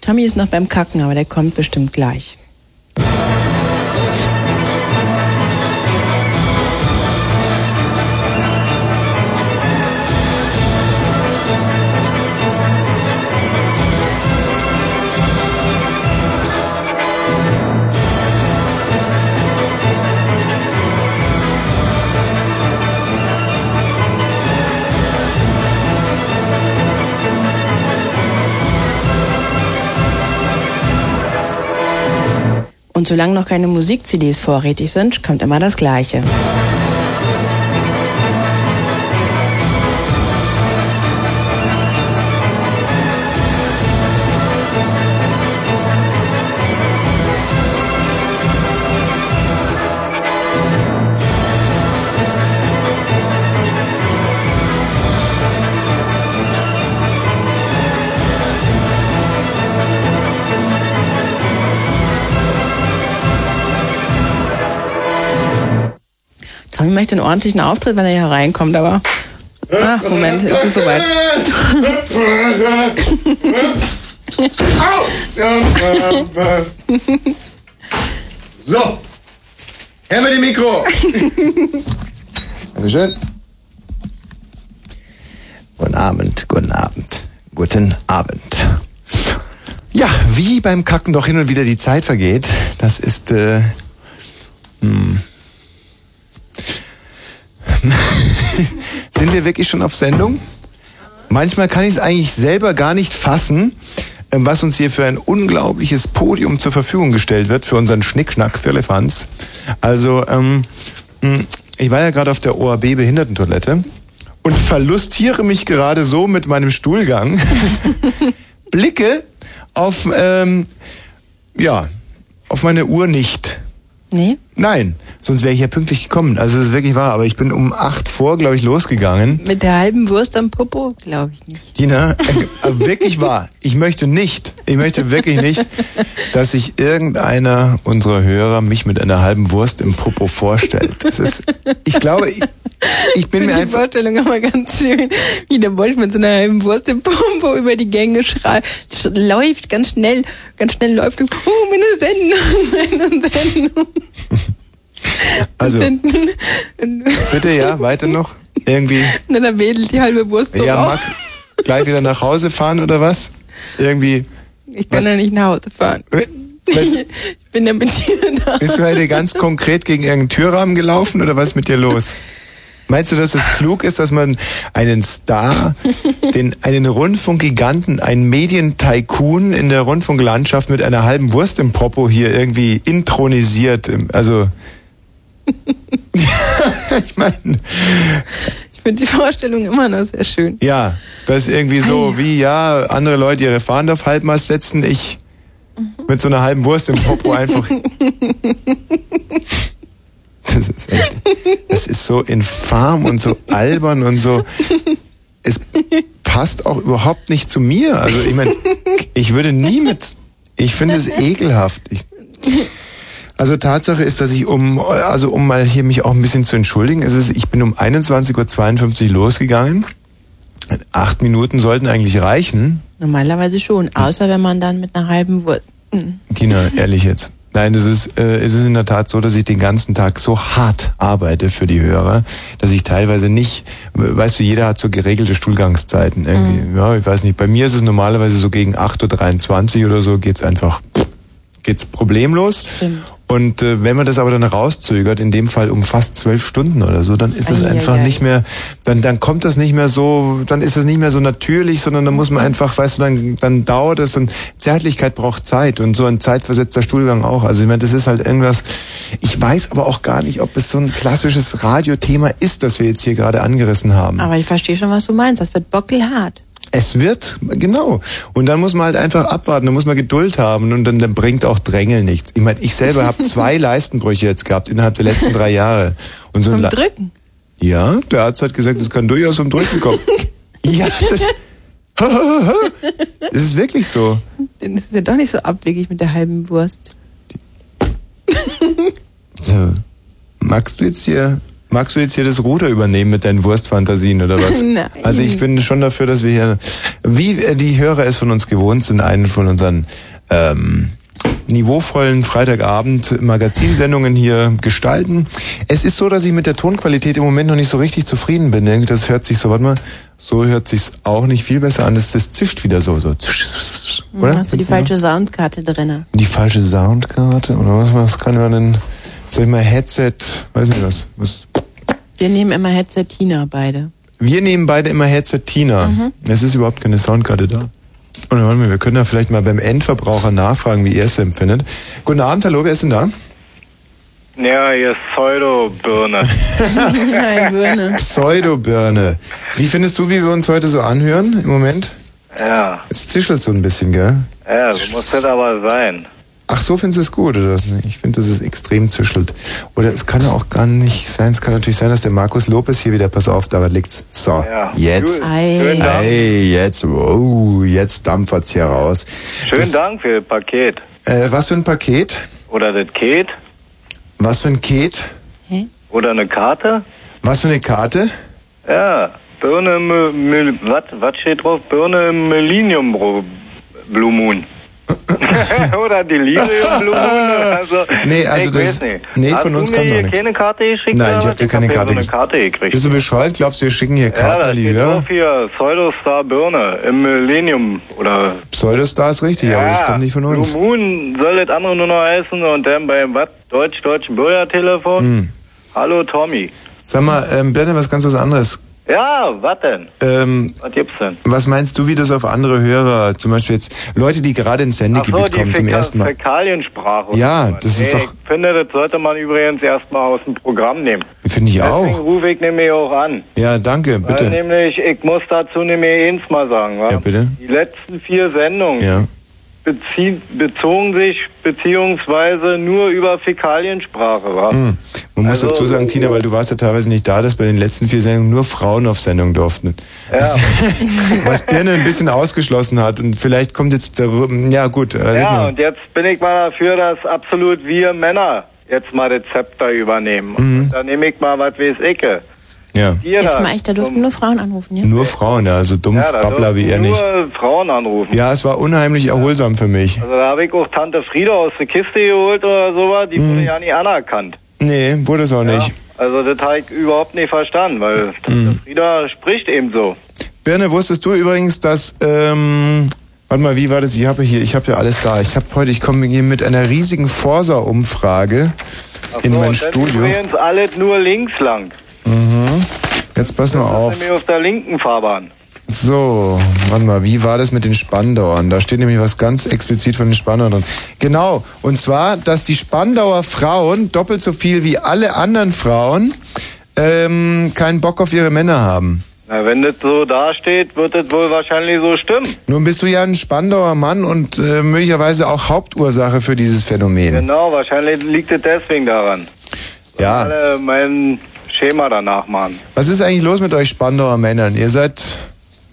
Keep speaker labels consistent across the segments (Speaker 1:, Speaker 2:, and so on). Speaker 1: Tommy ist noch beim Kacken, aber der kommt bestimmt gleich. Und solange noch keine Musik-CDs vorrätig sind, kommt immer das Gleiche. Tommy möchte einen ordentlichen Auftritt, wenn er hier reinkommt, aber. Ah, Moment, es ist soweit.
Speaker 2: So. Her mit dem Mikro. Dankeschön. Guten Abend, guten Abend, guten Abend. Ja, wie beim Kacken doch hin und wieder die Zeit vergeht, das ist, äh, hm. Sind wir wirklich schon auf Sendung? Manchmal kann ich es eigentlich selber gar nicht fassen, ähm, was uns hier für ein unglaubliches Podium zur Verfügung gestellt wird, für unseren Schnickschnack für Elefants. Also, ähm, mh, ich war ja gerade auf der OAB Behindertentoilette und verlustiere mich gerade so mit meinem Stuhlgang. Blicke auf, ähm, ja, auf meine Uhr nicht.
Speaker 1: Nee?
Speaker 2: Nein, sonst wäre ich ja pünktlich gekommen. Also das ist wirklich wahr, aber ich bin um 8 vor, glaube ich, losgegangen.
Speaker 1: Mit der halben Wurst am Popo? Glaube ich nicht.
Speaker 2: Dina, äh, wirklich wahr. Ich möchte nicht, ich möchte wirklich nicht, dass sich irgendeiner unserer Hörer mich mit einer halben Wurst im Popo vorstellt. Das ist, ich glaube, ich, ich bin
Speaker 1: Ich
Speaker 2: mir
Speaker 1: finde die
Speaker 2: einfach,
Speaker 1: Vorstellung aber ganz schön, wie der Wolf mit so einer halben Wurst im Pompo über die Gänge schreit, sch- läuft ganz schnell, ganz schnell läuft und, oh, meine Sendung, meine Sendung.
Speaker 2: also
Speaker 1: Und dann,
Speaker 2: bitte ja, weiter noch, irgendwie,
Speaker 1: und dann wedelt die halbe Wurst so
Speaker 2: ja,
Speaker 1: auf.
Speaker 2: Max, gleich wieder nach Hause fahren oder was? Irgendwie, Äh,
Speaker 1: Ich kann ja nicht nach Hause fahren.
Speaker 2: was,
Speaker 1: Ich bin ja mit dir da.
Speaker 2: Bist du heute ganz konkret gegen irgendeinen Türrahmen gelaufen oder was ist mit dir los? Meinst du, dass es klug ist, dass man einen Star, den, einen Rundfunkgiganten, einen Medientycoon in der Rundfunklandschaft mit einer halben Wurst im Popo hier irgendwie intronisiert? Also, ich meine,
Speaker 1: Ich finde die Vorstellung immer noch sehr schön.
Speaker 2: ja, das ist irgendwie so wie, ja, andere Leute ihre Fahnen auf Halbmast setzen, ich mit so einer halben Wurst im Popo einfach. Das ist echt, das ist so infam und so albern und so. Es passt auch überhaupt nicht zu mir. Also ich meine, ich würde nie mit, ich finde es ekelhaft. Ich, also Tatsache ist, dass ich um, also um mal hier mich auch ein bisschen zu entschuldigen, ist es, ich bin um 21.52 Uhr losgegangen. Acht Minuten sollten eigentlich reichen.
Speaker 1: Normalerweise schon, außer wenn man dann mit einer halben Wurst. Mhm.
Speaker 2: Tina, ehrlich jetzt. Nein, es ist, äh, es ist in der Tat so, dass ich den ganzen Tag so hart arbeite für die Hörer, dass ich teilweise nicht, weißt du, jeder hat so geregelte Stuhlgangszeiten irgendwie. Ja, ich weiß nicht, bei mir ist es normalerweise so gegen 8.23 Uhr oder so geht's einfach, geht's problemlos.
Speaker 1: Stimmt.
Speaker 2: Und äh, wenn man das aber dann rauszögert, in dem Fall um fast zwölf Stunden oder so, dann ist es
Speaker 1: Eieiei.
Speaker 2: einfach nicht mehr, dann, dann kommt das nicht mehr so, dann ist es nicht mehr so natürlich, sondern dann muss man einfach, weißt du, dann, dann dauert es und Zärtlichkeit braucht Zeit und so ein zeitversetzter Stuhlgang auch. Also ich meine, das ist halt irgendwas, ich weiß aber auch gar nicht, ob es so ein klassisches Radiothema ist, das wir jetzt hier gerade angerissen haben.
Speaker 1: Aber ich verstehe schon, was du meinst. Das wird bockelhart.
Speaker 2: Es wird, genau. Und dann muss man halt einfach abwarten, dann muss man Geduld haben und dann, dann bringt auch Drängel nichts. Ich meine, ich selber habe zwei Leistenbrüche jetzt gehabt innerhalb der letzten drei Jahre. Und so ein
Speaker 1: Vom
Speaker 2: Le-
Speaker 1: Drücken.
Speaker 2: Ja, der Arzt hat gesagt, es kann durchaus vom Drücken kommen. ja, das, das ist wirklich so.
Speaker 1: Denn es ist ja doch nicht so abwegig mit der halben Wurst.
Speaker 2: so. Magst du jetzt hier Magst du jetzt hier das Ruder übernehmen mit deinen Wurstfantasien oder was?
Speaker 3: Nein.
Speaker 2: Also ich bin schon dafür, dass wir hier, wie äh, die Hörer es von uns gewohnt sind, einen von unseren ähm, niveauvollen Freitagabend-Magazinsendungen hier gestalten. Es ist so, dass ich mit der Tonqualität im Moment noch nicht so richtig zufrieden bin. Irgendwie Das hört sich so, warte mal, so hört sich's auch nicht viel besser an. Das, das zischt wieder so, so. Zisch, zisch, zisch, Oder?
Speaker 1: Hm, Hast du die falsche Soundkarte drin?
Speaker 2: Die falsche Soundkarte oder was, was kann man denn, sag ich mal, Headset, weiß nicht was, was
Speaker 1: Wir nehmen immer Headset Tina beide.
Speaker 2: wir nehmen beide immer Headset Tina.
Speaker 1: Mhm.
Speaker 2: Es ist überhaupt keine Soundkarte da. Und warte mal, wir können da vielleicht mal beim Endverbraucher nachfragen, wie er es empfindet. Guten Abend, hallo, wer ist denn da?
Speaker 4: Ja, ihr Pseudo-Birne.
Speaker 1: Nein, Birne.
Speaker 2: Pseudobirne. Wie findest du, wie wir uns heute so anhören im Moment?
Speaker 4: Ja,
Speaker 2: Es zischelt so ein bisschen, gell?
Speaker 4: ja, so muss das aber sein.
Speaker 2: Ach, so findest du es gut, oder? Ich finde, dass es extrem zischelt. Oder es kann ja auch gar nicht sein, es kann natürlich sein, dass der Markus Lopez hier wieder, pass auf, da liegt's. So,
Speaker 4: Ja.
Speaker 2: jetzt.
Speaker 4: Gut.
Speaker 1: Ei.
Speaker 4: Schönen Dank.
Speaker 2: Hey, jetzt, oh, jetzt dampfert's hier raus.
Speaker 4: Schönen Dank für das Paket.
Speaker 2: Äh, was für ein Paket?
Speaker 4: Oder das Ket?
Speaker 2: Was für ein Ket?
Speaker 4: Oder eine Karte?
Speaker 2: Was für eine Karte?
Speaker 4: Ja, Birne im, äh, Mil- was, was steht drauf? Birne im Millennium Bro- Blue Moon. oder Delirium Blue Moon. Also,
Speaker 2: Nee, also
Speaker 4: ich
Speaker 2: das-
Speaker 4: weiß nicht. Also
Speaker 2: nee,
Speaker 4: Hast
Speaker 2: von
Speaker 4: du
Speaker 2: uns
Speaker 4: mir
Speaker 2: kam noch
Speaker 4: hier
Speaker 2: nichts.
Speaker 4: keine Karte geschickt?
Speaker 2: Nein,
Speaker 4: oder
Speaker 2: ich hab
Speaker 4: was?
Speaker 2: dir keine
Speaker 4: hab
Speaker 2: Karte
Speaker 4: hier so eine Karte gekriegt.
Speaker 2: Bist du bescheuert? Glaubst du, wir schicken hier
Speaker 4: ja,
Speaker 2: Karten
Speaker 4: da
Speaker 2: an die
Speaker 4: steht
Speaker 2: Hörer?
Speaker 4: drauf hier, Pseudostar Birne im Millennium oder
Speaker 2: Pseudostar ist richtig, aber das kommt nicht von uns.
Speaker 4: Blue Moon soll das andere nur noch heißen und dann beim was? Deutsch-Deutschen Bürgertelefon?
Speaker 2: Hm.
Speaker 4: Hallo Tommy.
Speaker 2: Sag mal, ähm, Birne, was ganz was anderes.
Speaker 4: Ja, was denn?
Speaker 2: Ähm,
Speaker 4: Was gibt's denn?
Speaker 2: was meinst du, wie das auf andere Hörer, zum Beispiel jetzt Leute, die gerade ins
Speaker 4: Achso,
Speaker 2: Sendegebiet
Speaker 4: die
Speaker 2: kommen zum
Speaker 4: Fäka-
Speaker 2: ersten Mal?
Speaker 4: Fäkaliensprache. oder
Speaker 2: Ja,
Speaker 4: was?
Speaker 2: das ist
Speaker 4: nee,
Speaker 2: doch-
Speaker 4: Ich finde, das sollte man übrigens erstmal aus dem Programm nehmen.
Speaker 2: Finde ich
Speaker 4: Deswegen
Speaker 2: auch.
Speaker 4: rufe ich nämlich auch an.
Speaker 2: Ja, danke,
Speaker 4: Weil
Speaker 2: bitte.
Speaker 4: nämlich, ich muss dazu nämlich eins mal sagen, wa?
Speaker 2: Ja, bitte.
Speaker 4: Die letzten vier Sendungen
Speaker 2: Ja.
Speaker 4: bezie bezogen sich beziehungsweise nur über Fäkaliensprache, wa?
Speaker 2: Hm. Man muss
Speaker 4: Also-
Speaker 2: dazu sagen, Tina, weil du warst ja teilweise nicht da, dass bei den letzten vier Sendungen nur Frauen auf Sendung durften.
Speaker 4: Ja.
Speaker 2: Was Birne ein bisschen ausgeschlossen hat. Und vielleicht kommt jetzt der... Ja, gut. äh, red
Speaker 4: Ja,
Speaker 2: mal.
Speaker 4: und jetzt bin ich mal dafür, dass absolut wir Männer jetzt mal das Zepter übernehmen.
Speaker 2: Mhm.
Speaker 4: Und da nehme ich mal was weiß ich. Ihr
Speaker 2: ja.
Speaker 1: Jetzt
Speaker 4: da,
Speaker 1: mal echt, da durften nur Frauen anrufen, ja?
Speaker 2: Nur Frauen, ja, so dumm
Speaker 4: ja, da
Speaker 2: Babbler wie er
Speaker 4: dürfen
Speaker 2: nicht.
Speaker 4: nur Frauen anrufen.
Speaker 2: Ja, es war unheimlich erholsam für mich.
Speaker 4: Also da habe ich auch Tante Frieda aus der Kiste geholt oder sowas,
Speaker 2: Mhm.
Speaker 4: die wurde ja nie anerkannt.
Speaker 2: Nee, wurde es auch
Speaker 4: Ja?
Speaker 2: nicht.
Speaker 4: Also das habe ich überhaupt nicht verstanden,
Speaker 2: Mhm.
Speaker 4: weil Tante Frieda spricht eben so.
Speaker 2: Birne, wusstest du übrigens, dass ähm, warte mal, wie war das? Ich habe hier, ich habe ja alles da. Ich habe heute, ich komme hier mit einer riesigen Forsa-Umfrage in
Speaker 4: So,
Speaker 2: mein
Speaker 4: und dann
Speaker 2: Studio.
Speaker 4: übrigens alles nur links lang.
Speaker 2: Mhm. Jetzt pass mal auf.
Speaker 4: Nämlich auf der linken Fahrbahn.
Speaker 2: So, warte mal, wie war das mit den Spandauern? Da steht nämlich was ganz explizit von den Spandauern drin. Genau, und zwar, dass die Spandauer Frauen doppelt so viel wie alle anderen Frauen ähm, keinen Bock auf ihre Männer haben.
Speaker 4: Na, wenn das so dasteht, wird das wohl wahrscheinlich so stimmen.
Speaker 2: Nun bist du ja ein Spandauer Mann und äh, möglicherweise auch Hauptursache für dieses Phänomen.
Speaker 4: Genau, wahrscheinlich liegt es deswegen daran.
Speaker 2: Ja.
Speaker 4: Alle mein Schema danach machen.
Speaker 2: Was ist eigentlich los mit euch Spandauer Männern? Ihr seid,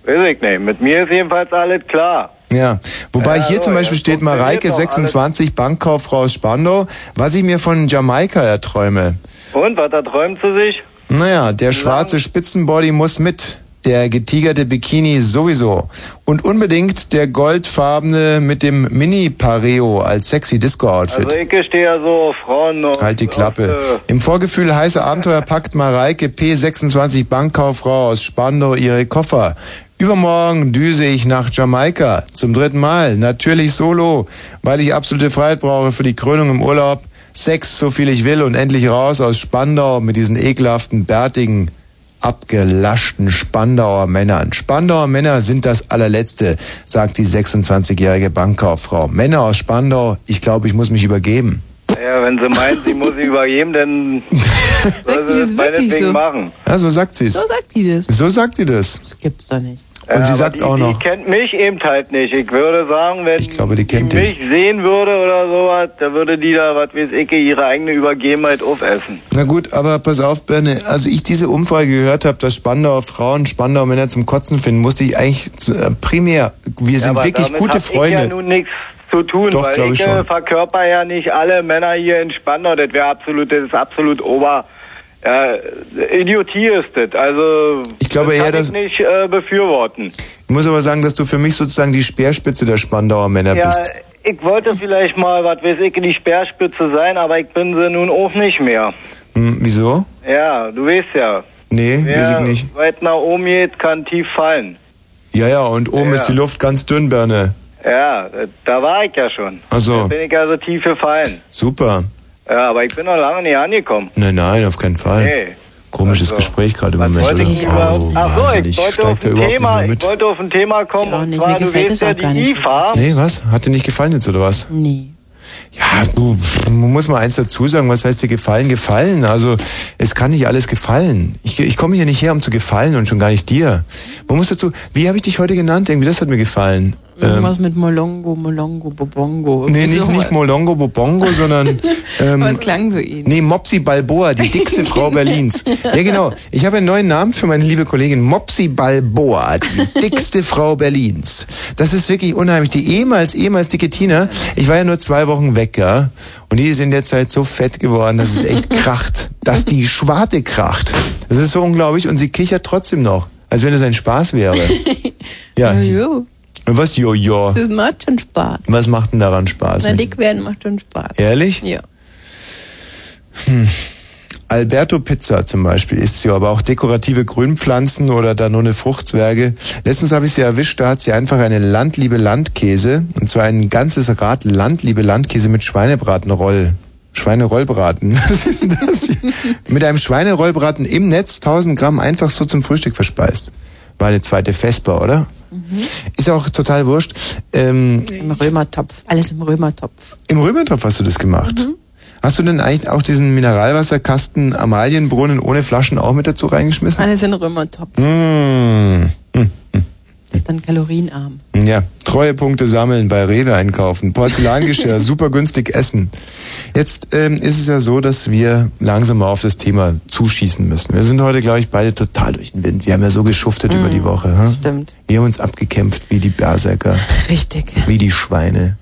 Speaker 4: Weiß ich nicht. Mit mir ist jedenfalls alles klar.
Speaker 2: ja. Wobei
Speaker 4: Ja,
Speaker 2: hier zum
Speaker 4: so,
Speaker 2: Beispiel
Speaker 4: ja,
Speaker 2: steht
Speaker 4: funktioniert
Speaker 2: Mareike
Speaker 4: doch
Speaker 2: 26, Bankkauffrau aus Spandau, was ich mir von Jamaika erträume.
Speaker 4: Und, was da träumt sie sich?
Speaker 2: Naja, der schwarze Spitzenbody muss mit. Der getigerte Bikini sowieso. Und unbedingt der goldfarbene mit dem Mini-Pareo als sexy Disco-Outfit.
Speaker 4: Also ich stehe ja so auf Frauen und
Speaker 2: Halt die Klappe.
Speaker 4: Auf,
Speaker 2: Im Vorgefühl heiße Abenteuer packt Mareike P26 Bankkauffrau aus Spandau ihre Koffer. Übermorgen düse ich nach Jamaika. Zum dritten Mal. Natürlich solo. Weil ich absolute Freiheit brauche für die Krönung im Urlaub. Sex, so viel ich will und endlich raus aus Spandau mit diesen ekelhaften, bärtigen, abgelaschten Spandauer Männern. Spandauer Männer sind das allerletzte, sagt die 26-jährige Bankkauffrau. Männer aus Spandau, ich glaube, ich muss mich übergeben.
Speaker 4: äh, ja, wenn sie meint, sie muss sie übergeben, dann soll
Speaker 1: die
Speaker 4: sie
Speaker 1: das
Speaker 4: das
Speaker 1: wirklich
Speaker 4: meinetwegen
Speaker 1: so?
Speaker 4: machen.
Speaker 2: Ja, so sagt sie es.
Speaker 1: So sagt die das.
Speaker 2: So sagt sie das.
Speaker 1: Das gibt's doch nicht.
Speaker 2: Und
Speaker 4: Ja,
Speaker 2: sie
Speaker 4: aber
Speaker 2: sagt
Speaker 4: die,
Speaker 2: auch noch,
Speaker 4: Die kennt mich eben halt nicht. Ich würde sagen, wenn
Speaker 2: Ich glaube, die kennt
Speaker 4: mich sehen würde oder sowas, da würde die da, was weiß ich, ihre eigene Übergebenheit aufessen.
Speaker 2: na gut, aber pass auf, Birne, als ich diese Umfrage gehört habe, dass Spandauer Frauen Spandauer Männer zum Kotzen finden, musste ich eigentlich äh, primär, wir sind
Speaker 4: aber
Speaker 2: wirklich
Speaker 4: damit
Speaker 2: gute
Speaker 4: hab Ich ja
Speaker 2: Freunde.
Speaker 4: nun nichts zu tun,
Speaker 2: Doch,
Speaker 4: weil
Speaker 2: glaub
Speaker 4: ich,
Speaker 2: ich
Speaker 4: äh,
Speaker 2: schon.
Speaker 4: verkörper ja nicht alle Männer hier in Spandau. Das wäre absolut, das ist absolut ober Ja, Idiotie ist das. Also
Speaker 2: Ich glaube
Speaker 4: das
Speaker 2: eher,
Speaker 4: kann
Speaker 2: dass-
Speaker 4: ich nicht äh, befürworten.
Speaker 2: Ich muss aber sagen, dass du für mich sozusagen die Speerspitze der Spandauer Männer
Speaker 4: Ja, äh,
Speaker 2: bist.
Speaker 4: ich wollte vielleicht mal, was weiß ich, in die Speerspitze sein, aber ich bin sie nun auch nicht mehr.
Speaker 2: Hm, wieso?
Speaker 4: Ja, du weißt ja.
Speaker 2: Nee, weiß
Speaker 4: Wer
Speaker 2: ich nicht.
Speaker 4: weit nach oben geht, kann tief fallen.
Speaker 2: Ja, ja, und oben
Speaker 4: Ja.
Speaker 2: ist die Luft ganz dünn, Berne.
Speaker 4: Ja, da war ich ja schon.
Speaker 2: Ach so.
Speaker 4: Da bin ich also tief gefallen.
Speaker 2: Super.
Speaker 4: Ja, aber ich bin noch lange nicht angekommen.
Speaker 2: Nein, nein, auf keinen Fall.
Speaker 4: Nee. Also,
Speaker 2: Komisches Gespräch gerade im Moment.
Speaker 4: Wollte ich
Speaker 2: oder?
Speaker 4: überhaupt, ach so, ich wollte auf,
Speaker 2: steigt er
Speaker 4: ein
Speaker 2: überhaupt
Speaker 4: Thema,
Speaker 2: nicht mehr
Speaker 4: ich
Speaker 2: mit.
Speaker 4: wollte auf ein Thema kommen.
Speaker 1: Ich auch
Speaker 4: und
Speaker 1: Genau, nicht.
Speaker 4: zwar,
Speaker 1: Mir
Speaker 4: du
Speaker 1: gefällt
Speaker 4: weißt
Speaker 1: das
Speaker 4: ja,
Speaker 1: auch gar
Speaker 4: die
Speaker 1: nicht.
Speaker 4: IFA.
Speaker 2: Nee, was? Hat dir nicht gefallen jetzt, oder was?
Speaker 1: Nee.
Speaker 2: Ja, du, pff, man muss mal eins dazu sagen, was heißt dir gefallen? Gefallen, also es kann nicht alles gefallen. Ich, ich komme hier nicht her, um zu gefallen und schon gar nicht dir. Man muss dazu, wie habe ich dich heute genannt? Irgendwie, das hat mir gefallen. Ähm,
Speaker 1: Irgendwas mit Molongo, Molongo, Bobongo.
Speaker 2: nee, nicht, nicht Molongo Bobongo, sondern...
Speaker 1: Aber
Speaker 2: Ähm,
Speaker 1: es klang so ähnlich.
Speaker 2: Nee, Mopsi Balboa, die dickste Frau Berlins. Ja, genau. Ich habe einen neuen Namen für meine liebe Kollegin. Mopsi Balboa, die dickste Frau Berlins. Das ist wirklich unheimlich. Die ehemals, ehemals dicke Tina. Ich war ja nur zwei Wochen weg, ja. Und die ist in der Zeit so fett geworden, dass es echt kracht. Dass die Schwarte kracht. Das ist so unglaublich. Und sie kichert trotzdem noch. Als wenn es ein Spaß wäre. Ja.
Speaker 3: Jojo,
Speaker 2: Und was, Jojo?
Speaker 3: das macht schon Spaß.
Speaker 2: Was Ah, macht denn daran Spaß?
Speaker 3: Na,
Speaker 2: mit-
Speaker 3: dick werden macht schon Spaß.
Speaker 2: Ehrlich? Hm.
Speaker 3: Ja.
Speaker 2: Alberto Pizza zum Beispiel isst sie, aber auch dekorative Grünpflanzen oder Danone Fruchtzwerge. Letztens habe ich sie erwischt, da hat sie einfach eine Landliebe Landkäse, und zwar ein ganzes Rad Landliebe Landkäse mit Schweinebratenroll. Schweinerollbraten. Was ist denn das? hier? mit einem Schweinerollbraten im Netz 1000 Gramm einfach so zum Frühstück verspeist. War eine zweite Vesper, oder? Ist auch total wurscht. Ähm,
Speaker 1: Im Römertopf. Alles im Römertopf. Mhm.
Speaker 2: im Römertopf hast du das gemacht. Hast du denn eigentlich auch diesen Mineralwasserkasten Amalienbrunnen ohne Flaschen auch mit dazu reingeschmissen?
Speaker 1: Alles in Römertopf.
Speaker 2: Mmh.
Speaker 1: Das ist dann kalorienarm.
Speaker 2: Ja, Treuepunkte sammeln, bei Rewe einkaufen, Porzellangeschirr, super günstig essen. Jetzt ähm, ist es ja so, dass wir langsam mal auf das Thema zuschießen müssen. Wir sind heute, glaube ich, beide total durch den Wind. Wir haben ja so geschuftet über die Woche. Hm?
Speaker 1: Stimmt.
Speaker 2: Wir haben uns abgekämpft wie die Berserker,
Speaker 1: Richtig. Hm.
Speaker 2: wie die Schweine,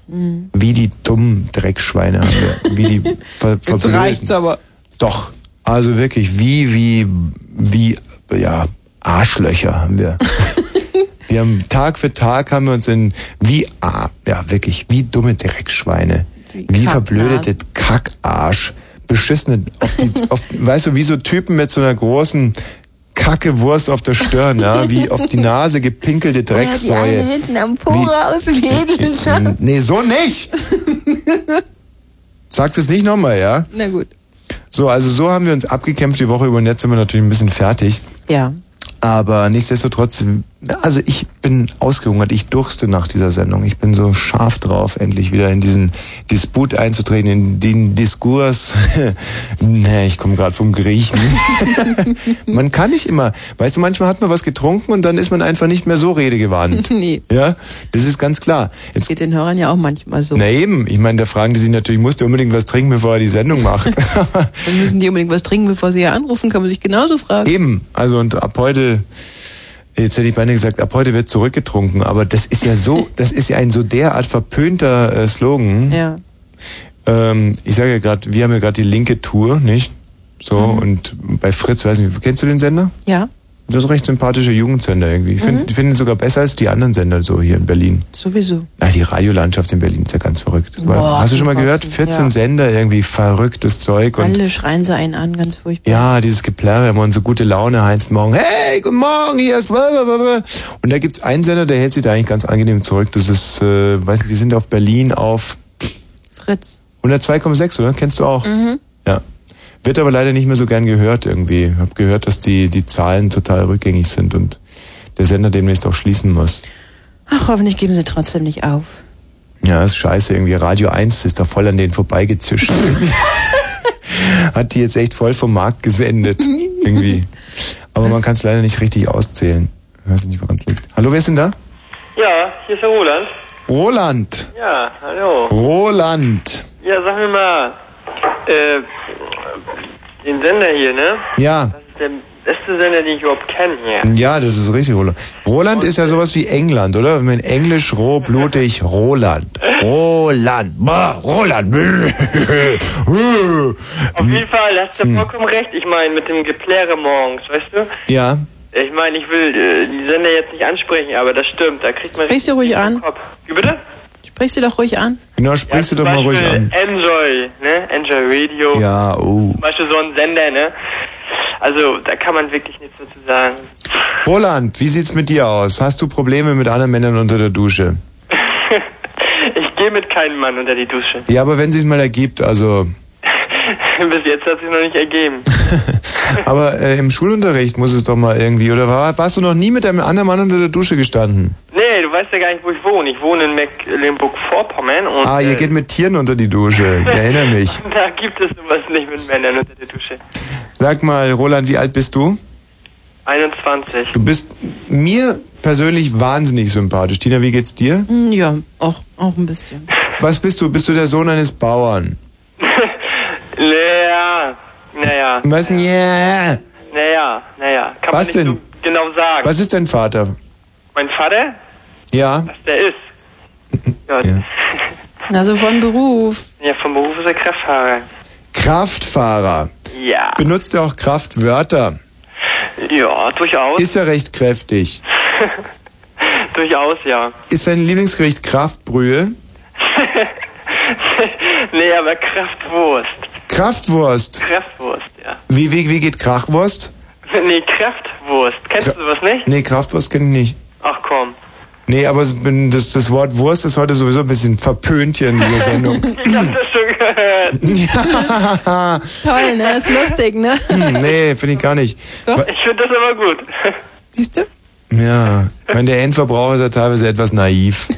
Speaker 2: wie die dummen Dreckschweine haben wir, wie die ver
Speaker 1: Jetzt
Speaker 2: verblödeten.
Speaker 1: reicht's aber.
Speaker 2: Doch, also wirklich wie, wie, wie, ja, Arschlöcher haben wir. wir haben Tag für Tag haben wir uns in, wie, ah, ja, wirklich, wie dumme Dreckschweine,
Speaker 1: Wie
Speaker 2: wie
Speaker 1: Kacknasen.
Speaker 2: verblödete Kackarsch, beschissene, auf die, auf, weißt du, wie so Typen mit so einer großen, Kacke Wurst auf der Stirn, ja, wie auf die Nase gepinkelte
Speaker 1: Oh,
Speaker 2: Drecksäue.
Speaker 3: eine hinten am Po raus, wie Edelschaft.
Speaker 2: nee, so nicht! Sagt es nicht nochmal, ja?
Speaker 3: Na gut.
Speaker 2: So, also so haben wir uns abgekämpft die Woche über und jetzt sind wir natürlich ein bisschen fertig.
Speaker 1: Ja.
Speaker 2: Aber nichtsdestotrotz, also ich bin ausgehungert, ich durste nach dieser Sendung. Ich bin so scharf drauf, endlich wieder in diesen Disput einzutreten, in den Diskurs. nee, ich komme gerade vom Griechen. man kann nicht immer, weißt du, manchmal hat man was getrunken und dann ist man einfach nicht mehr so redegewandt.
Speaker 1: Nee.
Speaker 2: Ja, das ist ganz klar. Jetzt
Speaker 1: Geht den Hörern ja auch manchmal so.
Speaker 2: na eben, ich meine, da fragen die sich natürlich, muss der unbedingt was trinken, bevor er die Sendung macht?
Speaker 1: Dann müssen die unbedingt was trinken, bevor sie hier anrufen, kann man sich genauso fragen.
Speaker 2: Eben, also und ab heute, jetzt hätte ich beinahe gesagt, ab heute wird zurückgetrunken, aber das ist ja so, das ist ja ein so derart verpönter äh, Slogan.
Speaker 1: Ja.
Speaker 2: Ähm, ich sage ja gerade, wir haben ja gerade die linke Tour, nicht? So,
Speaker 1: Mhm.
Speaker 2: und bei Fritz, weiß nicht, kennst du den Sender?
Speaker 1: Ja,
Speaker 2: Das ist ein recht sympathischer Jugendsender irgendwie. Ich
Speaker 1: Mhm.
Speaker 2: finde ihn sogar besser als die anderen Sender so hier in Berlin.
Speaker 1: sowieso.
Speaker 2: Ah, die Radiolandschaft in Berlin ist ja ganz verrückt.
Speaker 1: Boah,
Speaker 2: Hast du schon mal gehört?
Speaker 1: Wahnsinn,
Speaker 2: 14
Speaker 1: ja.
Speaker 2: Sender irgendwie verrücktes Zeug und
Speaker 1: Alle schreien sie einen an, ganz furchtbar.
Speaker 2: ja, dieses Geplärre immer und so gute Laune heinz morgen. Hey, guten Morgen, hier ist blablabla. Und da gibt's einen Sender, der hält sich da eigentlich ganz angenehm zurück. Das ist, äh, weiß nicht, die sind auf Berlin auf
Speaker 1: Fritz.
Speaker 2: 102,6, oder? Kennst du auch? Ja. Wird aber leider nicht mehr so gern gehört irgendwie. Hab gehört, dass die, die Zahlen total rückgängig sind und der Sender demnächst auch schließen muss.
Speaker 1: Ach, hoffentlich geben sie trotzdem nicht auf.
Speaker 2: Ja, ist scheiße irgendwie. Radio 1 ist da voll an denen vorbeigezischt. Hat die jetzt echt voll vom Markt gesendet. Irgendwie. Aber man kann es leider nicht richtig auszählen. Ich weiß nicht, woran es liegt. Hallo, wer ist denn da?
Speaker 5: Ja, hier ist der Roland.
Speaker 2: Roland.
Speaker 5: Ja, hallo.
Speaker 2: Roland.
Speaker 5: Ja, sag mir mal, äh, den Sender hier, ne?
Speaker 2: Ja.
Speaker 5: Was ist denn
Speaker 6: beste Sender, den ich überhaupt kenne hier.
Speaker 2: Ja, das ist richtig, Roland. Roland ist ja sowas wie England, oder? Wenn man in Englisch roh, blutig, Roland. Roland. Bah, Roland. Äh,
Speaker 6: Auf jeden Fall, da hast
Speaker 2: Hm.
Speaker 6: du vollkommen recht. Ich meine, mit dem Gepläre morgens, weißt du?
Speaker 2: Ja.
Speaker 6: Ich meine, ich will äh, die Sender jetzt nicht ansprechen, aber das stimmt. Da kriegt man
Speaker 7: Sprich sie ruhig an.
Speaker 6: Kopf. Wie bitte?
Speaker 7: Sprich sie doch ruhig an.
Speaker 2: Genau, sprichst du doch mal ruhig an.
Speaker 6: Enjoy, ne? Enjoy Radio.
Speaker 2: Ja, oh.
Speaker 6: Zum Beispiel so ein Sender, ne? Also, da kann man wirklich nichts dazu sagen.
Speaker 2: Roland, wie sieht's mit dir aus? Hast du Probleme mit anderen Männern unter der Dusche?
Speaker 6: Ich gehe mit keinem Mann unter die Dusche.
Speaker 2: Ja, aber wenn sich's mal ergibt, also.
Speaker 6: Bis jetzt hat sich noch nicht ergeben.
Speaker 2: Aber äh, im Schulunterricht muss es doch mal irgendwie, oder war, warst du noch nie mit einem anderen Mann unter der Dusche gestanden?
Speaker 6: Nee, du weißt ja gar nicht, wo ich wohne. Ich wohne in Mecklenburg-Vorpommern und
Speaker 2: Ah, ihr
Speaker 6: äh,
Speaker 2: geht mit Tieren unter die Dusche. Ich erinnere mich.
Speaker 6: da gibt es sowas nicht mit Männern unter der Dusche.
Speaker 2: Sag mal, Roland, wie alt bist du?
Speaker 6: 21.
Speaker 2: Du bist mir persönlich wahnsinnig sympathisch. Tina, wie geht's dir?
Speaker 7: Hm, Ja, auch, auch ein bisschen.
Speaker 2: Was bist du? Bist du der Sohn eines Bauern?
Speaker 6: Naja, naja,
Speaker 2: Was denn? Yeah.
Speaker 6: naja, naja. Kann
Speaker 2: Was
Speaker 6: man nicht
Speaker 2: denn?
Speaker 6: so genau sagen.
Speaker 2: Was ist dein Vater?
Speaker 6: Mein Vater,
Speaker 2: Ja,
Speaker 6: der ist. Ja, ja.
Speaker 7: Also von Beruf.
Speaker 6: vom Beruf ist er Kraftfahrer.
Speaker 2: Kraftfahrer.
Speaker 6: Ja,
Speaker 2: Benutzt er auch Kraftwörter?
Speaker 6: ja, durchaus.
Speaker 2: Ist er recht kräftig?
Speaker 6: durchaus, ja.
Speaker 2: Ist sein Lieblingsgericht Kraftbrühe?
Speaker 6: nee, aber Kraftwurst.
Speaker 2: Kraftwurst.
Speaker 6: Kraftwurst, ja.
Speaker 2: Wie, wie, wie geht Krachwurst?
Speaker 6: Nee, Kraftwurst. Kennst du sowas nicht?
Speaker 2: Nee, Kraftwurst kenne ich nicht.
Speaker 6: Ach komm.
Speaker 2: Nee, aber es- bin- das, das Wort Wurst ist heute sowieso ein bisschen verpönt hier in dieser Sendung.
Speaker 6: Ich hab das schon gehört.
Speaker 7: Toll, ne? Ist lustig, ne?
Speaker 2: Hm, nee, finde ich gar nicht. Wa-
Speaker 6: Ich finde das aber gut.
Speaker 7: Siehst du?
Speaker 2: Ja, ich meine, der Endverbraucher ist ja teilweise etwas naiv.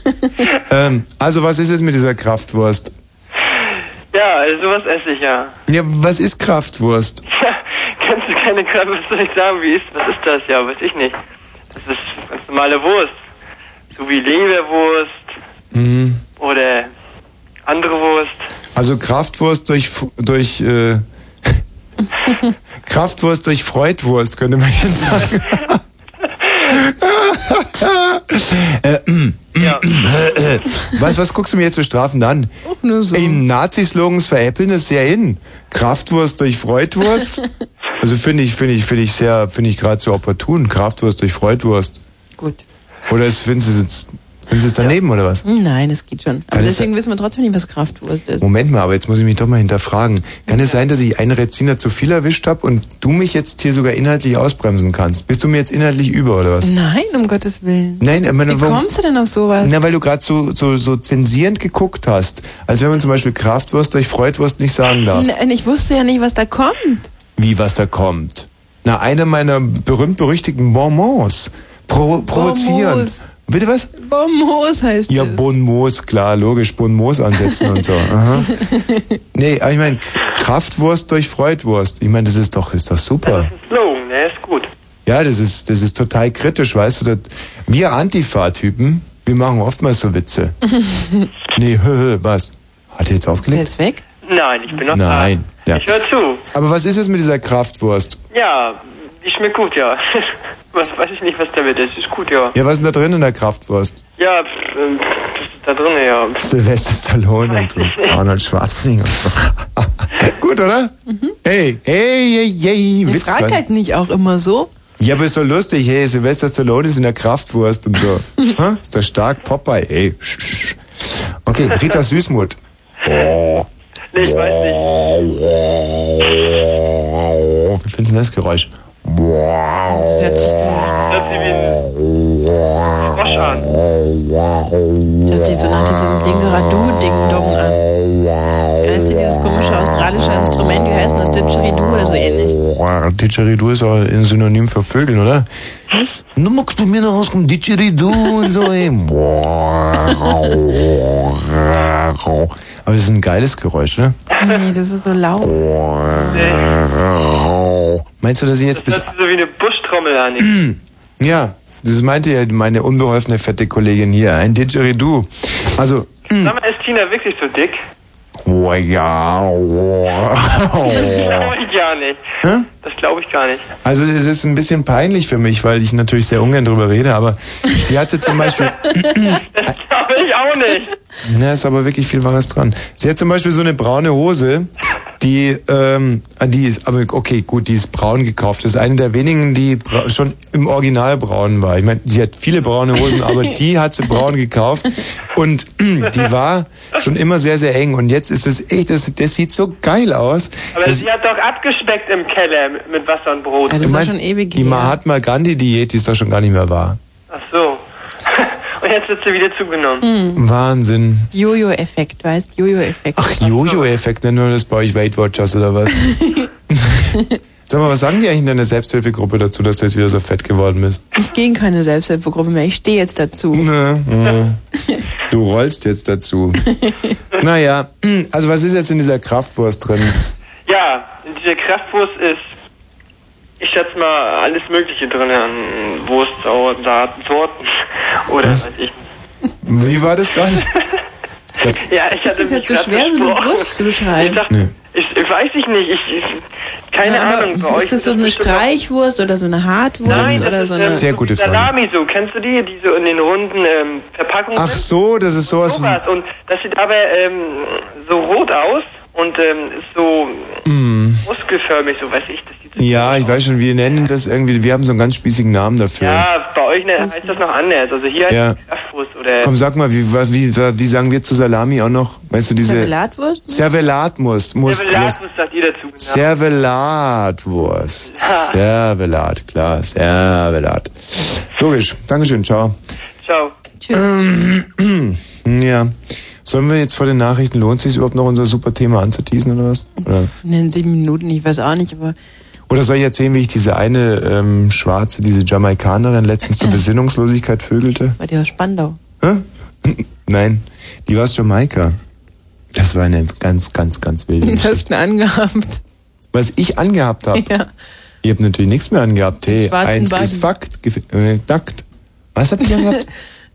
Speaker 2: ähm, also, was ist es mit dieser Kraftwurst?
Speaker 6: Ja, sowas esse ich ja.
Speaker 2: Ja, was ist Kraftwurst?
Speaker 6: Tja, kannst du keine Kraft, was soll ich sagen? Wie ist, was ist das? Ja, weiß ich nicht. Das ist ganz normale Wurst. So wie Leberwurst
Speaker 2: Mhm.
Speaker 6: oder andere Wurst.
Speaker 2: Also Kraftwurst durch F- durch äh, Kraftwurst durch Freudwurst könnte man jetzt sagen. äh,
Speaker 6: Ja.
Speaker 2: was, was guckst du mir jetzt für Strafen an?
Speaker 7: Auch nur so.
Speaker 2: Ey, Nazi-Slogans veräppeln ist sehr in. Kraftwurst durch Freudwurst. Also finde ich, finde ich, finde ich sehr, finde ich gerade so opportun. Kraftwurst durch Freudwurst.
Speaker 7: Gut.
Speaker 2: Oder ist- finden Sie es, finden Sie es daneben oder was?
Speaker 7: Hm, Nein, es geht schon. Aber
Speaker 2: Kann es
Speaker 7: deswegen wissen wir trotzdem nicht, was Kraftwurst ist.
Speaker 2: Moment mal, aber jetzt muss ich mich doch mal hinterfragen. Kann es sein, dass ich einen Reziner zu viel erwischt habe und du mich jetzt hier sogar inhaltlich ausbremsen kannst? Bist du mir jetzt inhaltlich über oder
Speaker 1: Äh,
Speaker 2: was?
Speaker 7: Nein, um Gottes Willen.
Speaker 2: Nein, aber
Speaker 7: Wie
Speaker 2: warum?
Speaker 7: kommst du denn auf sowas?
Speaker 2: Na, weil du gerade so, so, so zensierend geguckt hast. Als wenn man zum Beispiel Kraftwurst durch Freudwurst nicht sagen darf.
Speaker 7: Nein, ich wusste ja nicht, was da kommt.
Speaker 2: Wie was da kommt. Na, einer meiner berühmt-berüchtigten Bonbons. Pro provozieren.
Speaker 7: Bonbons.
Speaker 2: Bitte was?
Speaker 7: Bonbons heißt
Speaker 2: Ja,
Speaker 7: es.
Speaker 2: Bonmos, klar, logisch, Bonmos ansetzen und so. Aha. Nee, aber ich meine, Kraftwurst durch Freudwurst. Ich meine, das ist doch, ist doch super.
Speaker 6: Slogan, ne? Ist gut.
Speaker 2: Ja, das ist, das ist total kritisch, weißt du. Das, wir Antifa-Typen, wir machen oftmals so Witze. Nee, hö, hö, was? Hat er jetzt
Speaker 7: Ist er
Speaker 2: aufgelegt?
Speaker 7: jetzt weg?
Speaker 6: Nein, ich bin noch
Speaker 2: Nein.
Speaker 6: da.
Speaker 2: Ja.
Speaker 6: Ich hör zu.
Speaker 2: Aber was ist es mit dieser Kraftwurst?
Speaker 6: Ja, die schmeckt gut, ja. Was weiß ich nicht, was damit ist. Ist gut, ja.
Speaker 2: Ja, was ist denn da drin in der Kraftwurst?
Speaker 6: Ja, pff, ähm, pff, das ist da drin, ja.
Speaker 2: Sylvester Stallone und so. Arnold Schwarzenegger. und so. Gut, oder? Hey, hey, hey, hey,
Speaker 7: Ich
Speaker 2: Witz.
Speaker 7: frag
Speaker 2: was?
Speaker 7: Mhm. halt nicht auch immer so.
Speaker 2: Ja, aber ist doch lustig, hey, Sylvester Stallone ist in der Kraftwurst und so. Hä? ist doch stark Popeye, ey. Sch, sch, sch. Okay, Rita Süßmuth.
Speaker 6: Nee, ich weiß nicht.
Speaker 2: Wie findest du denn das Geräusch?
Speaker 7: Das hört sich so,
Speaker 6: Das sieht wie ein Frosch an.
Speaker 7: das hört sich so nach diesem Dingeradu-Ding-Dong an. Weißt du, dieses komische australische Instrument, wie heißt denn das? Didgeridoo oder so ähnlich.
Speaker 2: Didgeridoo ist auch ein Synonym für Vögel, oder? Was? Du muckst bei mir nach Hause kommen, Didgeridoo und so, ey. Aber das ist ein geiles Geräusch, ne?
Speaker 7: Nee, das ist so laut.
Speaker 2: Meinst du, dass ich jetzt bis...
Speaker 6: Das ist so wie eine Buschtrommel an. Ich-
Speaker 2: Ja, das meinte ja meine unbeholfene fette Kollegin hier, ein Didgeridoo. Also,
Speaker 6: Sag mal, ist Tina wirklich so dick?
Speaker 2: Oh ja.
Speaker 5: Das glaube ich gar nicht.
Speaker 2: Oh. Hä?
Speaker 5: Das glaube ich gar nicht.
Speaker 2: Also es ist ein bisschen peinlich für mich, weil ich natürlich sehr ungern drüber rede, aber sie hatte zum Beispiel,
Speaker 5: Das glaube ich auch nicht.
Speaker 2: na, ist aber wirklich viel Wahres dran. Sie hat zum Beispiel so eine braune Hose, die, ähm, ah, die ist, aber okay, gut, die ist braun gekauft. Das ist eine der wenigen, die bra- schon im Original braun war. Ich meine, sie hat viele braune Hosen, aber die hat sie braun gekauft und die war schon immer sehr, sehr eng. Und jetzt ist es echt, das, das sieht so geil aus.
Speaker 5: Aber
Speaker 2: das,
Speaker 5: sie hat doch abgespeckt im Keller mit- mit Wasser und
Speaker 1: Also,
Speaker 5: Brot.
Speaker 6: Also
Speaker 2: Ich mein, Die Mahatma Gandhi-Diät, die ist doch schon gar nicht mehr wahr.
Speaker 5: Ach so. Und jetzt wird sie wieder zugenommen.
Speaker 2: Wahnsinn.
Speaker 1: Hm. Jojo-Effekt, weißt Jojo-Effekt.
Speaker 2: Ach, Jojo-Effekt nennen wir das bei euch Weight Watchers oder was? Sag mal, was sagen die eigentlich in deiner Selbsthilfegruppe dazu, dass du jetzt wieder so fett geworden bist?
Speaker 1: Ich gehe in keine Selbsthilfegruppe mehr, ich stehe jetzt dazu.
Speaker 2: Ne, ne. Du rollst jetzt dazu. Naja, also was ist jetzt in dieser Kraftwurst drin?
Speaker 5: Ja, in dieser Kraftwurst ist, ich schätze mal, alles Mögliche drin an Wurst, Sorten
Speaker 2: Was?
Speaker 5: oder was? weiß ich.
Speaker 2: Wie war das gerade?
Speaker 5: Ja, ich
Speaker 1: Das
Speaker 5: hatte
Speaker 1: ist jetzt
Speaker 5: mich
Speaker 1: so
Speaker 5: grad
Speaker 1: schwer, so eine
Speaker 5: versprochen.
Speaker 1: Wurst zu beschreiben.
Speaker 5: Ich dachte, ich, ich weiß ich nicht, ich, ich keine
Speaker 1: Na, aber
Speaker 5: Ahnung. bei euch
Speaker 1: Ist das so
Speaker 5: wird
Speaker 1: eine
Speaker 5: bestimmt-
Speaker 1: Streichwurst oder so eine Hartwurst
Speaker 5: Nein, das
Speaker 1: oder
Speaker 5: ist,
Speaker 1: so
Speaker 5: ähm,
Speaker 1: eine.
Speaker 2: Sehr gute Frage.
Speaker 5: Salami so, kennst du die, die so in den runden ähm, Verpackungen
Speaker 2: Ach
Speaker 5: sind?
Speaker 2: so, das ist sowas wie...
Speaker 5: Sowas. Und das sieht aber ähm, so rot aus und ähm, ist so
Speaker 2: Mm.
Speaker 5: muskelförmig, so weiß ich. Das sieht
Speaker 2: Ja, ich weiß schon, wir nennen das irgendwie, wir haben so einen ganz spießigen Namen dafür.
Speaker 5: Ja, bei euch ne, heißt das noch anders. Also hier heißt
Speaker 2: Ja.
Speaker 5: es Kraftwurst oder.
Speaker 2: Komm, sag mal, wie, was- wie, wie sagen wir zu Salami auch noch? Weißt du, diese...
Speaker 1: Servelatwurst?
Speaker 2: Servelatmus. Muss, muss,
Speaker 5: Servelatmus sagt ihr dazu. Genau.
Speaker 2: Servelatwurst. Servelat, klar, Servelat. Logisch. Dankeschön, ciao.
Speaker 5: Ciao.
Speaker 2: Ja. Sollen wir jetzt vor den Nachrichten, lohnt sich überhaupt noch unser super Thema anzuteasen oder was? Oder,
Speaker 1: In den sieben Minuten, ich weiß auch nicht, aber
Speaker 2: oder soll ich erzählen, wie ich diese eine ähm, Schwarze, diese Jamaikanerin letztens zur Besinnungslosigkeit vögelte?
Speaker 1: bei dir aus Spandau.
Speaker 2: Hä? Nein, die war aus Jamaika. Das war eine ganz, ganz, ganz wilde
Speaker 1: Du
Speaker 2: Geschichte.
Speaker 1: hast ihn angehabt.
Speaker 2: Was ich angehabt habe,
Speaker 1: Ja.
Speaker 2: Ihr habt natürlich nichts mehr angehabt. Hey,
Speaker 1: Schwarzen
Speaker 2: eins
Speaker 1: Baden.
Speaker 2: ist Fakt. gef- Äh, Dakt. Was habt ihr angehabt?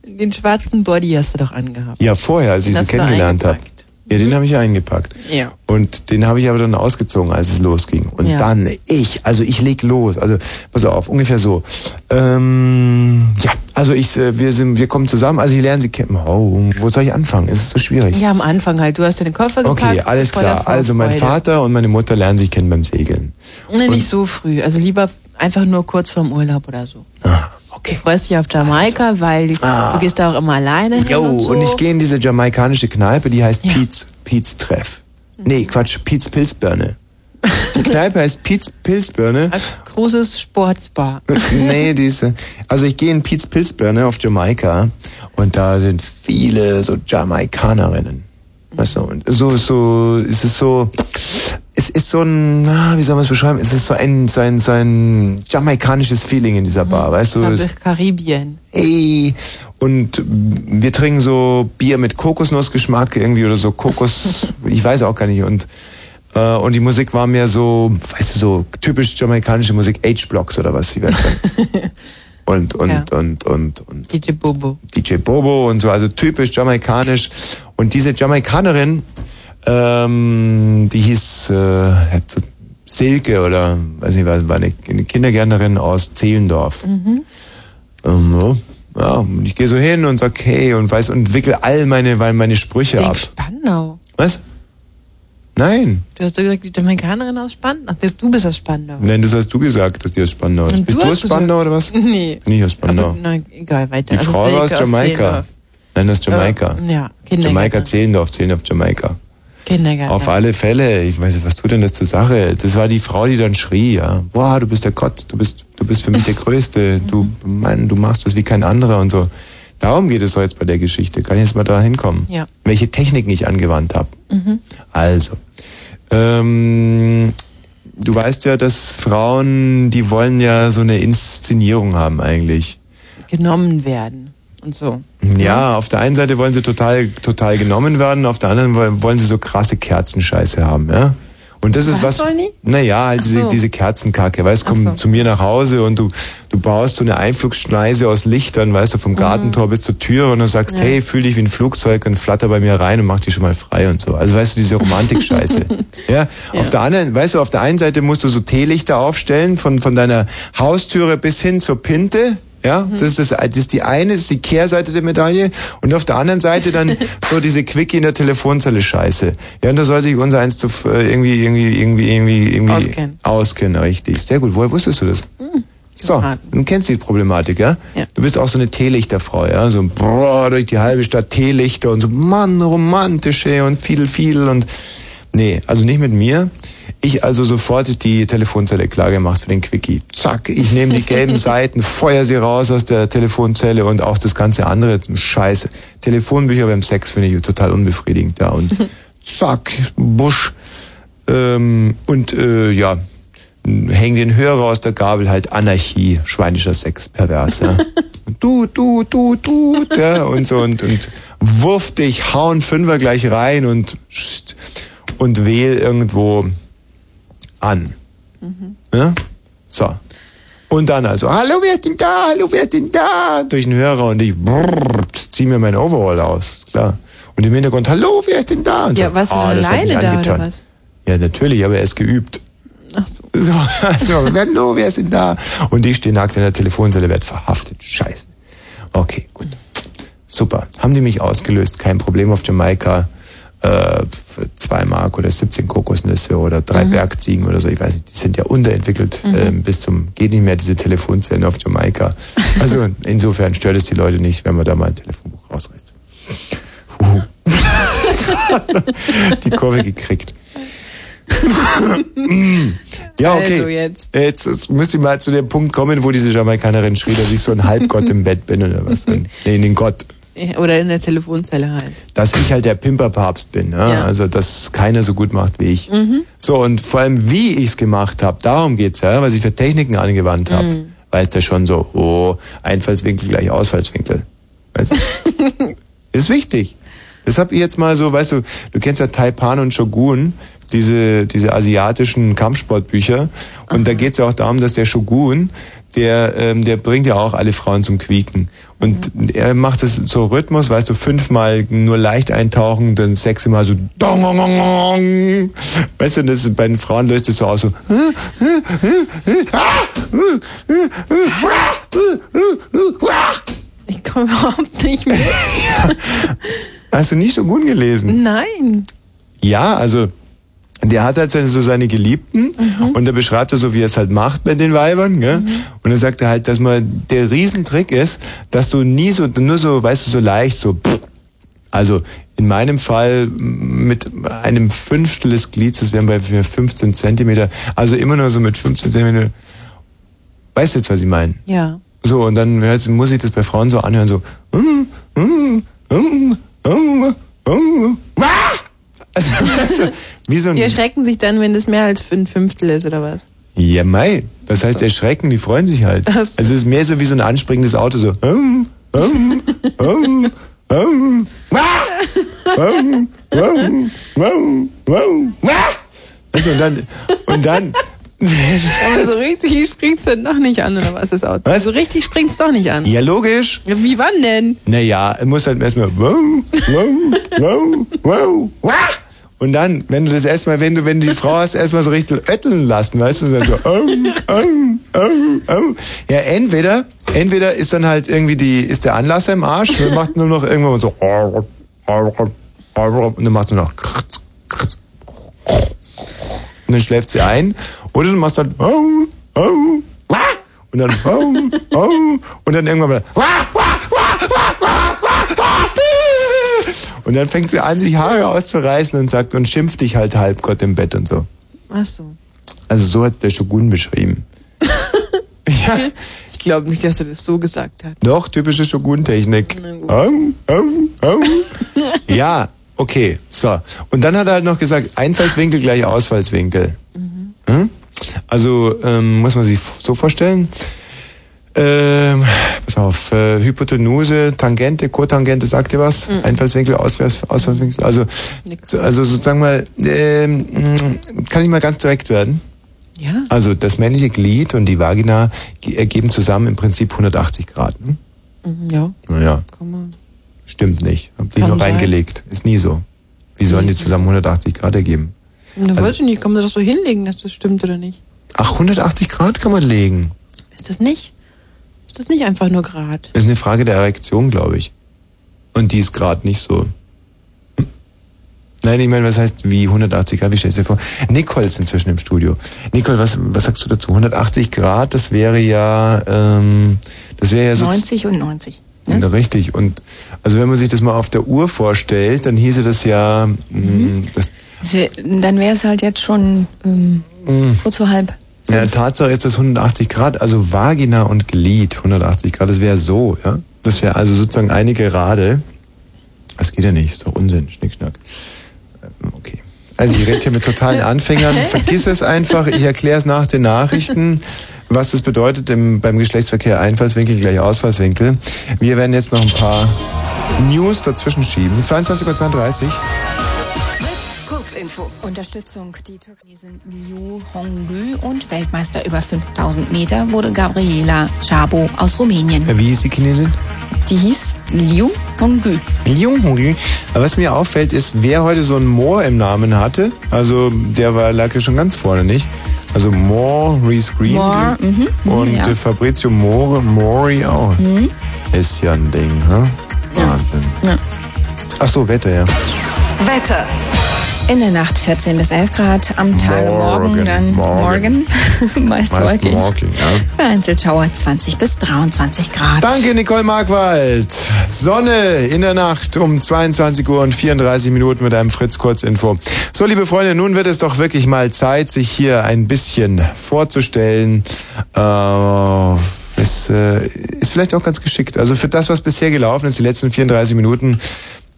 Speaker 1: Den schwarzen Body hast du doch angehabt.
Speaker 2: ja, vorher, als ich
Speaker 1: Den
Speaker 2: sie
Speaker 1: hast du
Speaker 2: kennengelernt habe.
Speaker 1: eingepackt. Mhm.
Speaker 2: Ja, den habe ich eingepackt.
Speaker 1: Ja.
Speaker 2: Und den habe ich aber dann ausgezogen, als es losging. Und
Speaker 1: Ja.
Speaker 2: dann ich, also ich leg los. Also pass auf, ungefähr so. Ähm, ja, also ich, äh, wir sind, wir kommen zusammen. Also ich lerne sie kennen. Oh, wo soll ich anfangen? Es ist so schwierig.
Speaker 1: Ja, am Anfang halt. Du hast deinen Koffer gepackt.
Speaker 2: okay, alles
Speaker 1: voller
Speaker 2: klar. Also mein
Speaker 1: Vorfreude.
Speaker 2: Vater und meine Mutter lernen sich kennen beim Segeln.
Speaker 1: Nee, nicht so früh. Also lieber einfach nur kurz vorm Urlaub oder so.
Speaker 2: Ah,
Speaker 1: Okay. Du freust dich auf Jamaika, weil du gehst da auch immer alleine hin
Speaker 2: Jo,
Speaker 1: und, so.
Speaker 2: und ich gehe in diese jamaikanische Kneipe, die heißt Pete's, Pete's Treff.
Speaker 1: Mhm.
Speaker 2: Nee, Quatsch, Pete's Pilzbirne. Die Kneipe heißt Pete's Pilzbirne.
Speaker 1: Großes Sportsbar.
Speaker 2: nee, diese. Also ich gehe in Pete's Pilzbirne auf Jamaika und da sind viele so Jamaikanerinnen. Weißt du, und so, so, es ist so, es ist so ein, na, wie soll man es beschreiben? Es ist so ein, sein, sein jamaikanisches Feeling in dieser
Speaker 1: Mhm.
Speaker 2: Bar, weißt du? Es-
Speaker 1: Nach Karibien.
Speaker 2: ey. Und wir trinken so Bier mit Kokosnussgeschmack irgendwie oder so Kokos, ich weiß auch gar nicht. Und, äh, und die Musik war mehr so, weißt du, so typisch jamaikanische Musik, H-Blocks oder was, die weiß dann. Und, und,
Speaker 1: Ja.
Speaker 2: und, und, und
Speaker 1: DJ Bobo.
Speaker 2: DJ Bobo und so, also typisch jamaikanisch. Und diese Jamaikanerin, ähm, die hieß äh, hat so Silke oder weiß nicht, war war eine eine Kindergärtnerin aus Zehlendorf.
Speaker 1: Mhm.
Speaker 2: Ähm, ja. ja, und ich gehe so hin und sag hey und weiß und wickel all meine meine Sprüche
Speaker 1: Denk
Speaker 2: ab.
Speaker 1: Spandau.
Speaker 2: Was? Nein,
Speaker 1: Du hast doch gesagt, die Jamaikanerin aus Spandau. Ach, du bist aus Spandau.
Speaker 2: nein, das hast du gesagt, dass die aus Spandau ist.
Speaker 1: Und
Speaker 2: Bist
Speaker 1: du
Speaker 2: du
Speaker 1: hast
Speaker 2: aus Spandau
Speaker 1: gesagt-
Speaker 2: oder was?
Speaker 1: Nee.
Speaker 2: Bin ich aus Spandau.
Speaker 1: Aber, na, egal, weiter. Also
Speaker 2: Die Frau war aus
Speaker 1: Silke Äh,
Speaker 2: Jamaika. Nein, aus Jamaika.
Speaker 1: Ja, ja, Kindergärtner.
Speaker 2: Jamaika Zehlendorf, Zehlendorf, Jamaika.
Speaker 1: Zehlendorf. Kindergarten.
Speaker 2: Auf alle Fälle. Ich weiß nicht, was tut denn das zur Sache? Das war die Frau, die dann schrie, ja. Boah, du bist der Gott, du bist, du bist für mich der Größte. Du, Mann, du machst das wie kein anderer und so. Darum geht es doch jetzt bei der Geschichte. Kann ich jetzt mal da hinkommen?
Speaker 1: Ja.
Speaker 2: Welche Techniken ich angewandt habe.
Speaker 7: Mhm.
Speaker 2: Also. Ähm, du weißt ja, dass Frauen, die wollen ja so eine Inszenierung haben eigentlich.
Speaker 1: Genommen werden. Und so.
Speaker 2: Ja, auf der einen Seite wollen sie total, total genommen werden, auf der anderen woll- wollen sie so krasse Kerzenscheiße haben, ja? Und das ist
Speaker 3: Was
Speaker 2: was.
Speaker 3: wollen die?
Speaker 2: Naja, halt
Speaker 3: Ach
Speaker 2: diese,
Speaker 3: so.
Speaker 2: diese Kerzenkacke, weißt komm
Speaker 3: Ach so.
Speaker 2: zu mir nach Hause und du, du baust so eine Einflugschneise aus Lichtern, weißt du, vom Gartentor bis zur Tür und du sagst,
Speaker 3: Mhm. Ja.
Speaker 2: hey, fühl dich wie ein Flugzeug und flatter bei mir rein und mach dich schon mal frei und so. Also weißt du, diese Romantik-Scheiße. ja? Auf der anderen, weißt du, auf der einen Seite musst du so Teelichter aufstellen, von, von deiner Haustüre bis hin zur Pinte. Ja, das ist das, das ist die eine, das ist die Kehrseite der Medaille und auf der anderen Seite dann so diese Quickie in der Telefonzelle Scheiße. Ja, und da soll sich unser eins zu f- äh, irgendwie irgendwie irgendwie irgendwie irgendwie
Speaker 1: Auskennen.
Speaker 2: auskennen, richtig. Sehr gut. Woher wusstest du das? So, du kennst die Problematik, ja?
Speaker 1: Ja.
Speaker 2: Du bist auch so eine Teelichterfrau, ja? So boah, durch die halbe Stadt Teelichter und so Mann, romantische und viel viel und nee, also nicht mit mir. Ich also sofort die Telefonzelle klar gemacht für den Quickie. Zack, ich nehme die gelben Seiten, feuer sie raus aus der Telefonzelle und auch das ganze andere Scheiße. Telefonbücher beim Sex finde ich total unbefriedigend da und zack, Busch. Ähm, und äh, ja, häng den Hörer aus der Gabel halt Anarchie, schweinischer Sex, pervers. Ja. Du, du, du, du, ja, und so und, und wurf dich, hauen Fünfer gleich rein und pst, und wähl irgendwo an.
Speaker 7: Mhm.
Speaker 2: Ja? So. Und dann also, hallo, wer ist denn da? Hallo, wer ist denn da? Durch den Hörer und ich brrr, zieh mir mein Overall aus, klar. Und im Hintergrund, hallo, wer ist denn da? Und
Speaker 1: Ja,
Speaker 2: so,
Speaker 1: warst du
Speaker 2: ah,
Speaker 1: denn
Speaker 2: das hat mich
Speaker 1: alleine da
Speaker 2: angetan.
Speaker 1: oder was?
Speaker 2: Ja, natürlich, aber er ist geübt.
Speaker 1: Ach so.
Speaker 2: So, also, wer, no, wer ist denn da? Und ich stehe nackt in der Telefonzelle, werd verhaftet. Scheiße. Okay, gut. Super. Haben die mich ausgelöst? Kein Problem auf Jamaika. Äh, für zwei Mark oder 17 Kokosnüsse oder drei Bergziegen oder so. Ich weiß nicht, die sind ja unterentwickelt ähm, bis zum, geht nicht mehr diese Telefonzellen auf Jamaika. Also insofern stört es die Leute nicht, wenn man da mal ein Telefonbuch rausreißt. Huhu. die Kurve gekriegt. ja, okay.
Speaker 1: Also jetzt.
Speaker 2: Jetzt, jetzt müsste ich mal zu dem Punkt kommen, wo diese Jamaikanerin schrie, dass ich so ein Halbgott im Bett bin oder was. Nee, den Gott.
Speaker 1: Ja, Oder in der Telefonzelle halt.
Speaker 2: Dass ich halt der Pimperpapst bin. Ja?
Speaker 1: Ja. Mhm.
Speaker 2: Also, dass es keiner so gut macht wie ich. So, und vor allem, wie ich's gemacht habe, darum geht's ja, was ich für Techniken angewandt habe. Weißt du schon so, oh, Einfallswinkel gleich Ausfallswinkel. Weißt du? ist wichtig. Das hab ich jetzt mal so, weißt du, du kennst ja Taipan und Shogun, diese, diese asiatischen Kampfsportbücher. Und da geht's ja auch darum, dass der Shogun, der, ähm, der bringt ja auch alle Frauen zum Quieken. Und er macht das so Rhythmus, weißt du, fünfmal nur leicht eintauchen, dann sechsmal so dong, dong, dong, dong. Weißt du, das ist, bei den Frauen löst es so aus, so
Speaker 1: Ich komme überhaupt nicht mit.
Speaker 2: Hast du nie Shogun gelesen?
Speaker 1: Nein.
Speaker 2: Ja, also der hat halt seine, so seine Geliebten und da beschreibt er so, wie er es halt macht bei den Weibern. Gell? Und dann sagt er halt, dass man der Riesentrick ist, dass du nie so, nur so, weißt du, so leicht so. Pff, also in meinem Fall mit einem Fünftel des Glieds, das wären bei 15 Zentimeter, also immer nur so mit 15 Zentimeter. Weißt du jetzt, was ich meine?
Speaker 1: Ja.
Speaker 2: So, und dann hörst du- muss ich das bei Frauen so anhören, so. mm, mm, mm, mm, mm, ah! Also, weißt du, wie so ein.
Speaker 1: Die erschrecken sich dann, wenn das mehr als ein Fünftel ist oder was?
Speaker 2: Ja, mei. Das heißt, erschrecken, die freuen sich halt.
Speaker 1: Ach
Speaker 2: Also,
Speaker 1: so.
Speaker 2: es ist mehr so wie so ein anspringendes Auto, so. mm, mm, mm, mm, ah! Mm, mm, mm, mm, ah! Also, und dann. Und dann.
Speaker 1: Aber so Also richtig springt's dann doch nicht an oder was das Auto?
Speaker 2: Was?
Speaker 1: So richtig springt's doch nicht an.
Speaker 2: Ja, logisch.
Speaker 1: Ja, Wie wann denn?
Speaker 2: Naja, er muss halt erstmal wow, wow, wow, wow, wow. Und dann, wenn du das erstmal, wenn du, wenn du die Frau hast, erstmal so richtig ötteln lassen, weißt du, dann so, ähm, ähm, ähm, ähm. Ja, entweder, entweder ist dann halt irgendwie die, ist der Anlasser im Arsch, dann macht nur noch irgendwann so, und dann machst du nur noch, kratz, kratz, und dann schläft sie ein. Oder du machst dann au, au, wah, und dann au, au, und dann irgendwann wieder wah, wah, wah, wah, wah, wah, wah. und dann fängt sie an, sich Haare auszureißen und sagt und schimpft dich halt Halbgott im Bett und so.
Speaker 1: Ach so.
Speaker 2: Also so hat der Shogun beschrieben. ja,
Speaker 1: Ich glaube nicht, dass er das so gesagt hat.
Speaker 2: doch, typische Shogun-Technik. Au, au, au. ja, okay, so. Und dann hat er halt noch gesagt, Einfallswinkel gleich Ausfallswinkel.
Speaker 1: Mhm.
Speaker 2: Hm? Also ähm, muss man sich f- so vorstellen. Ähm, was auf äh, Hypotenuse, Tangente, Kotangente, sagt ihr was?
Speaker 1: Mhm.
Speaker 2: Einfallswinkel, Auswärts, Auswärtswinkel. Also, so, also sozusagen mal, ähm, mh, kann ich mal ganz direkt werden?
Speaker 3: Ja.
Speaker 2: Also das männliche Glied und die Vagina ge- ergeben äh, zusammen im Prinzip 180 Grad. Ne?
Speaker 3: Mhm, Ja,
Speaker 2: Naja,
Speaker 3: kann man.
Speaker 2: stimmt nicht. Hab dich
Speaker 3: Kann
Speaker 2: nur
Speaker 3: sein.
Speaker 2: reingelegt. Ist nie so. Wie sollen die zusammen 180 Grad ergeben?
Speaker 3: Da
Speaker 1: Also-
Speaker 3: wollte ich nicht, kann man das so hinlegen, dass das stimmt oder nicht?
Speaker 2: Ach, 180 Grad kann man legen.
Speaker 3: Ist das nicht? Ist das nicht einfach nur gerade?
Speaker 2: Das ist eine Frage der Erektion, glaube ich. Und die ist gerade nicht so. Nein, ich meine, was heißt wie 180 Grad? Wie stellst du dir vor? Nicole ist inzwischen im Studio. Nicole, was, was sagst du dazu? 180 Grad, das wäre ja, ähm, das wäre ja so
Speaker 8: 90 und ne? 90.
Speaker 2: Richtig. Und also wenn man sich das mal auf der Uhr vorstellt, dann hieße das ja, mh, das,
Speaker 8: Das wär- Dann wäre es halt jetzt schon ähm,
Speaker 2: Mhm.
Speaker 8: kurz vor halb.
Speaker 2: ja, Tatsache ist das 180 Grad, also Vagina und Glied 180 Grad, das wäre so, ja. Das wäre also sozusagen eine Gerade. Das geht ja nicht, ist doch Unsinn, Schnickschnack. Ähm, Okay. Also ich rede hier mit totalen Anfängern, vergiss es einfach, ich erkläre es nach den Nachrichten, was das bedeutet im, beim Geschlechtsverkehr Einfallswinkel gleich Ausfallswinkel. Wir werden jetzt noch ein paar News dazwischen schieben. 22.32 Uhr.
Speaker 8: Kurzinfo. Unterstützung. Die Türken sind Miu Hongü und Weltmeister über 5000 Meter wurde Gabriela Chabo aus Rumänien.
Speaker 2: Wie ist die Chinesin?
Speaker 8: Die hieß Liu Hongü.
Speaker 2: Junghungry. Aber was mir auffällt, ist, wer heute so ein Moor im Namen hatte, also der war lag ja schon ganz vorne, nicht? Also Moore, Reese Green
Speaker 8: Moore, mhm, mhm,
Speaker 2: und
Speaker 8: ja. Mhm.
Speaker 2: äh, Fabrizio Moore, Mori auch. Ist ja ein Ding, hä? Wahnsinn. Ach so, Wetter, ja.
Speaker 8: Wetter. In der Nacht 14 bis 11 Grad, am Tage morgen,
Speaker 2: Morgen,
Speaker 8: dann
Speaker 2: morgen.
Speaker 8: morgen, meist
Speaker 2: Meist
Speaker 8: wolkig.
Speaker 2: morgen, ja.
Speaker 8: Vereinzelt Schauer 20 bis 23 Grad.
Speaker 2: Danke, Nicole Markwald. Sonne in der Nacht um 22 Uhr und 34 Minuten mit einem Fritz Kurzinfo. So, liebe Freunde, nun wird es doch wirklich mal Zeit, sich hier ein bisschen vorzustellen. Äh, es äh, ist vielleicht auch ganz geschickt. Also für das, was bisher gelaufen ist, die letzten 34 Minuten,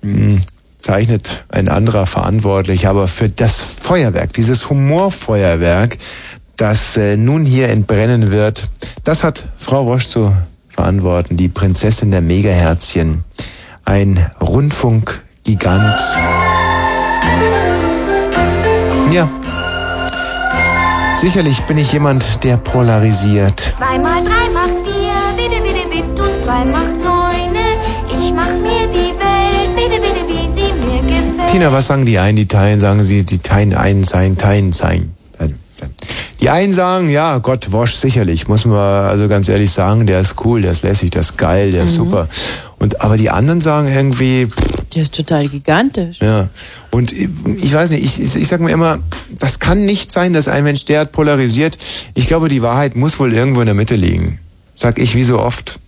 Speaker 2: mh, zeichnet ein anderer verantwortlich. Aber für das Feuerwerk, dieses Humorfeuerwerk, das äh, nun hier entbrennen wird, das hat Frau Rosch zu verantworten, die Prinzessin der Megaherzchen. Ein Rundfunkgigant. Ja. Sicherlich bin ich jemand, der polarisiert.
Speaker 9: Zwei mal drei macht vier, bitte, bitte, bitte, und zwei macht neune. Ich mach mir die Welt, bitte, bitte, wie sie mir gefällt.
Speaker 2: Tina, was sagen die einen? Die Teilen sagen sie, die Teilen ein sein, Teilen sein. Die einen sagen, ja, Gott, Wosch, sicherlich, muss man also ganz ehrlich sagen, der ist cool, der ist lässig, der ist geil, der ist super. Und aber die anderen sagen irgendwie, pff,
Speaker 1: Der ist total gigantisch.
Speaker 2: ja. Und ich, ich weiß nicht, ich, ich, ich sag mir immer, das kann nicht sein, dass ein Mensch derart polarisiert. Ich glaube, die Wahrheit muss wohl irgendwo in der Mitte liegen. Sag ich wie so oft.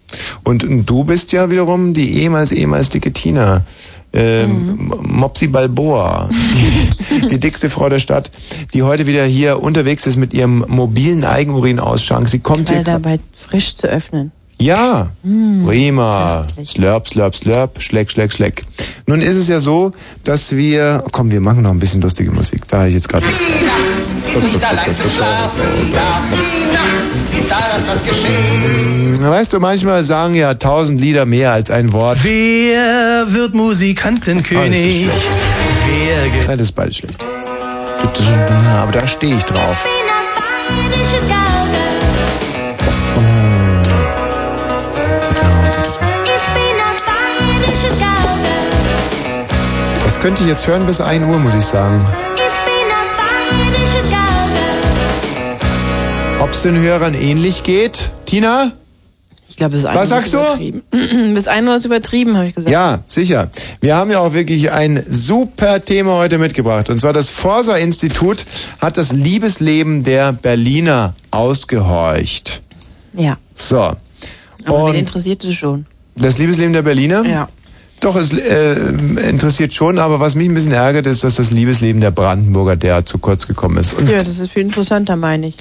Speaker 2: Und du bist ja wiederum die ehemals, ehemals dicke Tina. Ähm, Mopsi Balboa, die, die dickste Frau der Stadt, die heute wieder hier unterwegs ist mit ihrem mobilen Eigenurinausschank. Sie kommt
Speaker 1: Weil
Speaker 2: hier.
Speaker 1: dabei frisch zu öffnen.
Speaker 2: Ja,
Speaker 1: Hm,
Speaker 2: prima. Slurp, slurp, slurp, schleck, schleck, schleck. Nun ist es ja so, dass wir... Oh, komm, wir machen noch ein bisschen lustige Musik. Da habe ich jetzt gerade... Hm, Weißt du, manchmal sagen ja tausend Lieder mehr als ein Wort.
Speaker 10: Wer wird
Speaker 2: Ah, das ist
Speaker 10: Musikantenkönig?
Speaker 2: schlecht.
Speaker 10: Wer ge
Speaker 2: Ja, das ist beides schlecht. Aber da stehe ich drauf.
Speaker 9: Bin eine bayerische Gaube,
Speaker 2: Mm.
Speaker 9: ich bin eine bayerische Gaube,
Speaker 2: Das könnte ich jetzt hören bis 1 Uhr, muss ich sagen.
Speaker 9: ich bin eine bayerische Gaube.
Speaker 2: Ob es den Hörern ähnlich geht? Tina?
Speaker 1: Ich glaube, bis ein
Speaker 2: Was
Speaker 1: Uhr
Speaker 2: sagst
Speaker 1: ist
Speaker 2: du?
Speaker 1: übertrieben. bis ein Uhr ist übertrieben, habe ich gesagt.
Speaker 2: Ja, sicher. Wir haben ja auch wirklich ein super Thema heute mitgebracht. Und zwar das Forsa-Institut hat das Liebesleben der Berliner ausgehorcht.
Speaker 1: Ja.
Speaker 2: So.
Speaker 1: Aber wen
Speaker 2: Und
Speaker 1: interessiert es schon?
Speaker 2: das Liebesleben der Berliner?
Speaker 1: Ja.
Speaker 2: Doch, es äh, interessiert schon, aber was mich ein bisschen ärgert, ist, dass das Liebesleben der Brandenburger derart zu kurz gekommen ist. Und
Speaker 1: Ja, das ist viel interessanter, meine ich.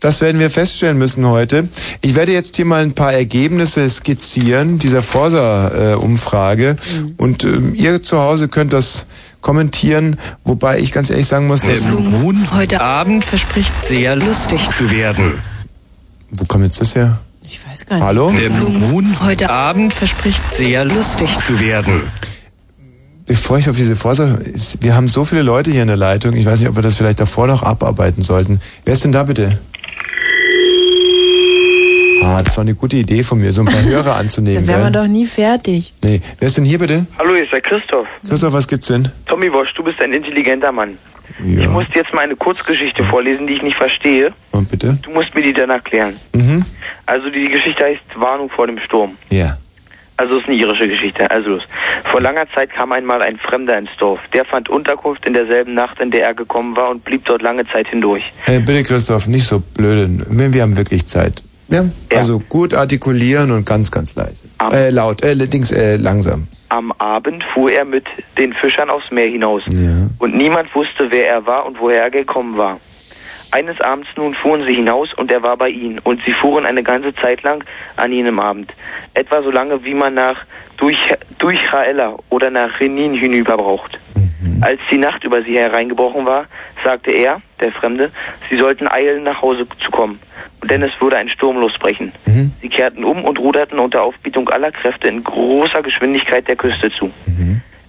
Speaker 2: Das werden wir feststellen müssen heute. Ich werde jetzt hier mal ein paar Ergebnisse skizzieren dieser Forsa-Umfrage.
Speaker 1: Mhm.
Speaker 2: Und ähm, ihr zu Hause könnt das kommentieren, wobei ich ganz ehrlich sagen muss, dass,
Speaker 10: Moon heute Abend verspricht sehr lustig zu werden.
Speaker 2: wo kommt jetzt das her?
Speaker 1: Ich weiß gar nicht.
Speaker 2: Hallo?
Speaker 5: Der Blue Moon heute Abend verspricht sehr lustig zu werden.
Speaker 2: Bevor ich auf diese Vorsorge, ist- wir haben so viele Leute hier in der Leitung. Ich weiß nicht, ob wir das vielleicht davor noch abarbeiten sollten. Wer ist denn da bitte? Ah, das war eine gute Idee von mir, so ein paar Hörer anzunehmen.
Speaker 1: Dann wären wir
Speaker 2: gell?
Speaker 1: doch nie fertig.
Speaker 2: Nee, wer ist denn hier bitte?
Speaker 11: Hallo, hier ist der Christoph.
Speaker 2: Christoph, was gibt's denn?
Speaker 11: Tommy Bosch, du bist ein intelligenter Mann. Ich muss dir jetzt mal eine Kurzgeschichte vorlesen, die ich nicht verstehe.
Speaker 2: Und bitte?
Speaker 11: Du musst mir die dann erklären.
Speaker 2: Mhm.
Speaker 11: Also die Geschichte heißt Warnung vor dem Sturm.
Speaker 2: Ja.
Speaker 11: Also ist eine irische Geschichte. Also los. Vor langer Zeit kam einmal ein Fremder ins Dorf. Der fand Unterkunft in derselben Nacht, in der er gekommen war und blieb dort lange Zeit hindurch.
Speaker 2: Hey, Äh, bitte, Christoph, nicht so blöden. Wir wir haben wirklich Zeit. Ja? Also gut artikulieren und ganz, ganz leise. Äh, laut, äh, Dings, äh, langsam.
Speaker 11: Am Abend fuhr er mit den Fischern aufs Meer hinaus.
Speaker 2: Ja.
Speaker 11: Und niemand wusste, wer er war und woher er gekommen war. Eines Abends nun fuhren sie hinaus und er war bei ihnen. Und sie fuhren eine ganze Zeit lang an jenem Abend. Etwa so lange, wie man nach durch, durch Raella oder nach Renin hinüber braucht. Als die Nacht über sie hereingebrochen war, sagte er, der Fremde, sie sollten eilen, nach Hause zu kommen. Denn es würde ein Sturm losbrechen. Sie kehrten um und ruderten unter Aufbietung aller Kräfte in großer Geschwindigkeit der Küste zu.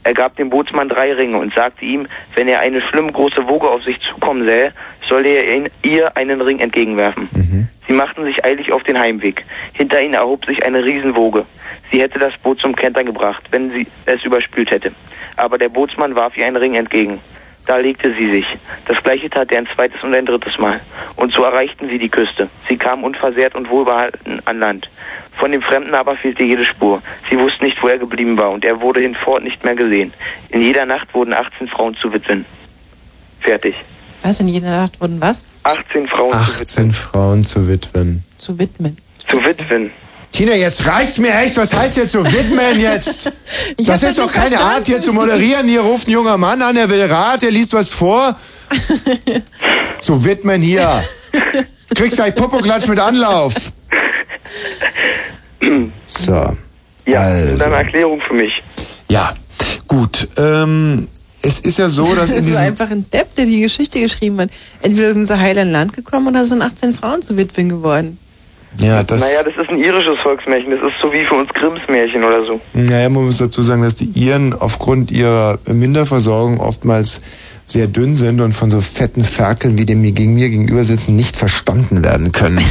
Speaker 11: Er gab dem Bootsmann drei Ringe und sagte ihm, wenn er eine schlimm große Woge auf sich zukommen sähe, solle er ihn, ihr einen Ring entgegenwerfen. Sie machten sich eilig auf den Heimweg. Hinter ihnen erhob sich eine Riesenwoge. Sie hätte das Boot zum Kentern gebracht, wenn sie es überspült hätte. Aber der Bootsmann warf ihr einen Ring entgegen. Da legte sie sich. Das gleiche tat er ein zweites und ein drittes Mal. Und so erreichten sie die Küste. Sie kamen unversehrt und wohlbehalten an Land. Von dem Fremden aber fehlte jede Spur. Sie wussten nicht, wo er geblieben war, und er wurde hinfort nicht mehr gesehen. In jeder Nacht wurden 18 Frauen zu Witwen. Fertig.
Speaker 1: Was, in jeder Nacht wurden was? Ah.
Speaker 11: 18 Frauen zu Witwen.
Speaker 2: 18 Frauen zu Witwen.
Speaker 1: Zu widmen.
Speaker 11: Zu Witwen.
Speaker 2: Tina, jetzt reicht's mir echt. Was heißt jetzt so Widman jetzt?
Speaker 1: Ich
Speaker 2: das
Speaker 1: hab
Speaker 2: ist
Speaker 1: das
Speaker 2: doch
Speaker 1: nicht
Speaker 2: keine
Speaker 1: verstanden.
Speaker 2: Art, hier zu moderieren. Hier ruft ein junger Mann an, er will Rat, er liest was vor. so Widman hier. Kriegst gleich Popoklatsch mit Anlauf. So.
Speaker 11: Ja,
Speaker 2: Also.
Speaker 11: deine Erklärung für mich.
Speaker 2: Ja, gut. Ähm, es ist ja so, dass
Speaker 1: Das
Speaker 2: in
Speaker 1: ist
Speaker 2: diesem...
Speaker 1: einfach ein Depp, der die Geschichte geschrieben hat. Entweder sind sie heil an Land gekommen oder sind 18 Frauen zu Witwen geworden.
Speaker 2: Ja, das...
Speaker 11: naja, das ist ein irisches Volksmärchen. Das ist so wie für uns Grimms Märchen oder so.
Speaker 2: Naja, man muss dazu sagen, dass die Iren aufgrund ihrer Minderversorgung oftmals sehr dünn sind und von so fetten Ferkeln, wie dem mir gegen mir gegenüber sitzen, nicht verstanden werden können.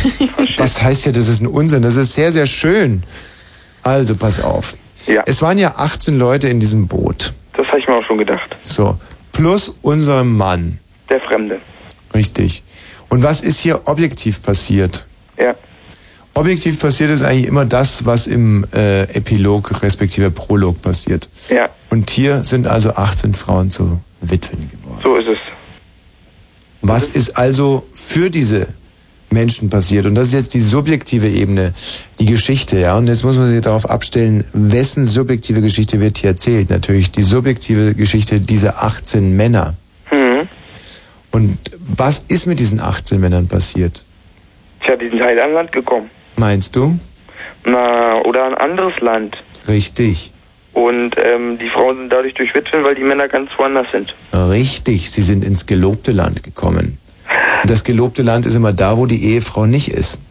Speaker 2: Das heißt ja, das ist ein Unsinn. Das ist sehr, sehr schön. Also, pass auf.
Speaker 11: Ja.
Speaker 2: Es waren ja 18 Leute in diesem Boot.
Speaker 11: Das habe ich mir auch schon gedacht.
Speaker 2: So. Plus unserem Mann.
Speaker 11: Der Fremde.
Speaker 2: Richtig. Und was ist hier objektiv passiert?
Speaker 11: Ja.
Speaker 2: Objektiv passiert ist eigentlich immer das, was im äh, Epilog respektive Prolog passiert.
Speaker 11: Ja.
Speaker 2: Und hier sind also 18 Frauen zu Witwen geworden.
Speaker 11: So ist es.
Speaker 2: Was
Speaker 11: Mhm.
Speaker 2: ist also für diese Menschen passiert? Und das ist jetzt die subjektive Ebene, die Geschichte, ja. Und jetzt muss man sich darauf abstellen, wessen subjektive Geschichte wird hier erzählt? Natürlich die subjektive Geschichte dieser 18 Männer.
Speaker 11: Mhm.
Speaker 2: Und was ist mit diesen 18 Männern passiert?
Speaker 11: Tja, die sind halt an Land gekommen.
Speaker 2: Meinst du?
Speaker 11: Na, oder ein anderes Land.
Speaker 2: Richtig.
Speaker 11: Und ähm, die Frauen sind dadurch durch Witwen, weil die Männer ganz woanders sind.
Speaker 2: Richtig, sie sind ins gelobte Land gekommen. Und das gelobte Land ist immer da, wo die Ehefrau nicht ist.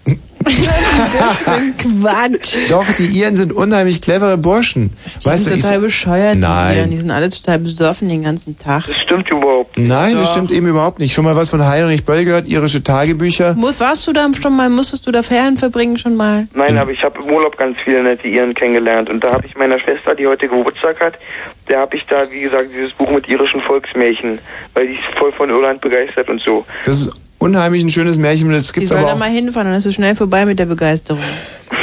Speaker 1: Das ist ein Quatsch.
Speaker 2: Doch, die Iren sind unheimlich clevere Burschen.
Speaker 1: Die sind total bescheuert, die Iren. Die
Speaker 2: Nein.
Speaker 1: sind alle total besoffen den ganzen Tag.
Speaker 11: Das stimmt überhaupt nicht.
Speaker 2: Nein, das
Speaker 1: Doch.
Speaker 2: stimmt eben überhaupt nicht. Schon mal was von Heinrich Böll gehört, irische Tagebücher.
Speaker 1: Mu- Warst du da schon mal, musstest du da Ferien verbringen schon mal?
Speaker 11: Nein, aber ich habe im Urlaub ganz viele nette Iren kennengelernt. Und da habe ich meiner Schwester, die heute Geburtstag hat, der habe ich da, wie gesagt, dieses Buch mit irischen Volksmärchen, weil die ist voll von Irland begeistert und so.
Speaker 2: Das ist unheimlich ein schönes Märchen. und Das
Speaker 1: Die
Speaker 2: gibt's
Speaker 1: soll da
Speaker 2: aber
Speaker 1: mal
Speaker 2: auch,
Speaker 1: hinfahren, dann ist es schnell vorbei mit der Begeisterung.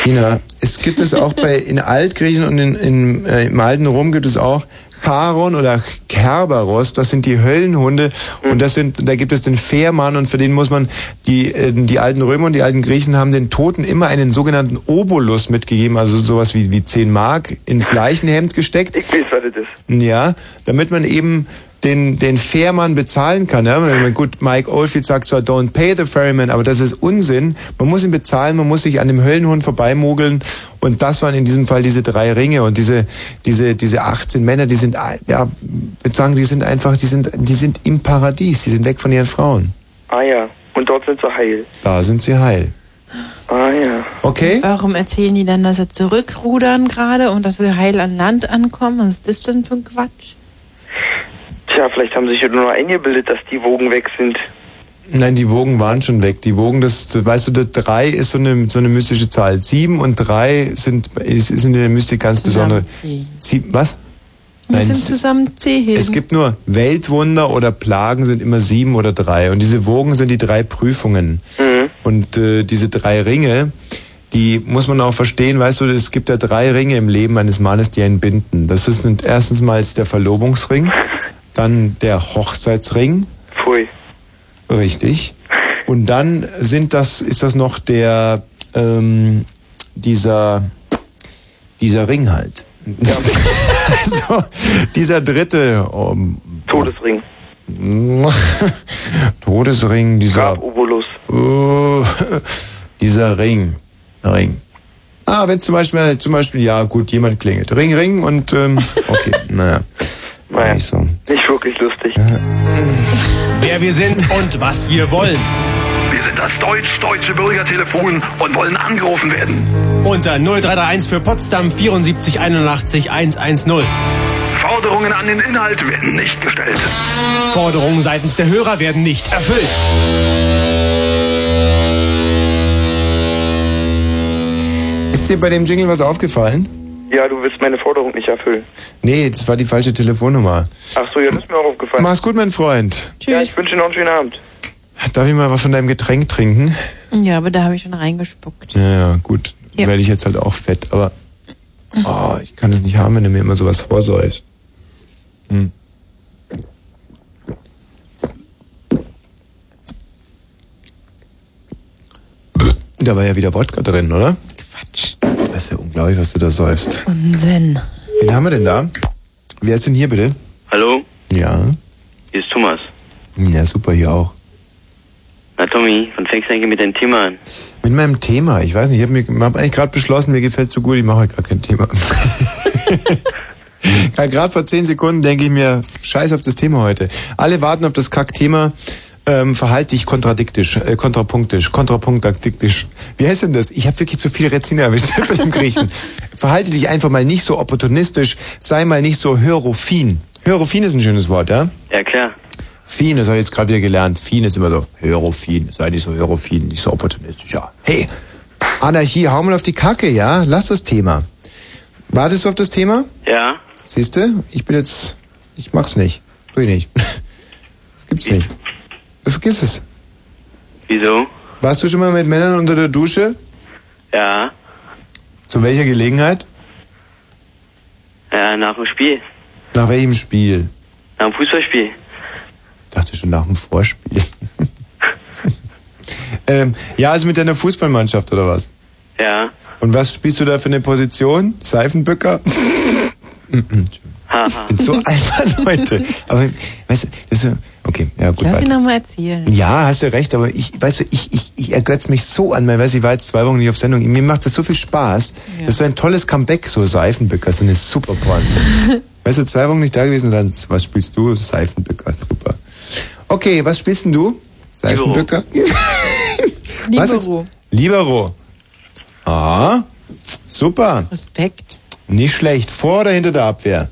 Speaker 2: Tina, es gibt es auch bei, in Altgriechen und in, in, äh, im alten Rom gibt es auch Charon oder Kerberos. Das sind die Höllenhunde. Und das sind, da gibt es den Fährmann und für den muss man, die, äh, die alten Römer und die alten Griechen haben den Toten immer einen sogenannten Obolus mitgegeben, also sowas wie, wie 10 Mark ins Leichenhemd gesteckt.
Speaker 11: Ich weiß, was das ist.
Speaker 2: Ja, damit man eben den, den Fährmann bezahlen kann. Ja? Weil man- Gut, Mike Oldfield sagt zwar, don't pay the ferryman, aber das ist Unsinn. Man muss ihn bezahlen, man muss sich an dem Höllenhund vorbeimogeln. Und das waren in diesem Fall diese drei Ringe und diese, diese, diese 18 Männer, die sind, ein- ja, ich würde sagen, die sind einfach, die sind, die sind im Paradies, die sind weg von ihren Frauen.
Speaker 11: Ah ja. Und dort sind sie heil.
Speaker 2: Da sind sie heil.
Speaker 12: Ah ja.
Speaker 2: Okay.
Speaker 1: Warum erzählen die dann, dass sie zurückrudern gerade und dass sie heil an Land ankommen? Was ist das denn für ein Quatsch?
Speaker 12: Tja, vielleicht haben sich ja nur eingebildet, dass die Wogen weg sind.
Speaker 2: Nein, die Wogen waren schon weg. Die Wogen, das, weißt du, das 3 ist so eine, so eine mystische Zahl. 7 und 3 sind, ist, ist in der Mystik ganz besondere. Sieben, was?
Speaker 1: Das
Speaker 2: Nein,
Speaker 1: sind
Speaker 2: es-
Speaker 1: zusammen Zehheben.
Speaker 2: es gibt nur Weltwunder oder Plagen sind immer sieben oder drei. Und diese Wogen sind die drei Prüfungen. Und äh, diese drei Ringe, die muss man auch verstehen, weißt du, es gibt ja drei Ringe im Leben eines Mannes, die einen binden. Das ist nun erstens mal jetzt der Verlobungsring, dann der Hochzeitsring.
Speaker 12: Pfui.
Speaker 2: Richtig. Und dann sind das, ist das noch der, ähm, dieser, dieser Ring halt. so, dieser dritte, ähm,
Speaker 12: Todesring.
Speaker 2: Todesring, dieser. Äh, dieser Ring. Ring. Ah, wenn zum Beispiel, zum Beispiel, ja gut, jemand klingelt. Ring, Ring und ähm, okay, naja. War nicht so. Äh.
Speaker 12: Nicht wirklich lustig.
Speaker 7: Wer wir sind und was wir wollen. Wir sind das deutsch-deutsche Bürgertelefon und wollen angerufen werden. Unter 0331 für Potsdam 74 81 110. Forderungen an den Inhalt werden nicht gestellt. Forderungen seitens der Hörer werden nicht erfüllt.
Speaker 2: Ist dir bei dem Jingle was aufgefallen?
Speaker 12: Ja, du willst meine Forderung nicht erfüllen.
Speaker 2: Nee, das war die falsche Telefonnummer.
Speaker 12: Ach so, ja, das ist mir auch aufgefallen.
Speaker 2: Mach's gut, mein Freund.
Speaker 12: Tschüss. Ja, ich wünsche dir noch einen schönen Abend.
Speaker 2: Darf ich mal was von deinem Getränk trinken?
Speaker 1: ja, aber da habe ich schon reingespuckt.
Speaker 2: Ja, ja, gut.
Speaker 1: Ja.
Speaker 2: Werde ich jetzt halt auch fett, aber oh, ich kann es nicht haben, wenn du mir immer sowas vorsäufst. Hm. Da war ja wieder Wodka drin, oder? Quatsch. Das ist ja unglaublich, was du da säufst.
Speaker 1: Unsinn.
Speaker 2: Wen haben wir denn da? Wer ist denn hier bitte?
Speaker 13: Hallo,
Speaker 2: Ja.
Speaker 13: hier ist Thomas.
Speaker 2: Ja, super, hier auch.
Speaker 13: Na Tommy, wann fängst du eigentlich mit deinem Thema an?
Speaker 2: Mit meinem Thema, ich weiß nicht, ich habe mir hab eigentlich gerade beschlossen, mir gefällt so gut, ich mache heute gar kein Thema. gerade vor zehn Sekunden denke ich mir, scheiß auf das Thema heute. Alle warten auf das Kack-Thema. Ähm, verhalte dich kontradiktisch, äh, kontrapunktisch, kontrapunktaktiktisch. Wie heißt denn das? Ich habe wirklich zu viel Rezina erwischt bei dem Griechen. Verhalte dich einfach mal nicht so opportunistisch, sei mal nicht so hörofin. Hörofin ist ein schönes Wort, ja?
Speaker 13: Ja klar,
Speaker 2: Fien, das habe ich jetzt gerade wieder gelernt. Fien ist immer so, Hörofin, sei nicht so Hörofin, nicht so opportunistisch, ja. Hey, Anarchie, hau mal auf die Kacke, ja? Lass das Thema. Wartest du auf das Thema?
Speaker 13: ja.
Speaker 2: Siehst du? Ich bin jetzt, ich mach's nicht. Tu ich nicht. Das gibt's nicht. Vergiss es.
Speaker 13: Wieso?
Speaker 2: Warst du schon mal mit Männern unter der Dusche?
Speaker 13: Ja,
Speaker 2: Zu welcher Gelegenheit?
Speaker 13: ja, nach dem Spiel,
Speaker 2: Nach welchem Spiel?
Speaker 13: nach dem Fußballspiel.
Speaker 2: Dachte schon nach dem Vorspiel. ähm, ja, also mit deiner Fußballmannschaft oder was?
Speaker 13: Ja,
Speaker 2: Und was spielst du da für eine Position? Seifenböcker?
Speaker 13: haha.
Speaker 2: Bin so einfach, Leute. Aber, weißt du, das ist, okay, ja, gut.
Speaker 1: Lass
Speaker 2: weiter.
Speaker 1: ihn nochmal erzählen.
Speaker 2: Ja, hast du recht, aber ich, weißt du, ich, ich, ich ergötze mich so an, weil, weißt du, ich war jetzt zwei Wochen nicht auf Sendung. Mir macht das so viel Spaß. Das ist ein tolles Comeback, so Seifenböcker, so eine super Pointe. weißt du, zwei Wochen nicht da gewesen und dann, was spielst du? Seifenböcker, super. Okay, was spielst denn du? Seifenböcker? Was ist-
Speaker 1: Libero.
Speaker 2: Libero. Ah, super.
Speaker 1: Respekt.
Speaker 2: Nicht schlecht. Vor oder hinter der Abwehr?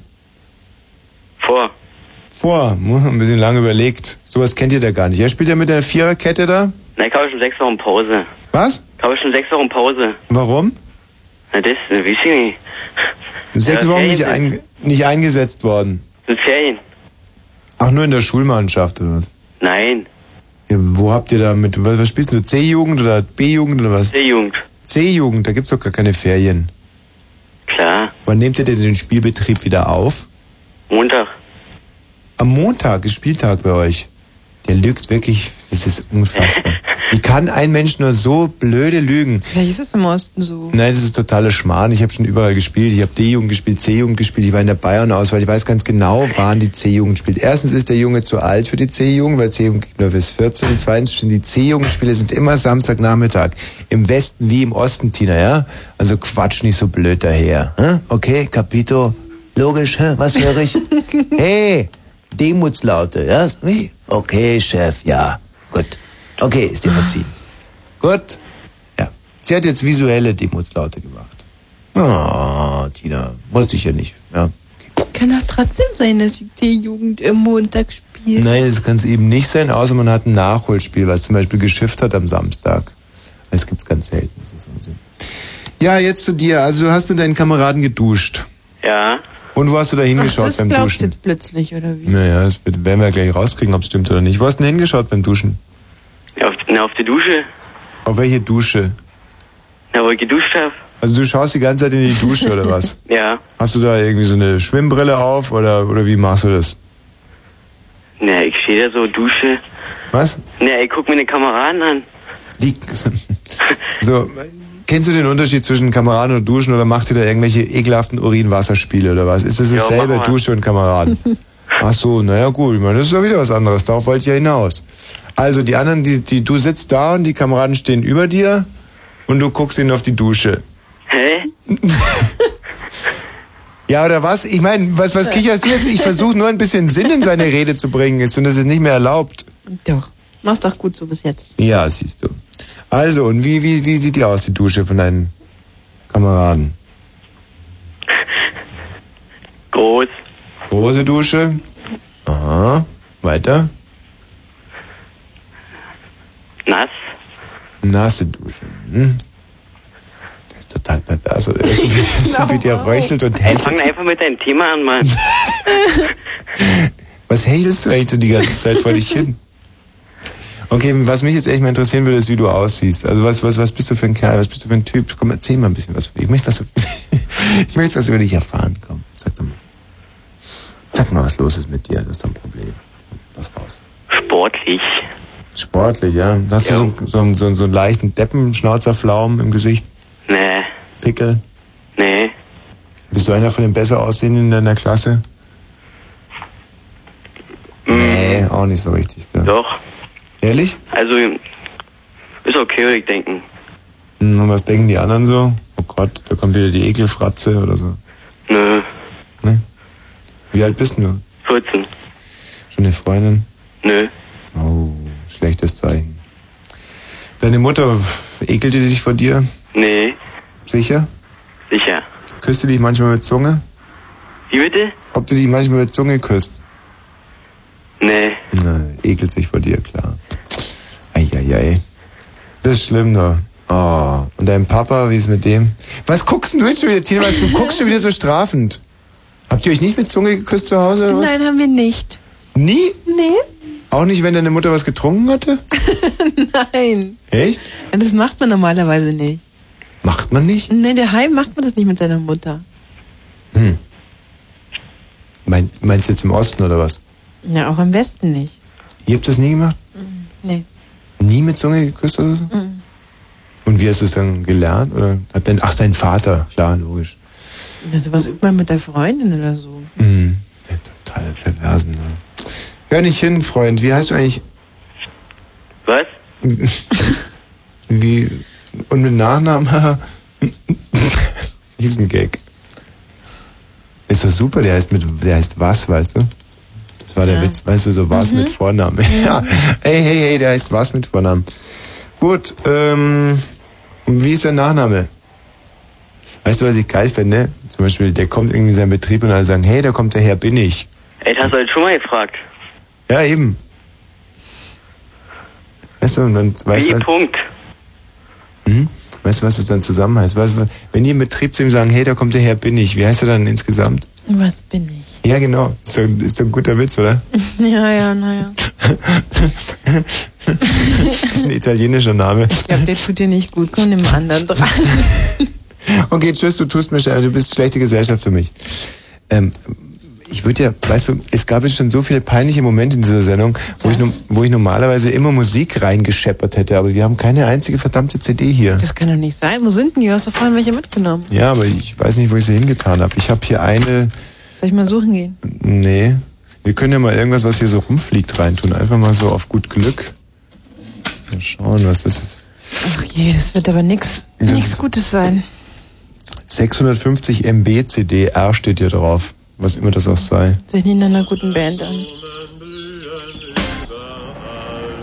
Speaker 13: Vor.
Speaker 2: Vor. Muss man Ein bisschen lange überlegt. Sowas kennt ihr da gar nicht. Er spielt ja mit der Viererkette da.
Speaker 13: Na, ich habe schon sechs Wochen Pause.
Speaker 2: Was?
Speaker 13: Ich habe schon sechs Wochen Pause.
Speaker 2: Warum?
Speaker 13: Na das, ne, weiß ich nicht.
Speaker 2: Sechs
Speaker 13: Ja,
Speaker 2: Wochen
Speaker 13: Ferien
Speaker 2: nicht,
Speaker 13: sind-
Speaker 2: ein, nicht eingesetzt worden.
Speaker 13: Sind Ferien?
Speaker 2: Ach, nur in der Schulmannschaft oder was?
Speaker 13: Nein,
Speaker 2: Ja, wo habt ihr da mit, was, was spielst du? C-Jugend oder B-Jugend oder was?
Speaker 13: C-Jugend.
Speaker 2: C-Jugend, da gibt's doch gar keine Ferien.
Speaker 13: Klar.
Speaker 2: Wann nehmt ihr denn den Spielbetrieb wieder auf?
Speaker 13: Montag.
Speaker 2: Am Montag ist Spieltag bei euch. Der lügt wirklich, das ist unfassbar. Wie kann ein Mensch nur so blöde lügen?
Speaker 1: Vielleicht ist es im Osten so.
Speaker 2: Nein, das ist totale Schmarrn. Ich habe schon überall gespielt. Ich habe D-Jugend gespielt, C-Jugend gespielt. Ich war in der Bayern-Auswahl. Ich weiß ganz genau, wann die C-Jugend spielt. Erstens ist der Junge zu alt für die C-Jugend, weil C-Jugend geht nur bis 14. Zweitens sind die C-Jugendspiele sind immer Samstagnachmittag. Im Westen wie im Osten, Tina, ja? Also quatsch nicht so blöd daher. Hä? Okay, Capito. Logisch, hä? was höre ich? hey, Demutslaute, ja? Wie? Okay, Chef, ja. Gut. Okay, ist dir verziehen. Gut. Ja.
Speaker 14: Sie hat jetzt visuelle Demutslaute gemacht. Ah, Tina. Musste ich ja nicht. Ja.
Speaker 3: Kann doch trotzdem sein, dass die C-Jugend am Montag spielt.
Speaker 2: Nein, das kann es eben nicht sein, außer man hat ein Nachholspiel, was zum Beispiel geschifft hat am Samstag. Das gibt's ganz selten, das ist Unsinn. Ja, jetzt zu dir. Also du hast mit deinen Kameraden geduscht.
Speaker 13: Ja.
Speaker 2: Und wo hast du da hingeschaut
Speaker 1: das
Speaker 2: beim
Speaker 1: glaubt
Speaker 2: Duschen?
Speaker 1: jetzt plötzlich, oder wie?
Speaker 2: Naja, das wird, werden wir gleich rauskriegen, ob es stimmt oder nicht. Wo hast du denn hingeschaut beim Duschen?
Speaker 13: Ja, auf, na, auf die Dusche.
Speaker 2: Auf welche Dusche?
Speaker 13: Na, wo ich geduscht habe.
Speaker 2: Also du schaust die ganze Zeit in die Dusche oder was?
Speaker 13: Ja.
Speaker 2: Hast du da irgendwie so eine Schwimmbrille auf oder, oder wie machst du das?
Speaker 13: Na, ich stehe da so, Dusche.
Speaker 2: Was?
Speaker 13: Na, ich guck mir den Kameraden an.
Speaker 2: Die, so, kennst du den Unterschied zwischen Kameraden und Duschen oder macht ihr da irgendwelche ekelhaften Urinwasserspiele oder was? Ist das
Speaker 13: Ja,
Speaker 2: dasselbe,
Speaker 13: machen wir.
Speaker 2: Dusche und Kameraden? Ach so, naja gut, ich meine, das ist ja wieder was anderes, darauf wollte ich ja hinaus. Also die anderen, die, die, du sitzt da und die Kameraden stehen über dir und du guckst ihnen auf die Dusche.
Speaker 13: Hä?
Speaker 2: Ja, oder was? Ich meine, was, was kicherst du jetzt? Ich versuche nur ein bisschen Sinn in seine Rede zu bringen, ist und das ist nicht mehr erlaubt.
Speaker 1: Doch. Mach's doch gut so bis jetzt.
Speaker 2: Ja, siehst du. Also, und wie, wie, wie sieht die aus, die Dusche von deinen Kameraden?
Speaker 13: Groß.
Speaker 2: Große Dusche. Aha. Weiter.
Speaker 13: Nass.
Speaker 2: Nasse Dusche. Hm. Das ist total pervers, oder? So wie, so wie der röchelt und
Speaker 13: Ey, fang
Speaker 2: hechelt.
Speaker 13: Genau. einfach mit deinem Thema an, Mann.
Speaker 2: Was hechelst du eigentlich so die ganze Zeit vor dich hin? Okay, was mich jetzt echt mal interessieren würde, ist, wie du aussiehst. Also was, was, was bist du für ein Kerl? Was bist du für ein Typ? Komm, erzähl mal ein bisschen was von dir. Ich möchte was, ich möchte was über dich erfahren. Komm, sag doch mal. Sag mal, was los ist mit dir. Das ist doch ein Problem. Lass raus.
Speaker 13: Sportlich.
Speaker 2: Sportlich, ja. Hast du so, so, so, so einen leichten Deppen-Schnauzerflaum im Gesicht?
Speaker 13: Nee.
Speaker 2: Pickel?
Speaker 13: Nee.
Speaker 2: Bist du einer von den besser aussehenden in deiner Klasse? Nee, auch nicht so richtig. Gell?
Speaker 13: Doch.
Speaker 2: Ehrlich?
Speaker 13: Also, ist okay, würde ich denken.
Speaker 2: Hm, Und was denken die anderen so? Oh Gott, da kommt wieder die Ekelfratze oder so. Ne?
Speaker 13: Nö.
Speaker 2: Wie alt bist denn du?
Speaker 13: 14.
Speaker 2: Schon eine Freundin?
Speaker 13: Nö.
Speaker 2: Oh, schlechtes Zeichen. Deine Mutter pf, ekelt die sich vor dir?
Speaker 13: Nee.
Speaker 2: Sicher?
Speaker 13: Sicher.
Speaker 2: Küsst du dich manchmal mit Zunge?
Speaker 13: Wie bitte?
Speaker 2: Ob du dich manchmal mit Zunge küsst?
Speaker 13: Nee.
Speaker 2: Nein, ekelt sich vor dir, klar. Eieiei. Das ist schlimm, da. Oh. Und dein Papa, wie ist mit dem? Was guckst denn du jetzt schon wieder, Tina? Was- Du guckst schon wieder so strafend. Habt ihr euch nicht mit Zunge geküsst zu Hause oder was?
Speaker 3: Nein, haben wir nicht.
Speaker 2: Nie?
Speaker 3: Nee?
Speaker 2: Auch nicht, wenn deine Mutter was getrunken hatte?
Speaker 1: Nein.
Speaker 2: Echt?
Speaker 1: Das macht man normalerweise nicht.
Speaker 2: Macht man nicht?
Speaker 1: Nee, daheim macht man das nicht mit seiner Mutter.
Speaker 2: Hm. Mein, meinst du jetzt im Osten oder was?
Speaker 1: Ja, auch am besten nicht.
Speaker 2: Ihr habt das nie gemacht?
Speaker 1: Nee.
Speaker 2: Nie mit Zunge geküsst oder so? Und wie hast du es dann gelernt? Oder hat dein, ach, sein Vater, klar, logisch.
Speaker 1: Ja, sowas übt man mit der Freundin oder so.
Speaker 2: Mhm. Total perversen. Ne? Hör nicht hin, Freund. Wie heißt du eigentlich?
Speaker 13: Was?
Speaker 2: Wie? Und mit Nachnamen? Riesengag. Ist doch super, der heißt mit, der heißt was, weißt du? Das war der Witz, weißt du, so was mit Vornamen. Ja. Hey, hey, hey, der heißt was mit Vornamen. Gut, ähm, und wie ist der Nachname? Weißt du, was ich geil finde? Zum Beispiel, der kommt irgendwie in seinen Betrieb und alle sagen, hey, da kommt der Herr, bin ich.
Speaker 13: Ey, das hast du halt schon mal gefragt.
Speaker 2: Ja, eben. Weißt du, und dann weißt
Speaker 13: Wie
Speaker 2: du, was,
Speaker 13: Punkt.
Speaker 2: hm? weißt du, was das dann zusammen heißt? Weißt du, was- wenn die im Betrieb zu ihm sagen, hey, da kommt der Herr, bin ich, wie heißt er dann insgesamt?
Speaker 1: Was bin ich?
Speaker 2: Ja, genau. Ist doch, ist doch ein guter Witz, oder?
Speaker 1: Ja, ja, naja.
Speaker 2: Das ist ein italienischer Name.
Speaker 1: Ich glaube, der tut dir nicht gut. Komm dem anderen dran.
Speaker 2: Okay, tschüss, du tust mir schle- du bist schlechte Gesellschaft für mich. Ähm, ich würde ja, weißt du, es gab jetzt schon so viele peinliche Momente in dieser Sendung, wo ich, nom- wo ich normalerweise immer Musik reingescheppert hätte, aber wir haben keine einzige verdammte CD hier.
Speaker 1: Das kann doch nicht sein. Wo sind denn die? Du hast doch vorhin welche mitgenommen.
Speaker 2: Ja, aber ich weiß nicht, wo ich sie hingetan habe. Ich habe hier eine,
Speaker 1: Soll ich mal suchen gehen?
Speaker 2: nee. Wir können ja mal irgendwas, was hier so rumfliegt, reintun. Einfach mal so auf gut Glück. Mal schauen, was das ist.
Speaker 1: Ach je, das wird aber nix,
Speaker 2: Das
Speaker 1: nix Gutes sein.
Speaker 2: 650 MB CDR steht hier drauf. Was immer das auch sei.
Speaker 1: Sich nicht in einer guten Band an.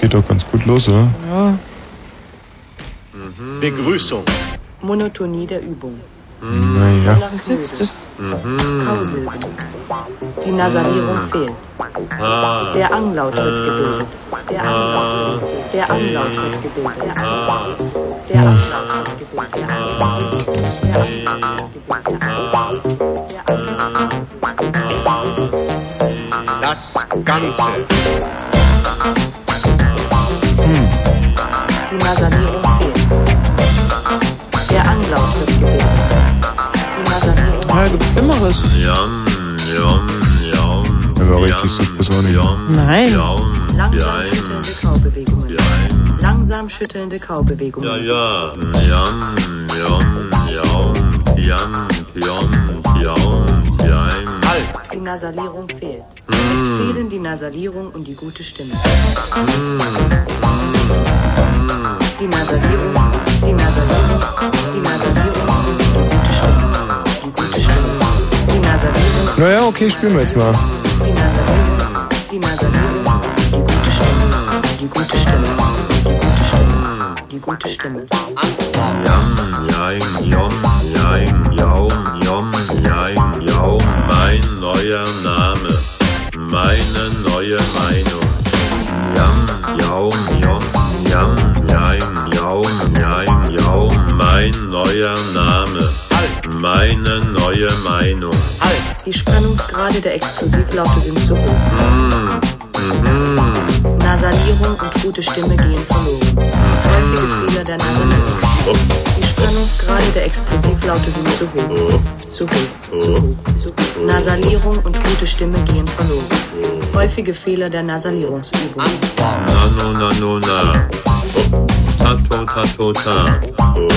Speaker 2: Geht doch ganz gut los, oder?
Speaker 1: Ja.
Speaker 15: Mhm. Begrüßung.
Speaker 7: Monotonie der Übung.
Speaker 2: Naja.
Speaker 7: Nach Sitz des Kausilben. Die Nasalierung fehlt. Der Anglaut wird gebildet. Der Anglaut wird gebildet. Der Anglaut wird gebildet. Der Anglaut wird gebildet. Der Anglaut wird gebildet. Der Anglaut wird gebildet. Der Anglaut wird gebildet. Der Anglaut wird gebildet.
Speaker 15: Das Ganze.
Speaker 7: Die Nasanierung fehlt. Der Anglaut wird gebildet. Die Nasanierung
Speaker 1: Ja, gibt's Schlimmeres.
Speaker 15: Yum, yum, yum.
Speaker 2: Aber richtig süß ist auch nicht.
Speaker 1: Nein.
Speaker 7: Langsam schüttelnde Kaubewegungen. Langsam schüttelnde Kaubewegungen.
Speaker 15: Ja, ja. Yum, yum, yum. Yum, yum, yum, yum. Halt.
Speaker 7: Die Nasalierung fehlt. Es fehlen die Nasalierung und die gute Stimme. Die Nasalierung, die Nasalierung, die Nasalierung und die gute Stimme. Die gute Stimme. Die Nasalierung,
Speaker 2: Naja, okay, spielen wir jetzt mal.
Speaker 7: die Nasalierung, die Nasalierung, die gute Stimme. Die gute Stimme. Die gute Stimme. Die gute Stimme.
Speaker 15: Yum, yum, yum, yum, yum, yum, yum, yum. Mein neuer Name. Meine neue Meinung. Yum, yum, yum, yum, yum, yum, yum, yum. Mein neuer Name. Meine neue Meinung.
Speaker 7: Die Spannungsgrade der Explosivlaute sind zu hoch.
Speaker 15: Mm, mhm.
Speaker 7: Nasalierung und gute Stimme gehen verloren. Häufige Fehler der Nasalierung. Die Spannungsgrade der Explosivlaute sind zu hoch. Zu hoch. Zu hoch. Zu hoch. Nasalierung und gute Stimme gehen verloren. Häufige Fehler der Nasalierungsübung.
Speaker 15: Nano, nano, na. Oh. Tato, tato, ta. Oh.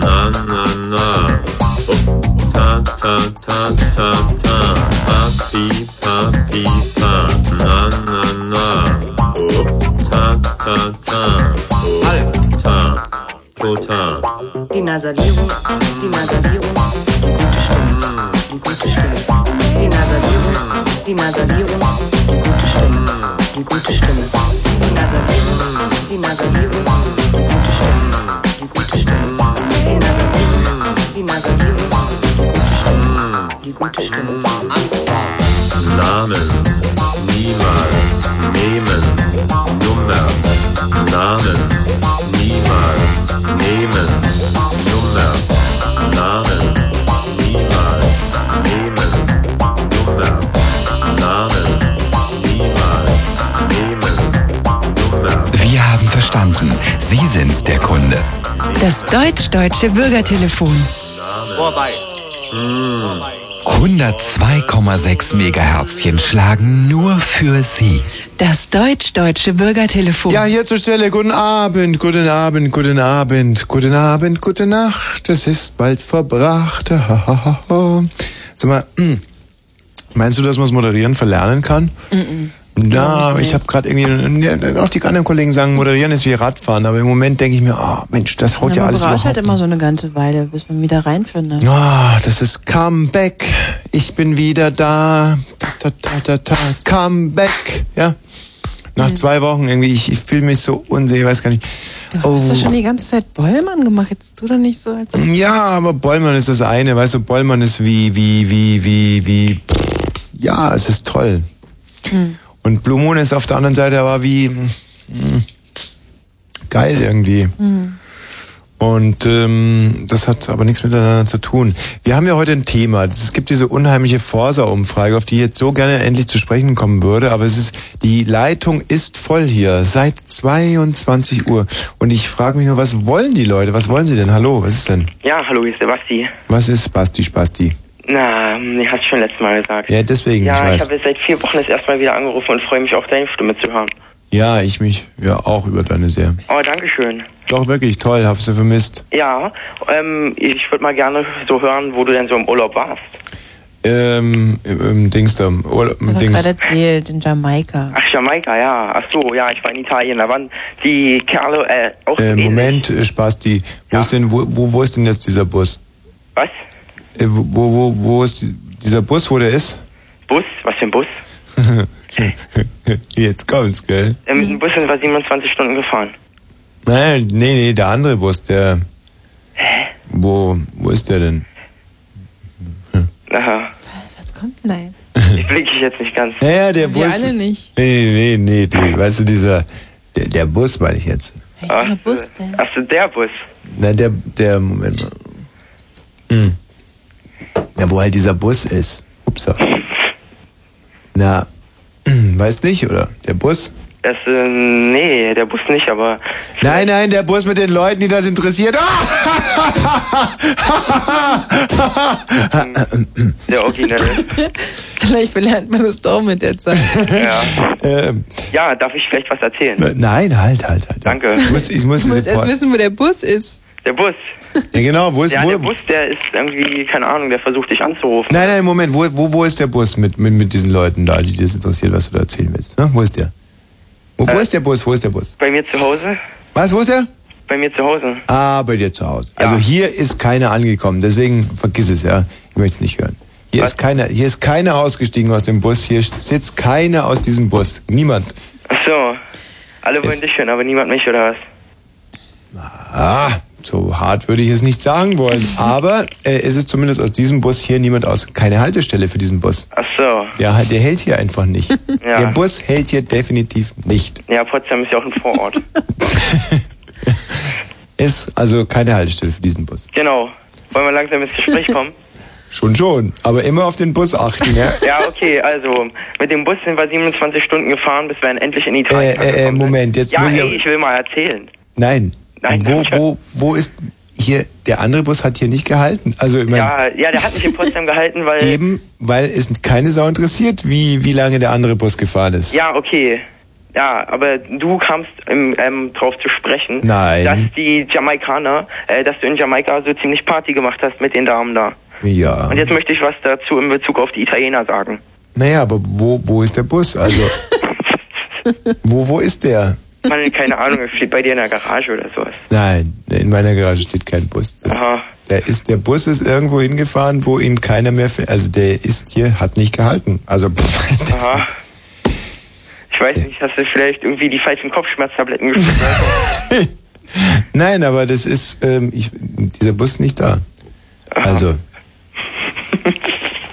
Speaker 15: Na, na, na. Oh. Ta, ta, ta, ta, ta. Papi, papi, pa. Na, na, na. Oh. Ta, ta, ta. Oh. Ta, to, ta.
Speaker 7: Die Nasalierung, die Nasalierung, die gute Stimme, die gute Stimme. Die Nasalierung, die Nasalierung, die gute Stimme, die gute Stimme. Die Nasalierung, die Nasalierung, die gute Stimme, die gute Stimme. Die Nasalierung, die Nasalierung, die gute Stimme, die gute Stimme.
Speaker 15: Namen. Niemals. Nehmen. Nummer. Namen. Niemals. Nehmen. Nummer. Namen. Niemals. Nehmen. Nummer. Namen. Niemals. Nehmen.
Speaker 16: Wir haben verstanden. Sie sind der Kunde.
Speaker 17: Das deutsch-deutsche Bürgertelefon.
Speaker 15: Vorbei.
Speaker 16: 102,6 Megaherzchen schlagen nur für Sie.
Speaker 17: Das deutsch-deutsche Bürgertelefon.
Speaker 2: Ja, hier zur Stelle. Guten Abend, guten Abend, guten Abend, guten Abend, gute Nacht. Es ist bald verbracht. Ha, ha, ha, ha. Sag mal, hm, meinst du, dass man das Moderieren verlernen kann? Na, ich habe gerade irgendwie, ja, auch die anderen Kollegen sagen, moderieren ist wie Radfahren, aber im Moment denke ich mir, ah, Mensch, das haut ja,
Speaker 1: man
Speaker 2: alles
Speaker 1: braucht halt
Speaker 2: überhaupt.
Speaker 1: immer so eine ganze Weile, bis man wieder reinfindet.
Speaker 2: Ah, das ist Comeback. Ich bin wieder da. Ta, ta, ta, ta, ta. Comeback. Ja. Nach zwei Wochen irgendwie, ich, ich fühle mich so unsicher, ich weiß gar nicht. Oh.
Speaker 1: Hast du schon die ganze Zeit Bollmann gemacht? Jetzt tu doch nicht so, als ob
Speaker 2: Ja, aber Bollmann ist das eine, weißt du, Bollmann ist wie, wie, wie, wie, wie, ja, es ist toll. Und Blue Moon ist auf der anderen Seite aber wie, mm, geil irgendwie. Und ähm, das hat aber nichts miteinander zu tun. Wir haben ja heute ein Thema. Es gibt diese unheimliche Forsa-Umfrage, auf die ich jetzt so gerne endlich zu sprechen kommen würde, aber es ist, die Leitung ist voll hier seit 22 Uhr. Und ich frage mich nur, was wollen die Leute? Was wollen sie denn? Hallo, was ist denn?
Speaker 12: Ja, hallo, hier ist der Basti.
Speaker 2: Was ist Basti Spasti?
Speaker 12: Na, ich hab's schon letztes Mal gesagt.
Speaker 2: Ja, deswegen, ich
Speaker 12: Ja, ich
Speaker 2: weiß.
Speaker 12: habe jetzt seit vier Wochen das erste Mal wieder angerufen und freue mich auch, deine Stimme zu hören.
Speaker 2: ja, ich mich ja auch über deine sehr.
Speaker 12: Oh, danke schön.
Speaker 2: Doch wirklich toll, hab sie vermisst.
Speaker 12: Ja, ähm, ich würde mal gerne so hören, wo du denn so im Urlaub warst.
Speaker 2: Ähm, im, im Dings da, im Urlaub- im
Speaker 1: er
Speaker 2: Dings.
Speaker 1: gerade erzählt, in Jamaika.
Speaker 12: Ach, Jamaika, ja. Ach so, ja, ich war in Italien. Da waren die Kerle, äh, auch
Speaker 2: Äh, Moment, äh, Spasti, wo ist denn, wo, wo, wo ist denn jetzt dieser Bus?
Speaker 12: Was?
Speaker 2: Äh, wo, wo, wo ist dieser Bus, wo der ist?
Speaker 12: Bus? Was für ein Bus?
Speaker 2: jetzt kommt's, gell?
Speaker 1: Hm.
Speaker 12: Im Bus sind wir 27 Stunden gefahren.
Speaker 2: Nein, nee, nee, der andere Bus, der, Wo, wo ist der denn?
Speaker 12: Aha.
Speaker 1: Was kommt denn da jetzt?
Speaker 12: Ich blicke ich jetzt nicht ganz.
Speaker 2: Ja, ja, der
Speaker 1: Wir
Speaker 2: Bus.
Speaker 1: alle nicht.
Speaker 2: Nee, nee, nee, die, weißt du, dieser, der, der Bus meine ich jetzt.
Speaker 1: Welcher Bus denn?
Speaker 12: Achso, äh, der Bus.
Speaker 2: Na, der, der, Moment mal. Na, wo halt dieser Bus ist. Upsa. Na, weißt nicht, oder? Der Bus?
Speaker 12: Das, äh, nee, der Bus nicht, aber
Speaker 2: Nein, nein, der Bus mit den Leuten, die das interessiert. Ah!
Speaker 12: der originelle.
Speaker 3: Vielleicht lernt man das doch mit der Zeit.
Speaker 12: ja.
Speaker 2: Ähm,
Speaker 12: ja, darf ich vielleicht was erzählen?
Speaker 2: nein, halt, halt, halt.
Speaker 12: Danke.
Speaker 2: Ich muss, ich muss
Speaker 3: Du musst
Speaker 2: diese
Speaker 3: erst
Speaker 2: Por-
Speaker 3: wissen, wo der Bus ist.
Speaker 12: Der Bus.
Speaker 2: Ja, genau, wo ist,
Speaker 12: ja,
Speaker 2: wo,
Speaker 12: der Bus, der ist irgendwie, keine Ahnung, der versucht dich anzurufen.
Speaker 2: Nein, nein, Moment, wo, wo, wo ist der Bus mit, mit, mit diesen Leuten da, die das interessiert, was du da erzählen willst? Ne? Wo ist der? Wo, wo ist der Bus? Wo ist der Bus?
Speaker 12: Bei mir zu Hause?
Speaker 2: Was, wo ist er?
Speaker 12: Bei mir zu Hause.
Speaker 2: Ah, bei dir zu Hause. Also hier ist keiner angekommen, deswegen vergiss es, ja. Ich möchte es nicht hören. Hier ist, keiner, hier ist keiner ausgestiegen aus dem Bus, hier sitzt keiner aus diesem Bus. Niemand.
Speaker 12: Ach so. Alle wollen dich hören, aber niemand mich, oder was?
Speaker 2: Ah, so hart würde ich es nicht sagen wollen. Aber äh, es ist zumindest aus diesem Bus hier niemand aus. Keine Haltestelle für diesen Bus.
Speaker 12: Ach so.
Speaker 2: Ja, der hält hier einfach nicht.
Speaker 12: Ja.
Speaker 2: Der Bus hält hier definitiv nicht.
Speaker 12: Ja, Potsdam ist ja auch ein Vorort.
Speaker 2: Ist also keine Haltestelle für diesen Bus.
Speaker 12: genau. Wollen wir langsam ins Gespräch kommen?
Speaker 2: Schon schon, aber immer auf den Bus achten, ja?
Speaker 12: ja, okay, also, mit dem Bus sind wir 27 Stunden gefahren, bis wir dann endlich in
Speaker 2: äh,
Speaker 12: Italien
Speaker 2: äh, äh, Moment, jetzt
Speaker 12: Ja,
Speaker 2: muss ich.
Speaker 12: ey, ich will mal erzählen.
Speaker 2: nein. wo, wo, wo ist hier, der andere Bus hat hier nicht gehalten. Also ich meine,
Speaker 12: Ja, Äh, ja, der hat mich in Potsdam gehalten, weil...
Speaker 2: eben, weil es keine Sau interessiert, wie, wie lange der andere Bus gefahren ist.
Speaker 12: Ja, okay. Ja, aber du kamst im, ähm, drauf zu sprechen,
Speaker 2: Nein.
Speaker 12: dass die Jamaikaner, äh, dass du in Jamaika so ziemlich Party gemacht hast mit den Damen da.
Speaker 2: Ja.
Speaker 12: Und jetzt möchte ich was dazu in Bezug auf die Italiener sagen.
Speaker 2: Naja, aber wo, wo ist der Bus? Also, wo, wo ist der?
Speaker 12: Man, keine Ahnung, es steht bei dir in der Garage oder sowas.
Speaker 2: Nein, in meiner Garage steht kein Bus. Das, da ist, der Bus ist irgendwo hingefahren, wo ihn keiner mehr, fäh- also der ist hier, hat nicht gehalten. Also, pff,
Speaker 12: Aha. Ich weiß nicht, hast du vielleicht irgendwie die falschen Kopfschmerztabletten geschluckt?
Speaker 2: nein, aber das ist, ähm, ich, dieser Bus ist nicht da. Also,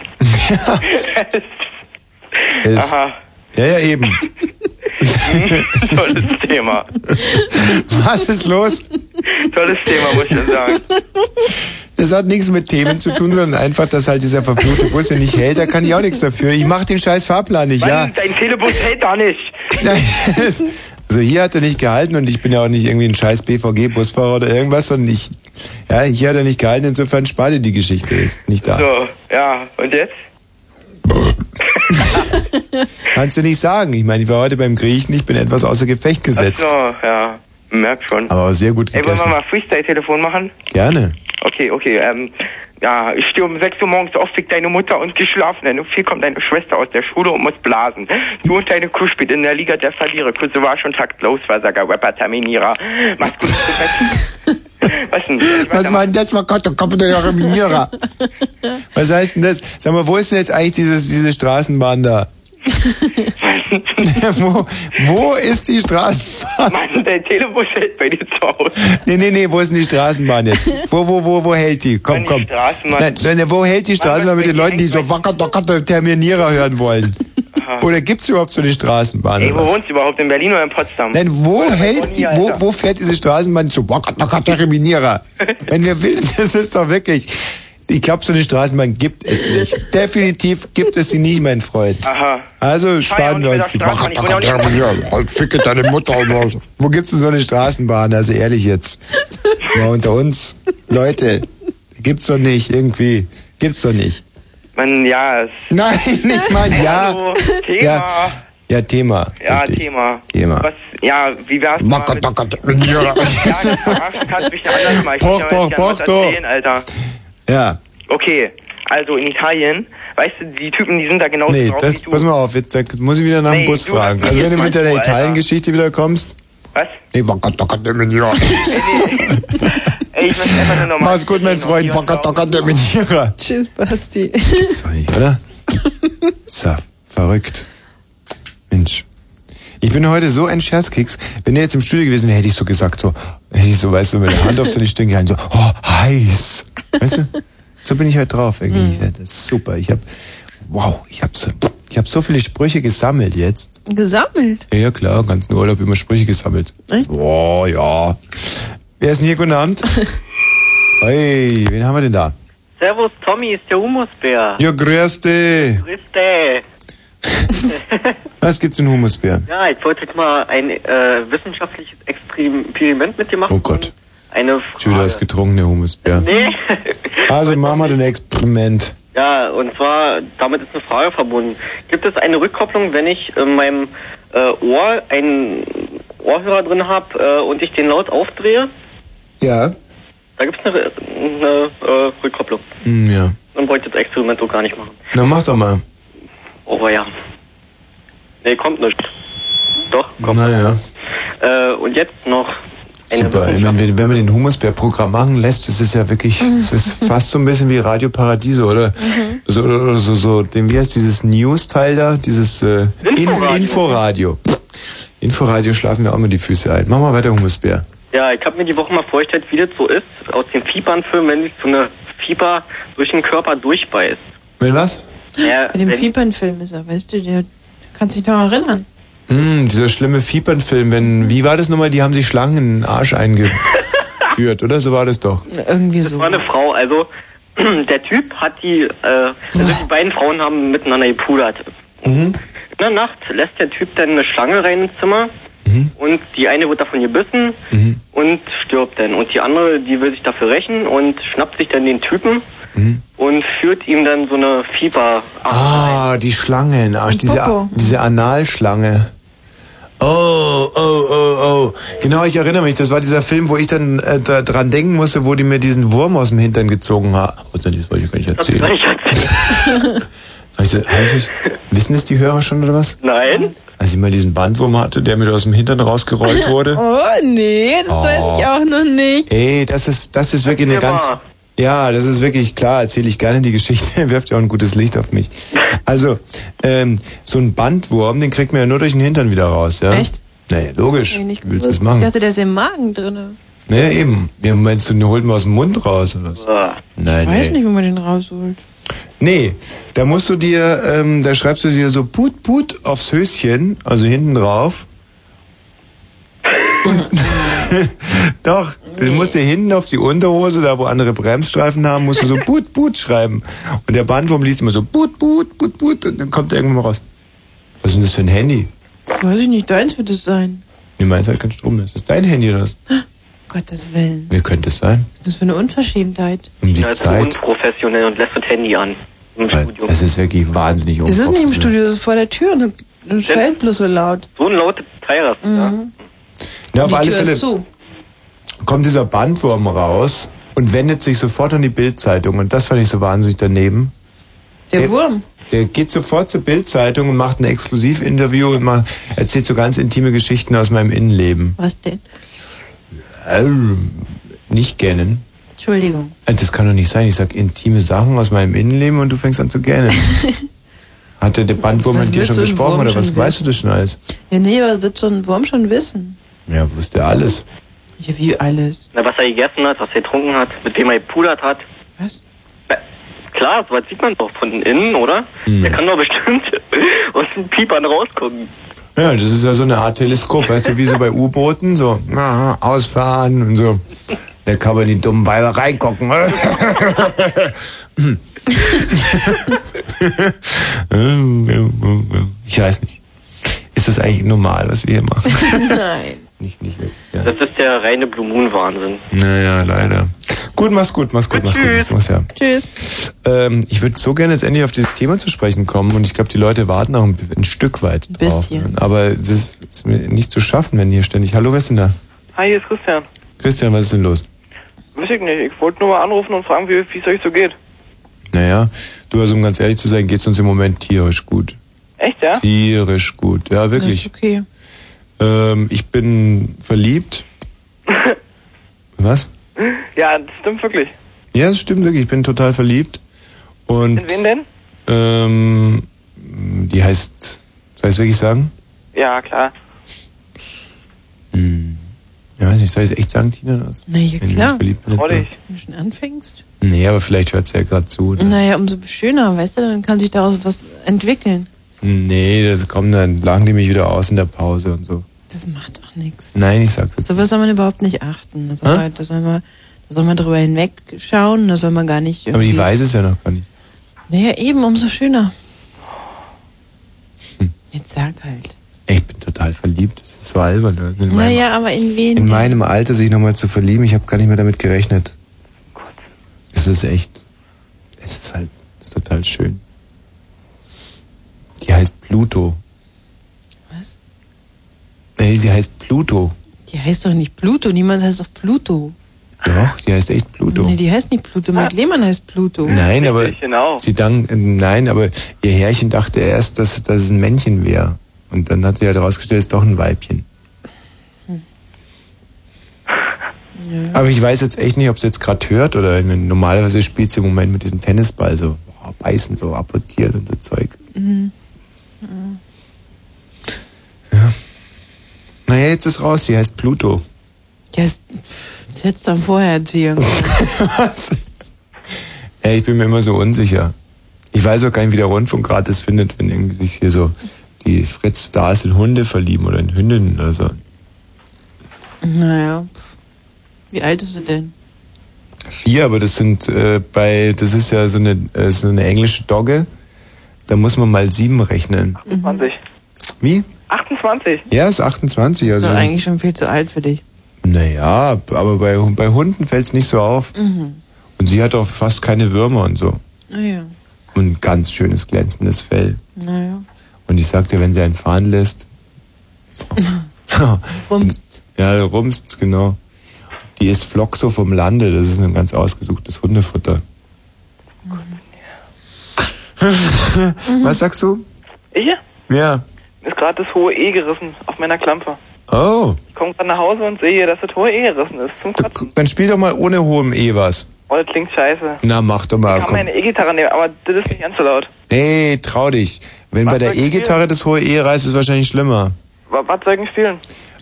Speaker 2: es,
Speaker 12: Aha,
Speaker 2: ja, ja, eben.
Speaker 12: tolles Thema.
Speaker 2: Was ist los?
Speaker 12: Tolles Thema, muss ich schon sagen.
Speaker 2: Das hat nichts mit Themen zu tun, sondern einfach, dass halt dieser verfluchte Bus hier nicht hält. Da kann ich auch nichts dafür. Ich mach den scheiß Fahrplan nicht, ja.
Speaker 12: Mann, dein Telebus hält da nicht.
Speaker 2: Nein, das- also hier hat er nicht gehalten und ich bin ja auch nicht irgendwie ein scheiß BVG-Busfahrer oder irgendwas, sondern ich, ja, hier hat er nicht gehalten, insofern spart ihr die Geschichte, ist nicht da.
Speaker 12: So, ja, und jetzt?
Speaker 2: Kannst du nicht sagen. Ich meine, ich war heute beim Griechen, ich bin etwas außer Gefecht gesetzt.
Speaker 12: So, ja, merk schon.
Speaker 2: Aber sehr gut
Speaker 12: Ey, wollen wir
Speaker 2: gegessen.
Speaker 12: mal Freestyle-Telefon machen?
Speaker 2: Gerne.
Speaker 12: Okay, okay, ähm, ja, ich stehe um 6 Uhr morgens auf, fick deine Mutter und geschlafen. Denn um 4 kommt deine Schwester aus der Schule und muss blasen. Du und deine Kuh spielt in der Liga der Verlierer. Kusse war schon taktlos, Versager, Rapper, Terminierer. Mach's gut, Was denn?
Speaker 2: Was war denn das? War Gott, da kommt der Jahre Was heißt denn das? Sag mal, wo ist denn jetzt eigentlich dieses, diese Straßenbahn da? wo, wo ist die Straßenbahn?
Speaker 12: Mann, dein Telefon hält bei dir zu Hause.
Speaker 2: Nee, nee, nee, wo ist denn die Straßenbahn jetzt? Wo, wo, wo, wo hält die? Komm, komm.
Speaker 12: Straßenbahn-
Speaker 2: Nein, nein, nein, wo hält die Straßenbahn mit den Leuten, die so wacker, docker, Terminierer hören wollen? Oder gibt's überhaupt so eine Straßenbahn?
Speaker 12: Ey,
Speaker 2: oder
Speaker 12: wo
Speaker 2: was?
Speaker 12: wohnst du überhaupt? In Berlin oder in Potsdam?
Speaker 2: Nein, wo hält die, wo, wo fährt diese Straßenbahn zu? oh Wacker, docker, Terminierer. Wenn wir will, das ist doch wirklich. Ich glaube, so eine Straßenbahn gibt es nicht. Definitiv gibt es die nicht, mein Freund.
Speaker 12: Aha.
Speaker 2: Also
Speaker 12: Fahr ja auch
Speaker 2: sparen
Speaker 12: nicht
Speaker 2: wir
Speaker 12: mit
Speaker 2: uns
Speaker 12: der
Speaker 2: die Wacker,
Speaker 12: Straßenbahn, ich wohne
Speaker 2: docker,
Speaker 12: ja auch nicht-
Speaker 2: Terminierer. Ficke deine Mutter um oder so. Wo gibt's denn so eine Straßenbahn? Also ehrlich jetzt. Mal unter uns. Leute, gibt's doch nicht irgendwie. Gibt's doch nicht.
Speaker 12: Mann, ja. es-
Speaker 2: Nein, ich meine, ja.
Speaker 12: Hallo, Thema.
Speaker 2: Ja, ja Thema.
Speaker 12: Ja, Thema.
Speaker 2: Thema.
Speaker 12: Was, ja, wie wär's mal mit...
Speaker 2: Wacker, Terminierer.
Speaker 12: Ja, das verarschen kannst mich ja anders mal. Ich
Speaker 2: Poch,
Speaker 12: kann
Speaker 2: poch,
Speaker 12: ja was
Speaker 2: poch, doch.
Speaker 12: erzählen, Alter.
Speaker 2: Ja.
Speaker 12: Okay, also in Italien, weißt du, die Typen, die sind da genauso
Speaker 2: Nee,
Speaker 12: drauf
Speaker 2: das,
Speaker 12: wie du.
Speaker 2: pass mal auf, jetzt da muss ich wieder nach
Speaker 12: Nee,
Speaker 2: dem Bus
Speaker 12: du hast
Speaker 2: fragen.
Speaker 12: mich
Speaker 2: Also
Speaker 12: jetzt
Speaker 2: wenn du mit deiner
Speaker 12: manchmal,
Speaker 2: Italien-Geschichte wieder kommst.
Speaker 12: Was?
Speaker 2: Nee, wacker, docker, Terminierer.
Speaker 12: Ey, ich möchte einfach nur nochmal...
Speaker 2: Mach's gut, mein Freund. Wacker, docker, Terminierer.
Speaker 3: Tschüss, Basti.
Speaker 2: Nicht, oder? So, verrückt. Mensch. Ich bin heute so ein Scherzkeks. Wenn der jetzt im Studio gewesen wäre, hätte ich so gesagt, so, hätte ich so, weißt du, mit der Hand auf seine Stirn gehalten, so, oh, heiß. Weißt du? So bin ich heute drauf, irgendwie.
Speaker 12: Mhm.
Speaker 2: Ja, Das ist super. Ich habe, wow, ich habe so, ich habe so viele Sprüche gesammelt jetzt.
Speaker 1: Gesammelt.
Speaker 2: Ja, Ja, klar, ganzen Urlaub immer Sprüche gesammelt.
Speaker 1: Echt?
Speaker 2: Boah, ja. Wer ist denn hier? Guten Abend. hey, wen haben wir denn da?
Speaker 5: Servus, Tommy ist der Humusbär.
Speaker 2: Ja, grüß dich.
Speaker 5: Christe.
Speaker 2: Was gibt's in Humusbären?
Speaker 5: Ja, ich wollte jetzt mal ein äh, wissenschaftliches Experiment mit dir machen. Oh Gott. Eine Frage.
Speaker 2: Schüler ist getrunken, der Humusbär.
Speaker 5: Nee.
Speaker 2: Also machen wir den Experiment.
Speaker 5: Ja, und zwar, damit ist eine Frage verbunden. Gibt es eine Rückkopplung, wenn ich in meinem äh, Ohr einen Ohrhörer drin habe äh, und ich den laut aufdrehe?
Speaker 2: Ja.
Speaker 5: Da gibt es eine, eine äh, Rückkopplung.
Speaker 2: Hm, ja.
Speaker 5: Dann wollte ich das Experiment so gar nicht machen.
Speaker 2: Na, mach doch mal.
Speaker 5: Oh ja. Nee, kommt nicht. Doch.
Speaker 2: Naja.
Speaker 5: Äh, und jetzt noch eine
Speaker 2: Super. Ich meine, wenn, wenn man den Humusbär-Programm machen lässt, ist es ja wirklich, es ist fast so ein bisschen wie Radio Paradiso, oder? So, oder oder so, so, dem, wie heißt dieses News-Teil da? Dieses, äh,
Speaker 5: Inforadio.
Speaker 2: Inforadio. Inforadio. Inforadio schlafen wir auch mal die Füße ein. Mach mal weiter, Humusbär.
Speaker 5: Ja, ich habe mir die Woche mal vorgestellt, wie das so ist, aus dem Fiebernfilm, wenn sich so eine Fieber durch den Körper durchbeißt.
Speaker 2: Will was?
Speaker 5: Ja,
Speaker 1: Bei dem
Speaker 5: wenn-
Speaker 1: Fiebernfilm ist er, weißt du, der kannst dich noch erinnern.
Speaker 2: Hm, dieser schlimme Fiebernfilm, wenn, wie war das nochmal? Die haben sich Schlangen in den Arsch eingeführt, oder? So war das doch.
Speaker 1: Irgendwie so.
Speaker 5: Das war eine Frau, also der Typ hat die, äh, also die beiden Frauen haben miteinander gepudert.
Speaker 2: Mhm.
Speaker 5: In der Nacht lässt der Typ dann eine Schlange rein ins Zimmer und die eine wird davon gebissen und stirbt dann. Und die andere, die will sich dafür rächen und schnappt sich dann den Typen und führt ihm dann so eine Fieber.
Speaker 2: Ah, die Schlange in den Arsch, diese,
Speaker 5: Popo.
Speaker 2: diese Analschlange. Oh, oh, oh, oh. Genau, ich erinnere mich, das war dieser Film, wo ich dann äh, da, dran denken musste, wo die mir diesen Wurm aus dem Hintern gezogen haben. Oh, das wollte ich gar nicht erzählen. Hab ich gesagt, heißt es, wissen es die Hörer schon oder was?
Speaker 5: Nein.
Speaker 2: Als ich mal diesen Bandwurm hatte, der mir aus dem Hintern rausgerollt
Speaker 5: Äh.
Speaker 2: wurde.
Speaker 3: Oh, nee, das
Speaker 2: Oh.
Speaker 3: weiß ich auch noch nicht.
Speaker 2: Ey, das ist, das ist wirklich eine ganz. Ja, das ist wirklich klar. Erzähle ich gerne die Geschichte. Wirft ja auch ein gutes Licht auf mich. Also, ähm, so ein Bandwurm, den kriegt man ja nur durch den Hintern wieder raus, ja?
Speaker 1: Echt?
Speaker 2: Naja, logisch.
Speaker 1: Nee,
Speaker 2: Wie
Speaker 1: nicht
Speaker 2: willst du das
Speaker 1: gewusst.
Speaker 2: machen?
Speaker 1: Ich dachte, der ist im Magen drin.
Speaker 2: Naja, eben. Ja, meinst du, den holt man aus dem Mund raus oder was? Nein,
Speaker 1: Ich weiß
Speaker 2: Äh, nee.
Speaker 1: nicht, wo man den rausholt.
Speaker 2: Nee, da musst du dir, ähm, da schreibst du dir so put put aufs Höschen, also hinten drauf. Doch, du musst dir hinten auf die Unterhose, da wo andere Bremsstreifen haben, musst du so put put schreiben. Und der Bandwurm liest immer so put put put put und dann kommt er irgendwann mal raus. Was ist denn das für ein Handy?
Speaker 1: Weiß ich nicht, deins wird es sein.
Speaker 2: Nee, meins hat keinen Strom mehr. Ist das dein Handy oder was?
Speaker 1: Gottes Willen.
Speaker 2: Wer könnte es sein?
Speaker 1: Was ist das für eine Unverschämtheit?
Speaker 2: Um die
Speaker 5: Ja, ist so
Speaker 2: Zeit.
Speaker 5: unprofessionell und lässt das Handy an.
Speaker 2: Das ist wirklich wahnsinnig
Speaker 1: Das ist nicht im
Speaker 2: unprofessionell.
Speaker 1: Studio, das ist vor der Tür und das schellt bloß so laut.
Speaker 5: So ein lautes Teilrasten,
Speaker 1: mhm.
Speaker 2: Ja, auf
Speaker 1: Die
Speaker 2: alle
Speaker 1: Tür
Speaker 2: Fälle.
Speaker 1: ist zu.
Speaker 2: kommt dieser Bandwurm raus und wendet sich sofort an die Bildzeitung. Und das fand ich so wahnsinnig daneben.
Speaker 1: Der Wurm.
Speaker 2: Der geht sofort zur Bildzeitung und macht ein Exklusivinterview und mal erzählt so ganz intime Geschichten aus meinem Innenleben.
Speaker 1: Was denn?
Speaker 2: Ähm, nicht gähnen.
Speaker 1: Entschuldigung.
Speaker 2: Äh, Das kann doch nicht sein. Ich sag intime Sachen aus meinem Innenleben und du fängst an zu gähnen. Hat der, der Bandwurm
Speaker 1: Was
Speaker 2: mit dir
Speaker 1: willst
Speaker 2: schon
Speaker 1: du im
Speaker 2: gesprochen
Speaker 1: Wurm
Speaker 2: oder
Speaker 1: schon
Speaker 2: was?
Speaker 1: wissen?
Speaker 2: Weißt du das schon alles?
Speaker 1: Ja, nee, aber das wird so ein Wurm schon wissen.
Speaker 2: Ja, wusste alles.
Speaker 1: Ja, wie alles.
Speaker 5: Na, was er gegessen hat, was er getrunken hat, mit wem er gepudert hat. Äh,
Speaker 1: Was?
Speaker 5: Klar, sowas sieht man doch von innen, oder?
Speaker 2: Hm.
Speaker 5: Der kann doch bestimmt aus den Piepern rausgucken.
Speaker 2: Ja, das ist ja so eine Art Teleskop, weißt du, wie so bei U-Booten, so ah, ausfahren und so. Da kann man in die dummen Weiber reingucken. Ich weiß nicht. Ist das eigentlich normal, was wir hier machen?
Speaker 1: Nein.
Speaker 2: Nicht, nicht wirklich.
Speaker 5: Das ist der reine Blue Moon Wahnsinn.
Speaker 2: Naja, leider. Gut, mach's gut, mach's gut, mach's gut. Das muss ja.
Speaker 1: Tschüss.
Speaker 2: Ähm, ich würde so gerne jetzt endlich auf dieses Thema zu sprechen kommen und ich glaube, die Leute warten auch ein, ein Stück weit drauf.
Speaker 6: bisschen.
Speaker 2: Aber es ist, ist mir nicht zu schaffen, wenn hier ständig. Hallo, wer ist denn da?
Speaker 6: Hi, hier ist Christian.
Speaker 2: Christian, was ist denn los?
Speaker 6: Weiß ich nicht, ich wollte nur mal anrufen und fragen, wie wie es euch so geht.
Speaker 2: Naja, du, also um ganz ehrlich zu sein, geht's uns im Moment tierisch gut.
Speaker 6: Echt, ja?
Speaker 2: Tierisch gut, ja, wirklich.
Speaker 1: Das ist okay.
Speaker 2: Ähm, ich bin verliebt. was?
Speaker 6: Ja, das stimmt wirklich.
Speaker 2: Ja, das stimmt wirklich, ich bin total verliebt. Und
Speaker 6: In wen denn?
Speaker 2: ähm, die heißt, soll ich es wirklich sagen?
Speaker 6: Ja, klar.
Speaker 2: nicht. Soll ich es echt sagen, Tina? dass-
Speaker 1: Na ja,
Speaker 2: wenn ich
Speaker 1: klar.
Speaker 2: mich verliebt bin jetzt
Speaker 1: Freudig.
Speaker 2: mal?
Speaker 1: Wenn du schon anfängst.
Speaker 2: Nee, aber vielleicht hört sie ja gerade zu. Ne?
Speaker 1: Naja, umso schöner, weißt du, dann kann sich daraus was entwickeln.
Speaker 6: Mhm.
Speaker 2: Nee, das kommen dann, lagen die mich wieder aus in der Pause und so.
Speaker 1: Das macht doch nichts.
Speaker 2: Nein, ich sag's jetzt.
Speaker 1: So was soll man überhaupt nicht achten. Da soll,
Speaker 2: Hä?
Speaker 1: man, da soll man, da soll man drüber hinwegschauen, da soll man gar nicht
Speaker 2: Aber
Speaker 1: irgendwie...
Speaker 2: die weiß es ja noch gar nicht.
Speaker 1: Naja, eben, umso schöner.
Speaker 2: Hm.
Speaker 1: Jetzt sag halt.
Speaker 2: Ey, Ich bin total verliebt. Das ist so albern. oder? In, meinem,
Speaker 1: Naja, aber in wen?
Speaker 2: in meinem Alter sich nochmal zu verlieben, ich habe gar nicht mehr damit gerechnet. Es ist echt. Es ist halt. Es ist total schön. Die heißt Pluto.
Speaker 1: Was?
Speaker 2: Nee, sie heißt Pluto.
Speaker 1: Die heißt doch nicht Pluto, niemand heißt doch Pluto.
Speaker 2: Doch, die heißt echt Pluto.
Speaker 1: Nee, die heißt nicht Pluto,
Speaker 6: Ah.
Speaker 1: Mike Lehmann heißt Pluto.
Speaker 2: Nein, aber sie dank, nein, aber ihr Herrchen dachte erst, dass, dass es ein Männchen wäre. Und dann hat sie halt herausgestellt, es ist doch ein Weibchen. Aber ich weiß jetzt echt nicht, ob sie jetzt gerade hört oder ich meine, normalerweise spielt sie im Moment mit diesem Tennisball so boah, beißen, so apportiert und so Zeug.
Speaker 1: Mhm.
Speaker 2: Naja, jetzt ist raus, sie heißt Pluto.
Speaker 1: Die heißt, das hättest du dann vorher erzählen können.
Speaker 2: Was? Ey, ich bin mir immer so unsicher. Ich weiß auch gar nicht, wie der Rundfunk gerade das findet, wenn irgendwie sich hier so die Fritz-Stars in Hunde verlieben oder in Hündinnen oder so.
Speaker 1: Naja. Wie alt ist sie denn?
Speaker 2: Vier, aber das sind äh, bei, das ist ja so eine, äh, so eine englische Dogge. Da muss man mal sieben rechnen.
Speaker 6: 20.
Speaker 2: Wie?
Speaker 6: 28.
Speaker 2: Ja, ist 28.
Speaker 1: Ist
Speaker 2: Also,
Speaker 1: doch eigentlich schon viel zu alt für dich.
Speaker 2: naja, aber bei, bei Hunden fällt es nicht so auf.
Speaker 1: Mhm.
Speaker 2: Und sie hat auch fast keine Würmer und so.
Speaker 1: Naja.
Speaker 2: Und ein ganz schönes glänzendes Fell.
Speaker 1: Naja.
Speaker 2: Und ich sagte, wenn sie einen fahren lässt.
Speaker 1: rumst.
Speaker 2: Ja, rumst's, genau. Die ist Floxo vom Lande, das ist ein ganz ausgesuchtes Hundefutter. Was sagst du?
Speaker 6: Ich?
Speaker 2: Ja.
Speaker 6: Mir Ist gerade das hohe E gerissen auf meiner Klampe.
Speaker 2: Oh,
Speaker 6: Ich komme gerade nach Hause und sehe, dass das hohe E gerissen ist. Zum Kotzen.
Speaker 2: dann spiel doch mal ohne hohem E was.
Speaker 6: Oh, das klingt scheiße.
Speaker 2: Na, mach doch
Speaker 6: Ich
Speaker 2: mal.
Speaker 6: kann
Speaker 2: Komm.
Speaker 6: meine E-Gitarre nehmen, aber das ist nicht ganz so laut.
Speaker 2: Nee, trau dich. Wenn bei der E-Gitarre das hohe E reißt, ist es wahrscheinlich schlimmer.
Speaker 6: Wa- Was soll ich denn spielen?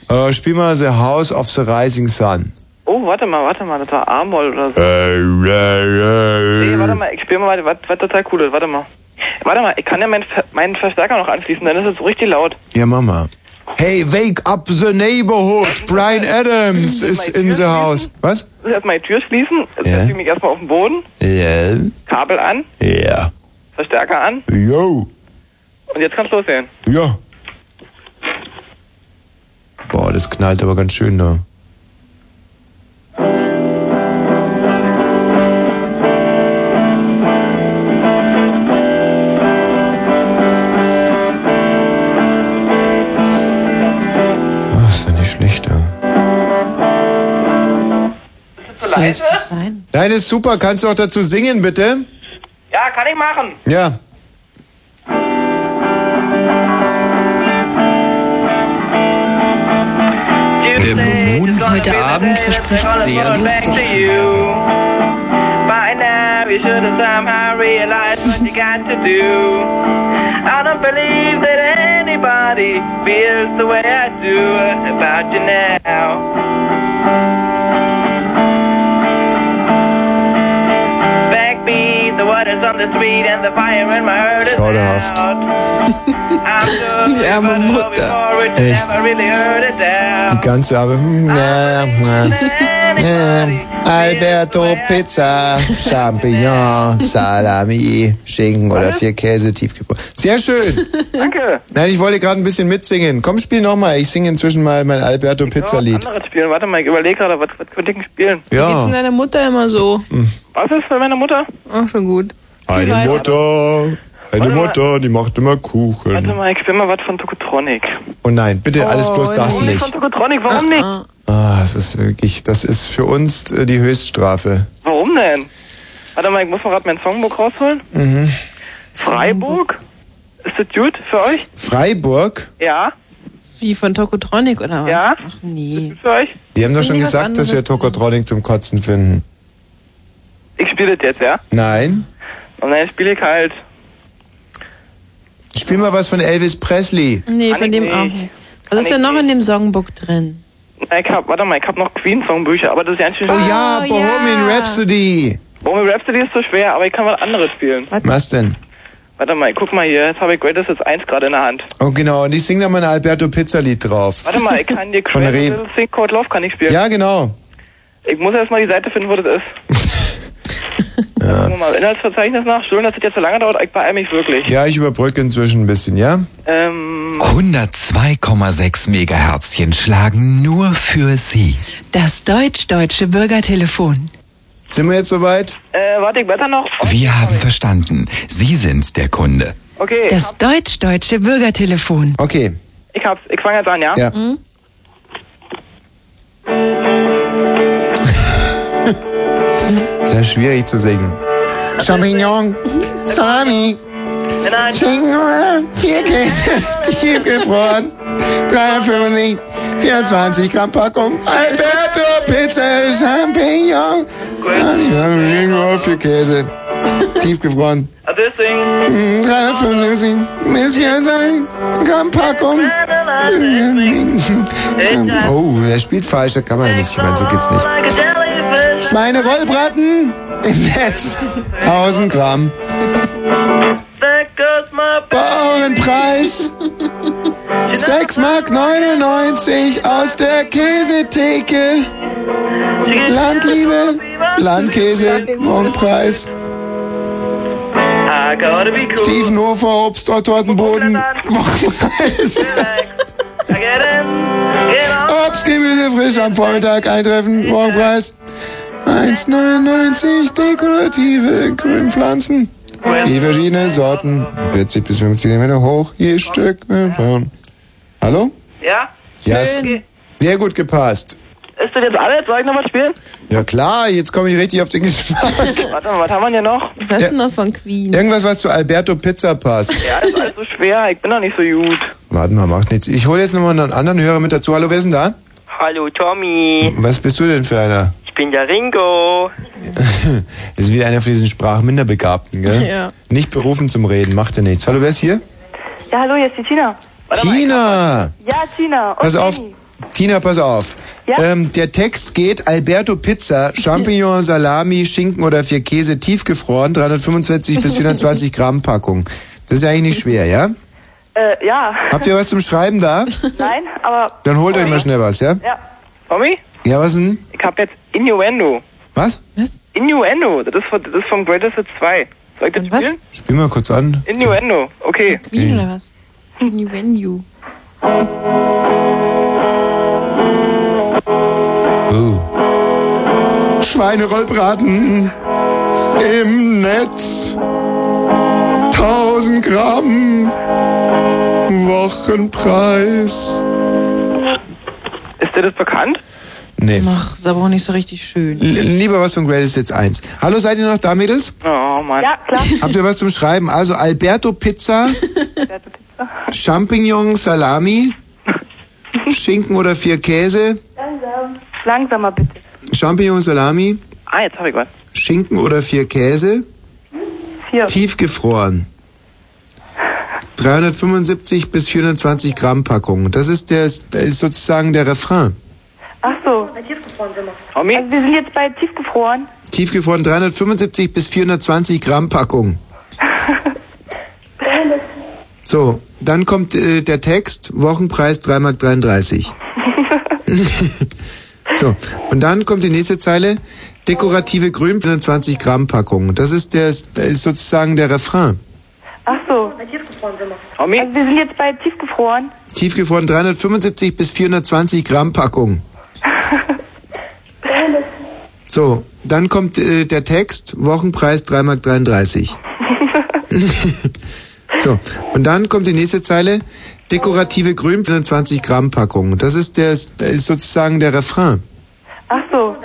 Speaker 2: Äh, spiel mal The House of the Rising Sun.
Speaker 6: Oh, warte mal, warte mal, das war A-Moll oder so.
Speaker 2: Äh,
Speaker 6: Nee, warte
Speaker 2: Warte
Speaker 6: mal, ich spiele mal was, was, was total cool ist. Warte mal. Warte mal, ich kann ja meinen Ver meinen Verstärker noch anschließen, dann ist es richtig laut.
Speaker 2: Ja, Mama. Hey, wake up the neighborhood. Brian Adams is in the house. Was?
Speaker 6: Ich muss erstmal die Tür schließen, jetzt
Speaker 2: Ja.
Speaker 6: setze ich mich erstmal auf den Boden,
Speaker 2: Ja.
Speaker 6: Kabel an,
Speaker 2: Ja.
Speaker 6: Verstärker an
Speaker 2: Yo.
Speaker 6: und jetzt kann's losgehen.
Speaker 2: Ja. Boah, das knallt aber ganz schön da. Ah, ist ja nicht schlecht da.
Speaker 1: Soll's das sein?
Speaker 2: Nein, ist super. Kannst du auch dazu singen, bitte?
Speaker 6: Ja, kann ich machen.
Speaker 2: Ja.
Speaker 10: Der Blue Moon heute Abend verspricht sehr lustig zu werden.
Speaker 18: By now you should have somehow realized what you got to do. I don't believe that anybody feels the way I do about you now. Backbeat, the water's on the street and the fire in my heart is
Speaker 2: Schauderhaft.
Speaker 3: Die arme Mutter.
Speaker 2: Echt.
Speaker 18: really heard it down.
Speaker 2: Die ganze Arbeit. Ja, ja. Ja. Alberto Pizza, Champignon, Salami, Schinken oder vier Käse tiefgefroren. Sehr schön.
Speaker 6: Danke.
Speaker 2: Nein, ich wollte gerade ein bisschen mitsingen. Komm, spiel nochmal. Ich singe inzwischen mal mein Alberto Pizza Lied.
Speaker 6: Anderes spielen, warte mal, ich überlege gerade, was, was könnte ich denn spielen?
Speaker 1: Wie geht's
Speaker 2: Ja. Hm.
Speaker 1: denn deiner Mutter immer so?
Speaker 6: Was ist bei meiner Mutter?
Speaker 1: Ach, schon gut.
Speaker 2: Eine
Speaker 1: Warte.
Speaker 2: Mutter, eine
Speaker 6: Warte mal.
Speaker 2: Mutter, die macht immer
Speaker 6: Warte
Speaker 2: Kuchen.
Speaker 6: mal, ich spiele mal was von Tokotronic.
Speaker 2: Oh nein, bitte alles bloß das
Speaker 6: Warum nicht von
Speaker 2: nicht.
Speaker 6: Tokotronic? Warum nicht?
Speaker 2: Ah, das ist wirklich, das ist für uns äh, die Höchststrafe.
Speaker 6: Warum denn? Warte mal, ich muss mal gerade mein Songbook rausholen.
Speaker 2: Mhm.
Speaker 6: Freiburg? Ist das gut für euch?
Speaker 2: Freiburg?
Speaker 6: Ja.
Speaker 1: Wie von Tokotronic oder was?
Speaker 6: Ja.
Speaker 1: Ach nee.
Speaker 6: Für euch?
Speaker 2: Wir haben doch schon
Speaker 1: Nie was
Speaker 2: gesagt, dass
Speaker 1: anderes.
Speaker 2: wir Tokotronic zum Kotzen finden.
Speaker 6: Ich spiele das jetzt, ja?
Speaker 2: Nein?
Speaker 6: Und dann spiele ich halt.
Speaker 2: Spiel mal was von Elvis Presley.
Speaker 1: Nee, von dem
Speaker 6: nicht.
Speaker 1: auch nicht. Was ist denn noch in dem Songbook drin?
Speaker 6: Ich hab, warte mal, ich hab noch Queen-Songbücher, aber das ist ja ein schönes
Speaker 2: Oh ja, Bohemian Rhapsody.
Speaker 6: Bohemian Rhapsody ist zu schwer, aber ich kann was anderes spielen.
Speaker 2: Was denn?
Speaker 6: Warte mal, guck mal hier, jetzt habe ich Greatest Hits 1 gerade in der Hand.
Speaker 2: Oh genau, und ich singe da mal ein Alberto Pizza-Lied drauf.
Speaker 6: Warte mal, ich kann dir
Speaker 2: Von
Speaker 6: Greatest
Speaker 2: Reh.
Speaker 6: Little Thing Called Love kann ich spielen.
Speaker 2: Ja, genau.
Speaker 6: Ich muss erst mal die Seite finden, wo das ist. ja. Gucken wir mal, Inhaltsverzeichnis nach. Schön, dass es jetzt so lange dauert, ich beeil mich wirklich.
Speaker 2: Ja, ich überbrücke inzwischen ein bisschen, ja?
Speaker 6: Ähm,
Speaker 19: 102,6 Megaherzchen schlagen nur für Sie.
Speaker 16: Das deutsch-deutsche Bürgertelefon.
Speaker 2: Sind wir jetzt soweit?
Speaker 6: äh, warte, ich weiter noch.
Speaker 19: Wir haben verstanden. Sie sind der Kunde.
Speaker 6: Okay.
Speaker 16: Das deutsch-deutsche Bürgertelefon.
Speaker 2: Okay.
Speaker 6: Ich hab's, ich fange jetzt an, ja?
Speaker 2: Ja. Sehr schwierig zu singen. Champignon, Sami, Schinken, vier Käse, tiefgefroren, 53, 24 Gramm Packung, Alberto Pizza, Champignon, Sami, Champignon, vier Käse, tiefgefroren, Mm, 375, Miss 24 Gramm Packung. Oh, der spielt falsch, das kann man nicht. Ich meine, so geht's nicht. Schweinerollbraten im Netz. 1000 Gramm. Bauernpreis 6,99 Mark aus der Käsetheke. Landliebe, Landkäse, Morgenpreis. Stiefenhofer Obst, Tortenboden, Wochenpreis. Obst, Gemüse frisch am Vormittag eintreffen, Morgenpreis. 1,99 dekorative Grünpflanzen. Die verschiedenen Sorten, 40 bis 50 cm hoch, je Stück. Hallo?
Speaker 6: Ja?
Speaker 2: Ja, ist
Speaker 6: Schön.
Speaker 2: sehr gut gepasst.
Speaker 6: Ist das jetzt alles? Soll ich noch was spielen?
Speaker 2: Ja klar, jetzt komme ich richtig auf den Geschmack.
Speaker 6: Warte mal, was haben wir denn hier noch?
Speaker 2: Was ist denn
Speaker 6: noch von Queen?
Speaker 2: Irgendwas, was zu Alberto Pizza passt.
Speaker 6: Ja, ist alles so schwer, ich bin doch nicht so gut.
Speaker 2: Warten wir, macht nichts. Ich hole jetzt nochmal einen anderen Hörer mit dazu. Hallo, wer ist denn da?
Speaker 20: Hallo Tommy,
Speaker 2: Was bist du denn für einer?
Speaker 20: ich bin der Ringo.
Speaker 2: Das ist wieder einer von diesen Sprachminderbegabten, gell?
Speaker 20: Ja.
Speaker 2: Nicht berufen zum Reden, macht ja nichts. Hallo, wer ist hier?
Speaker 21: Ja, hallo, hier ist die Tina.
Speaker 2: Tina!
Speaker 21: Ja, Tina.
Speaker 2: Pass auf, Tina, pass auf. Ähm, der Text geht Alberto Pizza, Champignon, Salami, Schinken oder vier Käse tiefgefroren, 325 bis 420 Gramm Packung. Das ist ja eigentlich nicht schwer, ja?
Speaker 21: Äh, ja.
Speaker 2: Habt ihr was zum Schreiben da?
Speaker 21: Nein, aber.
Speaker 2: Dann holt euch mal schnell was, ja?
Speaker 21: Ja.
Speaker 6: Tommy?
Speaker 2: Ja, was denn?
Speaker 6: Ich hab jetzt Innuendo.
Speaker 2: Was?
Speaker 6: Was? Innuendo, das ist, von- das ist vom Greatest Hits 2. Soll ich das spielen?
Speaker 2: Spiel mal kurz an.
Speaker 6: Innuendo, okay.
Speaker 2: Queen
Speaker 6: oder was? Innuendo.
Speaker 2: Schweinerollbraten im Netz. 1000 Gramm Wochenpreis.
Speaker 6: Ist dir das bekannt?
Speaker 2: Nee.
Speaker 16: Ach, ist aber auch nicht so richtig schön.
Speaker 2: L lieber was von Greatest Hits 1. Hallo, seid ihr noch da, Mädels?
Speaker 6: Oh Mann.
Speaker 21: Ja, klar.
Speaker 2: Habt ihr was zum Schreiben? Also Alberto Pizza, Champignon Salami, Schinken oder vier Käse,
Speaker 21: Langsam. Langsamer bitte.
Speaker 2: Champignon Salami,
Speaker 6: Ah, jetzt hab ich was.
Speaker 2: Schinken oder vier Käse,
Speaker 21: Vier.
Speaker 2: tiefgefroren. 375 bis 420 Gramm Packung. Das ist der, das ist sozusagen der Refrain.
Speaker 21: Ach so. Tommy? Also, wir sind jetzt bei tiefgefroren.
Speaker 2: Tiefgefroren 375 bis 420 Gramm Packung. So, dann kommt äh, der Text, Wochenpreis 3,33 so, und dann kommt die nächste Zeile, dekorative Grün 420 Gramm Packung. Das ist der, das ist sozusagen der Refrain.
Speaker 21: Ach so.
Speaker 6: Tommy?
Speaker 21: Also, wir sind jetzt bei tiefgefroren.
Speaker 2: Tiefgefroren 375 bis 420 Gramm Packung. So, dann kommt äh, der Text, Wochenpreis 3,33 so, und dann kommt die nächste Zeile, dekorative Grün 420 Gramm Packung. Das ist der, das ist sozusagen der Refrain.
Speaker 21: Ach so.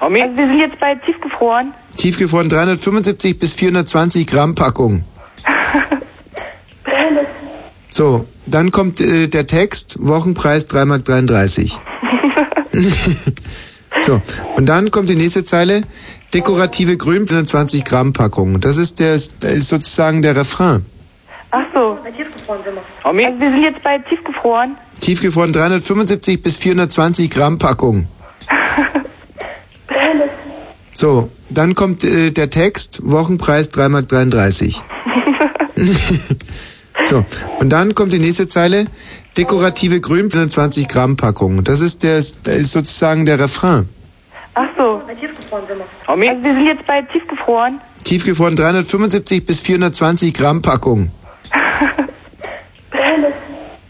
Speaker 6: Tommy?
Speaker 21: Also, wir sind jetzt bei tiefgefroren.
Speaker 2: Tiefgefroren 375 bis 420 Gramm Packung. So, dann kommt äh, der Text, Wochenpreis 3,33 so, und dann kommt die nächste Zeile, dekorative Grün 420 Gramm Packung. Das ist der, das ist sozusagen der Refrain.
Speaker 21: Ach so. Also, wir sind jetzt bei tiefgefroren.
Speaker 2: Tiefgefroren 375 bis 420 Gramm Packung. So, dann kommt äh, der Text, Wochenpreis 3,33 So, und dann kommt die nächste Zeile, dekorative Grün 420 Gramm Packung. Das ist, der, das ist sozusagen der Refrain.
Speaker 21: Ach so. Tommy? Also wir sind jetzt bei tiefgefroren.
Speaker 2: Tiefgefroren 375 bis 420 Gramm Packung.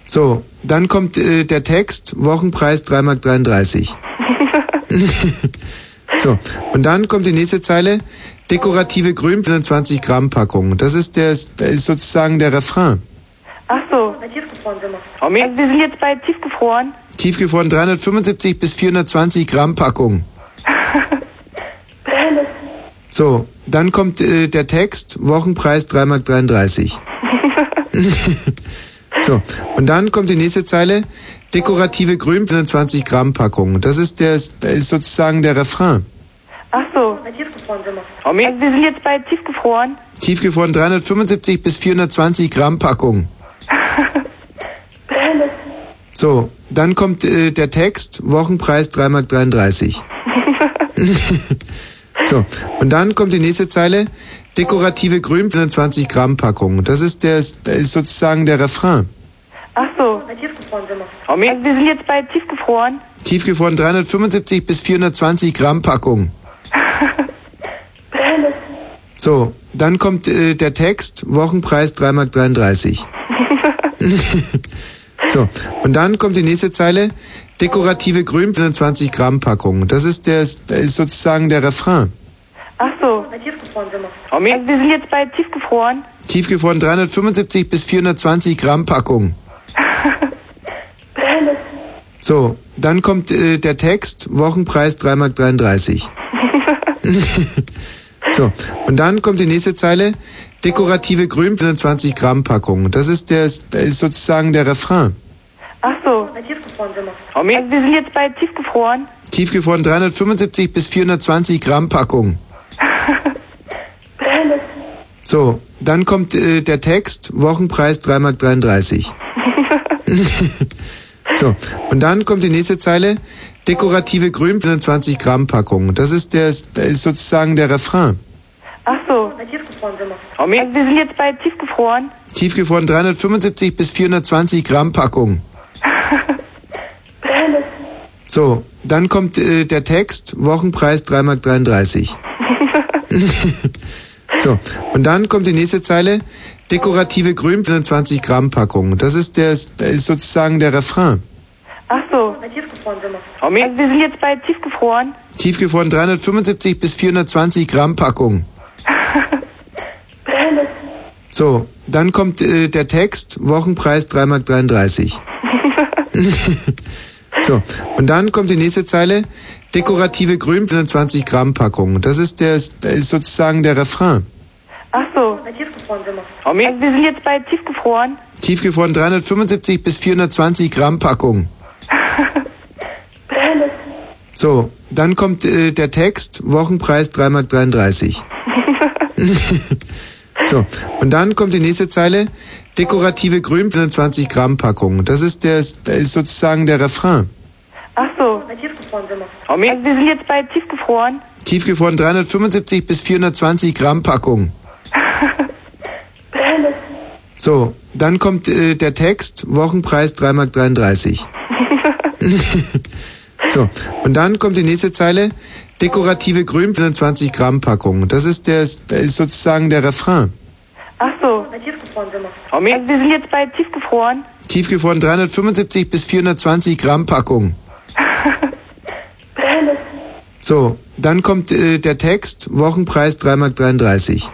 Speaker 2: So, dann kommt äh, der Text, Wochenpreis 3,33 So, und dann kommt die nächste Zeile, dekorative Grün 420 Gramm Packung. Das ist, der, das ist sozusagen der Refrain.
Speaker 21: Ach so. Tommy? Also wir sind jetzt bei tiefgefroren.
Speaker 2: Tiefgefroren 375 bis 420 Gramm Packung. So, dann kommt äh, der Text, Wochenpreis 3,33 So, und dann kommt die nächste Zeile, dekorative Grün 420 Gramm Packung. Das ist, der, das ist sozusagen der Refrain.
Speaker 21: Ach so. Tommy? Also wir sind jetzt bei tiefgefroren.
Speaker 2: Tiefgefroren 375 bis 420 Gramm Packung. So, dann kommt äh, der Text, Wochenpreis 3,33 So, und dann kommt die nächste Zeile, dekorative Grün 420 Gramm Packung. Das ist, der, das ist sozusagen der Refrain.
Speaker 21: Ach so. Tommy? Also wir sind jetzt bei tiefgefroren.
Speaker 2: Tiefgefroren 375 bis 420 Gramm Packung. So, dann kommt äh, der Text, Wochenpreis 3,33 So, und dann kommt die nächste Zeile, dekorative Grün 420 Gramm Packung. Das ist, der, das ist sozusagen der Refrain.
Speaker 21: Ach so. Tommy? Also wir sind jetzt bei tiefgefroren.
Speaker 2: Tiefgefroren 375 bis 420 Gramm Packung. So, dann kommt äh, der Text, Wochenpreis 3,33 So, und dann kommt die nächste Zeile, dekorative Grün 420 Gramm Packung. Das ist, der, das ist sozusagen der Refrain.
Speaker 21: Ach so. Tommy? Also wir sind jetzt bei tiefgefroren.
Speaker 2: Tiefgefroren 375 bis 420 Gramm Packung. So, dann kommt äh, der Text, Wochenpreis 3,33 So, und dann kommt die nächste Zeile, dekorative Grün 420 Gramm Packung. Das ist, der, das ist sozusagen der Refrain.
Speaker 21: Ach so. Tommy? Also wir sind jetzt bei tiefgefroren.
Speaker 2: Tiefgefroren 375 bis 420 Gramm Packung. So, dann kommt äh, der Text, Wochenpreis 3,33 So, und dann kommt die nächste Zeile, dekorative Grün 420 Gramm Packung. Das ist, der, das ist sozusagen der Refrain.
Speaker 21: Ach so. Tommy? Also wir sind jetzt bei tiefgefroren.
Speaker 2: Tiefgefroren 375 bis 420 Gramm Packung. So, dann kommt äh, der Text, Wochenpreis 3,33 So, und dann kommt die nächste Zeile, dekorative Grün 420 Gramm Packung. Das ist, der, das ist sozusagen der Refrain.
Speaker 21: Ach so. Tommy? Also wir sind jetzt bei tiefgefroren.
Speaker 2: Tiefgefroren 375 bis 420 Gramm Packung. So, dann kommt äh, der Text, Wochenpreis 3,33 So, und dann kommt die nächste Zeile, dekorative Grün 420 Gramm Packung. Das ist, der, das ist sozusagen der Refrain.
Speaker 21: Ach so. Tommy? Also wir sind jetzt bei tiefgefroren.
Speaker 2: Tiefgefroren 375 bis 420 Gramm Packung. So, dann kommt äh, der Text, Wochenpreis 3,33 So, und dann kommt die nächste Zeile, dekorative Grün 420 Gramm Packung. Das ist, der, das ist sozusagen der Refrain.
Speaker 21: Ach so. Tommy? Also wir sind jetzt bei tiefgefroren.
Speaker 2: Tiefgefroren 375 bis 420 Gramm Packung. So, dann kommt äh, der Text, Wochenpreis 3,33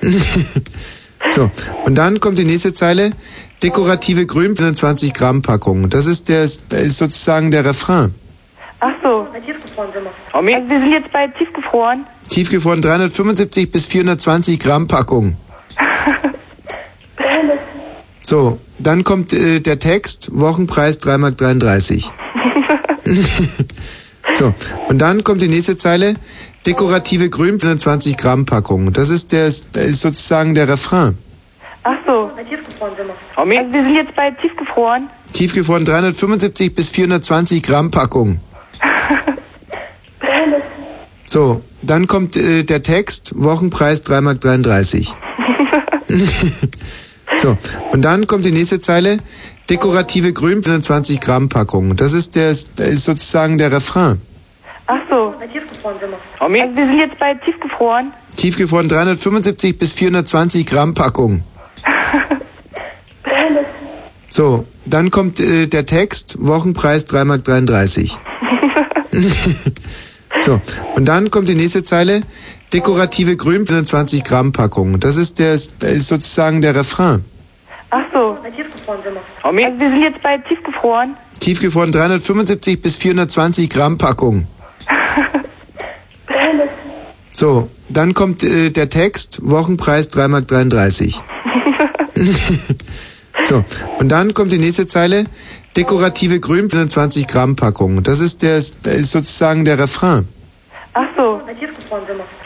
Speaker 2: So, und dann kommt die nächste Zeile, dekorative Grün 420 Gramm Packung. Das ist, der, das ist sozusagen der Refrain.
Speaker 21: Ach so. Tommy? Also wir sind jetzt bei tiefgefroren.
Speaker 2: Tiefgefroren 375 bis 420 Gramm Packung. So, dann kommt äh, der Text, Wochenpreis 3,33 So, und dann kommt die nächste Zeile, dekorative Grün 420 Gramm Packung. Das ist, der, das ist sozusagen der Refrain.
Speaker 21: Ach so. tiefgefroren sind wir. Also wir sind jetzt bei tiefgefroren.
Speaker 2: Tiefgefroren 375 bis 420 Gramm Packung. So, dann kommt äh, der Text, Wochenpreis 3,33 so, und dann kommt die nächste Zeile, dekorative Grün 420 Gramm Packung. Das ist, der, das ist sozusagen der Refrain.
Speaker 21: Ach so. Also wir sind jetzt bei tiefgefroren.
Speaker 2: Tiefgefroren 375 bis 420 Gramm Packung. So, dann kommt äh, der Text, Wochenpreis 3,33 so, und dann kommt die nächste Zeile, dekorative Grün 420 Gramm Packung. Das ist, der, das ist sozusagen der Refrain.
Speaker 21: Ach so. Also wir sind jetzt bei tiefgefroren.
Speaker 2: Tiefgefroren 375 bis 420 Gramm Packung. So, dann kommt äh, der Text, Wochenpreis 3,33 so, und dann kommt die nächste Zeile, dekorative Grün 420 Gramm Packung. Das ist, der, das ist sozusagen der Refrain.
Speaker 21: Ach so.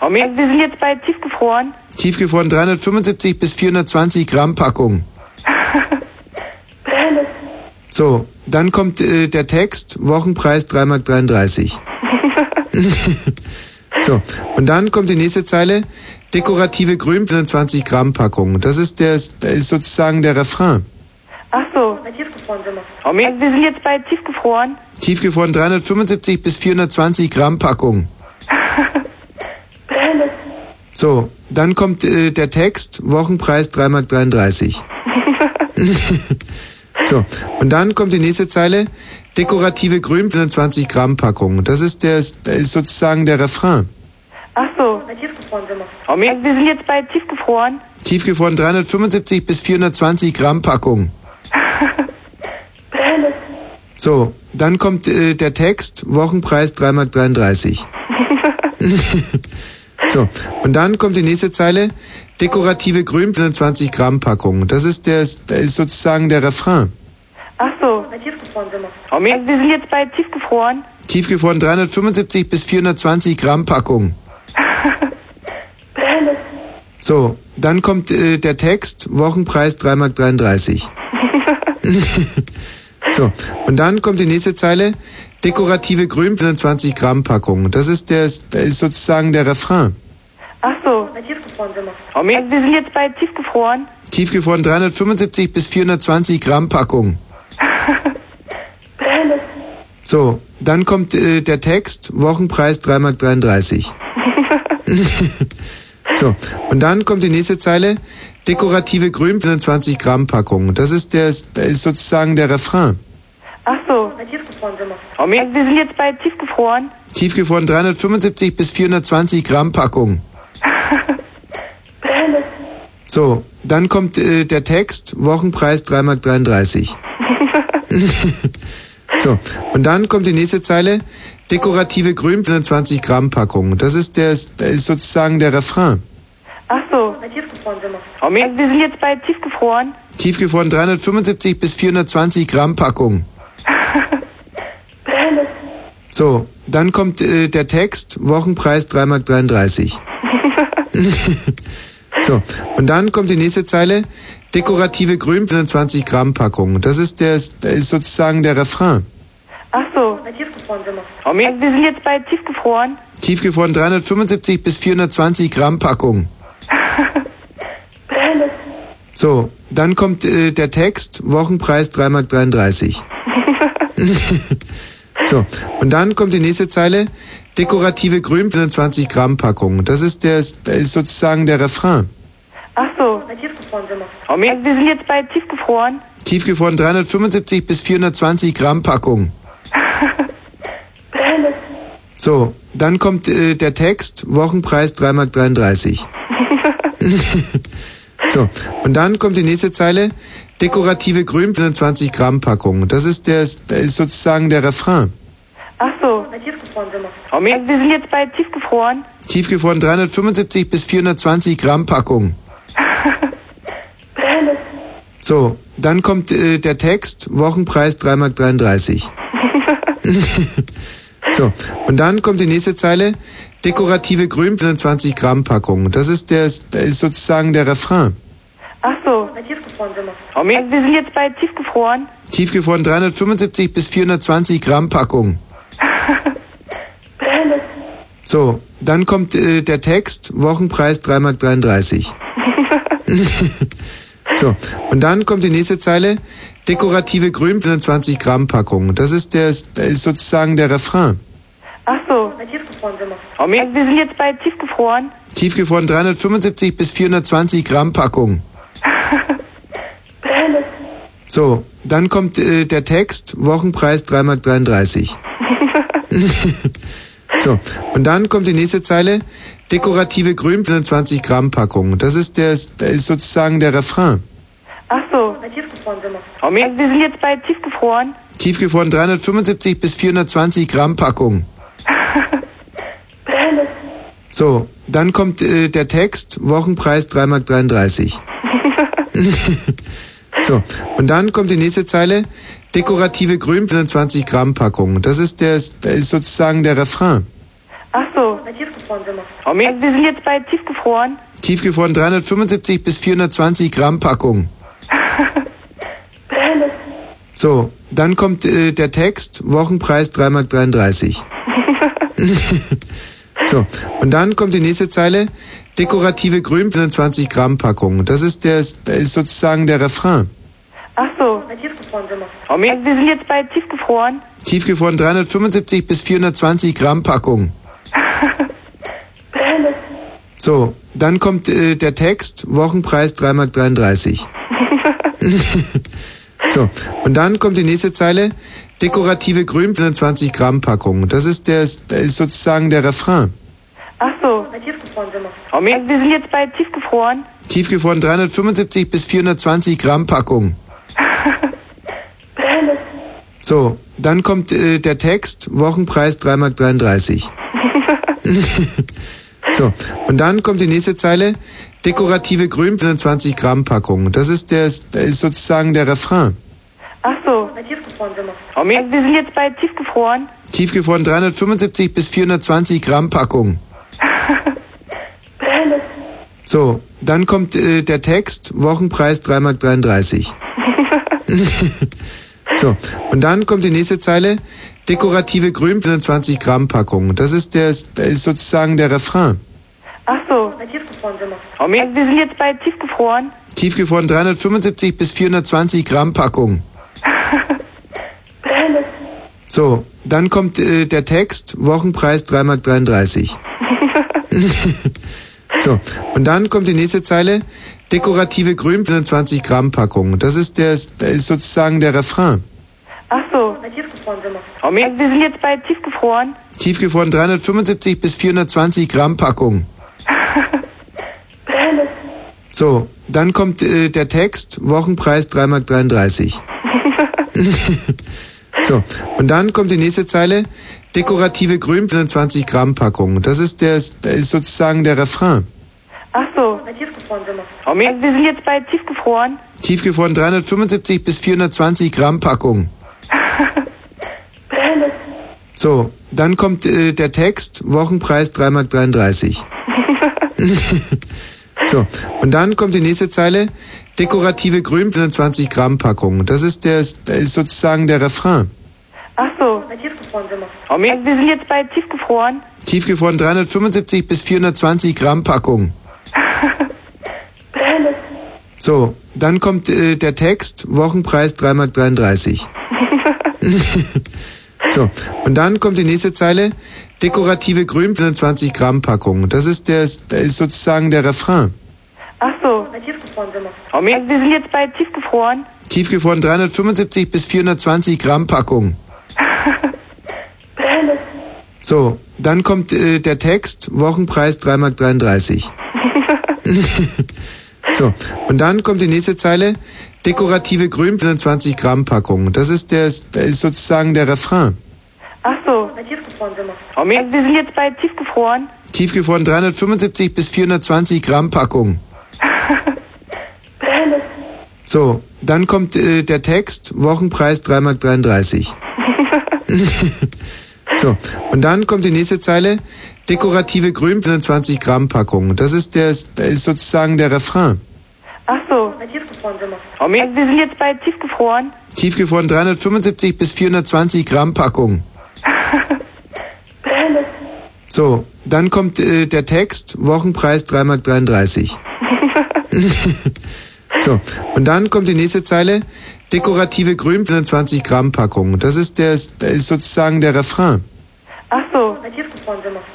Speaker 21: Also wir sind jetzt bei tiefgefroren.
Speaker 2: Tiefgefroren 375 bis 420 Gramm Packung. So, dann kommt äh, der Text, Wochenpreis 3,33 so, und dann kommt die nächste Zeile, dekorative Grün 420 Gramm Packung. Das ist, der, das ist sozusagen der Refrain.
Speaker 21: Ach so. Also wir sind jetzt bei tiefgefroren.
Speaker 2: Tiefgefroren 375 bis 420 Gramm Packung. So, dann kommt äh, der Text, Wochenpreis 3,33 so, und dann kommt die nächste Zeile, dekorative Grün 420 Gramm Packung. Das ist, der, das ist sozusagen der Refrain.
Speaker 21: Ach so. Also wir sind jetzt bei tiefgefroren.
Speaker 2: Tiefgefroren 375 bis 420 Gramm Packung. So, dann kommt äh, der Text, Wochenpreis 3,33 so, und dann kommt die nächste Zeile, dekorative Grün 420 Gramm Packung. Das ist, der, das ist sozusagen der Refrain.
Speaker 21: Ach so. Also wir sind jetzt bei tiefgefroren.
Speaker 2: Tiefgefroren 375 bis 420 Gramm Packung. So, dann kommt äh, der Text, Wochenpreis 3,33 so, und dann kommt die nächste Zeile, dekorative Grün 420 Gramm Packung. Das ist, der, das ist sozusagen der Refrain.
Speaker 21: Ach so. Also wir sind jetzt bei tiefgefroren.
Speaker 2: Tiefgefroren 375 bis 420 Gramm Packung. So, dann kommt äh, der Text, Wochenpreis 3,33 so, und dann kommt die nächste Zeile, dekorative Grün 420 Gramm Packung. Das ist, der, das ist sozusagen der Refrain.
Speaker 21: Ach so. Also wir sind jetzt bei tiefgefroren.
Speaker 2: Tiefgefroren 375 bis 420 Gramm Packung. So, dann kommt äh, der Text, Wochenpreis 3,33 so, und dann kommt die nächste Zeile, dekorative Grün 420 Gramm Packung. Das ist, der, das ist sozusagen der Refrain.
Speaker 21: Ach so. Also wir sind jetzt bei tiefgefroren.
Speaker 2: Tiefgefroren 375 bis 420 Gramm Packung. So, dann kommt äh, der Text, Wochenpreis 3,33 so, und dann kommt die nächste Zeile, dekorative Grün 420 Gramm Packung. Das ist, der, das ist sozusagen der Refrain.
Speaker 21: Ach so. Also wir sind jetzt bei tiefgefroren.
Speaker 2: Tiefgefroren 375 bis 420 Gramm Packung. So, dann kommt äh, der Text, Wochenpreis 3,33 so, und dann kommt die nächste Zeile, dekorative Grün 420 Gramm Packung. Das ist, der, das ist sozusagen der Refrain.
Speaker 21: Ach so. Also wir sind jetzt bei tiefgefroren.
Speaker 2: Tiefgefroren 375 bis 420 Gramm Packung. So, dann kommt äh, der Text, Wochenpreis 3,33 so, und dann kommt die nächste Zeile, dekorative Grün 420 Gramm Packung. Das ist, der, das ist sozusagen der Refrain.
Speaker 21: Ach so. Also wir sind jetzt bei tiefgefroren.
Speaker 2: Tiefgefroren 375 bis 420 Gramm Packung. So, dann kommt äh, der Text, Wochenpreis 3,33 so, und dann kommt die nächste Zeile, dekorative Grün 420 Gramm Packung. Das ist, der, das ist sozusagen der Refrain.
Speaker 21: Ach so. Tommy? Also wir sind jetzt bei tiefgefroren.
Speaker 2: Tiefgefroren 375 bis 420 Gramm Packung. So, dann kommt äh, der Text, Wochenpreis 3,33 so, und dann kommt die nächste Zeile, dekorative Grün 420 Gramm Packung. Das ist, der, das ist sozusagen der Refrain.
Speaker 21: Ach so. Tommy? Also wir sind jetzt bei tiefgefroren.
Speaker 2: Tiefgefroren 375 bis 420 Gramm Packung. So, dann kommt äh, der Text, Wochenpreis 3,33 so, und dann kommt die nächste Zeile, dekorative Grün 420 Gramm Packung. Das ist, der, das ist sozusagen der Refrain.
Speaker 21: Ach so. Tommy? Also wir sind jetzt bei tiefgefroren.
Speaker 2: Tiefgefroren 375 bis 420 Gramm Packung. So, dann kommt äh, der Text, Wochenpreis 3,33 so, und dann kommt die nächste Zeile, dekorative Grün 420 Gramm Packung. Das ist, der, das ist sozusagen der Refrain.
Speaker 21: Ach so. Tommy? Also wir sind jetzt bei tiefgefroren.
Speaker 2: Tiefgefroren 375 bis 420 Gramm Packung. So, dann kommt äh, der Text, Wochenpreis 3,33 so, und dann kommt die nächste Zeile, dekorative Grün 420 Gramm Packung. Das ist, der, das ist sozusagen der Refrain.
Speaker 21: Ach so. Tommy? Also wir sind jetzt bei tiefgefroren.
Speaker 2: Tiefgefroren 375 bis 420 Gramm Packung. So, dann kommt äh, der Text, Wochenpreis 3,33 so, und dann kommt die nächste Zeile, dekorative Grün 420 Gramm Packung. Das ist, der, das ist sozusagen der Refrain.
Speaker 21: Ach so. Tommy? Also wir sind jetzt bei tiefgefroren.
Speaker 2: Tiefgefroren 375 bis 420 Gramm Packung. So, dann kommt äh, der Text, Wochenpreis 3,33 so, und dann kommt die nächste Zeile, dekorative Grün 420 Gramm Packung. Das ist, der, das ist sozusagen der Refrain.
Speaker 21: Ach so. Tommy? Also wir sind jetzt bei tiefgefroren.
Speaker 2: Tiefgefroren 375 bis 420 Gramm Packung. So, dann kommt äh, der Text, Wochenpreis 3,33 so, und dann kommt die nächste Zeile, dekorative Grün 420 Gramm Packung. Das ist, der, das ist sozusagen der Refrain.
Speaker 21: Ach so. Tommy? Also wir sind jetzt bei tiefgefroren.
Speaker 2: Tiefgefroren 375 bis 420 Gramm Packung. So, dann kommt äh, der Text, Wochenpreis 3,33 so, und dann kommt die nächste Zeile, dekorative Grün 420 Gramm Packung. Das ist, der, das ist sozusagen der Refrain.
Speaker 21: Ach so. Tommy? Also wir sind jetzt bei tiefgefroren.
Speaker 2: Tiefgefroren 375 bis 420 Gramm Packung. So, dann kommt äh, der Text, Wochenpreis 3,33 so, und dann kommt die nächste Zeile, dekorative Grün 420 Gramm Packung. Das ist, der, das ist sozusagen der Refrain.
Speaker 21: Ach so. Tommy? Also wir sind jetzt bei tiefgefroren.
Speaker 2: Tiefgefroren 375 bis 420 Gramm Packung. So, dann kommt äh, der Text, Wochenpreis 3,33 so, und dann kommt die nächste Zeile, dekorative Grün 420 Gramm Packung. Das ist, der, das ist sozusagen der Refrain.
Speaker 21: Ach so. Tommy? Also wir sind jetzt bei tiefgefroren.
Speaker 2: Tiefgefroren 375 bis 420 Gramm Packung. So, dann kommt äh, der Text, Wochenpreis 3,33 so, und dann kommt die nächste Zeile, dekorative Grün 420 Gramm Packung. Das ist, der, das ist sozusagen der Refrain.
Speaker 21: Ach so. Tommy? Also wir sind jetzt bei tiefgefroren.
Speaker 2: Tiefgefroren 375 bis 420 Gramm Packung. So, dann kommt äh, der Text, Wochenpreis 3,33 so, und dann kommt die nächste Zeile, dekorative Grün 420 Gramm Packung. Das ist, der, das ist sozusagen der Refrain.
Speaker 21: Ach so. Tommy? Also wir sind jetzt bei tiefgefroren.
Speaker 2: Tiefgefroren 375 bis 420 Gramm Packung. So, dann kommt äh, der Text, Wochenpreis 3,33 so, und dann kommt die nächste Zeile, dekorative Grün 420 Gramm Packung. Das ist, der, das ist sozusagen der Refrain.
Speaker 21: Ach so. tiefgefroren sind wir. Also wir sind jetzt bei tiefgefroren.
Speaker 14: Tiefgefroren 375 bis 420 Gramm Packung. So, dann kommt äh, der Text, Wochenpreis 3,33 so, und dann kommt die nächste Zeile, dekorative Grün 420 Gramm Packung. Das ist, der, das ist sozusagen der Refrain.
Speaker 21: Ach so.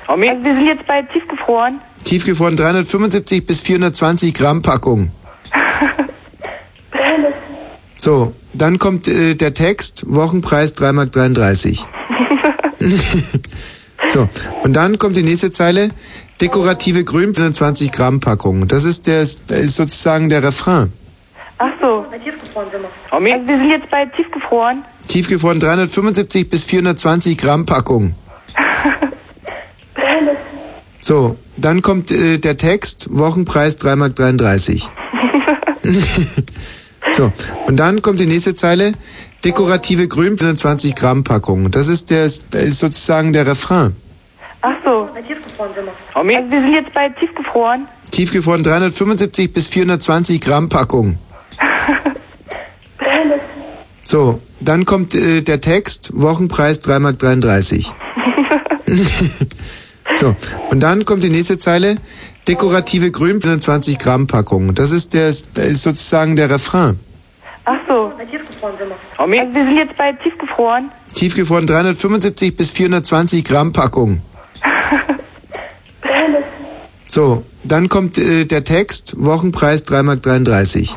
Speaker 21: Tommy? Also wir sind jetzt bei tiefgefroren.
Speaker 14: Tiefgefroren 375 bis 420 Gramm Packung. So, dann kommt äh, der Text, Wochenpreis 3,33 so, und dann kommt die nächste Zeile, dekorative Grün 420 Gramm Packung. Das ist, der, das ist sozusagen der Refrain.
Speaker 21: Ach so. Tommy? Also wir sind jetzt bei tiefgefroren.
Speaker 14: Tiefgefroren 375 bis 420 Gramm Packung. So, dann kommt äh, der Text, Wochenpreis 3,33 so, und dann kommt die nächste Zeile, dekorative Grün 420 Gramm Packung. Das ist, der, das ist sozusagen der Refrain.
Speaker 21: Ach so. Tommy? Also wir sind jetzt bei tiefgefroren.
Speaker 14: Tiefgefroren 375 bis 420 Gramm Packung. So, dann kommt äh, der Text, Wochenpreis 3,33 so, und dann kommt die nächste Zeile, dekorative Grün 420 Gramm Packung. Das ist, der, das ist sozusagen der Refrain.
Speaker 21: Ach so. Tommy? Also wir sind jetzt bei tiefgefroren.
Speaker 14: Tiefgefroren 375 bis 420 Gramm Packung. So, dann kommt äh, der Text, Wochenpreis 3,33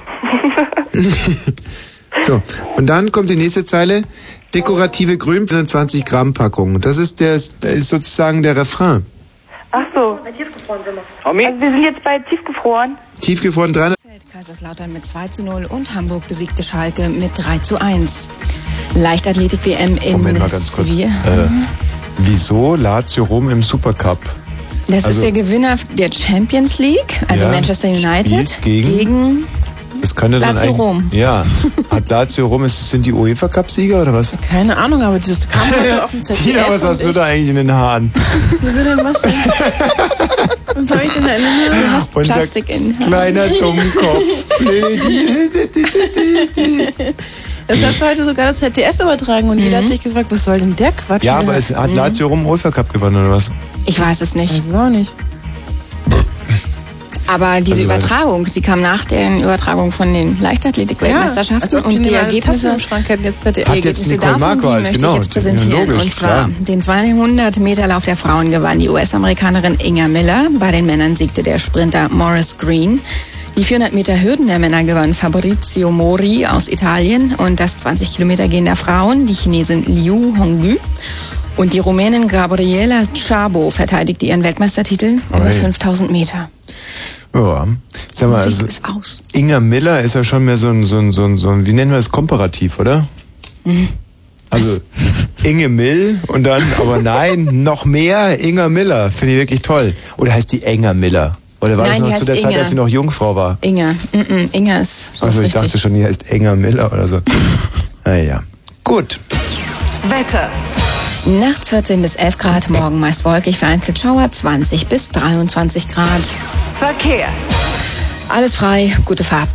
Speaker 14: so, und dann kommt die nächste Zeile, dekorative Grün 420 Gramm Packung. Das ist, der, das ist sozusagen der Refrain.
Speaker 21: Ach so. Tommy? Also wir sind jetzt bei tiefgefroren.
Speaker 14: Tiefgefroren 300
Speaker 8: Kaiserslautern mit 2 zu 0 und Hamburg besiegte Schalke mit 3 zu 1. Leichtathletik-WM in
Speaker 2: Moment mal ganz kurz. Äh,
Speaker 8: Sevilla.
Speaker 2: wieso Lazio Rom im Supercup?
Speaker 8: Das
Speaker 2: also,
Speaker 8: ist der Gewinner der Champions League, also
Speaker 2: Ja,
Speaker 8: Manchester United,
Speaker 2: spielt gegen-
Speaker 8: gegen
Speaker 2: das könnte dann
Speaker 8: Lazio
Speaker 2: eigentlich-
Speaker 8: Rom.
Speaker 2: Ja. Hat Lazio Rom, ist, sind die UEFA Cup Sieger oder was?
Speaker 1: Keine Ahnung, aber das kam heute auf dem ZDF.
Speaker 2: Tina, was
Speaker 1: und
Speaker 2: hast du
Speaker 1: ich-
Speaker 2: da eigentlich in den Haaren?
Speaker 1: Wieso denn was denn? Was habe ich denn da in den Haaren?
Speaker 2: Unser Kleiner Dummkopf.
Speaker 1: Das hat heute sogar das ZDF übertragen und jeder hat sich gefragt, was soll denn der Quatsch?
Speaker 2: Mhm. Ja, aber es
Speaker 8: Mhm.
Speaker 2: hat Lazio Rom UEFA Cup gewonnen oder was?
Speaker 8: Ich weiß es nicht.
Speaker 1: Ich weiß auch nicht.
Speaker 8: Aber diese
Speaker 2: Also, weil-
Speaker 8: Übertragung, die kam nach der Übertragung von den Leichtathletik-Weltmeisterschaften
Speaker 1: als ob
Speaker 8: und die
Speaker 1: jemand eine
Speaker 8: Ergebnisse.
Speaker 1: Tasse im Schrank hätten, jetzt ZDF.
Speaker 8: Die Ergebnisse davon, die möchte ich jetzt präsentieren. und zwar den 200-Meter-Lauf der Frauen gewann die US-Amerikanerin Inga Miller. Bei den Männern siegte der Sprinter Morris Green. Die 400 Meter Hürden der Männer gewann Fabrizio Mori aus Italien und das 20 Kilometer Gehen der Frauen, die Chinesin Liu Hongyu. Und die Rumänin Gabriela Szabo verteidigte ihren Weltmeistertitel über
Speaker 2: Oi.
Speaker 8: 5000 Meter.
Speaker 2: Ja. Sag mal, also, Inga Miller ist ja schon mehr so ein, so ein, so ein, so ein wie nennen wir das, Komparativ, oder? Also Inge Mill und dann, aber nein, noch mehr Inga Miller. Finde ich wirklich toll. Oder heißt die Enger Miller? Oder
Speaker 8: Nein,
Speaker 2: war das
Speaker 8: die
Speaker 2: noch zu
Speaker 8: heißt
Speaker 2: der Zeit,
Speaker 8: Inga.
Speaker 2: als sie noch Jungfrau war?
Speaker 8: Inga, mm -mm, Inga ist
Speaker 2: Also ich dachte schon, die heißt Enger Miller oder so. Ah, Naja. Gut.
Speaker 8: Wetter. Nachts 14 bis 11 Grad, morgen meist wolkig, vereinzelt Schauer 20 bis 23 Grad. Verkehr. Alles frei, gute Fahrt.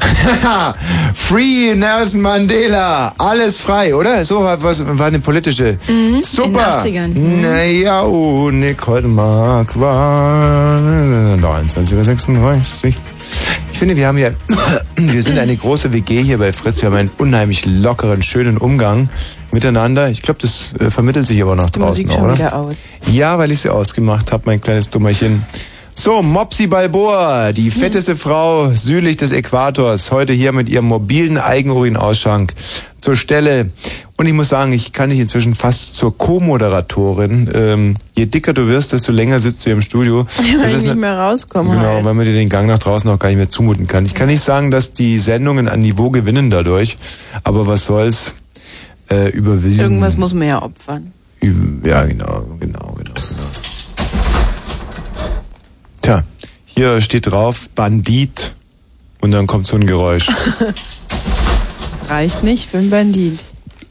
Speaker 2: Free Nelson Mandela. Alles frei, oder? So war, was, war eine politische.
Speaker 8: Mhm,
Speaker 2: Super.
Speaker 8: In den 80ern. Mhm.
Speaker 2: Naja, oh, Nicole Mark war 29.36 Ich finde, wir haben ja, wir sind eine große WG hier bei Fritz. Wir haben einen unheimlich lockeren, schönen Umgang miteinander. Ich glaube, das äh, vermittelt sich aber noch
Speaker 1: Die
Speaker 2: draußen,
Speaker 1: Musik schon
Speaker 2: oder?
Speaker 1: wieder aus.
Speaker 2: Ja, weil ich sie ausgemacht habe, mein kleines Dummerchen. So, Mopsi Balboa,
Speaker 1: Hm.
Speaker 2: die fetteste Frau südlich des Äquators, heute hier mit ihrem mobilen Eigenurinausschank zur Stelle. Und ich muss sagen, ich kann dich inzwischen fast zur Co-Moderatorin. Ähm, je dicker du wirst, desto länger sitzt du hier im Studio.
Speaker 1: Weil
Speaker 2: Das
Speaker 1: ich
Speaker 2: ist
Speaker 1: nicht
Speaker 2: eine-
Speaker 1: mehr rauskomme.
Speaker 2: Genau, weil man dir den Gang nach draußen auch gar nicht mehr zumuten kann. Ich kann nicht sagen, dass die Sendungen an Niveau gewinnen dadurch, aber was soll's äh, überwiesen.
Speaker 1: Irgendwas muss man ja opfern.
Speaker 2: Ja, genau, genau, genau, genau. Tja, hier steht drauf Bandit und dann kommt so ein Geräusch.
Speaker 1: Das reicht nicht für einen Bandit.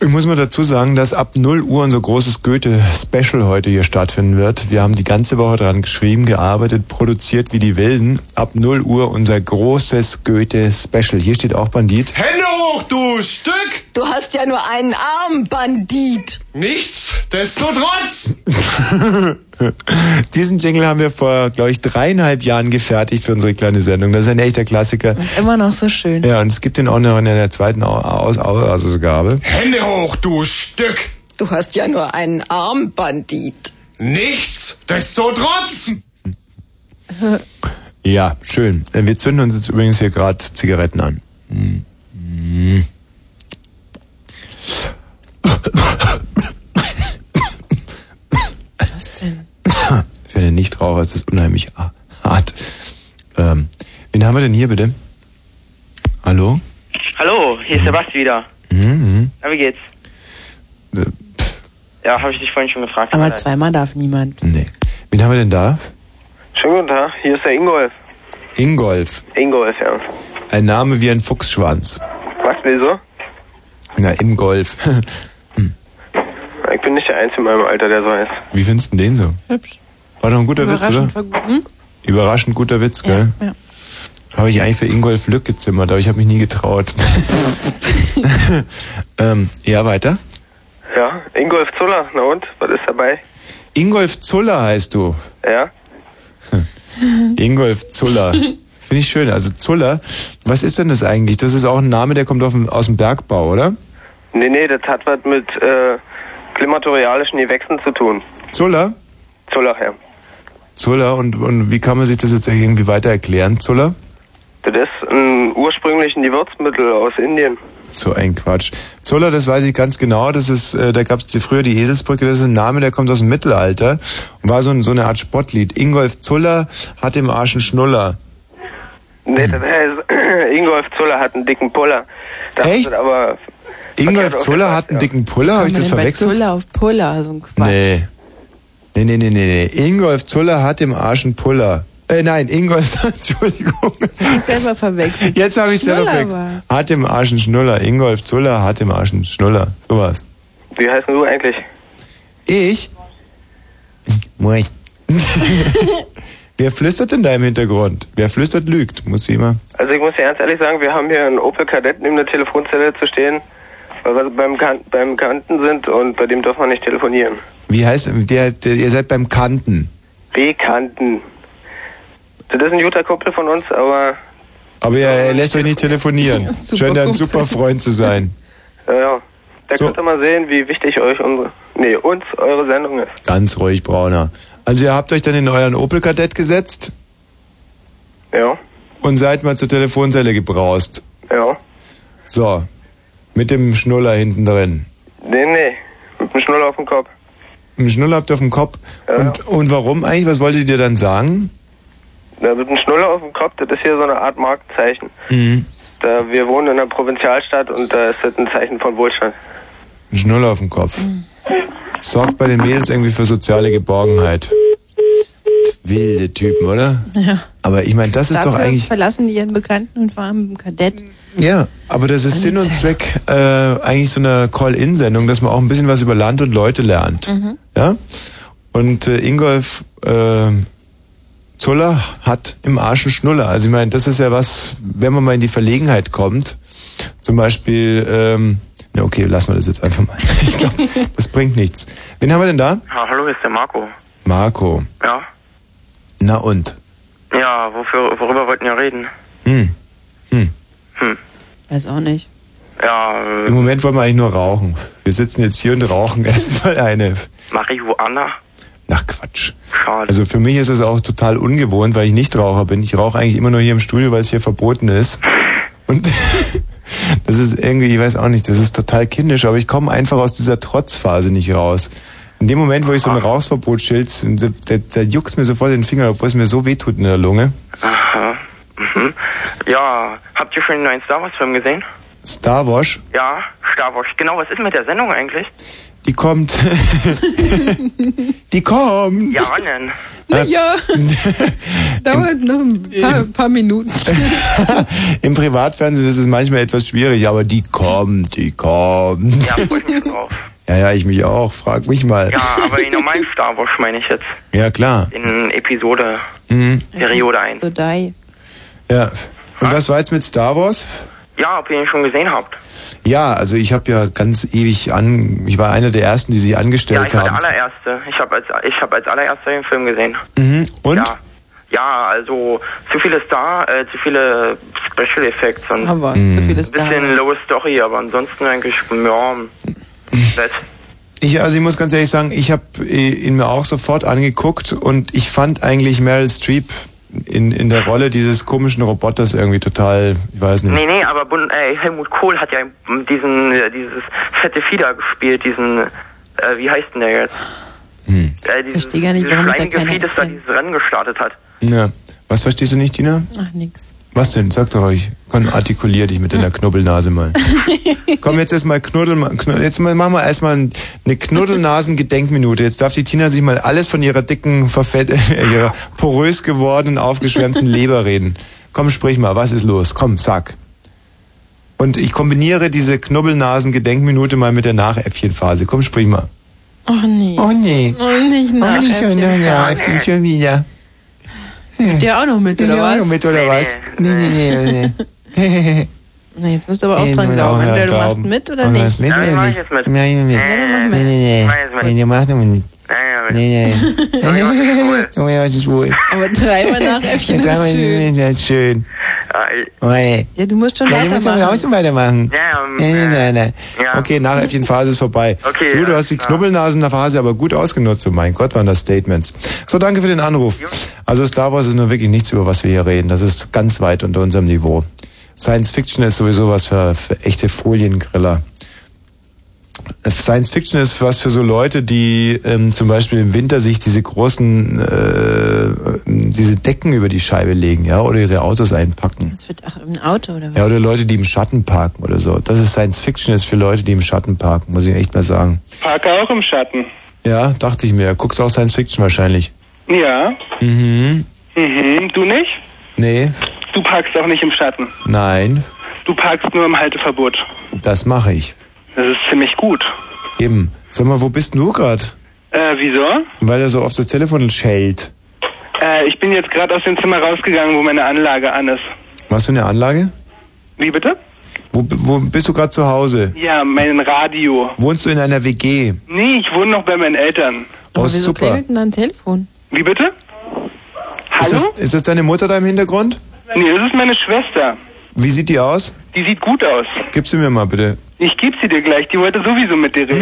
Speaker 2: Ich muss mal dazu sagen, dass ab 0 Uhr unser großes Goethe-Special heute hier stattfinden wird. Wir haben die ganze Woche dran geschrieben, gearbeitet, produziert wie die Wilden. Ab 0 Uhr unser großes Goethe-Special. Hier steht auch Bandit.
Speaker 7: Hände hoch, du Stück!
Speaker 22: Du hast ja nur einen Arm, Bandit.
Speaker 7: Nichts, desto trotz!
Speaker 2: Diesen Jingle haben wir vor, glaube ich, dreieinhalb Jahren gefertigt für unsere kleine Sendung. Das ist ein echter Klassiker.
Speaker 1: Immer noch so schön.
Speaker 2: Ja, und es gibt den auch noch in der zweiten Au- Aus- Aus- Ausgabe.
Speaker 7: Hände hoch, du Stück!
Speaker 22: Du hast ja nur einen Arm, Bandit.
Speaker 7: Nichts, desto trotz!
Speaker 2: Ja, schön. Äh, Wir zünden uns jetzt übrigens hier gerade Zigaretten an. Mm. Mm.
Speaker 23: Was denn?
Speaker 2: Für einen Nichtraucher ist das unheimlich a- hart. Ähm, wen haben wir denn hier bitte? Hallo?
Speaker 12: Hallo, hier ist der Basti wieder.
Speaker 2: Mhm.
Speaker 12: Na, wie geht's?
Speaker 2: Äh,
Speaker 12: Ja, habe ich dich vorhin schon gefragt.
Speaker 1: Aber zweimal darf niemand.
Speaker 2: Wen haben wir denn da?
Speaker 6: Schönen guten Tag, hier ist der Ingolf.
Speaker 2: Ingolf.
Speaker 6: Ingolf, ja.
Speaker 2: Ein Name wie ein Fuchsschwanz.
Speaker 6: Was, wieso?
Speaker 2: Na, im Golf.
Speaker 6: Ich bin nicht der Einzige in meinem Alter, der so heißt.
Speaker 2: Wie findest du den so?
Speaker 6: Hübsch.
Speaker 2: War doch ein guter Witz, oder?
Speaker 7: Hm?
Speaker 2: Überraschend guter Witz, gell?
Speaker 6: Ja, ja.
Speaker 2: Habe ich eigentlich für Ingolf Lück gezimmert, aber ich habe mich nie getraut. ähm, ja, weiter.
Speaker 6: Ja, Ingolf Zuller, na und? Was ist dabei?
Speaker 2: Ingolf Zuller heißt du. Hm.
Speaker 6: Ja?
Speaker 2: Ingolf Zuller. Finde ich schön. Also Zuller, was ist denn das eigentlich? Das ist auch ein Name, der kommt auf dem, aus dem Bergbau, oder?
Speaker 6: Nee, nee, das hat was mit äh, klimatorialischen Gewächsen zu tun.
Speaker 2: Zuller?
Speaker 6: Zuller, ja.
Speaker 2: Zuller, und, und wie kann man sich das jetzt irgendwie weiter erklären, Zuller?
Speaker 6: Das ist ein ursprünglich ein Gewürzmittel aus Indien.
Speaker 2: So ein Quatsch. Zoller, das weiß ich ganz genau. Das ist, äh, da gab's die, früher die Eselsbrücke. Das ist ein Name, der kommt aus dem Mittelalter und war so, ein, so eine Art Spottlied. Ingolf Zuller hat im Arsch einen Schnuller.
Speaker 6: Nee, das heißt, Ingolf Zuller hat einen dicken Puller. Das Echt? Aber
Speaker 2: Ingolf Zuller hat einen dicken Puller, habe ich das verwechselt?
Speaker 1: Zuller auf Puller, so ein Quatsch.
Speaker 2: Nee. Nee, nee, nee, nee, nee. Ingolf Zuller hat im Arsch einen Puller. Äh, nein, Ingolf, Entschuldigung.
Speaker 1: Ich selber verwechselt.
Speaker 2: Jetzt habe ich selber
Speaker 1: Schnuller
Speaker 2: verwechselt.
Speaker 1: war's.
Speaker 2: Hat im Arsch einen Schnuller. Ingolf Zuller hat im Arsch einen Schnuller. Sowas.
Speaker 6: wie heißt denn du eigentlich?
Speaker 2: Ich? Moin. Wer flüstert denn da im Hintergrund? Wer flüstert, lügt. Muss ich immer.
Speaker 6: Also ich muss dir ganz ehrlich sagen, wir haben hier einen Opel Kadett neben der Telefonzelle zu stehen, weil wir beim, kan beim Kanten sind und bei dem darf man nicht telefonieren.
Speaker 2: Wie heißt der, der ihr seid beim Kanten.
Speaker 6: Bekannten. Das ist ein guter Kumpel von uns, aber
Speaker 2: Aber ihr er lässt euch nicht telefonieren.
Speaker 6: Super
Speaker 2: Scheint ein
Speaker 6: Kumpel.
Speaker 2: super Freund zu sein.
Speaker 6: ja, ja. Da könnt ihr mal sehen, wie wichtig euch unsere, nee, uns eure Sendung ist.
Speaker 2: Ganz ruhig, Brauner. Also ihr habt euch dann in euren Opel Kadett gesetzt?
Speaker 6: Ja.
Speaker 2: Und seid mal zur Telefonzelle gebraust.
Speaker 6: Ja.
Speaker 2: So. Mit dem Schnuller hinten drin.
Speaker 6: Nee, nee. Mit dem Schnuller auf dem Kopf.
Speaker 2: Einen Schnuller habt ihr auf dem Kopf. Und, und warum eigentlich? Was wolltet ihr dann sagen?
Speaker 6: Da mit dem Schnuller auf dem Kopf, das ist hier so eine Art Markenzeichen.
Speaker 2: Mhm.
Speaker 6: Da wir wohnen in einer Provinzialstadt und da ist das ein Zeichen von Wohlstand.
Speaker 2: Ein Schnuller auf dem Kopf. Sorgt bei den Mädels irgendwie für soziale Geborgenheit. Wilde Typen, oder?
Speaker 1: Ja.
Speaker 2: Aber ich meine, das ist
Speaker 1: Dafür
Speaker 2: doch eigentlich.
Speaker 1: verlassen die ihren Bekannten und fahren im Kadett.
Speaker 2: Ja, aber das ist Sinn und Zweck äh, eigentlich so einer Call-In-Sendung, dass man auch ein bisschen was über Land und Leute lernt.
Speaker 1: Mhm.
Speaker 2: Ja? Und äh, Ingolf äh, Zuller hat im Arsch einen Schnuller. Also ich meine, das ist ja was, wenn man mal in die Verlegenheit kommt, zum Beispiel, ähm, na okay, lassen wir das jetzt einfach mal. Ich glaub, das bringt nichts. Wen haben wir denn da?
Speaker 12: Ja, hallo, hier ist der Marco.
Speaker 2: Marco.
Speaker 12: Ja?
Speaker 2: Na und?
Speaker 12: Ja, wofür, worüber wollten wir reden?
Speaker 2: Hm.
Speaker 1: Weiß auch nicht.
Speaker 12: Ja,
Speaker 2: Im Moment wollen wir eigentlich nur rauchen. Wir sitzen jetzt hier und rauchen erstmal eine.
Speaker 12: Marihuana?
Speaker 2: Ach Quatsch.
Speaker 12: Schade.
Speaker 2: Also für mich ist es auch total ungewohnt, weil ich nicht Raucher bin. Ich rauche eigentlich immer nur hier im Studio, weil es hier verboten ist. Und das ist irgendwie, ich weiß auch nicht, das ist total kindisch, aber ich komme einfach aus dieser Trotzphase nicht raus. In dem Moment, wo ich so ein Rauchverbotsschild, da, da juckt mir sofort den Finger, obwohl es mir so wehtut in der Lunge.
Speaker 12: Aha. Mhm. Ja, habt ihr schon den neuen Star Wars Film gesehen?
Speaker 2: Star Wars,
Speaker 12: Ja, Star Wars. Genau, was ist mit der Sendung eigentlich?
Speaker 2: Die kommt. die kommt.
Speaker 7: Ja,
Speaker 12: nein.
Speaker 7: Naja, dauert noch ein paar, paar Minuten.
Speaker 2: Im Privatfernsehen ist es manchmal etwas schwierig, aber die kommt, die kommt.
Speaker 12: Ja, freue ich mich schon drauf.
Speaker 2: Ja, ja, ich mich auch. Frag mich mal.
Speaker 12: Ja, aber in normalen Star Wars meine ich jetzt.
Speaker 2: Ja, klar.
Speaker 12: In Episode,
Speaker 2: Mhm.
Speaker 12: Periode 1.
Speaker 1: So dai.
Speaker 2: Ja. Und was war jetzt mit Star Wars?
Speaker 12: Ja, ob ihr ihn schon gesehen habt.
Speaker 2: Ja, also ich habe ja ganz ewig an, ich war einer der ersten, die sie
Speaker 12: Ja,
Speaker 2: angestellt
Speaker 12: ich war der
Speaker 2: haben.
Speaker 12: allererste. Ich habe als, ich hab als allererster den Film gesehen.
Speaker 2: Mhm. Und?
Speaker 12: Ja. Ja, also zu viele Star, äh, zu viele Special Effects und
Speaker 1: Aber
Speaker 2: Hm.
Speaker 1: es ist zu viele
Speaker 12: ein
Speaker 1: Star.
Speaker 12: bisschen low Story, aber ansonsten eigentlich, ja, nett.
Speaker 2: Ich, also ich muss ganz ehrlich sagen, ich habe ihn mir auch sofort angeguckt und ich fand eigentlich Meryl Streep in, in der Rolle dieses komischen Roboters irgendwie total, ich weiß nicht.
Speaker 12: Nee, nee, aber Bund, äh, Helmut Kohl hat ja diesen, äh, dieses fette Fieder gespielt, diesen, äh, wie heißt denn der jetzt?
Speaker 2: Hm.
Speaker 12: Äh, dieses,
Speaker 1: Verstehe gar nicht,
Speaker 12: dieses
Speaker 1: warum ich da
Speaker 12: kleinige
Speaker 1: keiner
Speaker 12: Vieh, das da dieses Rennen gestartet hat.
Speaker 2: Ja. Was verstehst du nicht, Dina?
Speaker 1: Ach, nix.
Speaker 2: Was denn? Sag doch euch. Komm, artikulier dich mit deiner Knubbelnase mal. Komm, jetzt erstmal Knuddel, Knuddel, jetzt mal- machen wir erstmal eine Knuddelnasen-Gedenkminute. Jetzt darf die Tina sich mal alles von ihrer dicken, verfett, äh, ihrer porös gewordenen, aufgeschwemmten Leber reden. Komm, sprich mal, was ist los? Komm, sag. Und ich kombiniere diese Knubbelnasen-Gedenkminute mal mit der Nachäffchenphase. Komm, sprich mal.
Speaker 1: Oh nee.
Speaker 2: Oh nee.
Speaker 1: Oh nicht nach.
Speaker 2: schon wieder.
Speaker 1: Der auch noch mit, oder was?
Speaker 2: oder was? Nee, nee, nee.
Speaker 1: Na, jetzt musst du aber auch dran glauben. Entweder du machst mit oder nicht.
Speaker 2: mit. Nein,
Speaker 1: Ja, dann mach mit. Nee,
Speaker 2: nee, nee, mach doch nicht. Nee, nee. Junge, was ist wohl?
Speaker 1: Aber dreimal nach Äffchen ist schön.
Speaker 2: Das ist schön. Oi.
Speaker 1: Ja, du musst schon
Speaker 2: Ja, du musst aber
Speaker 1: weitermachen.
Speaker 2: draußen weitermachen.
Speaker 12: Ja, ähm,
Speaker 2: Nein, nein, nein. Okay, Nachäffchenphase ist vorbei.
Speaker 12: Okay,
Speaker 2: du, du
Speaker 12: ja,
Speaker 2: hast die
Speaker 12: ja.
Speaker 2: Knubbelnasenphase aber gut ausgenutzt. Oh mein Gott, waren das Statements. So, danke für den Anruf. Also Star Wars ist nur wirklich nichts, über was wir hier reden. Das ist ganz weit unter unserem Niveau. Science Fiction ist sowieso was für, für echte Foliengriller. Science Fiction ist was für so Leute, die ähm, zum Beispiel im Winter sich diese großen, äh, diese Decken über die Scheibe legen, ja, oder ihre Autos einpacken.
Speaker 1: Ach, im Auto oder was?
Speaker 2: Ja, oder Leute, die im Schatten parken oder so. Das ist Science Fiction ist für Leute, die im Schatten parken, muss ich echt mal sagen.
Speaker 6: Parke auch im Schatten.
Speaker 2: Ja, dachte ich mir. Guckst auch Science Fiction wahrscheinlich.
Speaker 6: Ja.
Speaker 2: Mhm.
Speaker 6: Mhm. Du nicht?
Speaker 2: Nee,
Speaker 6: Du parkst auch nicht im Schatten.
Speaker 2: nein,
Speaker 6: Du parkst nur im Halteverbot.
Speaker 2: das mache ich.
Speaker 6: Das ist ziemlich gut.
Speaker 2: Eben. Sag mal, wo bist denn du grad?
Speaker 6: Äh, wieso?
Speaker 2: Weil er so oft das Telefon schellt.
Speaker 6: Äh, ich bin jetzt gerade aus dem Zimmer rausgegangen, wo meine Anlage an ist.
Speaker 2: Was für eine Anlage?
Speaker 6: Wie bitte?
Speaker 2: Wo, wo bist du grad zu Hause?
Speaker 6: Ja, mein Radio.
Speaker 2: Wohnst du in einer WG?
Speaker 6: Nee, ich wohne noch bei meinen Eltern.
Speaker 2: Oh,
Speaker 1: Wieso
Speaker 2: super.
Speaker 1: klingelt denn da ein Telefon?
Speaker 6: Wie bitte?
Speaker 2: Ist das, ist das deine Mutter da im Hintergrund?
Speaker 6: Nee, das ist meine Schwester.
Speaker 2: Wie sieht die aus?
Speaker 6: Die sieht gut aus.
Speaker 2: Gib sie mir mal bitte.
Speaker 6: Ich geb sie dir gleich. Die wollte sowieso mit dir reden.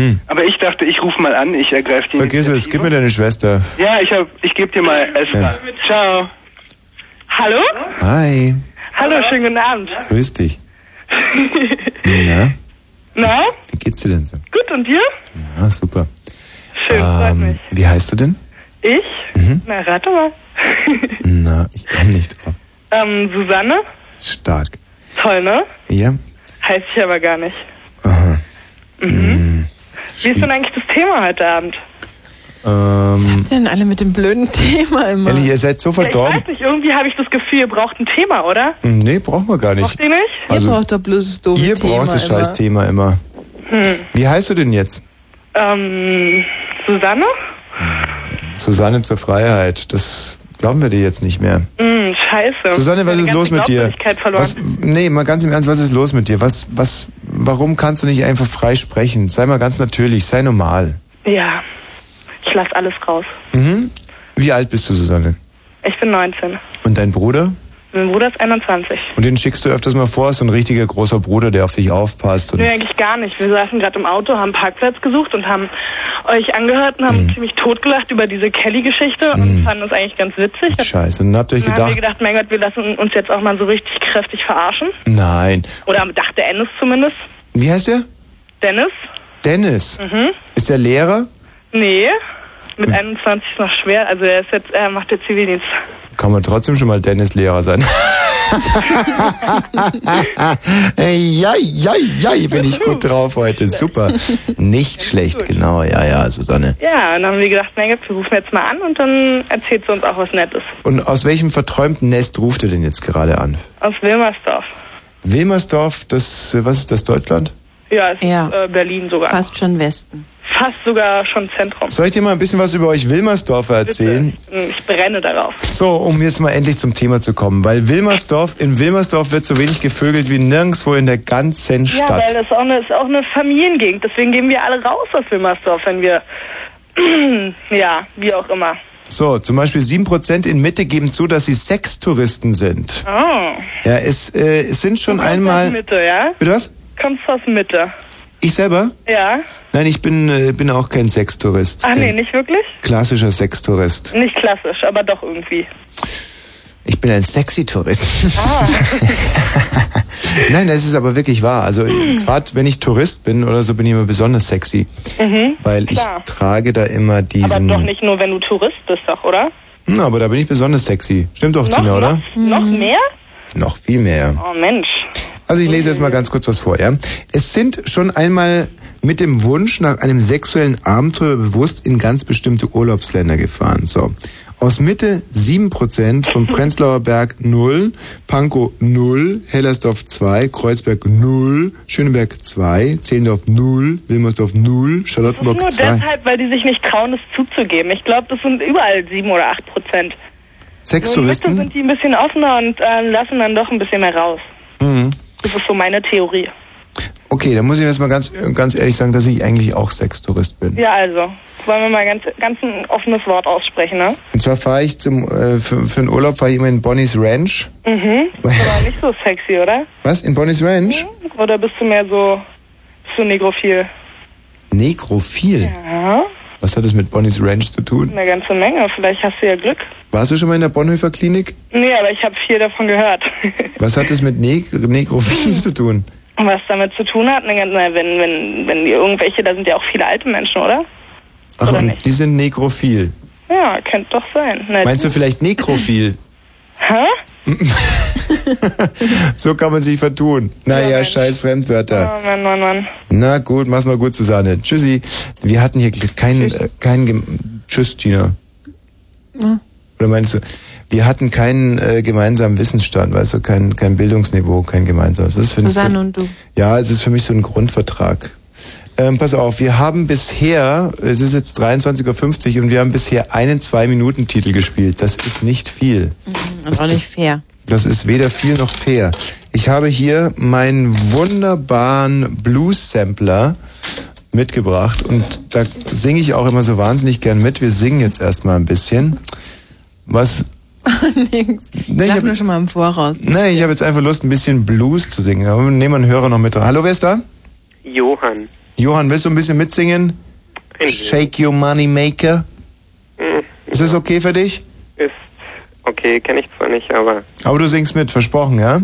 Speaker 2: Mhm, mhm,
Speaker 6: Aber ich dachte, ich ruf mal an. Ich ergreife die.
Speaker 2: mhm. Vergiss es, gib mir deine Schwester.
Speaker 6: Ja, ich hab, ich geb dir mal Essen.
Speaker 2: Ja.
Speaker 6: Ciao.
Speaker 9: Hallo?
Speaker 2: Hi,
Speaker 9: Hallo, schönen guten Abend.
Speaker 2: grüß dich. Na,
Speaker 9: Na,
Speaker 2: wie geht's dir denn so?
Speaker 9: gut und dir?
Speaker 2: Ja, Ah, super. Schön, ähm, Wie heißt du denn? Mhm.
Speaker 9: Ich?
Speaker 2: Hm?
Speaker 9: Na, rate mal.
Speaker 2: Na, ich komme nicht drauf.
Speaker 9: Ähm, Susanne?
Speaker 2: Stark.
Speaker 9: Toll, ne?
Speaker 2: Ja?
Speaker 9: Heißt ich aber gar nicht. Mhm.
Speaker 2: Hm.
Speaker 9: Wie ist denn eigentlich das Thema heute Abend?
Speaker 2: Ähm,
Speaker 1: Was denn alle mit dem blöden Thema immer?
Speaker 2: ehrlich, ihr seid so
Speaker 9: Ich
Speaker 2: verdorben.
Speaker 9: weiß nicht, irgendwie habe ich das Gefühl, ihr braucht ein Thema, oder?
Speaker 2: Nee, brauchen wir gar nicht.
Speaker 9: Braucht ihr nicht?
Speaker 2: Also,
Speaker 1: doch bloß doofe
Speaker 2: ihr braucht das scheiß Thema immer.
Speaker 9: Hm.
Speaker 2: Wie heißt du denn jetzt?
Speaker 9: Ähm, Susanne?
Speaker 2: Susanne zur Freiheit. Das glauben wir dir jetzt nicht mehr.
Speaker 9: Hm, scheiße.
Speaker 2: Susanne, was
Speaker 9: Meine
Speaker 2: ist
Speaker 9: ganze
Speaker 2: los mit dir?
Speaker 9: Glaubwürdigkeit Verloren.
Speaker 2: Was, nee, mal ganz im Ernst, was ist los mit dir? Was, was, warum kannst du nicht einfach frei sprechen? Sei mal ganz natürlich, sei normal.
Speaker 9: Ja, ich lasse alles raus.
Speaker 2: Mhm. Wie alt bist du, Susanne?
Speaker 9: Ich bin 19.
Speaker 2: Und dein Bruder?
Speaker 9: Mein Bruder ist 21.
Speaker 2: Und den schickst du öfters mal vor, ist so ein richtiger großer Bruder, der auf dich aufpasst. Und
Speaker 9: Nee, eigentlich gar nicht. Wir saßen gerade im Auto, haben Parkplatz gesucht und haben euch angehört und haben ziemlich totgelacht über diese Kelly-Geschichte und fanden das eigentlich ganz witzig.
Speaker 2: Scheiße. Und dann habt ihr euch
Speaker 9: Dann haben wir
Speaker 2: gedacht,
Speaker 9: gedacht, mein Gott, wir lassen uns jetzt auch mal so richtig kräftig verarschen.
Speaker 2: nein.
Speaker 9: Oder dachte Ennis zumindest.
Speaker 2: Wie heißt der?
Speaker 9: Dennis?
Speaker 2: Dennis.
Speaker 9: Mhm.
Speaker 2: Ist der Lehrer?
Speaker 9: Nee. Mit 21 ist noch schwer. Also er ist jetzt, er macht jetzt Zivildienst.
Speaker 2: Kann man trotzdem schon mal Dennis Lehrer sein. ja, ja, ja, bin ich gut drauf heute. Super. Nicht schlecht, genau. Ja, ja, Susanne.
Speaker 9: Ja, und dann haben wir gedacht, na gut, wir rufen jetzt mal an und dann erzählt sie uns auch was Nettes.
Speaker 2: Und aus welchem verträumten Nest ruft ihr denn jetzt gerade an?
Speaker 9: Aus Wilmersdorf.
Speaker 2: Wilmersdorf, das, äh, was ist das, Deutschland?
Speaker 9: Ja, es ist äh, Berlin sogar.
Speaker 1: Fast schon Westen.
Speaker 9: Fast sogar schon Zentrum.
Speaker 2: Soll ich dir mal ein bisschen was über euch Wilmersdorfer erzählen?
Speaker 9: Hm, Ich brenne darauf.
Speaker 2: So, um jetzt mal endlich zum Thema zu kommen, weil Wilmersdorf, in Wilmersdorf wird so wenig gevögelt wie nirgendwo in der ganzen
Speaker 9: Ja, weil
Speaker 2: Stadt.
Speaker 9: das auch eine, ist auch eine Familiengegend. Deswegen gehen wir alle raus aus Wilmersdorf, wenn wir. ja, wie auch immer.
Speaker 2: So, zum Beispiel 7% in Mitte geben zu, dass sie Sextouristen sind.
Speaker 9: Oh.
Speaker 2: Ja, es, äh, es sind schon einmal...
Speaker 9: Aus Mitte, ja?
Speaker 2: Bitte was?
Speaker 9: Kommst aus Mitte?
Speaker 2: Ich selber?
Speaker 9: Ja?
Speaker 2: Nein, ich bin, äh, bin auch kein Sextourist.
Speaker 9: Ach
Speaker 2: kein
Speaker 9: nee, nicht wirklich?
Speaker 2: Klassischer Sextourist.
Speaker 9: Nicht klassisch, aber doch irgendwie.
Speaker 2: Ich bin ein sexy Tourist.
Speaker 9: Ah.
Speaker 2: Nein, das ist aber wirklich wahr. Also gerade wenn ich Tourist bin oder so, bin ich immer besonders sexy,
Speaker 9: Mhm.
Speaker 2: weil ich
Speaker 9: Klar.
Speaker 2: trage da immer
Speaker 9: Aber
Speaker 2: diesen.
Speaker 9: doch nicht nur, wenn du Tourist bist, doch, oder?
Speaker 2: Hm, aber da bin ich besonders sexy. Stimmt doch,
Speaker 9: noch,
Speaker 2: Tina, oder?
Speaker 9: Noch, noch mehr?
Speaker 2: Noch viel mehr.
Speaker 9: Oh Mensch.
Speaker 2: Also ich lese jetzt mal ganz kurz was vor, ja. Es sind schon einmal mit dem Wunsch nach einem sexuellen Abenteuer bewusst in ganz bestimmte Urlaubsländer gefahren. So. Aus Mitte 7%, vom Prenzlauer Berg 0, Pankow 0, Hellersdorf 2, Kreuzberg 0, Schöneberg 2, Zehlendorf 0, Wilmersdorf 0, Charlottenburg
Speaker 9: Nur
Speaker 2: 2.
Speaker 9: deshalb, weil die sich nicht trauen, es zuzugeben. Ich glaube, das sind überall sieben oder acht Prozent. Nur in Mitte
Speaker 2: Sextouristen?
Speaker 9: sind die ein bisschen offener und äh, lassen dann doch ein bisschen mehr raus.
Speaker 2: Mhm.
Speaker 9: Das ist so meine Theorie.
Speaker 2: Okay, da muss ich jetzt mal ganz, ganz ehrlich sagen, dass ich eigentlich auch Sextourist bin.
Speaker 9: Ja, also, wollen wir mal ganz, ganz ein offenes Wort aussprechen, ne?
Speaker 2: Und zwar fahre ich zum, äh, für, für einen Urlaub fahre ich immer in Bonnie's Ranch.
Speaker 9: Mhm. Aber nicht so sexy, oder? Mhm.
Speaker 2: Was? In Bonnie's Ranch?
Speaker 9: Oder bist du mehr so, bist du negrophil?
Speaker 2: Nekrophil.
Speaker 9: Ja,
Speaker 2: Was hat das mit Bonnie's Ranch zu tun?
Speaker 9: eine ganze Menge. Vielleicht hast du ja Glück.
Speaker 2: Warst du schon mal in der Bonhoeffer Klinik?
Speaker 9: Nee, aber ich habe viel davon gehört.
Speaker 2: Was hat das mit Neg Nekrophil zu tun?
Speaker 9: Was damit zu tun hat, eine ganze, na, wenn, wenn, wenn die irgendwelche, da sind ja auch viele alte Menschen, oder?
Speaker 2: Ach, und die sind nekrophil.
Speaker 9: Ja, könnte doch sein. Na,
Speaker 2: Meinst du vielleicht nekrophil?
Speaker 9: Hä?
Speaker 2: so kann man sich vertun. Naja, scheiß Fremdwörter.
Speaker 9: Oh Mann, Mann, Mann.
Speaker 2: Na gut, mach's mal gut, Susanne. Tschüssi. Wir hatten hier keinen, äh, keinen, gem- tschüss, Tina. Oder meinst du, wir hatten keinen äh, gemeinsamen Wissensstand, weißt du, kein, kein Bildungsniveau, kein gemeinsames. Das ist für
Speaker 16: Susanne und du.
Speaker 2: Ja, es ist für mich so ein Grundvertrag. Ähm, pass auf, wir haben bisher, es ist jetzt 23.50 Uhr und wir haben bisher einen Zwei-Minuten-Titel gespielt. Das ist nicht
Speaker 16: Mhm.
Speaker 2: viel.
Speaker 1: Mhm, Und auch nicht fair.
Speaker 2: Das ist weder viel noch fair. Ich habe hier meinen wunderbaren Blues-Sampler mitgebracht und da singe ich auch immer so wahnsinnig gern mit. Wir singen jetzt erstmal ein bisschen. Was?
Speaker 1: Nix.
Speaker 2: Nee, ich
Speaker 1: Lach
Speaker 2: hab-
Speaker 1: nur schon mal im Voraus.
Speaker 2: Nee, ich habe jetzt einfach Lust, ein bisschen Blues zu singen. Aber nehmen wir einen Hörer noch mit. rein. Hallo, wer ist da?
Speaker 20: Johann.
Speaker 2: Johann, willst du ein bisschen mitsingen? Shake your money maker.
Speaker 20: Hm,
Speaker 2: Ist das okay für dich?
Speaker 20: Ist okay, kenne ich zwar nicht, aber
Speaker 2: Aber du singst mit, versprochen, ja?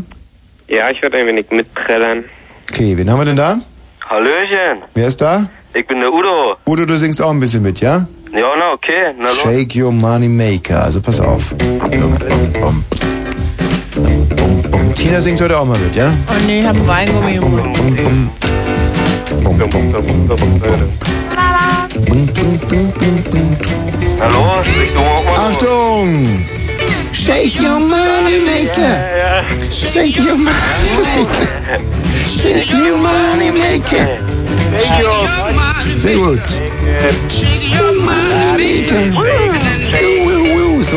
Speaker 20: ja, ich werde ein wenig mittrellern.
Speaker 2: Okay, wen haben wir denn da?
Speaker 7: Hallöchen,
Speaker 2: Wer ist da?
Speaker 7: ich bin der Udo.
Speaker 2: Udo, du singst auch ein bisschen mit, ja?
Speaker 7: Ja, na okay, na los.
Speaker 2: Shake your money maker. Also pass auf. Bum, bum, bum. Bum, bum. Tina singt heute auch mal mit, ja?
Speaker 1: Oh nee, ich hab Weingummi im Mund.
Speaker 2: Bum, bum. Bum, bum, bum, bum, bum, bum.
Speaker 7: Hallo?
Speaker 2: Achtung! Shake your money maker. Shake your money maker. Shake your money maker. Sehr gut. So.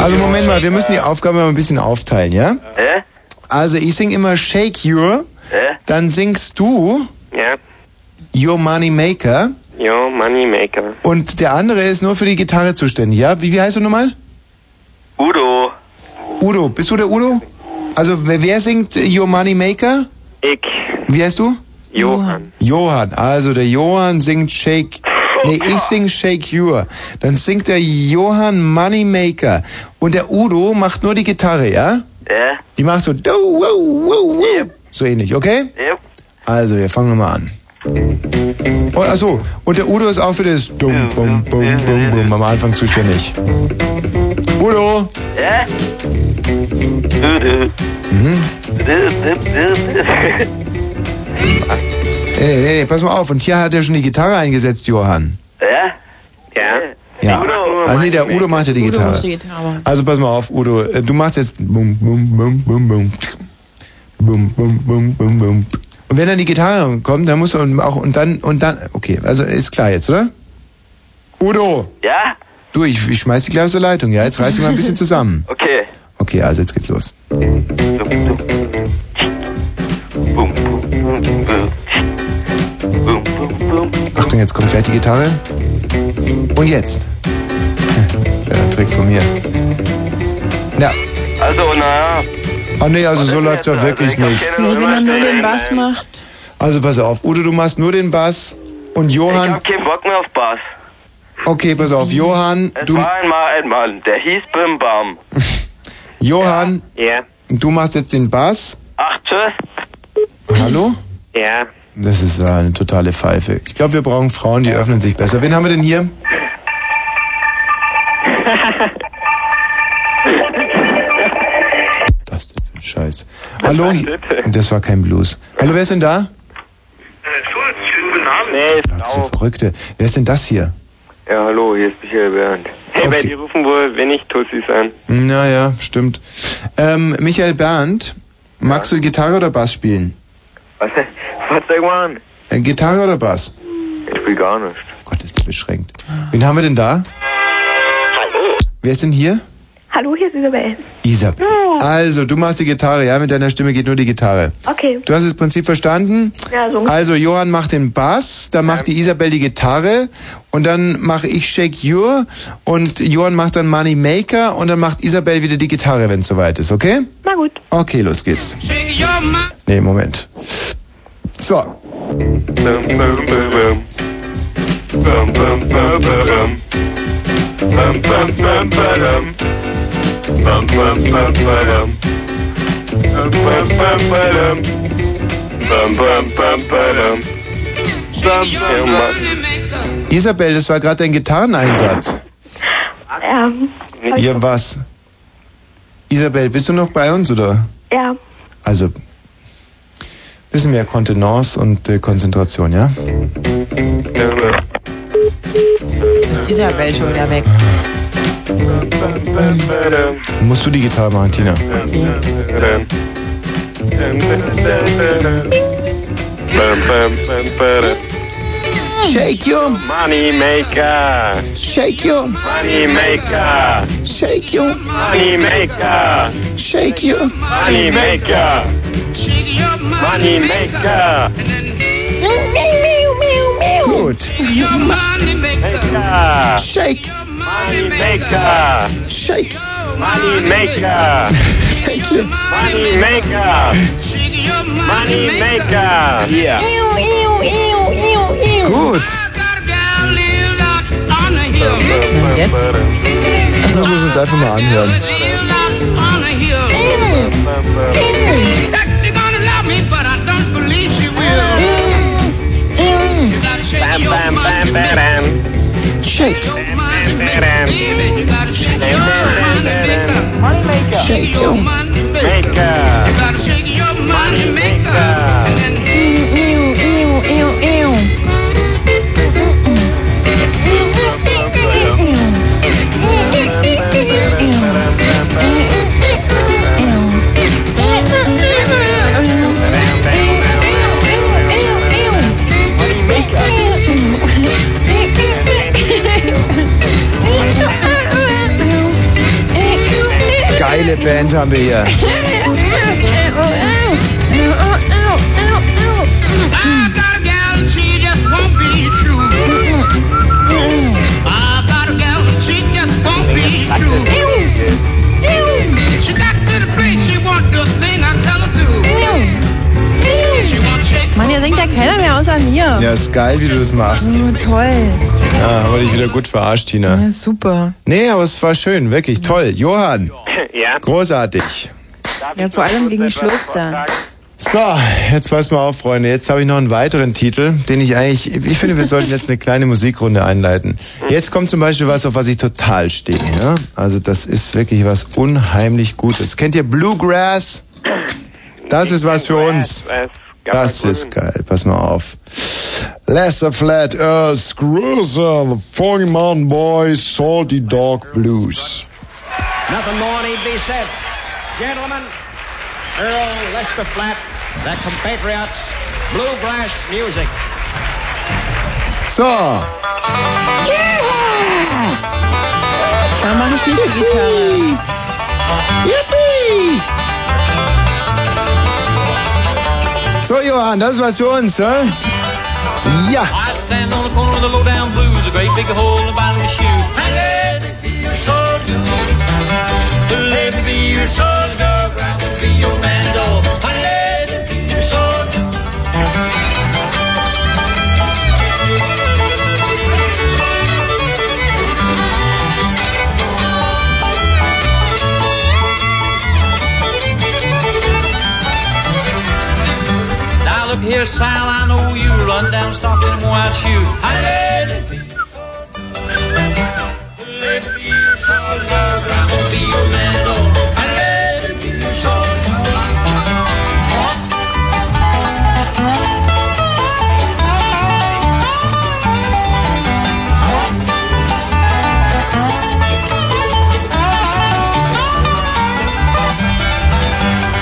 Speaker 2: Also Moment mal, wir müssen die Aufgabe mal ein bisschen aufteilen, ja?
Speaker 7: Hä?
Speaker 2: Also ich sing immer Shake Your,
Speaker 7: Hä?
Speaker 2: dann singst du
Speaker 20: Ja,
Speaker 2: Your Money Maker
Speaker 20: yo, Moneymaker.
Speaker 2: und der andere ist nur für die Gitarre zuständig, ja? Wie, wie heißt du nochmal?
Speaker 7: Udo,
Speaker 2: Udo, bist du der Udo? Also wer, wer singt äh, Your Money Maker?
Speaker 7: Ich.
Speaker 2: Wie heißt du?
Speaker 20: Johann.
Speaker 2: Johann. Also der Johann singt Shake. Nee, ich sing Shake Your. Dann singt der Johann Moneymaker. Und der Udo macht nur die Gitarre, ja?
Speaker 7: Ja.
Speaker 2: Die macht so. do, wo, wo, wo. So ähnlich, okay?
Speaker 7: Yep.
Speaker 2: Also, wir fangen mal an. Oh, ach so, und der Udo ist auch für das Dum, Bum, Bum, Bum, Bum am Anfang zuständig. Udo.
Speaker 7: Ja?
Speaker 2: Mhm. Nee, nee, nee, pass mal auf. Und hier hat er schon die Gitarre eingesetzt, Johann.
Speaker 7: Ja? Ja.
Speaker 2: Ja. Also nee, der Udo macht ja die
Speaker 7: Udo
Speaker 2: Gitarre.
Speaker 7: macht die Gitarre.
Speaker 2: Also pass mal auf, Udo. Äh, Du machst jetzt bum, bum, bum, bum, bum. Bum, bum, bum, bum, bum. Und wenn dann die Gitarre kommt, dann musst du und auch, und dann, und dann, okay, also ist klar jetzt, oder? Udo!
Speaker 7: Ja?
Speaker 2: Du, ich, ich schmeiß die gleich aus der Leitung, ja? Jetzt reiß dich mal ein bisschen zusammen.
Speaker 7: Okay.
Speaker 2: Okay, also jetzt geht's los. Achtung, jetzt kommt gleich die Gitarre. Und jetzt. Ja, der Trick von mir. Na,
Speaker 7: Also, naja.
Speaker 2: ah nee, also so läuft er wirklich nicht.
Speaker 16: Nee, wenn er nur den Bass macht.
Speaker 2: Also pass auf, Udo, du machst nur den Bass und
Speaker 7: Ich
Speaker 2: Johann.
Speaker 7: hab keinen Bock mehr auf Bass.
Speaker 2: Okay, pass auf, Johann,
Speaker 7: Es
Speaker 2: du,
Speaker 7: war einmal ein Mann, der hieß Bim Bam.
Speaker 2: Johann,
Speaker 7: Ja.
Speaker 2: du machst jetzt den Bass.
Speaker 7: Ach, tschüss.
Speaker 2: Hallo?
Speaker 7: Ja.
Speaker 2: Das ist äh, eine totale Pfeife. Ich glaube, wir brauchen Frauen, die öffnen sich besser. Wen haben wir denn hier? Was ist das für ein Scheiß? Hallo? Das war kein Blues. Hallo, wer ist denn da?
Speaker 7: Nee,
Speaker 2: Diese Verrückte. Wer ist denn das hier?
Speaker 20: Ja, hallo, hier ist Michael Bernd. Hey, weil die rufen wohl wenig Tussis an.
Speaker 2: Naja, stimmt. Ähm, Michael Bernd, magst du Gitarre oder Bass spielen?
Speaker 12: Was, was sag mal an?
Speaker 2: Äh, Gitarre oder Bass?
Speaker 12: Ich spiel gar nicht.
Speaker 2: Gott, ist der beschränkt. Wen haben wir denn da? Wer ist denn hier?
Speaker 13: Hallo, hier ist Isabel.
Speaker 2: Isabel. Also, du machst die Gitarre, ja? Mit deiner Stimme geht nur die Gitarre.
Speaker 13: Okay.
Speaker 2: Du hast das Prinzip verstanden?
Speaker 13: Ja, so.
Speaker 2: Also, Johann macht den Bass, dann macht die Isabel die Gitarre und dann mache ich Shake You und Johann macht dann Money Maker und dann macht Isabel wieder die Gitarre, wenn es soweit ist, okay?
Speaker 13: Na gut.
Speaker 2: Okay, los geht's. Nee, Moment. So, Isabel, das war gerade dein Gitarreneinsatz.
Speaker 13: Ja,
Speaker 2: Ja, was? Isabel, bist du noch bei uns, oder?
Speaker 13: ja.
Speaker 2: Also, bisschen mehr Kontenance und äh, Konzentration, ja?
Speaker 16: Das ist Isabel schon wieder weg.
Speaker 2: Musst du die Gitarre machen, Tina? Shake you.
Speaker 7: Money maker.
Speaker 2: Shake you.
Speaker 7: Money maker.
Speaker 2: Shake you.
Speaker 7: Money maker.
Speaker 2: Shake you.
Speaker 7: Money maker. Money maker.
Speaker 2: Gut. Shake.
Speaker 7: Money maker.
Speaker 2: Shake.
Speaker 7: Money maker.
Speaker 2: Shake you.
Speaker 7: Money maker. Money maker. Yeah.
Speaker 2: Gut.
Speaker 16: Jetzt?
Speaker 2: Also, das müssen wir uns einfach mal anhören.
Speaker 7: Bam, bam, bam, bam.
Speaker 2: Shake.
Speaker 7: Shake
Speaker 2: your
Speaker 7: maker. Money maker.
Speaker 2: Geile Band haben wir hier.
Speaker 16: Mann, hier singt ja keiner mehr außer mir.
Speaker 2: Ja, ist geil, wie du das machst.
Speaker 16: Oh, toll.
Speaker 2: Ja, haben wir dich wieder gut verarscht, Tina.
Speaker 16: Ja, super.
Speaker 2: Nee, aber es war schön, wirklich toll. Johann.
Speaker 20: Ja.
Speaker 2: Großartig.
Speaker 16: Ja, vor allem gegen Schluss da.
Speaker 2: So, jetzt pass mal auf, Freunde. Jetzt habe ich noch einen weiteren Titel, den ich eigentlich, ich finde, wir sollten jetzt eine kleine Musikrunde einleiten. Jetzt kommt zum Beispiel was, auf was ich total stehe. Ja? Also das ist wirklich was unheimlich Gutes. Kennt ihr Bluegrass? Das ist was für uns. Das ist geil. Pass mal auf. Lester Flat Earth Cruiser, The Foggy Mountain Boys, Salty Dog Blues.
Speaker 5: Nothing more need be said. Gentlemen, Earl Lester Flatt, their compatriots, bluegrass music.
Speaker 2: So.
Speaker 16: Da mache ich nicht die Gitarre.
Speaker 2: Yippie! So, Johann, das ist was für uns, hä? Ja.
Speaker 7: I stand on the corner of the low-down blues, a great big hole in the bottom of the shoe. Hey, let me be your soldier. Let me be your soldier. I will be your man, dog. Hey, let me be your soldier. Now look here, Sal, I know you run down stock in a worn-out shoe. Hey, let me be your soldier. Let me be your soldier. I will be your man, dog. Hey, let me be your soldier.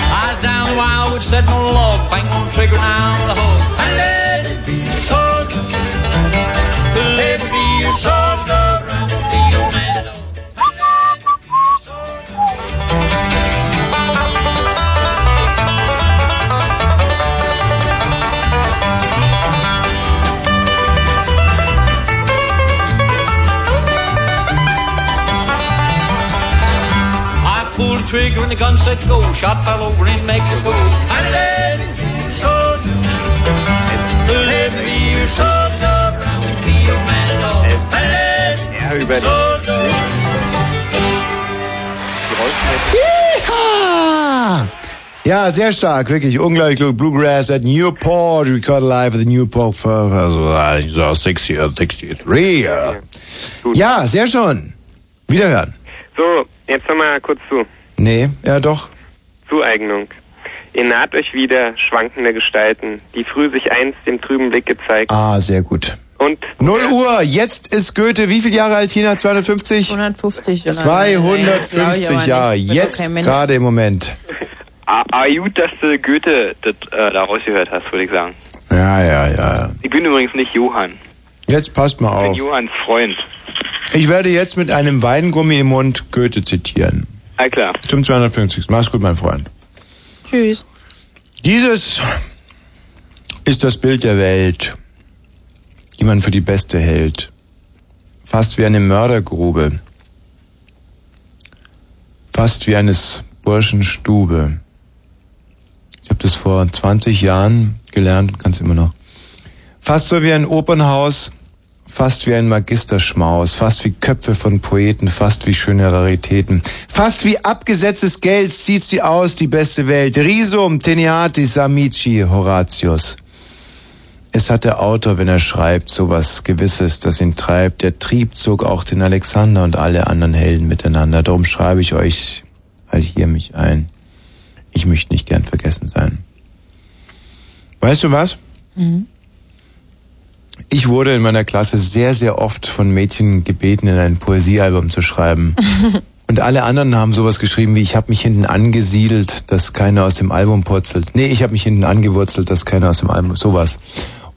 Speaker 7: I was down the wildwood setting on a log, bang on the trigger now the hole. I let it be your soldier. Let it be your soldier. I will be your man. I pulled the trigger and the gun set to go. Shot fell over in Mexico. I let it be your soldier. Let me be your soldier. I will be your man. dog. I let it be your
Speaker 20: everybody.
Speaker 7: soldier.
Speaker 2: Yeehaw! Ja, sehr stark, wirklich. Unglaublich gut. Bluegrass at Newport. Record live at the Newport for also, also 60, 63. Ja, sehr schön. Wiederhören.
Speaker 20: So, jetzt nochmal kurz zu.
Speaker 2: Nee, ja doch.
Speaker 20: Zueignung. Ihr naht euch wieder schwankende Gestalten, die früh sich einst dem trüben Blick gezeigt.
Speaker 2: Ah, sehr gut.
Speaker 20: Und
Speaker 2: 0 Uhr, jetzt ist Goethe, wie viele Jahre alt, Tina? 250?
Speaker 16: 150. oder?
Speaker 2: 250 Jahre,
Speaker 16: Wird
Speaker 2: jetzt
Speaker 16: okay, Mensch.
Speaker 2: gerade im Moment.
Speaker 15: Ah, ah, gut, dass du Goethe das, äh, da rausgehört hast, würde ich sagen.
Speaker 2: Ja, ja, ja.
Speaker 15: Ich bin übrigens nicht Johann.
Speaker 2: Jetzt passt mal
Speaker 15: Ich bin
Speaker 2: auf.
Speaker 15: Johanns Freund.
Speaker 2: Ich werde jetzt mit einem Weingummi im Mund Goethe zitieren.
Speaker 15: Ah, klar.
Speaker 2: Zum 250. Mach's gut, mein Freund.
Speaker 16: Tschüss.
Speaker 2: Dieses ist das Bild der Welt, die man für die beste hält. Fast wie eine Mördergrube. Fast wie eines Burschen Stube. Ich habe das vor 20 Jahren gelernt und kann's immer noch. Fast so wie ein Opernhaus, fast wie ein Magisterschmaus, fast wie Köpfe von Poeten, fast wie schöne Raritäten. Fast wie abgesetztes Geld sieht sie aus, die beste Welt. Risum, Teneatis, Amici, Horatius. Es hat der Autor, wenn er schreibt, sowas Gewisses, das ihn treibt. Der Trieb zog auch den Alexander und alle anderen Helden miteinander. Darum schreibe ich euch halt hier mich ein. Ich möchte nicht gern vergessen sein. Weißt du was?
Speaker 7: Mhm.
Speaker 2: Ich wurde in meiner Klasse sehr, sehr oft von Mädchen gebeten, in ein Poesiealbum zu schreiben. Und alle anderen haben sowas geschrieben wie, ich habe mich hinten angesiedelt, dass keiner aus dem Album purzelt. Nee, ich habe mich hinten angewurzelt, dass keiner aus dem Album, sowas.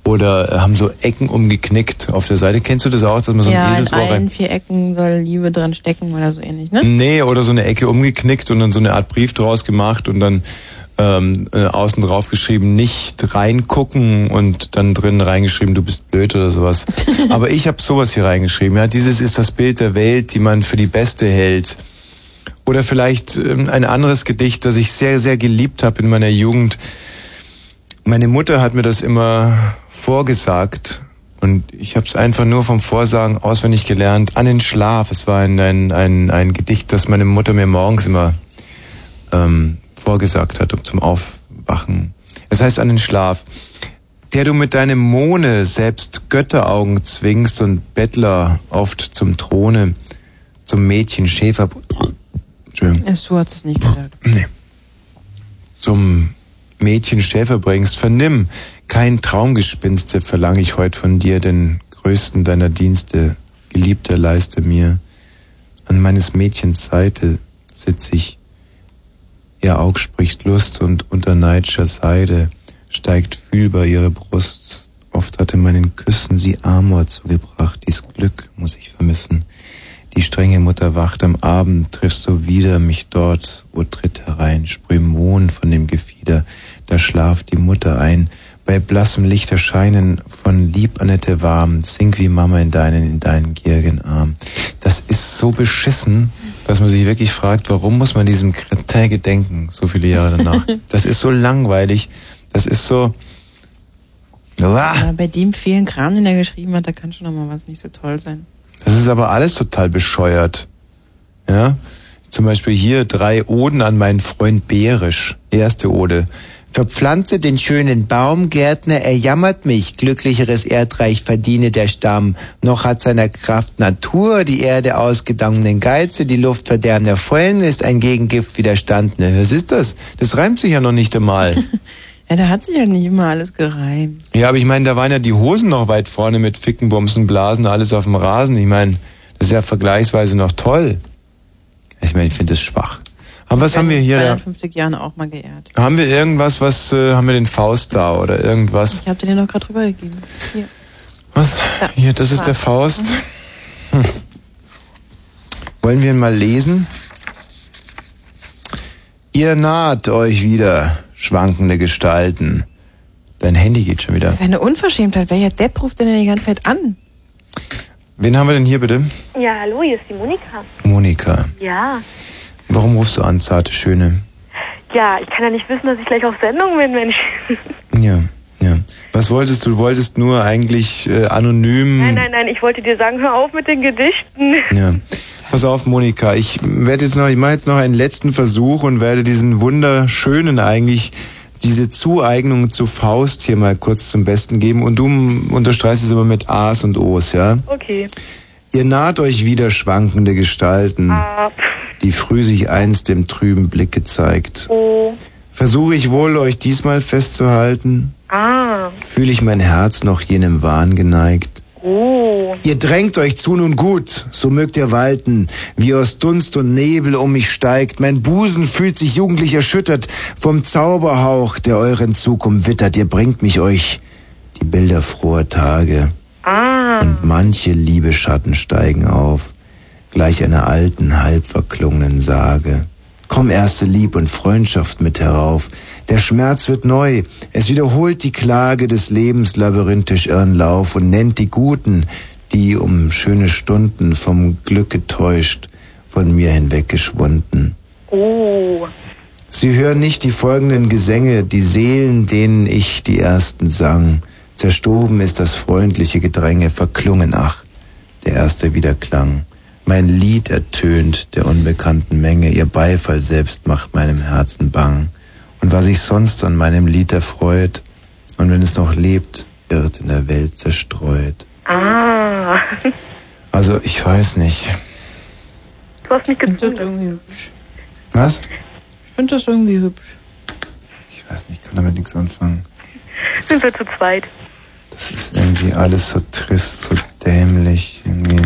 Speaker 2: Oder äh, haben so Ecken umgeknickt auf der Seite. Kennst du das auch, dass man so ein
Speaker 16: ja, in
Speaker 2: Eselsohr um rein...
Speaker 16: allen vier Ecken soll Liebe drin stecken oder so ähnlich, ne?
Speaker 2: Nee, oder so eine Ecke umgeknickt und dann so eine Art Brief draus gemacht und dann ähm, äh, außen drauf geschrieben, nicht reingucken und dann drin reingeschrieben, du bist blöd oder sowas. Aber ich habe sowas hier reingeschrieben. Ja, dieses ist das Bild der Welt, die man für die beste hält. Oder vielleicht ähm, ein anderes Gedicht, das ich sehr, sehr geliebt habe in meiner Jugend. Meine Mutter hat mir das immer vorgesagt und ich habe es einfach nur vom Vorsagen auswendig gelernt. An den Schlaf. Es war ein, ein, ein, ein Gedicht, das meine Mutter mir morgens immer ähm, vorgesagt hat, um zum Aufwachen. Es heißt an den Schlaf, der du mit deinem Mone selbst Götteraugen zwingst und Bettler oft zum Throne, zum Mädchen Schäfer, Entschuldigung,
Speaker 1: Ja, so hat's nicht gesagt.
Speaker 2: nee, zum Mädchen Schäfer bringst, vernimm kein Traumgespinste verlange ich heut von dir, den größten deiner Dienste, Geliebter, leiste mir. An meines Mädchens Seite sitz ich. Ihr Aug spricht Lust und unter neidscher Seide steigt fühlbar ihre Brust. Oft hatte meinen Küssen sie Amor zugebracht, dies Glück muss ich vermissen. Die strenge Mutter wacht am Abend, triffst du wieder mich dort, wo tritt herein, sprüh Mohn von dem Gefieder, da schlaft die Mutter ein, bei blassem Lichterscheinen von lieb Annette warm, sink wie Mama in deinen, in deinen gierigen Arm. Das ist so beschissen, dass man sich wirklich fragt, warum muss man diesem Kretin gedenken, so viele Jahre danach. Das ist so langweilig, das ist so, ah, Uah.
Speaker 1: Ja, bei dem vielen Kram, den er geschrieben hat, da kann schon noch mal was nicht so toll sein.
Speaker 2: Das ist aber alles total bescheuert. Ja? Zum Beispiel hier drei Oden an meinen Freund Bärisch. Erste Ode. Verpflanze den schönen Baum, Gärtner, er jammert mich. Glücklicheres Erdreich verdiene der Stamm. Noch hat seiner Kraft Natur die Erde ausgedangenen Geize, die Luft verderbender Vollen ist ein Gegengift widerstanden. Was ist das? Das reimt sich ja noch nicht einmal.
Speaker 1: Ja, da hat sich ja nicht immer alles gereimt.
Speaker 2: Ja, aber ich meine, da waren ja die Hosen noch weit vorne mit Ficken, Bumsen, Blasen, alles auf dem Rasen. Ich meine, das ist ja vergleichsweise noch toll. Ich meine, ich finde das schwach. Aber was haben wir hier da?
Speaker 1: 50 Jahren auch mal geehrt.
Speaker 2: Haben wir irgendwas, was, äh, haben wir den Faust da oder irgendwas?
Speaker 1: Ich hab dir den noch gerade rübergegeben. Hier.
Speaker 2: Was?
Speaker 1: Ja.
Speaker 2: Hier, das ist der Faust. Hm. Wollen wir ihn mal lesen? Ihr naht euch wieder, schwankende Gestalten. Dein Handy geht schon wieder.
Speaker 1: Das ist eine Unverschämtheit. Welcher Depp ruft denn die ganze Zeit an?
Speaker 2: Wen haben wir denn hier bitte?
Speaker 13: Ja, hallo, oh, hier ist die Monika.
Speaker 2: Monika.
Speaker 13: Ja.
Speaker 2: Warum rufst du an, zarte Schöne?
Speaker 13: Ja, ich kann ja nicht wissen, dass ich gleich auf Sendung bin, Mensch.
Speaker 2: Hm. Ja, ja. Was wolltest du? Du wolltest nur eigentlich äh, anonym.
Speaker 13: Nein, nein, nein, ich wollte dir sagen, hör auf mit den Gedichten.
Speaker 2: Ja. Pass auf, Monika. Ich werde jetzt noch, ich mache jetzt noch einen letzten Versuch und werde diesen wunderschönen eigentlich diese Zueignung zu Faust hier mal kurz zum Besten geben. Und du m- unterstreichst es immer mit A's und O's, ja?
Speaker 13: Okay.
Speaker 2: Ihr naht euch wieder schwankende Gestalten, die früh sich einst dem trüben Blick gezeigt.
Speaker 13: Oh,
Speaker 2: Versuche ich wohl, euch diesmal festzuhalten?
Speaker 13: Ah.
Speaker 2: Fühle ich mein Herz noch jenem Wahn geneigt?
Speaker 13: Oh.
Speaker 2: Ihr drängt euch zu nun gut, so mögt ihr walten, wie aus Dunst und Nebel um mich steigt. Mein Busen fühlt sich jugendlich erschüttert vom Zauberhauch, der euren Zug umwittert. Ihr bringt mich euch die Bilder froher Tage.
Speaker 13: Ah.
Speaker 2: Und manche liebe Schatten steigen auf, gleich einer alten, halb verklungenen Sage. Komm erste Lieb und Freundschaft mit herauf. Der Schmerz wird neu. Es wiederholt die Klage des Lebens labyrinthisch irren Lauf und nennt die Guten, die um schöne Stunden vom Glück getäuscht von mir hinweggeschwunden.
Speaker 13: Oh.
Speaker 2: Sie hören nicht die folgenden Gesänge, die Seelen, denen ich die ersten sang. Zerstoben ist das freundliche Gedränge, verklungen ach, der erste Wiederklang. Mein Lied ertönt der unbekannten Menge, ihr Beifall selbst macht meinem Herzen bang. Und was ich sonst an meinem Lied erfreut, und wenn es noch lebt, wird in der Welt zerstreut.
Speaker 13: Ah.
Speaker 2: Also, ich weiß nicht.
Speaker 13: Du hast mich
Speaker 1: gezogen. Ich finde das irgendwie hübsch.
Speaker 2: Was?
Speaker 1: Ich finde das irgendwie hübsch.
Speaker 2: Ich weiß nicht, ich kann damit nichts anfangen.
Speaker 13: Sind wir zu zweit?
Speaker 2: Das ist irgendwie alles so trist, so dämlich. Irgendwie.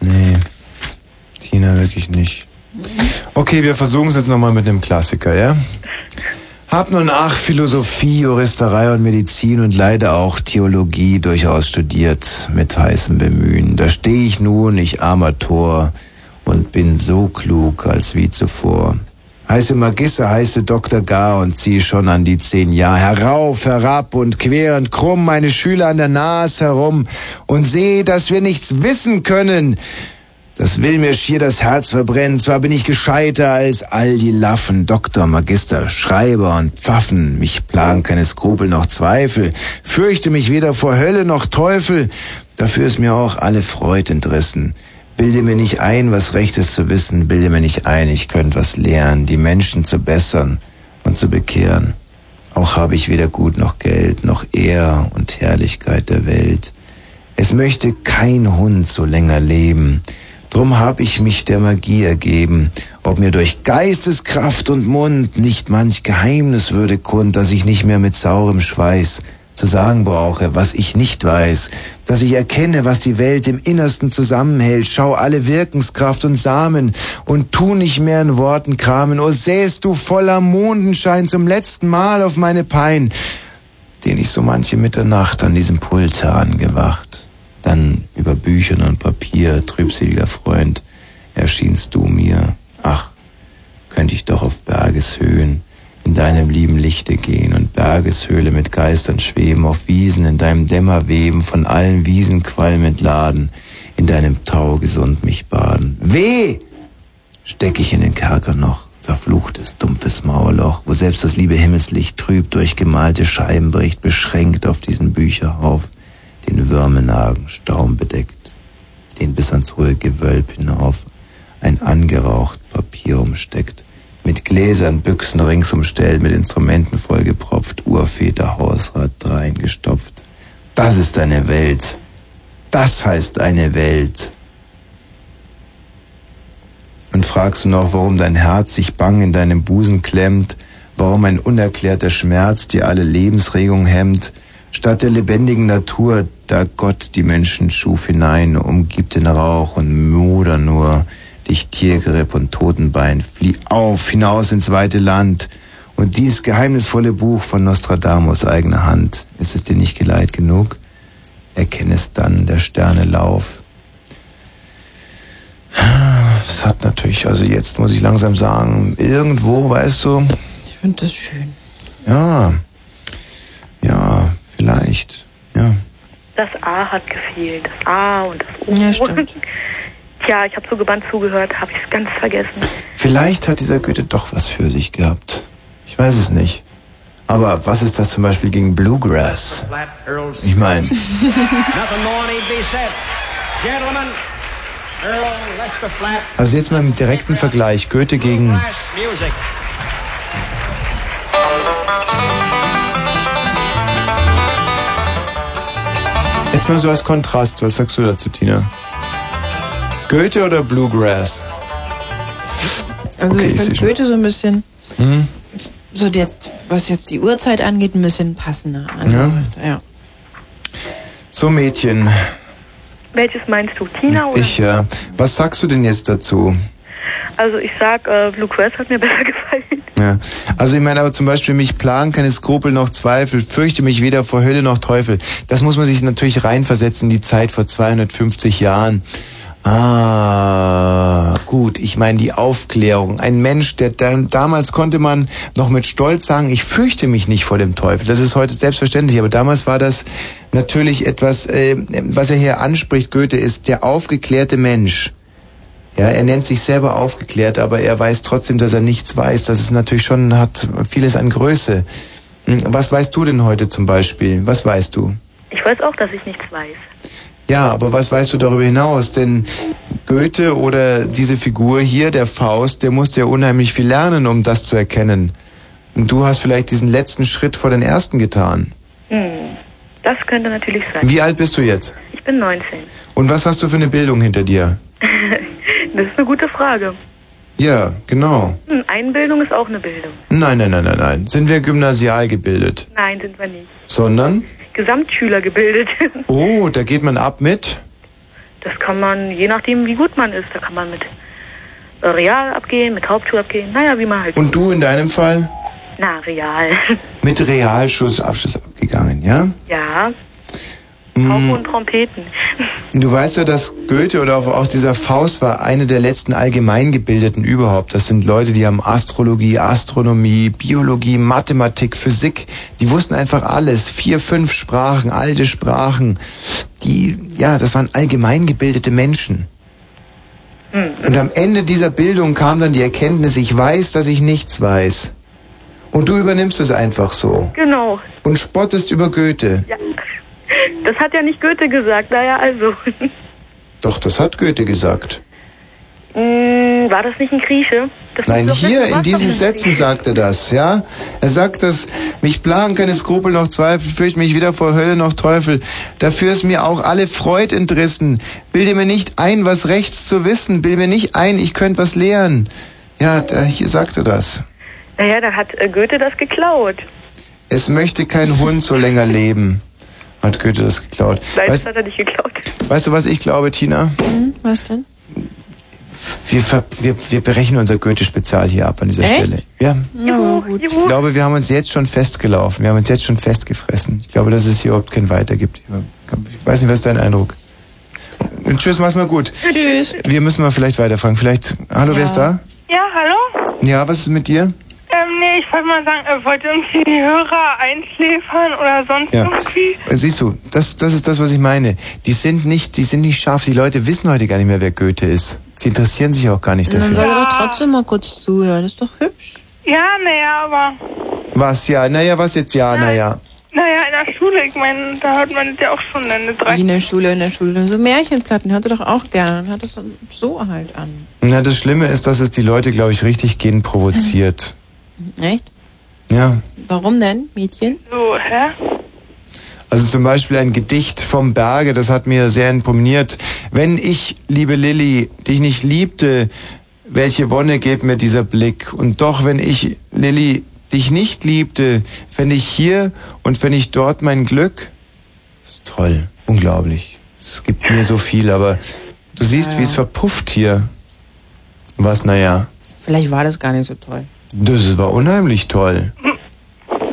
Speaker 2: Nee. Tina wirklich nicht. Okay, wir versuchen es jetzt nochmal mit einem Klassiker, ja? Hab nun ach Philosophie, Juristerei und Medizin und leider auch Theologie durchaus studiert mit heißem Bemühen. Da steh ich nun, ich armer Tor, und bin so klug als wie zuvor. Heiße Magister, heiße Doktor gar und zieh schon an die zehn Jahr herauf, herab und quer und krumm meine Schüler an der Nase herum und seh, dass wir nichts wissen können. Das will mir schier das Herz verbrennen. Zwar bin ich gescheiter als all die Laffen, Doktor, Magister, Schreiber und Pfaffen. Mich plagen keine Skrupel noch Zweifel. Fürchte mich weder vor Hölle noch Teufel. Dafür ist mir auch alle Freud entrissen. Bilde mir nicht ein, was Rechtes zu wissen. Bilde mir nicht ein, ich könnte was lernen, die Menschen zu bessern
Speaker 10: und zu bekehren. Auch habe ich weder Gut noch Geld, noch Ehr und Herrlichkeit der Welt. Es möchte kein Hund so länger leben. Drum hab ich mich der Magie ergeben, ob mir durch Geisteskraft und Mund nicht manch Geheimnis würde kund, dass ich nicht mehr mit saurem Schweiß zu sagen brauche, was ich nicht weiß, dass ich erkenne, was die Welt im Innersten zusammenhält, schau alle Wirkenskraft und Samen und tu nicht mehr in Worten kramen, o säst du voller Mondenschein zum letzten Mal auf meine Pein, den ich so manche Mitternacht an diesem Pulte angewacht. Dann über Büchern und Papier, trübseliger Freund, erschienst du mir. Ach, könnte ich doch auf Bergeshöhen in deinem lieben Lichte gehen und Bergeshöhle mit Geistern schweben, auf Wiesen in deinem Dämmer weben, von allen Wiesenqualm entladen, in deinem Tau gesund mich baden. Weh! Steck ich in den Kerker noch, verfluchtes, dumpfes Mauerloch, wo selbst das liebe Himmelslicht trüb durch gemalte Scheiben bricht, beschränkt auf diesen Bücherhauf, den Würmenagen Staum bedeckt, den bis ans hohe Gewölb hinauf ein angeraucht Papier umsteckt, mit Gläsern, Büchsen rings umstellt, mit Instrumenten vollgepropft, Urväter, Hausrat reingestopft. Das ist eine Welt. Das heißt eine Welt. Und fragst du noch, warum dein Herz sich bang in deinem Busen klemmt, warum ein unerklärter Schmerz dir alle Lebensregung hemmt, Statt der lebendigen Natur, da Gott die Menschen schuf hinein, umgibt den Rauch und Moder nur, dich Tiergeripp und Totenbein, flieh auf, hinaus ins weite Land. Und dies geheimnisvolle Buch von Nostradamus eigener Hand, ist es dir nicht geleit genug? Erkenn es dann, der Sterne Lauf. Es hat natürlich, also jetzt muss ich langsam sagen, irgendwo, weißt du,
Speaker 1: Ich finde das schön.
Speaker 10: ja, ja, vielleicht, ja.
Speaker 13: Das A hat gefehlt. Das A und das O.
Speaker 1: Ja, stimmt.
Speaker 13: Tja, ich habe so gebannt zugehört, habe ich es ganz vergessen.
Speaker 10: Vielleicht hat dieser Goethe doch was für sich gehabt. Ich weiß es nicht. Aber was ist das zum Beispiel gegen Bluegrass? Ich meine,
Speaker 5: Nothing more need be said. Gentlemen, Earl Lester Flatt.
Speaker 2: Also jetzt mal im direkten Vergleich Goethe gegen
Speaker 5: Brass music.
Speaker 2: Jetzt mal so als Kontrast, was sagst du dazu, Tina? Goethe oder Bluegrass?
Speaker 16: Also
Speaker 2: Okay,
Speaker 16: ich
Speaker 2: ich seh
Speaker 16: finde
Speaker 2: schon.
Speaker 16: Goethe so ein bisschen,
Speaker 2: Hm?
Speaker 16: so der, was jetzt die Uhrzeit angeht, ein bisschen passender. Also,
Speaker 2: Ja.
Speaker 16: ja.
Speaker 2: So Mädchen,
Speaker 13: Welches meinst du, Tina oder?
Speaker 2: ich, äh, was sagst du denn jetzt dazu?
Speaker 13: Also ich sag, äh, Blue Quest hat mir besser gefallen.
Speaker 2: Ja. Also ich meine aber zum Beispiel, mich plagen keine Skrupel noch Zweifel, fürchte mich weder vor Hölle noch Teufel. Das muss man sich natürlich reinversetzen, in die Zeit vor 250 Jahren. Ah, gut, ich meine die Aufklärung. Ein Mensch, der da, damals konnte man noch mit Stolz sagen, ich fürchte mich nicht vor dem Teufel. Das ist heute selbstverständlich, aber damals war das natürlich etwas, äh, was er hier anspricht, Goethe, ist der aufgeklärte Mensch. Ja, er nennt sich selber aufgeklärt, aber er weiß trotzdem, dass er nichts weiß. Das ist natürlich schon, hat vieles an Größe. Hm, Was weißt du denn heute zum Beispiel? Was weißt du?
Speaker 13: Ich weiß auch, dass ich nichts weiß.
Speaker 2: Ja, aber was weißt du darüber hinaus? Denn Goethe oder diese Figur hier, der Faust, der musste ja unheimlich viel lernen, um das zu erkennen. Und du hast vielleicht diesen letzten Schritt vor den ersten getan.
Speaker 13: Hm. Das könnte natürlich sein.
Speaker 2: Wie alt bist du jetzt?
Speaker 13: Ich bin 19.
Speaker 2: Und was hast du für eine Bildung hinter dir?
Speaker 13: das ist eine gute Frage.
Speaker 2: Ja, genau.
Speaker 13: Hm, Einbildung ist auch eine Bildung.
Speaker 2: Nein, nein, nein, nein, nein. Sind wir gymnasial gebildet?
Speaker 13: Nein, sind wir nicht.
Speaker 2: Sondern?
Speaker 13: Gesamtschüler gebildet.
Speaker 2: Oh, da geht man ab mit?
Speaker 13: Das kann man, je nachdem, wie gut man ist, da kann man mit äh, Real abgehen, mit Hauptschule abgehen, naja, wie man halt.
Speaker 2: Und du in deinem Fall
Speaker 13: Na, Real.
Speaker 2: mit Realschuss Abschluss abgegangen, ja?
Speaker 13: ja,
Speaker 2: Mm,
Speaker 13: und Trompeten.
Speaker 2: Du weißt ja, dass Goethe oder auch- auch dieser Faust war eine der letzten Allgemeingebildeten überhaupt. Das sind Leute, die haben Astrologie, Astronomie, Biologie, Mathematik, Physik. Die wussten einfach alles. Vier, fünf Sprachen, alte Sprachen. Die, ja, das waren allgemeingebildete Menschen. Und am Ende dieser Bildung kam dann die Erkenntnis, ich weiß, dass ich nichts weiß. Und du übernimmst es einfach so.
Speaker 13: Genau.
Speaker 2: Und spottest über Goethe.
Speaker 13: Ja. Das hat ja nicht Goethe gesagt, naja, also.
Speaker 2: Doch, das hat Goethe gesagt.
Speaker 13: Hm, war das nicht ein Grieche? Das
Speaker 2: Nein,
Speaker 13: muss doch
Speaker 2: hier
Speaker 13: jetzt
Speaker 2: in diesen
Speaker 13: rauskommen.
Speaker 2: Sätzen sagt er das, ja? Er sagt das, mich plagen keine Skrupel noch Zweifel, fürcht mich weder vor Hölle noch Teufel. Dafür ist mir auch alle Freud entrissen. Bilde mir nicht ein, was rechts zu wissen. Bilde mir nicht ein, ich könnte was lehren. Ja, da, hier sagt er das.
Speaker 13: Naja, da hat äh, Goethe das geklaut.
Speaker 2: Es möchte kein Hund so länger leben. Hat Goethe das geklaut.
Speaker 13: Leider
Speaker 2: Weißt,
Speaker 13: hat er nicht geklaut.
Speaker 2: weißt du, was ich glaube, Tina?
Speaker 16: Hm, Was denn?
Speaker 2: Wir, ver- wir, wir berechnen unser Goethe-Spezial hier ab an dieser
Speaker 16: Echt?
Speaker 2: Stelle. Ja.
Speaker 16: Juhu,
Speaker 2: Ich glaube, wir haben uns jetzt schon festgelaufen. Wir haben uns jetzt schon festgefressen. Ich glaube, dass es hier überhaupt kein Weiter gibt. Ich weiß nicht, was ist dein Eindruck? Und tschüss, mach's mal gut.
Speaker 16: Tschüss.
Speaker 2: Wir müssen mal vielleicht weiterfragen. Vielleicht. Hallo, wer ist da?
Speaker 21: Ja, hallo?
Speaker 2: Ja, was ist mit dir?
Speaker 21: Ähm, nee, ich wollte mal sagen, äh, wollt ihr uns hier die Hörer einschläfern oder sonst
Speaker 2: Ja.
Speaker 21: irgendwie?
Speaker 2: Äh, Siehst du, das, das ist das, was ich meine. Die sind nicht, die sind nicht scharf. Die Leute wissen heute gar nicht mehr, wer Goethe ist. Sie interessieren sich auch gar nicht
Speaker 16: Dann soll
Speaker 2: dafür.
Speaker 16: er doch trotzdem mal kurz zuhören. Das ist doch hübsch.
Speaker 21: Ja, naja, aber,
Speaker 2: Was ja, naja, was jetzt ja, naja.
Speaker 21: naja, in der Schule, ich meine, da hört man das ja auch schon in der
Speaker 16: Wie
Speaker 21: 3.
Speaker 16: in der Schule, in der Schule. So Märchenplatten hört er doch auch gerne. Dann hat es dann so halt an.
Speaker 2: Na, das Schlimme ist, dass es die Leute, glaube ich, richtig gehen provoziert.
Speaker 16: Echt?
Speaker 2: Ja.
Speaker 16: Warum denn, Mädchen?
Speaker 21: So, hä?
Speaker 2: Also zum Beispiel ein Gedicht vom Berge, das hat mir sehr imponiert. Wenn ich, liebe Lilly, dich nicht liebte, welche Wonne gäb mir dieser Blick? Und doch, wenn ich, Lilly, dich nicht liebte, fände ich hier und fände ich dort mein Glück? Ist toll, unglaublich. Es gibt mir so viel, aber du siehst, wie es verpufft hier. Was, naja,
Speaker 16: Vielleicht war das gar nicht so toll.
Speaker 2: das war unheimlich toll.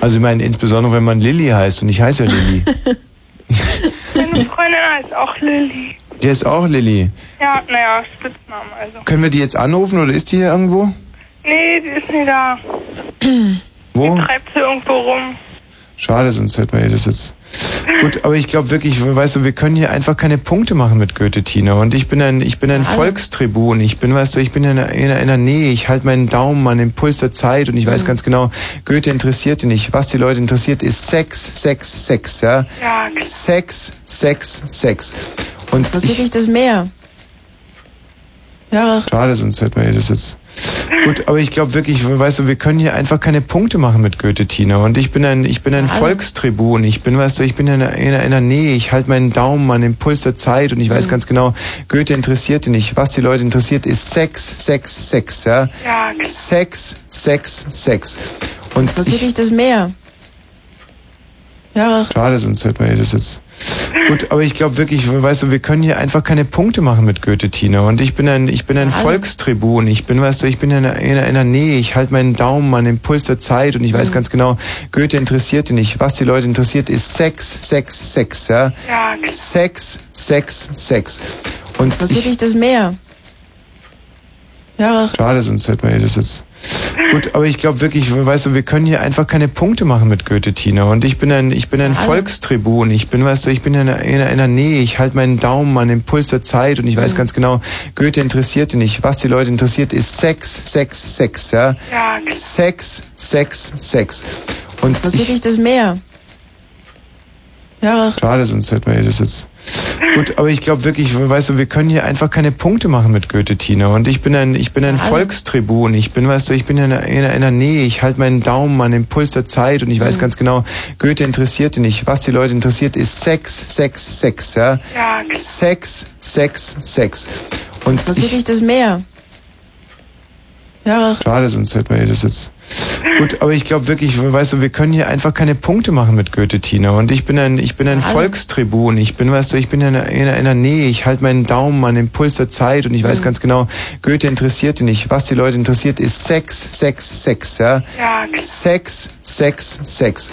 Speaker 2: Also ich meine, insbesondere wenn man Lilly heißt und ich heiße ja Lilly.
Speaker 21: Meine Freundin heißt auch Lilly.
Speaker 2: Der ist auch Lilly.
Speaker 21: Ja, naja, Spitznamen also.
Speaker 2: Können wir die jetzt anrufen oder ist die hier irgendwo?
Speaker 21: Nee, die ist nie da.
Speaker 12: Halt
Speaker 2: Wo?
Speaker 21: Treibt sie irgendwo rum.
Speaker 2: Schade, sonst hört man ihr das jetzt. Gut, aber ich glaube wirklich, weißt du, wir können hier einfach keine Punkte machen mit Goethe, Tina. Und ich bin ein, ich bin ein
Speaker 16: Schade.
Speaker 2: Volkstribun. Ich bin, weißt du, ich bin in der, in der, in der Nähe. Ich halte meinen Daumen an den Puls der Zeit und ich weiß
Speaker 16: Mhm.
Speaker 2: ganz genau, Goethe interessiert ihn nicht. Was die Leute interessiert, ist Sex, Sex, Sex, ja?
Speaker 21: Ja,
Speaker 2: Sex, Sex, Sex. Und
Speaker 16: Interessiert
Speaker 2: ich,
Speaker 16: dich das mehr? Ja,
Speaker 2: Schade, sonst hört man ihr das jetzt. Gut, aber ich glaube wirklich, weißt du, wir können hier einfach keine Punkte machen mit Goethe, Tina. Und ich bin ein, ich bin ein
Speaker 16: Ja.
Speaker 2: Volkstribun. Ich bin, weißt du, ich bin in einer, in einer Nähe. Ich halte meinen Daumen an den Puls der Zeit und ich
Speaker 16: Mhm.
Speaker 2: weiß ganz genau, Goethe interessiert ihn nicht. Was die Leute interessiert, ist Sex, Sex, Sex, ja?
Speaker 21: Ja,
Speaker 16: genau.
Speaker 21: klar.
Speaker 2: Sex, Sex, Sex. Und
Speaker 16: interessiert
Speaker 2: ich,
Speaker 16: dich das mehr? Ja,
Speaker 2: Schade, sonst hört man ihr das jetzt. Gut, aber ich glaube wirklich, weißt du, wir können hier einfach keine Punkte machen mit Goethe, Tina. Und ich bin ein, ich bin ein Volkstribun. Ich bin, weißt du, ich bin in einer, in einer Nähe. Ich halte meinen Daumen an den Puls der Zeit und ich
Speaker 16: Mhm.
Speaker 2: weiß ganz genau, Goethe interessiert ihn nicht. Was die Leute interessiert, ist Sex, Sex, Sex, ja?
Speaker 21: Ja, klar.
Speaker 2: Sex, Sex, Sex. Und
Speaker 16: interessiert
Speaker 2: ich,
Speaker 16: dich das mehr? Ja,
Speaker 2: Schade, sonst hört man ihr das jetzt. Gut, aber ich glaube wirklich, weißt du, wir können hier einfach keine Punkte machen mit Goethe, Tina. Und ich bin ein, ich bin ein
Speaker 16: Ja.
Speaker 2: Volkstribun. Ich bin, weißt du, ich bin in einer, in einer Nähe. Ich halte meinen Daumen an den Puls der Zeit und ich
Speaker 16: Mhm.
Speaker 2: weiß ganz genau, Goethe interessiert ihn nicht. Was die Leute interessiert, ist Sex, Sex, Sex, ja?
Speaker 21: Ja, klar.
Speaker 2: Sex, Sex, Sex. Und
Speaker 16: interessiert
Speaker 2: ich,
Speaker 16: dich das mehr? Ja,
Speaker 2: Schade, sonst hört man ihr das jetzt. Gut, aber ich glaube wirklich, weißt du, wir können hier einfach keine Punkte machen mit Goethe, Tina. Und ich bin ein, ich bin ein Volkstribun. Ich bin, weißt du, ich bin in einer, in einer Nähe. Ich halte meinen Daumen an den Puls der Zeit und ich
Speaker 16: Mhm.
Speaker 2: weiß ganz genau, Goethe interessiert ihn nicht. Was die Leute interessiert, ist Sex, Sex, Sex, ja?
Speaker 21: Ja, klar.
Speaker 2: Sex, Sex, Sex. Und
Speaker 16: interessiert
Speaker 2: ich,
Speaker 16: dich das mehr? Ja,
Speaker 2: Schade, sonst hört man ihr das jetzt. Gut, aber ich glaube wirklich, weißt du, wir können hier einfach keine Punkte machen mit Goethe, Tina. Und ich bin ein, ich bin ein
Speaker 16: Ja.
Speaker 2: Volkstribun. Ich bin, weißt du, ich bin in einer, in einer Nähe. Ich halte meinen Daumen an den Puls der Zeit und ich
Speaker 16: Mhm.
Speaker 2: weiß ganz genau, Goethe interessiert ihn nicht. Was die Leute interessiert, ist Sex, Sex, Sex, ja?
Speaker 21: Ja, klar.
Speaker 2: Sex, Sex, Sex.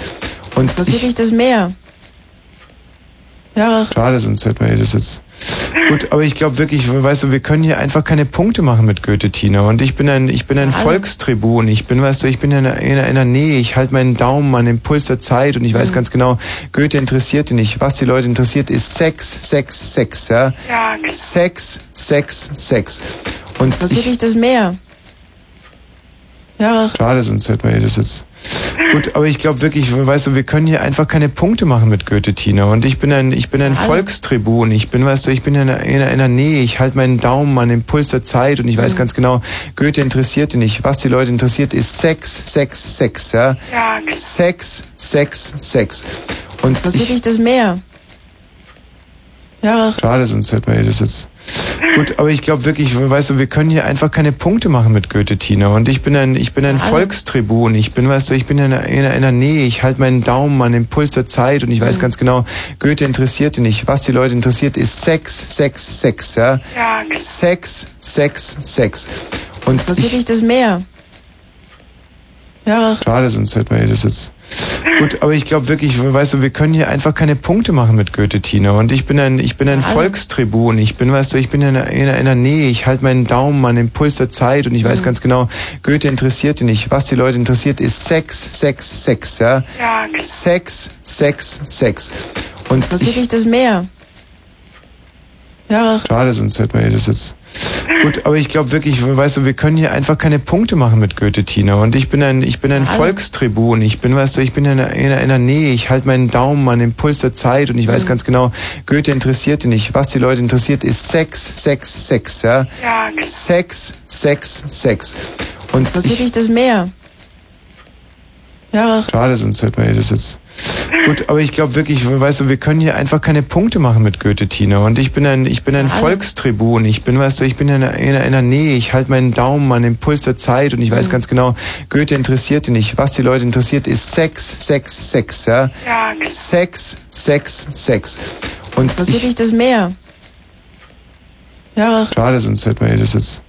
Speaker 2: Und
Speaker 16: interessiert
Speaker 2: ich,
Speaker 16: dich das mehr? Ja,
Speaker 2: Schade, sonst hört man ihr das jetzt. Gut, aber ich glaube wirklich, weißt du, wir können hier einfach keine Punkte machen mit Goethe, Tina. Und ich bin ein, ich bin ein Volkstribun. Ich bin, weißt du, ich bin in einer, in einer Nähe. Ich halte meinen Daumen an den Puls der Zeit und ich weiß ganz genau, Goethe interessiert ihn nicht. Was die Leute interessiert, ist Sex, Sex, Sex, ja?
Speaker 21: Ja, klar.
Speaker 2: Sex, Sex, Sex. Und
Speaker 16: interessiert
Speaker 2: ich,
Speaker 16: dich das mehr? Ja.
Speaker 2: Schade, sonst hätten wir das jetzt. Gut, aber ich glaube wirklich, weißt du, wir können hier einfach keine Punkte machen mit Goethe, Tina. Und ich bin ein, ich bin ein
Speaker 16: Ja.
Speaker 2: Volkstribun. Ich bin, weißt du, ich bin in einer, in einer Nähe. Ich halte meinen Daumen an den Puls der Zeit und ich
Speaker 16: Mhm.
Speaker 2: weiß ganz genau, Goethe interessiert ihn nicht. Was die Leute interessiert, ist Sex, Sex, Sex, ja?
Speaker 16: Ja, klar.
Speaker 2: Sex, Sex, Sex. Und
Speaker 16: Was
Speaker 2: ich,
Speaker 16: will ich das mehr? Ja.
Speaker 2: Schade, sonst hätten wir das jetzt. Gut, aber ich glaube wirklich, weißt du, wir können hier einfach keine Punkte machen mit Goethe, Tina. Und ich bin ein, ich bin ein
Speaker 16: Ja, alle-
Speaker 2: Volkstribun. Ich bin, weißt du, ich bin in einer, in einer Nähe. Ich halte meinen Daumen an den Puls der Zeit und ich
Speaker 16: Mhm.
Speaker 2: weiß ganz genau, Goethe interessiert ihn nicht. Was die Leute interessiert, ist Sex, Sex, Sex, ja?
Speaker 16: Ja, klar.
Speaker 2: Sex, Sex, Sex. Und
Speaker 16: Was will
Speaker 2: ich,
Speaker 16: ich das mehr? Ja.
Speaker 2: Schade, sonst hätten wir das jetzt. Gut, aber ich glaube wirklich, weißt du, wir können hier einfach keine Punkte machen mit Goethe, Tina. Und ich bin ein, ich bin ein
Speaker 16: Ja, alle-
Speaker 2: Volkstribun. Ich bin, weißt du, ich bin in einer, in einer Nähe. Ich halte meinen Daumen an den Puls der Zeit und ich
Speaker 16: Mhm.
Speaker 2: weiß ganz genau, Goethe interessiert ihn nicht. Was die Leute interessiert, ist Sex, Sex, Sex, ja?
Speaker 16: Ja, genau. klar.
Speaker 2: Sex, Sex, Sex. Und
Speaker 16: Was
Speaker 2: ich,
Speaker 16: will ich das mehr? Ja.
Speaker 2: Schade, sonst hätten wir das jetzt. Gut, aber ich glaube wirklich, weißt du, wir können hier einfach keine Punkte machen mit Goethe, Tina. Und ich bin ein, ich bin ein
Speaker 16: Ja, alle-
Speaker 2: Volkstribun. Ich bin, weißt du, ich bin in einer, in einer Nähe. Ich halte meinen Daumen an den Puls der Zeit und ich
Speaker 16: Mhm.
Speaker 2: weiß ganz genau, Goethe interessiert ihn nicht. Was die Leute interessiert, ist Sex, Sex, Sex, ja?
Speaker 16: Ja, genau. klar.
Speaker 2: Sex, Sex, Sex. Und
Speaker 16: Was
Speaker 2: ich,
Speaker 16: will ich das mehr? Ja.
Speaker 2: Schade, sonst hätten wir das jetzt. Gut, aber ich glaube wirklich, weißt du, wir können hier einfach keine Punkte machen mit Goethe, Tina. Und ich bin ein, ich bin ein
Speaker 16: Ja, alle-
Speaker 2: Volkstribun. Ich bin, weißt du, ich bin in einer, in einer Nähe. Ich halte meinen Daumen an den Puls der Zeit und ich
Speaker 16: Mhm.
Speaker 2: weiß ganz genau, Goethe interessiert ihn nicht. Was die Leute interessiert, ist Sex, Sex, Sex, ja?
Speaker 16: Ja, klar.
Speaker 2: Sex, Sex, Sex. Und
Speaker 16: Was
Speaker 2: ich,
Speaker 16: will ich das mehr? Ja.
Speaker 2: Schade, sonst hätten wir das jetzt.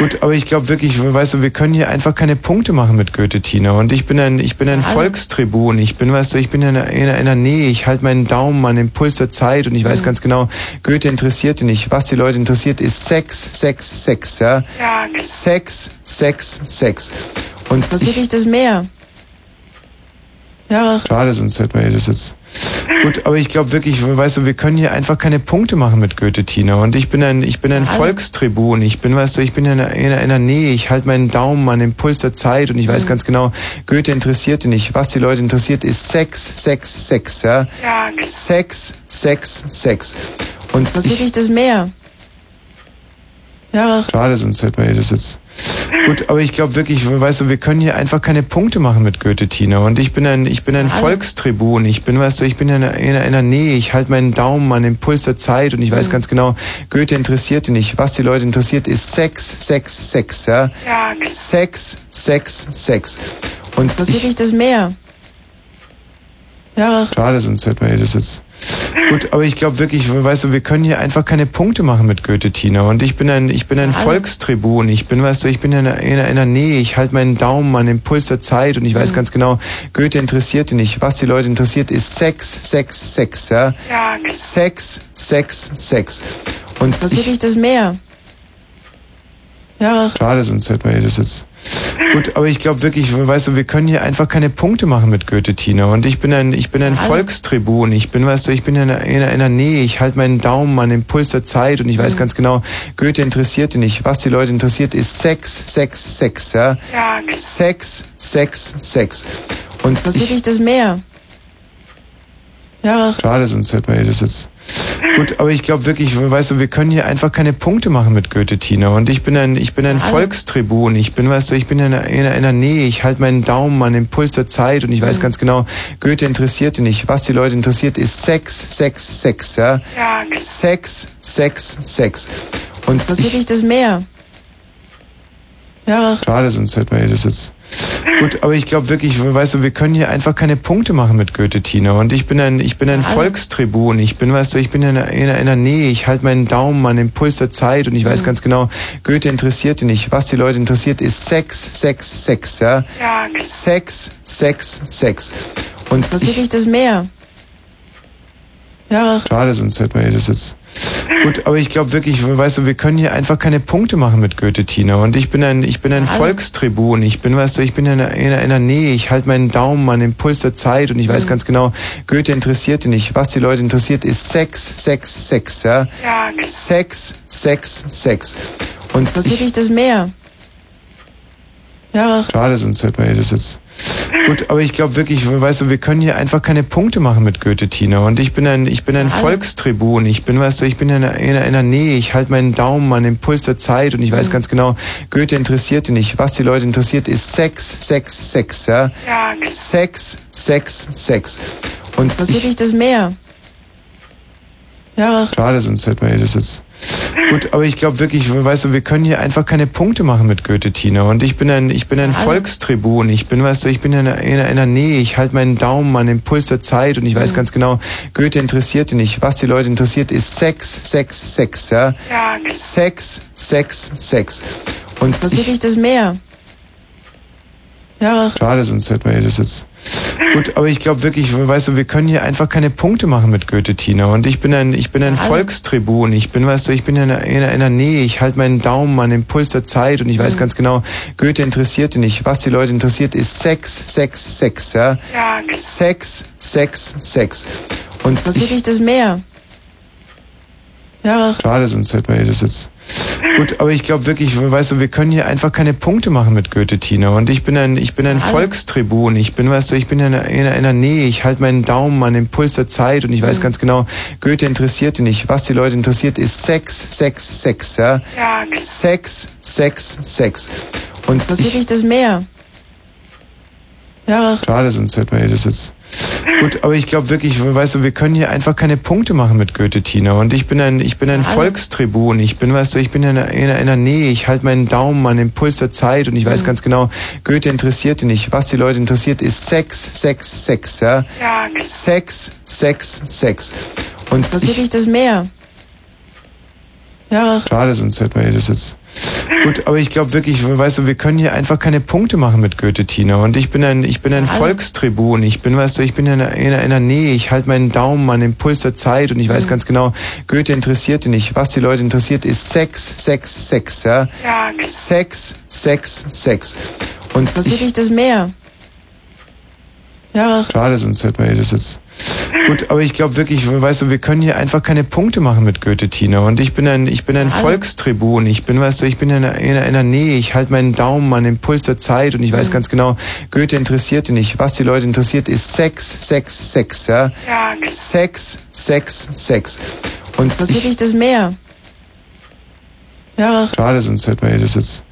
Speaker 2: Gut, aber ich glaube wirklich, weißt du, wir können hier einfach keine Punkte machen mit Goethe, Tina. Und ich bin ein, ich bin ein
Speaker 16: Ja, alle-
Speaker 2: Volkstribun. Ich bin, weißt du, ich bin in einer, in einer Nähe. Ich halte meinen Daumen an den Puls der Zeit und ich
Speaker 16: Mhm.
Speaker 2: weiß ganz genau, Goethe interessiert ihn nicht. Was die Leute interessiert, ist Sex, Sex, Sex, ja?
Speaker 16: Ja, klar.
Speaker 2: Sex, Sex, Sex. Und
Speaker 16: Was
Speaker 2: ich,
Speaker 16: will ich das mehr? Ja.
Speaker 2: Schade, sonst hätten wir das jetzt. Gut, aber ich glaube wirklich, weißt du, wir können hier einfach keine Punkte machen mit Goethe, Tina. Und ich bin ein, ich bin ein
Speaker 16: Ja, alle-
Speaker 2: Volkstribun. Ich bin, weißt du, ich bin in einer, in einer Nähe. Ich halte meinen Daumen an den Puls der Zeit und ich
Speaker 16: Mhm.
Speaker 2: weiß ganz genau, Goethe interessiert ihn nicht. Was die Leute interessiert, ist Sex, Sex, Sex, ja?
Speaker 16: Ja, klar.
Speaker 2: Sex, Sex, Sex. Und
Speaker 16: Was
Speaker 2: ich,
Speaker 16: will ich das mehr? Ja.
Speaker 2: Schade, sonst hätten wir das jetzt. Gut, aber ich glaube wirklich, weißt du, wir können hier einfach keine Punkte machen mit Goethe, Tina. Und ich bin ein, ich bin ein
Speaker 16: Ja, alle-
Speaker 2: Volkstribun. Ich bin, weißt du, ich bin in einer, in einer Nähe. Ich halte meinen Daumen an den Puls der Zeit und ich
Speaker 16: Mhm.
Speaker 2: weiß ganz genau, Goethe interessiert ihn nicht. Was die Leute interessiert, ist Sex, Sex, Sex, ja?
Speaker 16: Ja, klar.
Speaker 2: Sex, Sex, Sex. Und
Speaker 16: Was
Speaker 2: ich,
Speaker 16: will ich das mehr? Ja.
Speaker 2: Schade, sonst hätten wir das jetzt. Gut, aber ich glaube wirklich, weißt du, wir können hier einfach keine Punkte machen mit Goethe, Tina. Und ich bin ein, ich bin ein
Speaker 16: Ja, alle-
Speaker 2: Volkstribun. Ich bin, weißt du, ich bin in einer, in einer Nähe. Ich halte meinen Daumen an den Puls der Zeit und ich
Speaker 16: Mhm.
Speaker 2: weiß ganz genau, Goethe interessiert ihn nicht. Was die Leute interessiert, ist Sex, Sex, Sex, ja?
Speaker 16: Ja, klar.
Speaker 2: Sex, Sex, Sex. Und
Speaker 16: Was
Speaker 2: ich,
Speaker 16: will ich das mehr? Ja.
Speaker 2: Schade, sonst hätten wir das jetzt. Gut, aber ich glaube wirklich, weißt du, wir können hier einfach keine Punkte machen mit Goethe, Tina. Und ich bin ein, ich bin ein
Speaker 16: Ja, alle-
Speaker 2: Volkstribun. Ich bin, weißt du, ich bin in einer, in einer Nähe. Ich halte meinen Daumen an den Puls der Zeit und ich
Speaker 16: Mhm.
Speaker 2: weiß ganz genau, Goethe interessiert ihn nicht. Was die Leute interessiert, ist Sex, Sex, Sex, ja?
Speaker 16: Ja, klar.
Speaker 2: Sex, Sex, Sex. Und
Speaker 16: Was
Speaker 2: ich,
Speaker 16: will ich das mehr? Ja.
Speaker 2: Schade, sonst hätten wir das jetzt. Gut, aber ich glaube wirklich, weißt du, wir können hier einfach keine Punkte machen mit Goethe, Tina. Und ich bin ein, ich bin ein
Speaker 16: Ja, alle-
Speaker 2: Volkstribun. Ich bin, weißt du, ich bin in einer, in einer Nähe. Ich halte meinen Daumen an den Puls der Zeit und ich
Speaker 16: Mhm.
Speaker 2: weiß ganz genau, Goethe interessiert ihn nicht. Was die Leute interessiert, ist Sex, Sex, Sex, ja?
Speaker 16: Ja, klar.
Speaker 2: Sex, Sex, Sex. Und
Speaker 16: Was
Speaker 2: ich,
Speaker 16: will ich das mehr? Ja.
Speaker 2: Schade, sonst hätten wir das jetzt. Gut, aber ich glaube wirklich, weißt du, wir können hier einfach keine Punkte machen mit Goethe, Tina. Und ich bin ein, ich bin ein
Speaker 16: Ja, alle-
Speaker 2: Volkstribun. Ich bin, weißt du, ich bin in einer, in einer Nähe. Ich halte meinen Daumen an den Puls der Zeit und ich
Speaker 16: Mhm.
Speaker 2: weiß ganz genau, Goethe interessiert ihn nicht. Was die Leute interessiert, ist Sex, Sex, Sex, ja?
Speaker 16: Ja, klar.
Speaker 2: Sex, Sex, Sex. Und
Speaker 16: Was
Speaker 2: ich,
Speaker 16: will ich das mehr? Ja.
Speaker 2: Schade, sonst hätten wir das jetzt. Gut, aber ich glaube wirklich, weißt du, wir können hier einfach keine Punkte machen mit Goethe, Tina. Und ich bin ein, ich bin ein
Speaker 16: Ja, alle-
Speaker 2: Volkstribun. Ich bin, weißt du, ich bin in einer, in einer Nähe. Ich halte meinen Daumen an den Puls der Zeit und ich
Speaker 16: Mhm.
Speaker 2: weiß ganz genau, Goethe interessiert ihn nicht. Was die Leute interessiert, ist Sex, Sex, Sex, ja?
Speaker 16: Ja, klar.
Speaker 2: Sex, Sex, Sex. Und
Speaker 16: Was
Speaker 2: ich,
Speaker 16: will ich das mehr? Ja.
Speaker 2: Schade, sonst hätten wir das jetzt. Gut, aber ich glaube wirklich, weißt du, wir können hier einfach keine Punkte machen mit Goethe, Tina. Und ich bin ein, ich bin ein Volkstribun. Ich bin, weißt du, ich bin in einer, in einer Nähe. Ich halte meinen Daumen an den Puls der Zeit und ich weiß ganz genau, Goethe interessiert ihn nicht. Was die Leute interessiert, ist Sex, Sex, Sex, ja?
Speaker 9: Ja, klar.
Speaker 2: Sex, Sex, Sex. Und
Speaker 16: Interessiert
Speaker 2: ich,
Speaker 16: dich das mehr? Ja.
Speaker 2: schade, sonst hätten wir das jetzt. Gut, aber ich glaube wirklich, weißt du, wir können hier einfach keine Punkte machen mit Goethe, Tina. Und ich bin ein, ich bin ein Volkstribun. Ich bin, weißt du, ich bin in einer, in einer Nähe. Ich halte meinen Daumen an den Puls der Zeit und ich
Speaker 9: Mhm.
Speaker 2: weiß ganz genau, Goethe interessiert ihn nicht. Was die Leute interessiert, ist Sex, Sex, Sex, ja?
Speaker 9: Ja, klar.
Speaker 2: Sex, Sex, Sex. Und
Speaker 16: Interessiert dich
Speaker 2: ich,
Speaker 16: das mehr? Ja.
Speaker 2: Schade, sonst hätten wir das jetzt. Gut, aber ich glaube wirklich, weißt du, wir können hier einfach keine Punkte machen mit Goethe, Tina. Und ich bin ein, ich bin ein Volkstribun. Ich bin, weißt du, ich bin in einer, in einer Nähe. Ich halte meinen Daumen an den Puls der Zeit und ich weiß ganz genau, Goethe interessiert ihn nicht. Was die Leute interessiert, ist Sex, Sex, Sex, ja?
Speaker 9: Ja, klar.
Speaker 2: Sex, Sex, Sex. Und
Speaker 16: Interessiert
Speaker 2: ich,
Speaker 16: dich das mehr? Ja.
Speaker 2: Schade, sonst hätten wir das jetzt. Gut, aber ich glaube wirklich, weißt du, wir können hier einfach keine Punkte machen mit Goethe, Tina. Und ich bin ein, ich bin ein Volkstribun. Ich bin, weißt du, ich bin in einer, in einer Nähe. Ich halte meinen Daumen an den Puls der Zeit und ich weiß ganz genau, Goethe interessiert ihn nicht. Was die Leute interessiert, ist Sex, Sex, Sex, ja?
Speaker 9: Ja, klar.
Speaker 2: Sex, Sex, Sex. Und
Speaker 16: Interessiert
Speaker 2: ich,
Speaker 16: dich das mehr? Ja.
Speaker 2: Schade, sonst hätten wir das jetzt. Gut, aber ich glaube wirklich, weißt du, wir können hier einfach keine Punkte machen mit Goethe, Tina. Und ich bin ein, ich bin ein Volkstribun. Ich bin, weißt du, ich bin in einer, in einer Nähe. Ich halte meinen Daumen an den Puls der Zeit und ich weiß ganz genau, Goethe interessiert ihn nicht. Was die Leute interessiert, ist Sex, Sex, Sex, ja?
Speaker 9: Ja, klar.
Speaker 2: Sex, Sex, Sex. Und
Speaker 16: Interessiert
Speaker 2: ich,
Speaker 16: dich das mehr? Ja.
Speaker 2: Schade, sonst hätten wir das jetzt. Gut, aber ich glaube wirklich, weißt du, wir können hier einfach keine Punkte machen mit Goethe, Tina. Und ich bin ein, ich bin ein Volkstribun. Ich bin, weißt du, ich bin in einer, in einer Nähe. Ich halte meinen Daumen an den Puls der Zeit und ich weiß ganz genau, Goethe interessiert ihn nicht. Was die Leute interessiert, ist Sex, Sex, Sex, ja?
Speaker 9: Ja, klar.
Speaker 2: Sex, Sex, Sex. Und
Speaker 16: Interessiert
Speaker 2: ich,
Speaker 16: dich das mehr? Ja.
Speaker 2: Schade, sonst hätten wir das jetzt. Gut, aber ich glaube wirklich, weißt du, wir können hier einfach keine Punkte machen mit Goethe, Tina. Und ich bin ein, ich bin ein Volkstribun. Ich bin, weißt du, ich bin in einer, in einer Nähe. Ich halte meinen Daumen an den Puls der Zeit und ich weiß ganz genau, Goethe interessiert ihn nicht. Was die Leute interessiert, ist Sex, Sex, Sex, ja?
Speaker 9: Ja, klar.
Speaker 2: Sex, Sex, Sex. Und
Speaker 16: Interessiert
Speaker 2: ich,
Speaker 16: dich das mehr? Ja.
Speaker 2: Schade, sonst hätten wir das jetzt.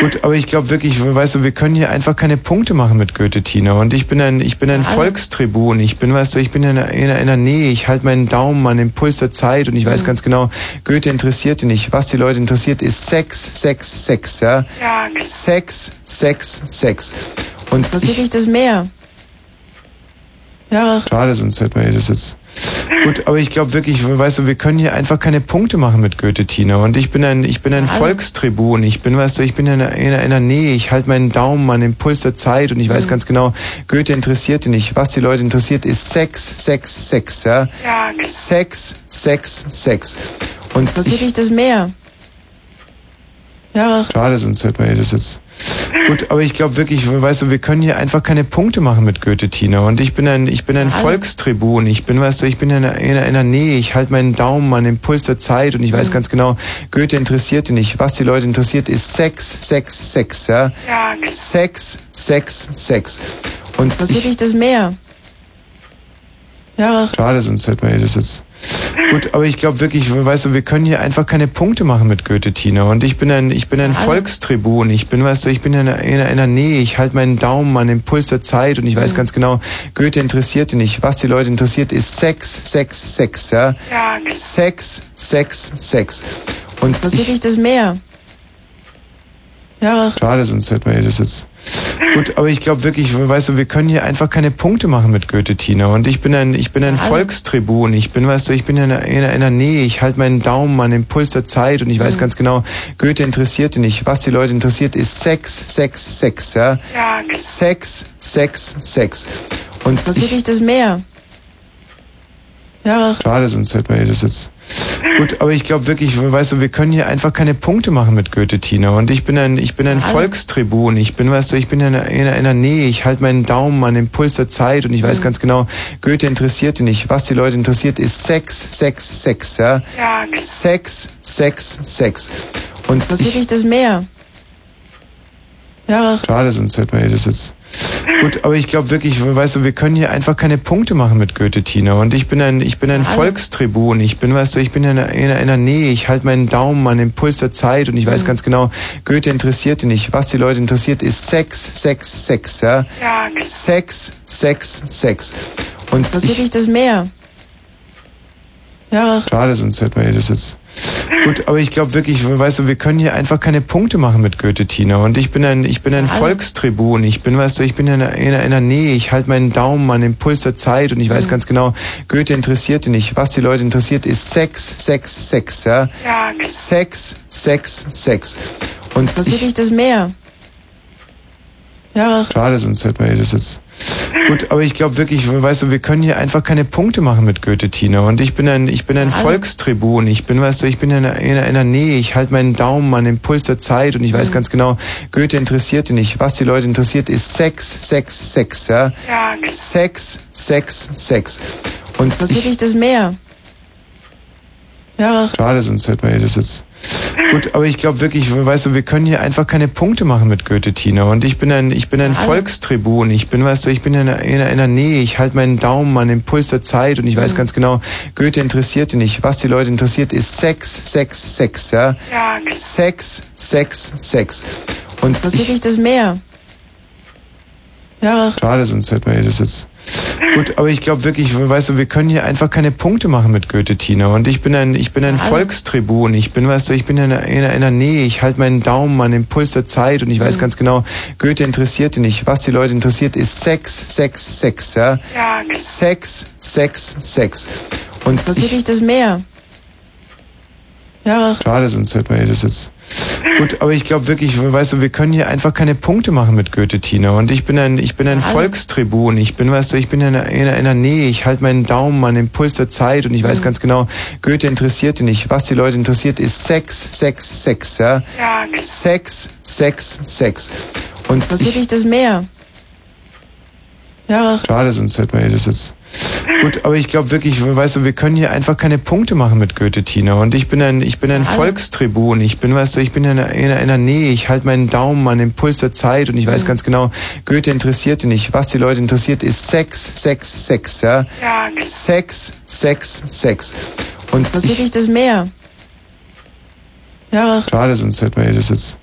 Speaker 2: Gut, aber ich glaube wirklich, weißt du, wir können hier einfach keine Punkte machen mit Goethe, Tina. Und ich bin ein, ich bin ein Volkstribun. Ich bin, weißt du, ich bin in einer, in einer Nähe. Ich halte meinen Daumen an den Puls der Zeit und ich weiß ganz genau, Goethe interessiert ihn nicht. Was die Leute interessiert, ist Sex, Sex, Sex, ja?
Speaker 9: Ja, klar.
Speaker 2: Sex, Sex, Sex. Und
Speaker 16: Interessiert
Speaker 2: ich,
Speaker 16: dich das mehr? Ja.
Speaker 2: Schade, sonst hätten wir das jetzt. Gut, aber ich glaube wirklich, weißt du, wir können hier einfach keine Punkte machen mit Goethe, Tina. Und ich bin ein, ich bin ein Volkstribun. Ich bin, weißt du, ich bin in einer, in einer Nähe. Ich halte meinen Daumen an den Puls der Zeit und ich
Speaker 16: Mhm.
Speaker 2: weiß ganz genau, Goethe interessiert ihn nicht. Was die Leute interessiert, ist Sex, Sex, Sex, ja?
Speaker 9: Ja, klar.
Speaker 2: Sex, Sex, Sex. Und
Speaker 16: Interessiert
Speaker 2: ich,
Speaker 16: dich das mehr? Ja.
Speaker 2: Schade, sonst hätten wir das jetzt. Gut, aber ich glaube wirklich, weißt du, wir können hier einfach keine Punkte machen mit Goethe, Tina. Und ich bin ein, ich bin ein Volkstribun. Ich bin, weißt du, ich bin in einer, in einer Nähe. Ich halte meinen Daumen an den Puls der Zeit und ich
Speaker 16: Mhm.
Speaker 2: weiß ganz genau, Goethe interessiert ihn nicht. Was die Leute interessiert, ist Sex, Sex, Sex, ja?
Speaker 9: Ja, klar.
Speaker 2: Sex, Sex, Sex. Und
Speaker 16: genau. Interessiert
Speaker 2: ich,
Speaker 16: dich das mehr? Ja.
Speaker 2: Schade, sonst hätten wir das jetzt. Gut, aber ich glaube wirklich, weißt du, wir können hier einfach keine Punkte machen mit Goethe, Tina. Und ich bin ein, ich bin ein Volkstribun. Ich bin, weißt du, ich bin in einer, in einer Nähe. Ich halte meinen Daumen an den Puls der Zeit und ich
Speaker 16: Mhm.
Speaker 2: weiß ganz genau, Goethe interessiert ihn nicht. Was die Leute interessiert, ist Sex, Sex, Sex, ja?
Speaker 9: Ja, klar.
Speaker 2: Sex, Sex, Sex. Und
Speaker 16: Interessiert dich
Speaker 2: ich,
Speaker 16: genau. das mehr? Ja.
Speaker 2: Schade, sonst hätten wir das jetzt. Gut, aber ich glaube wirklich, weißt du, wir können hier einfach keine Punkte machen mit Goethe, Tina. Und ich bin ein, ich bin ein Volkstribun. Ich bin, weißt du, ich bin in einer, in einer Nähe. Ich halte meinen Daumen an den Puls der Zeit und ich weiß ganz genau, Goethe interessiert ihn nicht. Was die Leute interessiert, ist Sex, Sex, Sex, ja?
Speaker 9: Ja, klar.
Speaker 2: Sex, Sex, Sex. Und
Speaker 16: Interessiert
Speaker 2: ich,
Speaker 16: dich das mehr? Ja.
Speaker 2: Schade, sonst hätten wir das jetzt. Gut, aber ich glaube wirklich, weißt du, wir können hier einfach keine Punkte machen mit Goethe, Tina. Und ich bin ein, ich bin ein Volkstribun. Ich bin, weißt du, ich bin in einer, in einer Nähe. Ich halte meinen Daumen an den Puls der Zeit und ich
Speaker 9: Mhm.
Speaker 2: weiß ganz genau, Goethe interessiert ihn nicht. Was die Leute interessiert, ist Sex, Sex, Sex, ja?
Speaker 9: Ja, klar.
Speaker 2: Sex, Sex, Sex. Und
Speaker 16: Interessiert
Speaker 2: ich,
Speaker 16: dich das mehr? Ja, das
Speaker 2: Schade, sonst hätten wir das jetzt. Gut, aber ich glaube wirklich, weißt du, wir können hier einfach keine Punkte machen mit Goethe, Tina. Und ich bin ein, ich bin ein
Speaker 16: Ja, alle.
Speaker 2: Volkstribun. Ich bin, weißt du, ich bin in einer, in einer Nähe. Ich halte meinen Daumen an den Puls der Zeit und ich
Speaker 16: Mhm.
Speaker 2: weiß ganz genau, Goethe interessiert ihn nicht. Was die Leute interessiert, ist Sex, Sex, Sex, ja?
Speaker 16: Ja, klar.
Speaker 2: Sex, Sex, Sex. Und
Speaker 16: Was
Speaker 2: ich,
Speaker 16: wirklich das Meer? Ja,
Speaker 2: Schade, sonst hätten wir das jetzt. Gut, aber ich glaube wirklich, weißt du, wir können hier einfach keine Punkte machen mit Goethe, Tina. Und ich bin ein, ich bin ein
Speaker 16: Ja, alle.
Speaker 2: Volkstribun. Ich bin, weißt du, ich bin in einer, in einer Nähe. Ich halte meinen Daumen an den Puls der Zeit und ich
Speaker 16: Mhm.
Speaker 2: weiß ganz genau, Goethe interessiert ihn nicht. Was die Leute interessiert, ist Sex, Sex, Sex, ja?
Speaker 16: Ja, klar.
Speaker 2: Sex, Sex, Sex. Und
Speaker 16: was
Speaker 2: ich,
Speaker 16: wirklich das Meer? Ja,
Speaker 2: Schade, sonst hätten wir das jetzt. Gut, aber ich glaube wirklich, weißt du, wir können hier einfach keine Punkte machen mit Goethe, Tina. Und ich bin ein, ich bin ein
Speaker 16: Ja, alle.
Speaker 2: Volkstribun. Ich bin, weißt du, ich bin in einer, in einer Nähe. Ich halte meinen Daumen an den Puls der Zeit und ich
Speaker 16: Mhm.
Speaker 2: weiß ganz genau, Goethe interessiert ihn nicht. Was die Leute interessiert, ist Sex, Sex, Sex, ja?
Speaker 16: Ja, genau. klar.
Speaker 2: Sex, Sex, Sex. Und
Speaker 16: was
Speaker 2: ich,
Speaker 16: wirklich das Meer? Ja,
Speaker 2: Schade, sonst hätten wir das jetzt. Gut, aber ich glaube wirklich, weißt du, wir können hier einfach keine Punkte machen mit Goethe, Tina. Und ich bin ein, ich bin ein
Speaker 16: Ja, alle.
Speaker 2: Volkstribun. Ich bin, weißt du, ich bin in einer, in einer Nähe. Ich halte meinen Daumen an den Puls der Zeit und ich
Speaker 16: Mhm.
Speaker 2: weiß ganz genau, Goethe interessiert ihn nicht. Was die Leute interessiert, ist Sex, Sex, Sex, ja?
Speaker 16: Ja, klar.
Speaker 2: Sex, Sex, Sex. Und
Speaker 16: was
Speaker 2: ich,
Speaker 16: wirklich das Meer? Ja,
Speaker 2: Schade, sonst hätten wir das jetzt. Gut, aber ich glaube wirklich, weißt du, wir können hier einfach keine Punkte machen mit Goethe, Tina. Und ich bin ein, ich bin ein
Speaker 16: Ja, alle.
Speaker 2: Volkstribun. Ich bin, weißt du, ich bin in einer, in einer Nähe. Ich halte meinen Daumen an den Puls der Zeit und ich
Speaker 16: Mhm.
Speaker 2: weiß ganz genau, Goethe interessiert ihn nicht. Was die Leute interessiert, ist Sex, Sex, Sex, ja?
Speaker 16: Ja, genau. klar.
Speaker 2: Sex, Sex, Sex. Und
Speaker 16: was
Speaker 2: ich,
Speaker 16: wirklich das Meer? Ja,
Speaker 2: Schade, sonst hätten wir das jetzt. Gut, aber ich glaube wirklich, weißt du, wir können hier einfach keine Punkte machen mit Goethe, Tina. Und ich bin ein, ich bin ein
Speaker 16: Ja, alle.
Speaker 2: Volkstribun. Ich bin, weißt du, ich bin in einer, in einer Nähe. Ich halte meinen Daumen an den Puls der Zeit und ich
Speaker 16: Mhm.
Speaker 2: weiß ganz genau, Goethe interessiert ihn nicht. Was die Leute interessiert, ist Sex, Sex, Sex, ja?
Speaker 16: Ja, genau. klar.
Speaker 2: Sex, Sex, Sex. Und
Speaker 16: was
Speaker 2: ich,
Speaker 16: wirklich das Meer? Ja,
Speaker 2: Schade, sonst hätten wir das jetzt. Gut, aber ich glaube wirklich, weißt du, wir können hier einfach keine Punkte machen mit Goethe, Tina. Und ich bin ein, ich bin ein
Speaker 16: Ja, alle.
Speaker 2: Volkstribun. Ich bin, weißt du, ich bin in einer, in einer Nähe. Ich halte meinen Daumen an den Puls der Zeit und ich
Speaker 16: Mhm.
Speaker 2: weiß ganz genau, Goethe interessiert ihn nicht. Was die Leute interessiert, ist Sex, Sex, Sex, ja?
Speaker 16: Ja, klar.
Speaker 2: Sex, Sex, Sex. Und
Speaker 16: was
Speaker 2: ich,
Speaker 16: wirklich das Meer? Ja,
Speaker 2: Schade, sonst hätten wir das jetzt.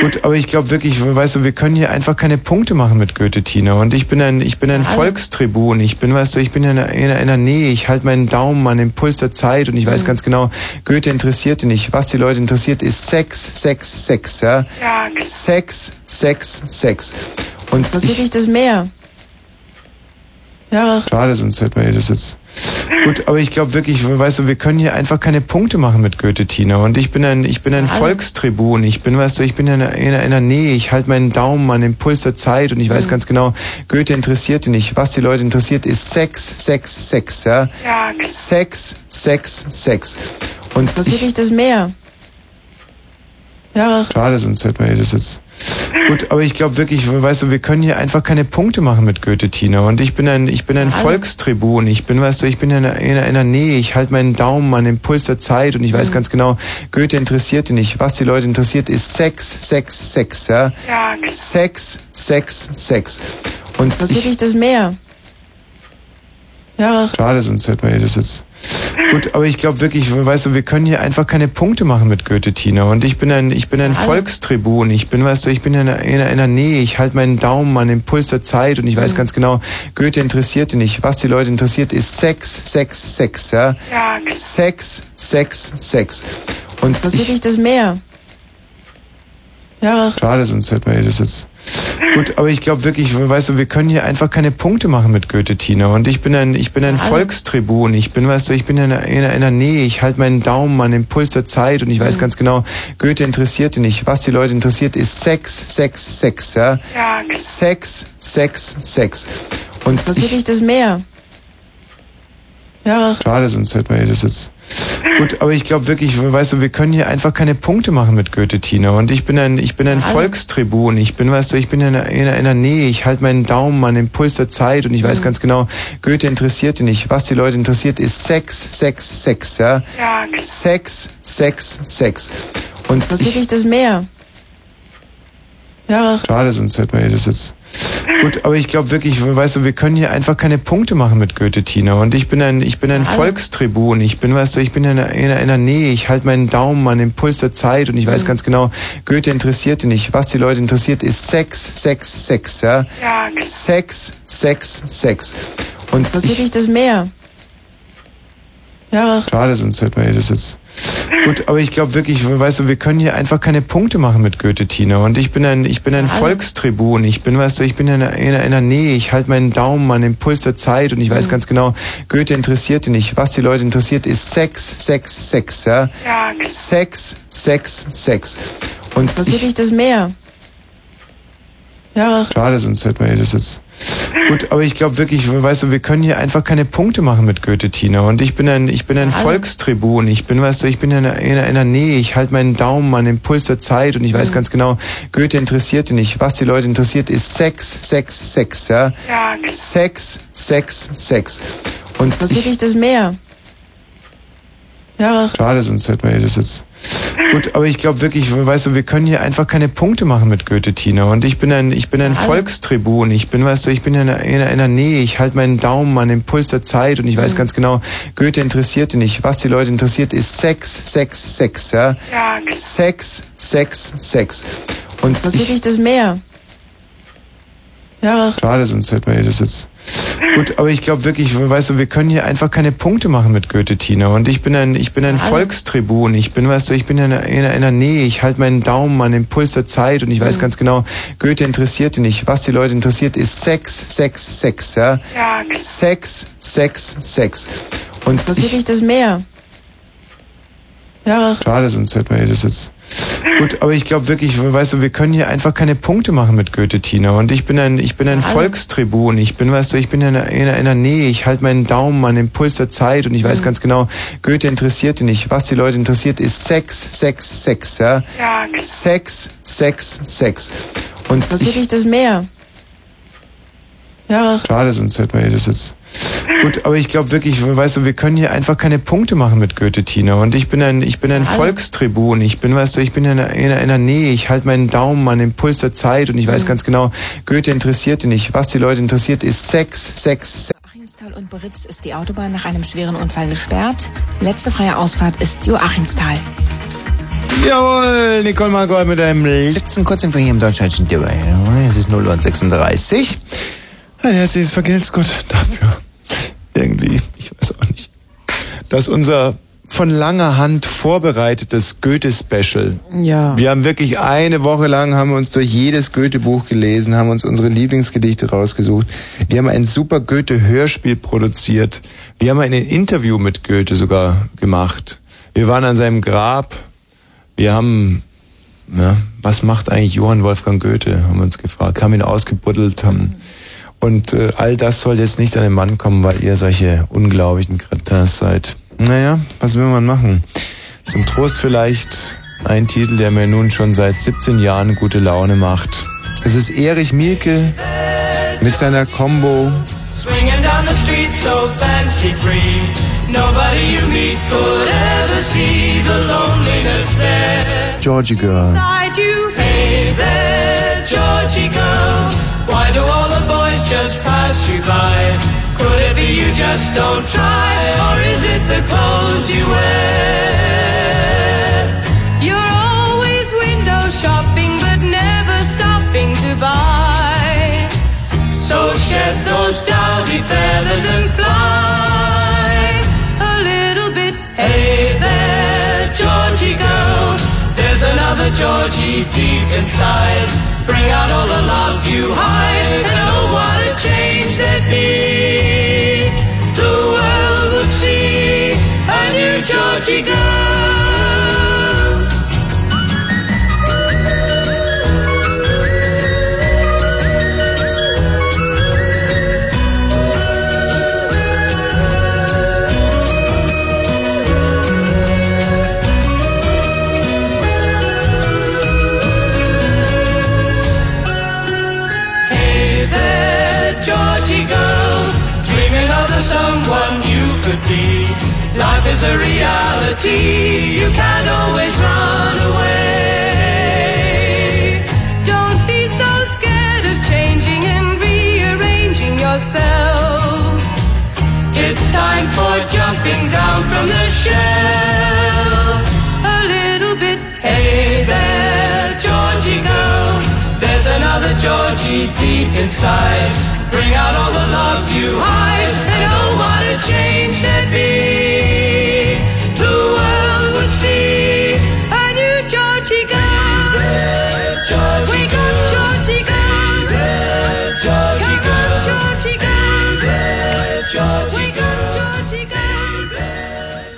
Speaker 2: Gut, aber ich glaube wirklich, weißt du, wir können hier einfach keine Punkte machen mit Goethe, Tina. Und ich bin ein, ich bin ein
Speaker 16: Ja, alle.
Speaker 2: Volkstribun. Ich bin, weißt du, ich bin in einer, in einer Nähe. Ich halte meinen Daumen an den Puls der Zeit und ich
Speaker 16: Mhm.
Speaker 2: weiß ganz genau, Goethe interessiert ihn nicht. Was die Leute interessiert, ist Sex, Sex, Sex, ja?
Speaker 16: Ja, klar.
Speaker 2: Sex, Sex, Sex. Und
Speaker 16: was
Speaker 2: ich,
Speaker 16: wirklich das Meer? Ja,
Speaker 2: Schade, sonst hätten wir das jetzt. Gut, aber ich glaube wirklich, weißt du, wir können hier einfach keine Punkte machen mit Goethe, Tina. Und ich bin ein, ich bin ein
Speaker 16: Ja, alle.
Speaker 2: Volkstribun. Ich bin, weißt du, ich bin in einer, in einer Nähe. Ich halte meinen Daumen an den Puls der Zeit und ich
Speaker 16: Mhm.
Speaker 2: weiß ganz genau, Goethe interessiert ihn nicht. Was die Leute interessiert, ist Sex, Sex, Sex, ja?
Speaker 16: Ja, klar.
Speaker 2: Sex, Sex, Sex. Und
Speaker 16: was
Speaker 2: ich,
Speaker 16: wirklich das Meer? Ja,
Speaker 2: Schade, sonst hätten wir das jetzt. Gut, aber ich glaube wirklich, weißt du, wir können hier einfach keine Punkte machen mit Goethe, Tina. Und ich bin ein, ich bin ein
Speaker 16: Ja, alle.
Speaker 2: Volkstribun. Ich bin, weißt du, ich bin in einer, in einer Nähe. Ich halte meinen Daumen an den Puls der Zeit und ich
Speaker 16: Mhm.
Speaker 2: weiß ganz genau, Goethe interessiert ihn nicht. Was die Leute interessiert, ist Sex, Sex, Sex, ja?
Speaker 16: Ja, klar.
Speaker 2: Sex, Sex, Sex. Und
Speaker 16: was
Speaker 2: ich,
Speaker 16: wirklich das Meer? Ja,
Speaker 2: Schade, sonst hätten wir das jetzt. Gut, aber ich glaube wirklich, weißt du, wir können hier einfach keine Punkte machen mit Goethe, Tina. Und ich bin ein, ich bin ein
Speaker 16: Ja, alle.
Speaker 2: Volkstribun. Ich bin, weißt du, ich bin in einer, in einer Nähe. Ich halte meinen Daumen an den Puls der Zeit und ich
Speaker 16: Mhm.
Speaker 2: weiß ganz genau, Goethe interessiert ihn nicht. Was die Leute interessiert, ist Sex, Sex, Sex, ja?
Speaker 16: Ja, klar.
Speaker 2: Sex, Sex, Sex. Und
Speaker 16: was
Speaker 2: ich,
Speaker 16: wirklich das Meer? Ja,
Speaker 2: Schade, sonst hätten wir das jetzt. Gut, aber ich glaube wirklich, weißt du, wir können hier einfach keine Punkte machen mit Goethe, Tina. Und ich bin ein, ich bin ein
Speaker 16: Ja, alle.
Speaker 2: Volkstribun. Ich bin, weißt du, ich bin in einer, in einer Nähe. Ich halte meinen Daumen an den Puls der Zeit und ich
Speaker 16: Mhm.
Speaker 2: weiß ganz genau, Goethe interessiert ihn nicht. Was die Leute interessiert, ist Sex, Sex, Sex, ja?
Speaker 16: Ja, klar.
Speaker 2: Sex, Sex, Sex. Und
Speaker 16: was
Speaker 2: ich,
Speaker 16: wirklich das Meer? Ja,
Speaker 2: Schade, sonst hätten wir das jetzt. Gut, aber ich glaube wirklich, weißt du, wir können hier einfach keine Punkte machen mit Goethe, Tina. Und ich bin ein, ich bin ein
Speaker 16: Ja, alle.
Speaker 2: Volkstribun. Ich bin, weißt du, ich bin in einer, in einer Nähe. Ich halte meinen Daumen an den Puls der Zeit und ich
Speaker 16: Mhm.
Speaker 2: weiß ganz genau, Goethe interessiert ihn nicht. Was die Leute interessiert, ist Sex, Sex, Sex, ja?
Speaker 16: Ja, klar.
Speaker 2: Sex, Sex, Sex. Und
Speaker 16: was
Speaker 2: ich,
Speaker 16: wirklich das Meer? Ja,
Speaker 2: Schade, sonst hätten wir das jetzt. Gut, aber ich glaube wirklich, weißt du, wir können hier einfach keine Punkte machen mit Goethe, Tina. Und ich bin ein, ich bin ein
Speaker 16: Ja, alle-
Speaker 2: Volkstribun. Ich bin, weißt du, ich bin in einer, in einer Nähe. Ich halte meinen Daumen an den Puls der Zeit und ich
Speaker 16: Mhm.
Speaker 2: weiß ganz genau, Goethe interessiert ihn nicht. Was die Leute interessiert, ist Sex, Sex, Sex, ja?
Speaker 16: Ja, genau. klar.
Speaker 2: Sex, Sex, Sex. Und
Speaker 16: interessiert
Speaker 2: ich,
Speaker 16: dich das mehr? Ja,
Speaker 2: Schade, sonst hätten wir das jetzt. Gut, aber ich glaube wirklich, weißt du, wir können hier einfach keine Punkte machen mit Goethe, Tina. Und ich bin ein, ich bin ein
Speaker 16: Ja, alle.
Speaker 2: Volkstribun. Ich bin, weißt du, ich bin in einer, in einer Nähe. Ich halte meinen Daumen an den Puls der Zeit und ich
Speaker 16: Mhm.
Speaker 2: weiß ganz genau, Goethe interessiert ihn nicht. Was die Leute interessiert, ist Sex, Sex, Sex, ja?
Speaker 16: Ja, klar.
Speaker 2: Sex, Sex, Sex. Und
Speaker 16: interessiert
Speaker 2: ich,
Speaker 16: dich das mehr? Ja,
Speaker 2: Schade, sonst hätten wir das jetzt. Gut, aber ich glaube wirklich, weißt du, wir können hier einfach keine Punkte machen mit Goethe, Tina. Und ich bin ein, ich bin ein
Speaker 16: Ja, alle.
Speaker 2: Volkstribun. Ich bin, weißt du, ich bin in einer, in einer Nähe. Ich halte meinen Daumen an den Puls der Zeit und ich
Speaker 16: Mhm.
Speaker 2: weiß ganz genau, Goethe interessiert ihn nicht. Was die Leute interessiert, ist Sex, Sex, Sex, ja?
Speaker 16: Ja, klar.
Speaker 2: Sex, Sex, Sex. Und
Speaker 16: interessiert
Speaker 2: ich,
Speaker 16: dich das mehr? Ja,
Speaker 2: Schade, sonst hätten wir das jetzt. Gut, aber ich glaube wirklich, weißt du, wir können hier einfach keine Punkte machen mit Goethe, Tina. Und ich bin ein, ich bin ein
Speaker 16: Ja, alle.
Speaker 2: Volkstribun. Ich bin, weißt du, ich bin in einer, in einer Nähe. Ich halte meinen Daumen an den Puls der Zeit und ich
Speaker 16: Mhm.
Speaker 2: weiß ganz genau, Goethe interessiert ihn nicht. Was die Leute interessiert, ist Sex, Sex, Sex, ja?
Speaker 16: Ja, klar.
Speaker 2: Sex, Sex, Sex. Und
Speaker 16: interessiert
Speaker 2: ich,
Speaker 16: dich das mehr? Ja,
Speaker 2: Schade, sonst hätten wir das jetzt. Gut, aber ich glaube wirklich, weißt du, wir können hier einfach keine Punkte machen mit Goethe, Tina. Und ich bin ein, ich bin ein
Speaker 16: Ja, alle.
Speaker 2: Volkstribun. Ich bin, weißt du, ich bin in einer, in einer Nähe. Ich halte meinen Daumen an den Puls der Zeit und ich
Speaker 16: Mhm.
Speaker 2: weiß ganz genau, Goethe interessiert ihn nicht. Was die Leute interessiert, ist Sex, Sex, Sex, ja?
Speaker 16: Ja, klar.
Speaker 2: Sex, Sex, Sex. Und
Speaker 16: interessiert
Speaker 2: ich,
Speaker 16: dich das mehr? Ja,
Speaker 2: Schade, sonst hätten wir das jetzt. Gut, aber ich glaube wirklich, weißt du, wir können hier einfach keine Punkte machen mit Goethe, Tina. Und ich bin ein, ich bin ein
Speaker 16: Ja, alle.
Speaker 2: Volkstribun. Ich bin, weißt du, ich bin in einer, in einer Nähe. Ich halte meinen Daumen an den Puls der Zeit und ich
Speaker 16: Mhm.
Speaker 2: weiß ganz genau, Goethe interessiert ihn nicht. Was die Leute interessiert, ist Sex, Sex, Sex, ja?
Speaker 16: Ja, klar.
Speaker 2: Sex, Sex, Sex. Und
Speaker 16: interessiert
Speaker 2: ich,
Speaker 16: dich das mehr? Ja,
Speaker 2: Schade, sonst hätten wir das jetzt. Gut, aber ich glaube wirklich, weißt du, wir können hier einfach keine Punkte machen mit Goethe, Tina. Und ich bin ein, ich bin ein
Speaker 16: Ja, alle.
Speaker 2: Volkstribun. Ich bin, weißt du, ich bin in einer, in einer Nähe. Ich halte meinen Daumen an den Puls der Zeit und ich weiß ganz genau, Goethe interessiert ihn nicht. Was die Leute interessiert, ist Sex, Sex, Sex.
Speaker 8: Joachimsthal und Beritz ist die Autobahn nach einem schweren Unfall gesperrt. Letzte freie Ausfahrt ist Joachimsthal.
Speaker 10: Jawohl, Nicole Margold mit einem letzten Kurzinfo hier im deutschlandischen Dibber. Es ist 0 Uhr 36.
Speaker 2: Ein herzliches Vergelt's Gott dafür. Irgendwie, ich weiß auch nicht. Dass unser von langer Hand vorbereitetes Goethe-Special
Speaker 16: ja.
Speaker 2: Wir haben wirklich eine Woche lang haben wir uns durch jedes Goethe-Buch gelesen, haben uns unsere Lieblingsgedichte rausgesucht. Wir haben ein super Goethe-Hörspiel produziert. Wir haben ein Interview mit Goethe sogar gemacht. Wir waren an seinem Grab. Wir haben, ja, was macht eigentlich Johann Wolfgang Goethe? Haben wir uns gefragt, haben ihn ausgebuddelt, haben, und äh, all das soll jetzt nicht an den Mann kommen, weil ihr solche unglaublichen Kretins seid. Naja, was will man machen? Zum Trost vielleicht ein Titel, der mir nun schon seit 17 Jahren gute Laune macht. Es ist Erich Mielke mit seiner Combo.
Speaker 7: Swinging down the street so fancy free. Nobody you meet could ever see the loneliness there.
Speaker 2: Georgie Girl.
Speaker 7: Beside you. Hey there, Georgie girl. Why do all the boys just pass you by? Could it be you just don't try? Or is it the clothes you wear?
Speaker 18: You're always window shopping, but never stopping to buy.
Speaker 7: So shed those dowdy feathers and fly a little bit. Hey there, Georgie girl. There's another Georgie deep inside. Bring out all the love you hide, and oh, what a change there'd be. The world would see a new Georgie girl. Hey there, Georgie girl, dreaming of the someone you could be. Life is a reality, you can't always run away.
Speaker 18: Don't be
Speaker 7: inside. Bring out all the love you hide, and oh, what a change there'd be. The world would see a new Georgie girl. Wake up, Georgie girl. Come on, Georgie girl. Wake up,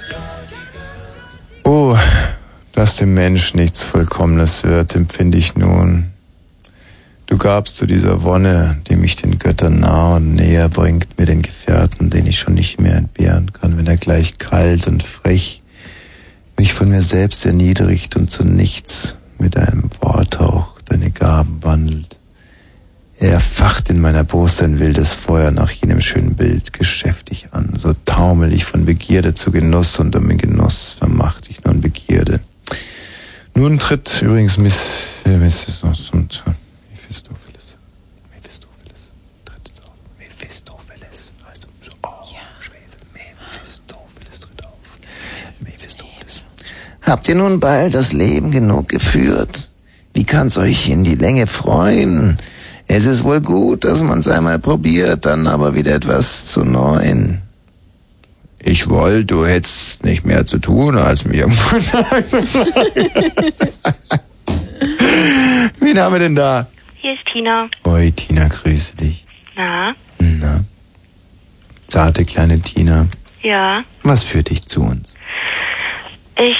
Speaker 7: Georgie girl.
Speaker 2: Oh, dass dem Mensch nichts Vollkommenes wird, empfinde ich nun. Du gabst zu dieser Wonne, die mich den Göttern nah und näher bringt, mir den Gefährten, den ich schon nicht mehr entbehren kann, wenn er gleich kalt und frech mich von mir selbst erniedrigt und zu nichts mit einem Worthauch deine Gaben wandelt. Er erfacht in meiner Brust ein wildes Feuer nach jenem schönen Bild geschäftig an. So taumel ich von Begierde zu Genuss und um den Genuss vermacht ich nun Begierde. Nun tritt übrigens Miss, äh, Miss zum, zum Mephistopheles. Mephistopheles. Tritt jetzt auf. Mephistopheles. Heißt du so, oh, Schwefel. Mephistopheles tritt auf. Mephistopheles.
Speaker 10: Habt ihr nun bald das Leben genug geführt? Wie kann's euch in die Länge freuen? Es ist wohl gut, dass man's einmal probiert, dann aber wieder etwas zu neuen. Ich wollte, du hättest nicht mehr zu tun, als mir am Montag zu fragen.
Speaker 2: Wen haben wir denn da?
Speaker 19: Hier ist Tina.
Speaker 2: Oi, Tina, grüße dich.
Speaker 19: Na?
Speaker 2: Na? Zarte kleine Tina,
Speaker 19: Ja.
Speaker 2: was führt dich zu uns?
Speaker 19: Ich.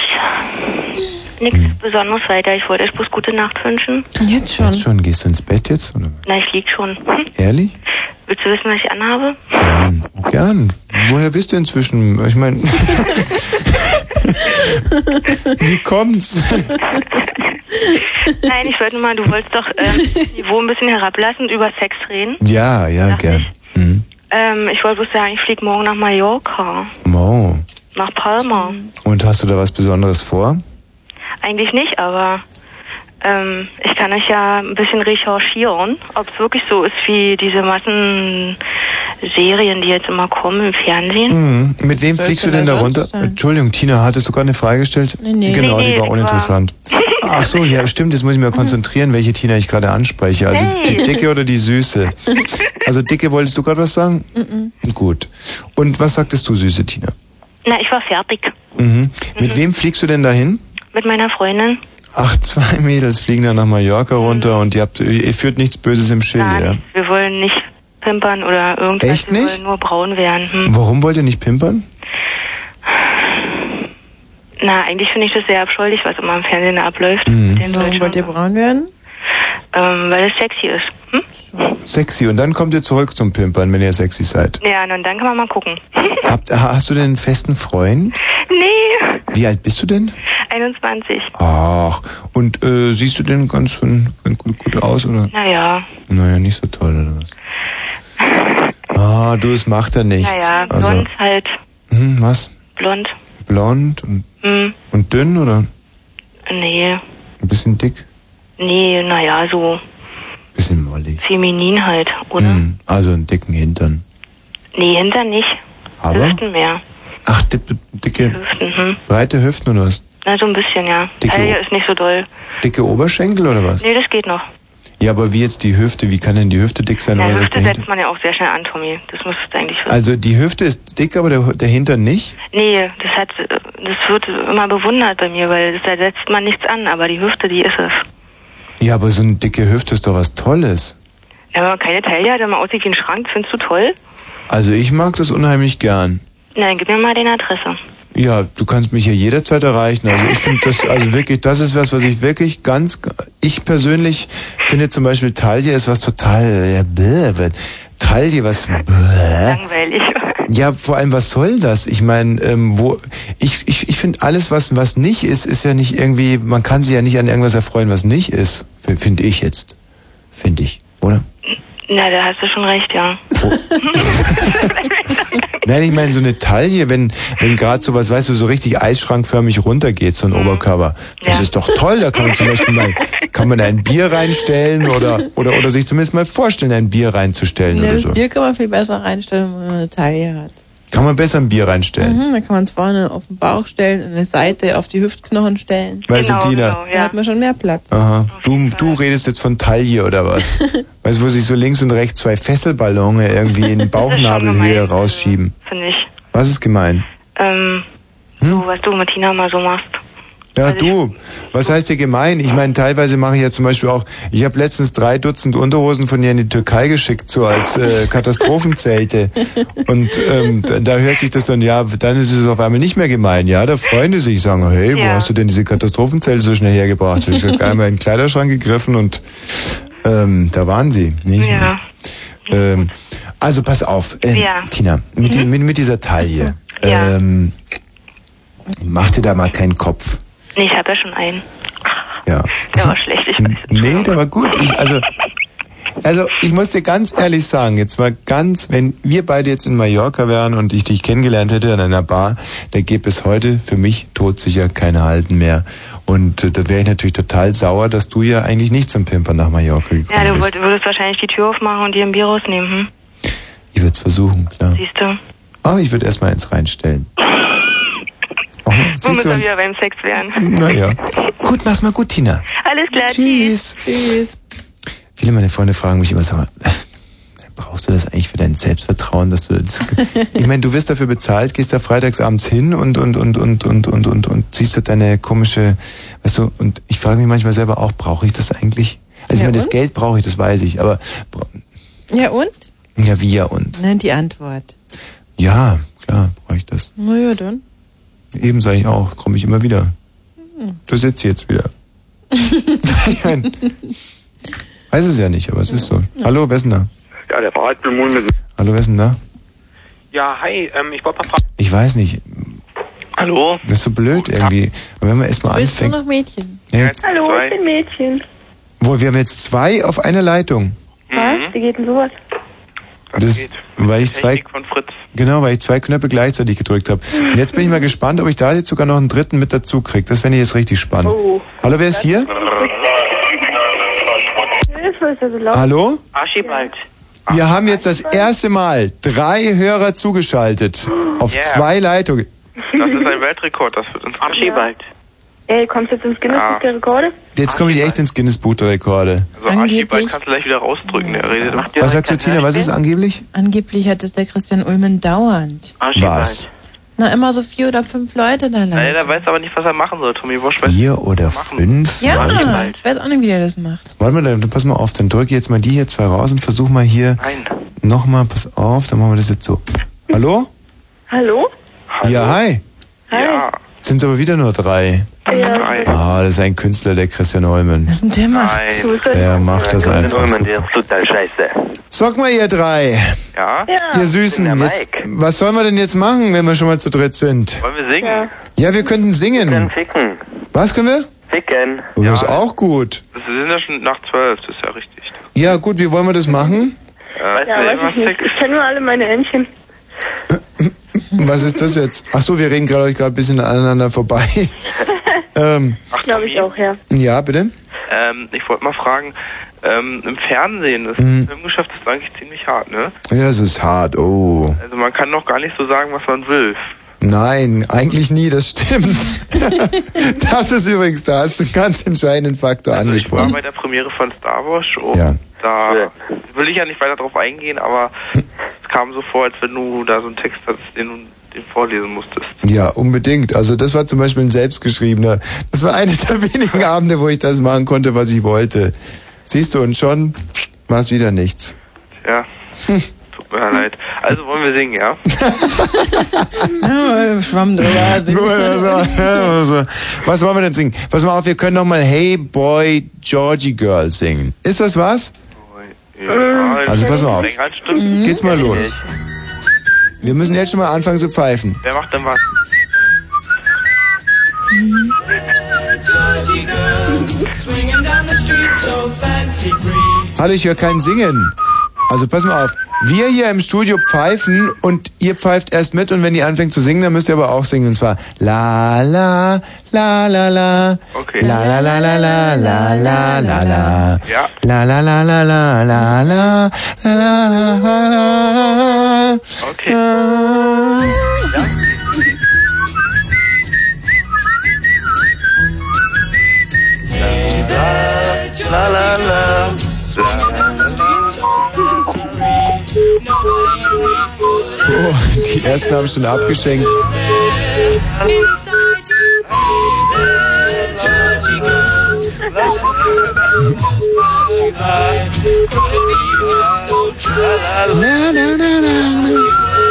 Speaker 19: Nichts Besonderes weiter. Ich wollte euch bloß gute Nacht wünschen.
Speaker 2: Jetzt schon. Jetzt schon, gehst du ins Bett jetzt? Oder?
Speaker 19: Na, ich lieg schon. Hm?
Speaker 2: Ehrlich? Oh,
Speaker 19: Willst du wissen, was ich anhabe?
Speaker 2: Gern. Woher bist du inzwischen? Ich meine, wie kommt's?
Speaker 19: Nein, ich wollte nur mal, du wolltest doch ähm, das Niveau ein bisschen herablassen und über Sex reden.
Speaker 2: Ja, ja, gern.
Speaker 19: Ähm, ich wollte bloß sagen, ich fliege morgen nach Mallorca.
Speaker 2: Wow.
Speaker 19: Nach Palma.
Speaker 2: Und hast du da was Besonderes vor?
Speaker 19: Eigentlich nicht, aber ähm, ich kann euch ja ein bisschen recherchieren, ob es wirklich so ist wie diese Massenserien, die jetzt immer kommen im Fernsehen.
Speaker 2: Mhm. Mit wem
Speaker 19: Sollte
Speaker 2: fliegst du denn
Speaker 19: das
Speaker 2: da runter?
Speaker 19: sonst sein?
Speaker 2: Entschuldigung, Tina, hattest du gerade eine Frage gestellt?
Speaker 19: Nee, nee.
Speaker 2: Genau,
Speaker 19: Nee, nee,
Speaker 2: die war
Speaker 19: ich
Speaker 2: uninteressant. Ach so, ja, stimmt. Jetzt muss ich mir konzentrieren, welche Tina ich gerade anspreche. Also
Speaker 19: Hey.
Speaker 2: die dicke oder die süße? Also dicke, wolltest du gerade was sagen?
Speaker 19: Mhm.
Speaker 2: Gut. Und was sagtest du, süße Tina?
Speaker 19: Na, ich war fertig
Speaker 2: Mhm. Mit wem fliegst du denn dahin?
Speaker 19: mit meiner Freundin.
Speaker 2: Ach, zwei Mädels fliegen da nach Mallorca runter und ihr, habt, ihr führt nichts Böses im Schild, ja?
Speaker 19: Wir wollen Mhm. nicht pimpern oder irgendwas.
Speaker 2: Echt
Speaker 19: Wir wollen nur braun werden. Hm.
Speaker 2: Warum wollt ihr nicht pimpern?
Speaker 19: Na, eigentlich finde ich das sehr abschuldig, was immer im Fernsehen da abläuft.
Speaker 2: Mhm.
Speaker 19: Warum wollt ihr braun werden? Ähm, weil es sexy ist. Hm?
Speaker 2: Sexy. Und dann kommt ihr zurück zum Pimpern, wenn ihr sexy seid.
Speaker 19: Ja, nun dann kann man mal gucken.
Speaker 2: Habt, ha- hast du denn einen festen Freund?
Speaker 19: nee,
Speaker 2: Wie alt bist du denn?
Speaker 19: 21.
Speaker 2: Ach, und äh, siehst du denn ganz, schön- ganz gut, gut aus, oder?
Speaker 19: Naja,
Speaker 2: Naja, nicht so toll, oder was? Ah, du, es macht ja nichts.
Speaker 19: naja,
Speaker 2: also,
Speaker 19: blond halt.
Speaker 2: hm, was?
Speaker 19: Blond.
Speaker 2: Blond und,
Speaker 19: Hm,
Speaker 2: und dünn, oder?
Speaker 19: nee,
Speaker 2: Ein bisschen dick,
Speaker 19: nee, naja, so
Speaker 2: ein bisschen mollig.
Speaker 19: feminin halt, oder?
Speaker 2: Hm, also einen dicken Hintern.
Speaker 19: Nee, hinter nicht.
Speaker 2: Aber?
Speaker 19: Hüften mehr.
Speaker 2: Ach, di dicke,
Speaker 19: Hüften, hm.
Speaker 2: breite Hüften oder was?
Speaker 19: Na, so ein bisschen, ja.
Speaker 2: Dicke
Speaker 19: Taille
Speaker 2: Ober-
Speaker 19: ist nicht so doll.
Speaker 2: Dicke Oberschenkel oder was?
Speaker 19: Nee, das geht noch.
Speaker 2: Ja, aber wie jetzt die Hüfte? Wie kann denn die Hüfte dick sein?
Speaker 19: Na,
Speaker 2: oder dass
Speaker 19: Hüfte
Speaker 2: der Hintern?
Speaker 19: setzt man ja auch sehr schnell an, Tommy. Das müsstest du eigentlich wissen.
Speaker 2: Also die Hüfte ist dick, aber der, der Hintern nicht?
Speaker 19: Nee, das hat, das wird immer bewundert bei mir, weil da setzt man nichts an, aber die Hüfte, die ist es.
Speaker 2: Ja, aber so eine dicke Hüfte ist doch was Tolles.
Speaker 19: Ja, wenn man keine Taille hat, wenn man aussieht wie ein Schrank, findest du toll?
Speaker 2: Also ich mag das unheimlich gern.
Speaker 19: Nein, gib mir mal deine Adresse.
Speaker 2: Ja, du kannst mich ja jederzeit erreichen. Also ich finde das, also wirklich, das ist was, was ich wirklich ganz, ich persönlich finde zum Beispiel Taille ist was total, äh, bäh, bäh. Taille was, bäh.
Speaker 19: Langweilig.
Speaker 2: Ja, vor allem, was soll das? Ich meine, ähm, wo ich, ich, ich finde alles, was was nicht ist, ist ja nicht irgendwie, man kann sich ja nicht an irgendwas erfreuen, was nicht ist, finde ich jetzt. Finde ich, oder?
Speaker 19: Na, da hast du schon recht, ja.
Speaker 2: Nein, ich meine, so eine Taille, wenn, wenn gerade so was, weißt du, so richtig eisschrankförmig runtergeht, so ein Oberkörper. Das ist doch toll, da kann man zum Beispiel mal, kann man ein Bier reinstellen oder, oder, oder sich zumindest mal vorstellen, ein Bier reinzustellen
Speaker 1: Ne.
Speaker 16: Nee,
Speaker 2: oder
Speaker 16: das
Speaker 2: so.
Speaker 16: Bier kann man viel besser reinstellen, wenn man eine Taille hat.
Speaker 2: Kann man besser ein Bier reinstellen.
Speaker 1: Mhm, dann kann man es vorne auf den Bauch stellen, an der Seite, auf die Hüftknochen stellen.
Speaker 2: Weißt du, Genau, Dina? genau,
Speaker 1: Da hat man schon mehr Platz.
Speaker 2: Aha. Du, du redest jetzt von Taille oder was? weißt du, wo sich so links und rechts zwei Fesselballone irgendwie in Bauchnabelhöhe rausschieben?
Speaker 19: finde ich.
Speaker 2: Was ist gemein?
Speaker 19: Ähm,
Speaker 2: Hm?
Speaker 19: so, was du mit Tina mal so machst.
Speaker 2: Ja, du, was heißt dir gemein? Ich meine, teilweise mache ich ja zum Beispiel auch, ich habe letztens drei Dutzend Unterhosen von dir in die Türkei geschickt, so als äh, Katastrophenzelte. Und ähm, da- da hört sich das dann, ja, dann ist es auf einmal nicht mehr gemein. Ja, da freuen die sich, sagen, hey, wo
Speaker 19: Ja.
Speaker 2: hast du denn diese Katastrophenzelte so schnell hergebracht? Hab Ich habe einmal in den Kleiderschrank gegriffen und ähm, da waren sie. Nicht?
Speaker 19: Ja.
Speaker 2: Ähm, also pass auf, ähm,
Speaker 24: Ja.
Speaker 2: Tina, mit, die- mit, mit dieser Taille. Ähm, mach dir da mal keinen Kopf.
Speaker 19: Nee, ich habe ja schon einen.
Speaker 2: Ja.
Speaker 19: Der war schlecht, ich weiß.
Speaker 2: Nee, der war gut. Ich, also, also ich muss dir ganz ehrlich sagen, jetzt mal ganz, wenn wir beide jetzt in Mallorca wären und ich dich kennengelernt hätte an einer Bar, da gäbe es heute für mich todsicher keine Halten mehr. Und äh, da wäre ich natürlich total sauer, dass du ja eigentlich nicht zum Pimpern nach Mallorca gekommen
Speaker 19: Ja, du
Speaker 2: bist.
Speaker 19: wollt, würdest wahrscheinlich die Tür aufmachen und dir ein Bier rausnehmen, hm?
Speaker 2: Ich würde es versuchen, klar.
Speaker 19: Siehst du?
Speaker 2: Aber ich würde erstmal eins reinstellen. Oh,
Speaker 19: Wo
Speaker 2: siehst
Speaker 19: müssen
Speaker 2: du,
Speaker 19: wir
Speaker 2: und-
Speaker 19: wieder beim Sex werden?
Speaker 2: naja. Gut, mach's mal gut, Tina.
Speaker 19: Alles klar, tschüss.
Speaker 1: Tschüss.
Speaker 2: Viele meiner Freunde fragen mich immer, sag mal, brauchst du das eigentlich für dein Selbstvertrauen, dass du das, ich meine, du wirst dafür bezahlt, gehst da freitagsabends hin und und und und und und und und ziehst da deine komische, weißt du, und ich frage mich manchmal selber auch, brauche ich das eigentlich? Also
Speaker 1: Ja,
Speaker 2: ich meine, das
Speaker 1: und?
Speaker 2: Geld brauche ich, das weiß ich, aber
Speaker 1: Ja, und?
Speaker 2: ja, wie ja und
Speaker 1: Nein, die Antwort.
Speaker 2: ja, klar, brauche ich das.
Speaker 1: Naja, dann.
Speaker 2: Eben sage ich auch, komme ich immer wieder.
Speaker 1: Mhm.
Speaker 2: Du sitzt jetzt wieder. Nein. Weiß es ja nicht, aber es ist so. Hallo, wer ist denn da?
Speaker 12: Ja, der war halt Blue Moon mit.
Speaker 2: Hallo, wer ist denn da?
Speaker 12: Ja, hi, ähm, ich wollte mal fragen.
Speaker 2: Ich weiß nicht.
Speaker 12: Hallo?
Speaker 2: Das ist so blöd irgendwie. Und wenn man erstmal
Speaker 1: Bist du
Speaker 2: anfängt.
Speaker 1: noch Mädchen?
Speaker 2: Ja,
Speaker 21: Hallo, ich bin Mädchen.
Speaker 2: wo, wir haben jetzt zwei auf einer Leitung.
Speaker 21: Was? Wie geht denn sowas?
Speaker 2: Das, weil ich zwei, genau, weil ich zwei Knöpfe gleichzeitig gedrückt habe. Und jetzt bin ich mal gespannt, ob ich da jetzt sogar noch einen dritten mit dazu kriege. Das fände ich jetzt richtig spannend.
Speaker 21: Oh.
Speaker 2: Hallo, wer ist hier?
Speaker 21: Hilfe, ist ja so laut.
Speaker 2: Hallo?
Speaker 12: Archibald.
Speaker 2: Wir haben jetzt das erste Mal drei Hörer zugeschaltet. Auf
Speaker 12: Yeah.
Speaker 2: zwei Leitungen.
Speaker 12: Das ist ein Weltrekord, das wird uns Archibald.
Speaker 21: Ey, kommst du jetzt ins Guinness
Speaker 12: Ja.
Speaker 21: Buch der Rekorde?
Speaker 2: Jetzt komme ich echt ins Guinness Buch der Rekorde.
Speaker 12: Also Archibald kannst du gleich wieder rausdrücken, der redet. Macht
Speaker 2: Was sagst du, Tina? Was ist angeblich?
Speaker 1: Äh, Angeblich hat es der Christian Ulmen dauernd.
Speaker 2: Was?
Speaker 1: Na, immer so vier oder fünf Leute da lang.
Speaker 12: Naja, der weiß aber nicht, was er machen soll. Tommy Walsh weiß
Speaker 2: Vier oder fünf?
Speaker 1: Ja,
Speaker 2: Leute?
Speaker 1: ich weiß auch nicht, wie der das macht.
Speaker 2: Warte mal, dann pass mal auf, dann drücke ich jetzt mal die hier zwei raus und versuch mal hier nochmal, pass auf, dann machen wir das jetzt so. Hallo?
Speaker 21: Hallo?
Speaker 2: Ja, hi.
Speaker 21: Hi. Ja.
Speaker 2: Sind aber wieder nur drei. Ah, das ist ein Künstler, der Christian Holmen.
Speaker 1: Was denn der macht?
Speaker 2: Der macht das einfach. super.
Speaker 21: halt
Speaker 12: total scheiße.
Speaker 2: Sag mal, ihr drei.
Speaker 12: Ja?
Speaker 2: Ihr Süßen, jetzt, was sollen wir denn jetzt machen, wenn wir schon mal zu dritt sind?
Speaker 12: Wollen wir singen?
Speaker 2: Ja, wir könnten singen. Wir können
Speaker 12: ficken.
Speaker 2: Was können wir?
Speaker 12: Ficken.
Speaker 2: Oh, Das ist auch gut.
Speaker 12: Das sind ja schon nach zwölf, das ist ja richtig. Äh,
Speaker 2: Ja, gut, wie wollen wir das machen?
Speaker 12: Weißt
Speaker 21: Ja,
Speaker 12: du,
Speaker 21: weiß
Speaker 12: was
Speaker 21: ich nicht. Ich kenne nur alle meine Entchen.
Speaker 2: Was ist das jetzt? Ach so, wir reden gerade euch gerade ein bisschen aneinander vorbei. ähm,
Speaker 21: Glaube ich auch, ja.
Speaker 2: ja, bitte?
Speaker 12: Ähm, ich wollte mal fragen, ähm, im Fernsehen, das
Speaker 2: Mhm.
Speaker 12: Filmgeschäft ist eigentlich ziemlich hart, ne?
Speaker 2: Ja, es ist hart. Oh.
Speaker 12: Also man kann noch gar nicht so sagen, was man will.
Speaker 2: Nein, eigentlich nie, das stimmt. das ist übrigens, da hast du einen ganz entscheidenden Faktor
Speaker 12: Ich war
Speaker 2: angesprochen.
Speaker 12: bei der Premiere von Star Wars und da will ich ja nicht weiter drauf eingehen, aber es kam so vor, als wenn du da so einen Text hast, den du den vorlesen musstest.
Speaker 2: Ja, unbedingt. Also das war zum Beispiel ein selbstgeschriebener. Das war einer der wenigen Abende, wo ich das machen konnte, was ich wollte. Siehst du, und schon war es wieder nichts.
Speaker 12: Ja. Tut mir ja leid. Also wollen wir singen, ja?
Speaker 1: Ja, Schwamm drüber. singen.
Speaker 2: Gut, also, also, was wollen wir denn singen? Pass mal auf, wir können noch mal Hey Boy Georgie Girl singen. Ist das was?
Speaker 21: Äh,
Speaker 2: Also pass mal auf.
Speaker 12: Mhm.
Speaker 2: Geht's mal los. Wir müssen jetzt schon mal anfangen zu pfeifen.
Speaker 12: Wer macht denn was?
Speaker 7: Georgie girl, swinging down the street so fancy free.
Speaker 2: Hallo, ich höre kein Singen. Also pass mal auf. Wir hier im Studio pfeifen und ihr pfeift erst mit und wenn ihr anfängt zu singen, dann müsst ihr aber auch singen und zwar la la la la la
Speaker 12: Okay.
Speaker 2: la la la la la la la la la
Speaker 12: Ja.
Speaker 2: la la la la la la la la la la la la la
Speaker 1: Mama.
Speaker 7: La la la.
Speaker 2: Oh, die ersten haben schon abgeschenkt.
Speaker 7: Na, na, na,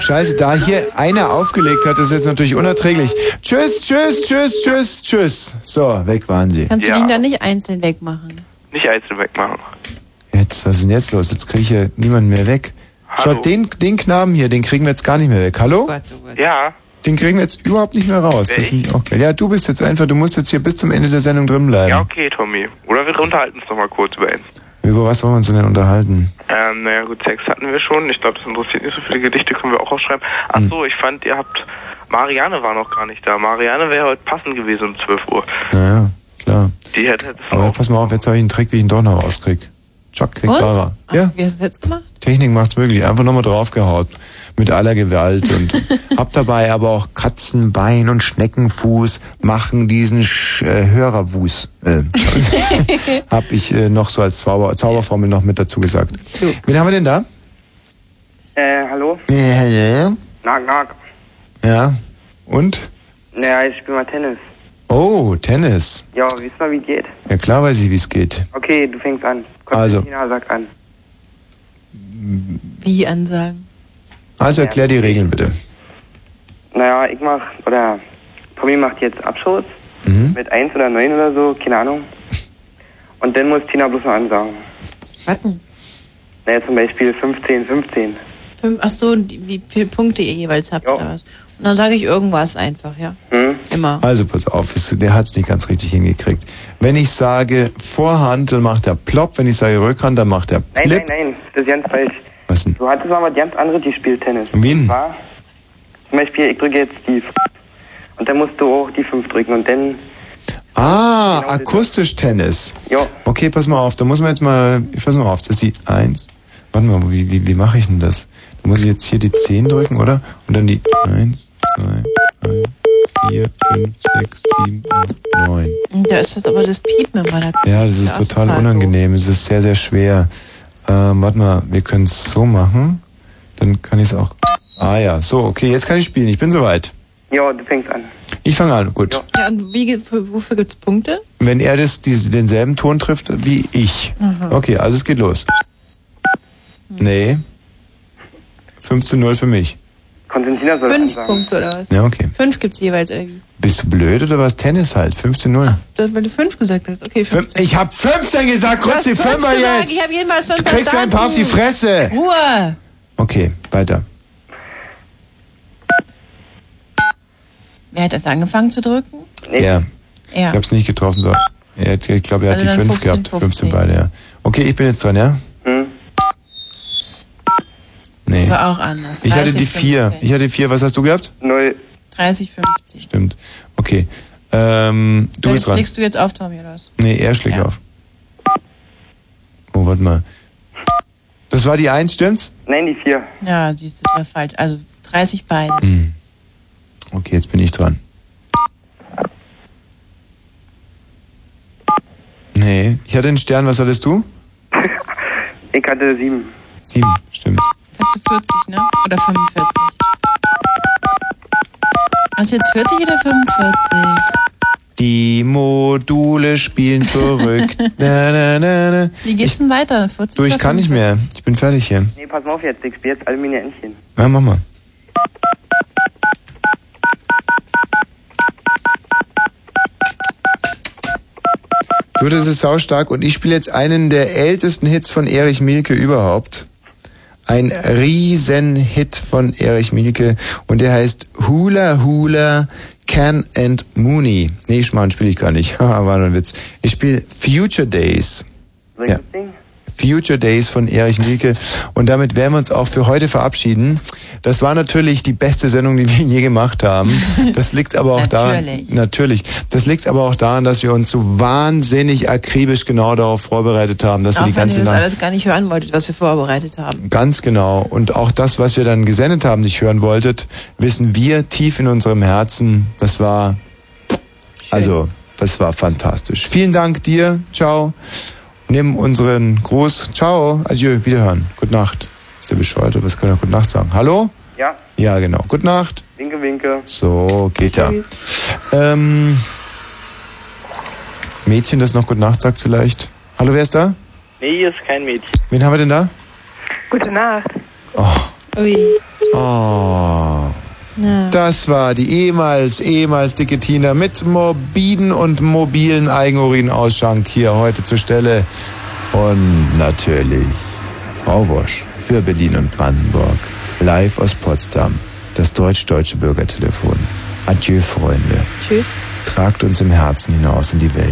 Speaker 2: Scheiße, da hier einer aufgelegt hat, ist jetzt natürlich unerträglich. Tschüss, tschüss, tschüss, tschüss, tschüss. So, weg waren sie.
Speaker 1: Kannst du den dann nicht einzeln wegmachen?
Speaker 25: Nicht einzeln wegmachen.
Speaker 2: Jetzt, was ist denn jetzt los? Jetzt kriege ich ja niemanden mehr weg. Schaut, den, den Knaben hier, den kriegen wir jetzt gar nicht mehr weg.
Speaker 1: Oh
Speaker 2: Hallo?
Speaker 25: Ja.
Speaker 2: Den kriegen wir jetzt überhaupt nicht mehr raus. Das finde ich auch geil. Ja, du bist jetzt einfach, du musst jetzt hier bis zum Ende der Sendung drin bleiben.
Speaker 25: Ja, okay, Tommy. Oder wir unterhalten uns nochmal kurz über eins.
Speaker 2: Über was wollen wir uns denn unterhalten?
Speaker 25: Ähm, naja, gut, Sex hatten wir schon. Ich glaube, das interessiert nicht so viele Gedichte, können wir auch aufschreiben. Ach so, ich fand, ihr habt... Marianne war noch gar nicht da. Marianne wäre heute passend gewesen um 12 Uhr.
Speaker 2: Naja, klar.
Speaker 25: Die hätte hätte es
Speaker 2: Aber pass mal auf, jetzt habe ich einen Trick, wie ich ihn doch noch rauskrieg. Chuck kriegt
Speaker 1: Und?
Speaker 2: Bara.
Speaker 1: Ach, ja. Wie hast du es jetzt gemacht?
Speaker 2: Technik macht's möglich. Einfach nochmal draufgehaut. Mit aller Gewalt und hab dabei aber auch Katzenbein und Schneckenfuß machen diesen Sch äh, Hörerwuß. Äh, hab ich äh, noch so als Zauber Zauberformel noch mit dazu gesagt. Wen haben wir denn da?
Speaker 12: Äh, hallo?
Speaker 2: Ja, ja,
Speaker 12: Nag, nag.
Speaker 2: ja. Und?
Speaker 12: Naja, ich spiele mal Tennis.
Speaker 2: Oh, Tennis.
Speaker 12: Ja, wisst mal, wie geht?
Speaker 2: Ja klar weiß ich, wie es geht.
Speaker 12: Okay, du fängst an.
Speaker 2: Also.
Speaker 12: Tina, sag an.
Speaker 1: Wie ansagen?
Speaker 2: Also erklär die Regeln bitte.
Speaker 12: Naja, ich mach, oder Tommy macht jetzt Abschuss.
Speaker 2: Mhm.
Speaker 12: Mit 1 oder 9 oder so, keine Ahnung. Und dann muss Tina bloß noch ansagen.
Speaker 1: Was denn?
Speaker 12: Naja, zum Beispiel 15, 15.
Speaker 1: Fünf, ach so, und die- wie viele Punkte ihr jeweils habt oder was? Und dann sage ich irgendwas einfach, ja.
Speaker 12: Hm?
Speaker 1: Immer.
Speaker 2: Also pass auf, es- der hat's nicht ganz richtig hingekriegt. Wenn ich sage Vorhand, dann macht er plopp. Wenn ich sage Rückhand, dann macht er
Speaker 12: Nein,
Speaker 2: plipp.
Speaker 12: nein, nein, das ist ganz falsch.
Speaker 2: Was denn?
Speaker 12: Du hattest mal was ganz anderes, die spielt Tennis.
Speaker 2: Wen?
Speaker 12: War, zum Beispiel, ich drücke jetzt die 5. Und dann musst du auch die 5 drücken und dann
Speaker 2: Ah, akustisch Tennis.
Speaker 12: Ja.
Speaker 2: Okay, pass mal auf, da muss man jetzt mal, ich pass mal auf, das ist die 1. Warte mal, wie, wie, wie mache ich denn das? Da muss ich jetzt hier die 10 drücken, oder? Und dann die 1, 2, 3, 4, 5, 6, 7, 8, 9.
Speaker 1: Und Da ist das aber das Piepen immer dazu.
Speaker 2: Ja, das ist total unangenehm. Es ist sehr, sehr schwer. Ähm, warte mal, wir können es so machen. Dann kann ich es auch. Ah ja, so, okay, jetzt kann ich spielen. Ich bin soweit.
Speaker 12: Ja, du fängst an.
Speaker 2: Ich fange an, gut.
Speaker 1: Ja, und wie, ge- für, wofür gibt's Punkte?
Speaker 2: Wenn er das, die, denselben Ton trifft wie ich.
Speaker 1: Aha.
Speaker 2: Okay, also es geht los. Nee. 15-0 für mich.
Speaker 12: Konstantina soll
Speaker 1: Fünf
Speaker 12: ansagen.
Speaker 1: Punkte oder was?
Speaker 2: Ja, okay.
Speaker 1: Fünf gibt's jeweils, oder wie?
Speaker 2: Bist du blöd oder was? Tennis halt. 15-0.
Speaker 1: Das, weil du fünf gesagt hast. Okay, fünf.
Speaker 2: Ich hab 15 gesagt, kurz die Fünfer jetzt.
Speaker 1: Ich habe jedenfalls fünf
Speaker 2: Du kriegst ja ein paar auf die Fresse.
Speaker 1: Ruhe.
Speaker 2: Okay, weiter.
Speaker 1: Wer hat das angefangen zu drücken?
Speaker 2: Ja.
Speaker 1: Ja.
Speaker 2: Ich hab's nicht getroffen. So. Er hat- Ich glaube, er hat
Speaker 1: Also
Speaker 2: die
Speaker 1: dann
Speaker 2: 5
Speaker 1: 15,
Speaker 2: gehabt. 15 beide, ja. Okay, ich bin jetzt dran, ja?
Speaker 12: Hm.
Speaker 2: Nee.
Speaker 1: War auch anders.
Speaker 2: Ich hatte die
Speaker 1: 30,
Speaker 2: 4. Ich hatte 4. Was hast du gehabt?
Speaker 12: Null.
Speaker 1: 30, 50.
Speaker 2: Stimmt. Okay. Ähm, du bist dran.
Speaker 1: Legst du jetzt auf, Tommy, oder was?
Speaker 2: Nee, er schlägt auf. Oh, warte mal. Das war die 1, stimmt's?
Speaker 12: Nein, die vier.
Speaker 1: Ja, die ist ja falsch. Also 30 beide.
Speaker 2: Hm. Okay, jetzt bin ich dran. Nee, ich hatte einen Stern. Was hattest du?
Speaker 12: Ich hatte sieben.
Speaker 2: 7, stimmt.
Speaker 1: Hast du 40, ne? Oder 45? Hast du jetzt 40 oder 45?
Speaker 2: Die Module spielen verrückt. na, na, na, na.
Speaker 1: Wie geht's denn weiter? 40
Speaker 2: Du, ich
Speaker 1: oder
Speaker 2: kann nicht mehr. Ich bin fertig hier.
Speaker 12: Nee, pass mal auf jetzt, ich spiele jetzt Aluminium Entchen.
Speaker 2: Na, mach mal. Du, das ist saustark und ich spiele jetzt einen der ältesten Hits von Erich Mielke überhaupt. Ein Riesenhit von Erich Mielke und der heißt Hula Hula Can and Mooney. Nee, Schmarrn spiele ich gar nicht. Haha, War nur ein Witz. Ich spiele Future Days.
Speaker 12: Soll ich
Speaker 2: Ja.
Speaker 12: das Ding?
Speaker 2: Future Days von Erich Mielke. Und damit werden wir uns auch für heute verabschieden. Das war natürlich die beste Sendung, die wir je gemacht haben. Das liegt aber auch daran,
Speaker 16: Natürlich.
Speaker 2: natürlich. Das liegt aber auch daran, dass wir uns so wahnsinnig akribisch genau darauf vorbereitet haben, dass
Speaker 16: Auch
Speaker 2: wir die
Speaker 16: wenn ihr
Speaker 2: ganze
Speaker 16: das
Speaker 2: Nacht
Speaker 16: alles gar nicht hören wolltet, was wir vorbereitet haben.
Speaker 2: Ganz genau. Und auch das, was wir dann gesendet haben, nicht hören wolltet, wissen wir tief in unserem Herzen. Das war, also, das war fantastisch. Vielen Dank dir. Ciao. Nimm unseren Gruß. Ciao. Adieu. Wiederhören. Gute Nacht. Ist der bescheuert? oder Was kann er Gute Nacht sagen? Hallo?
Speaker 6: Ja,
Speaker 2: Ja, genau. Gute Nacht.
Speaker 6: winke, winke.
Speaker 2: So, geht ja. Ähm, Mädchen, das noch Gute Nacht sagt vielleicht. Hallo, wer ist da?
Speaker 3: Nee, hier ist kein Mädchen.
Speaker 2: Wen haben wir denn da?
Speaker 3: Gute Nacht.
Speaker 16: Ui.
Speaker 2: Oh. Das war die ehemals, ehemals dicke Tina mit morbiden und mobilen Eigenurinausschank hier heute zur Stelle. Und natürlich Frau Bosch für Berlin und Brandenburg. Live aus Potsdam. Das deutsch-deutsche Bürgertelefon. Adieu, Freunde.
Speaker 16: Tschüss.
Speaker 2: Tragt uns im Herzen hinaus in die Welt.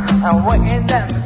Speaker 7: them.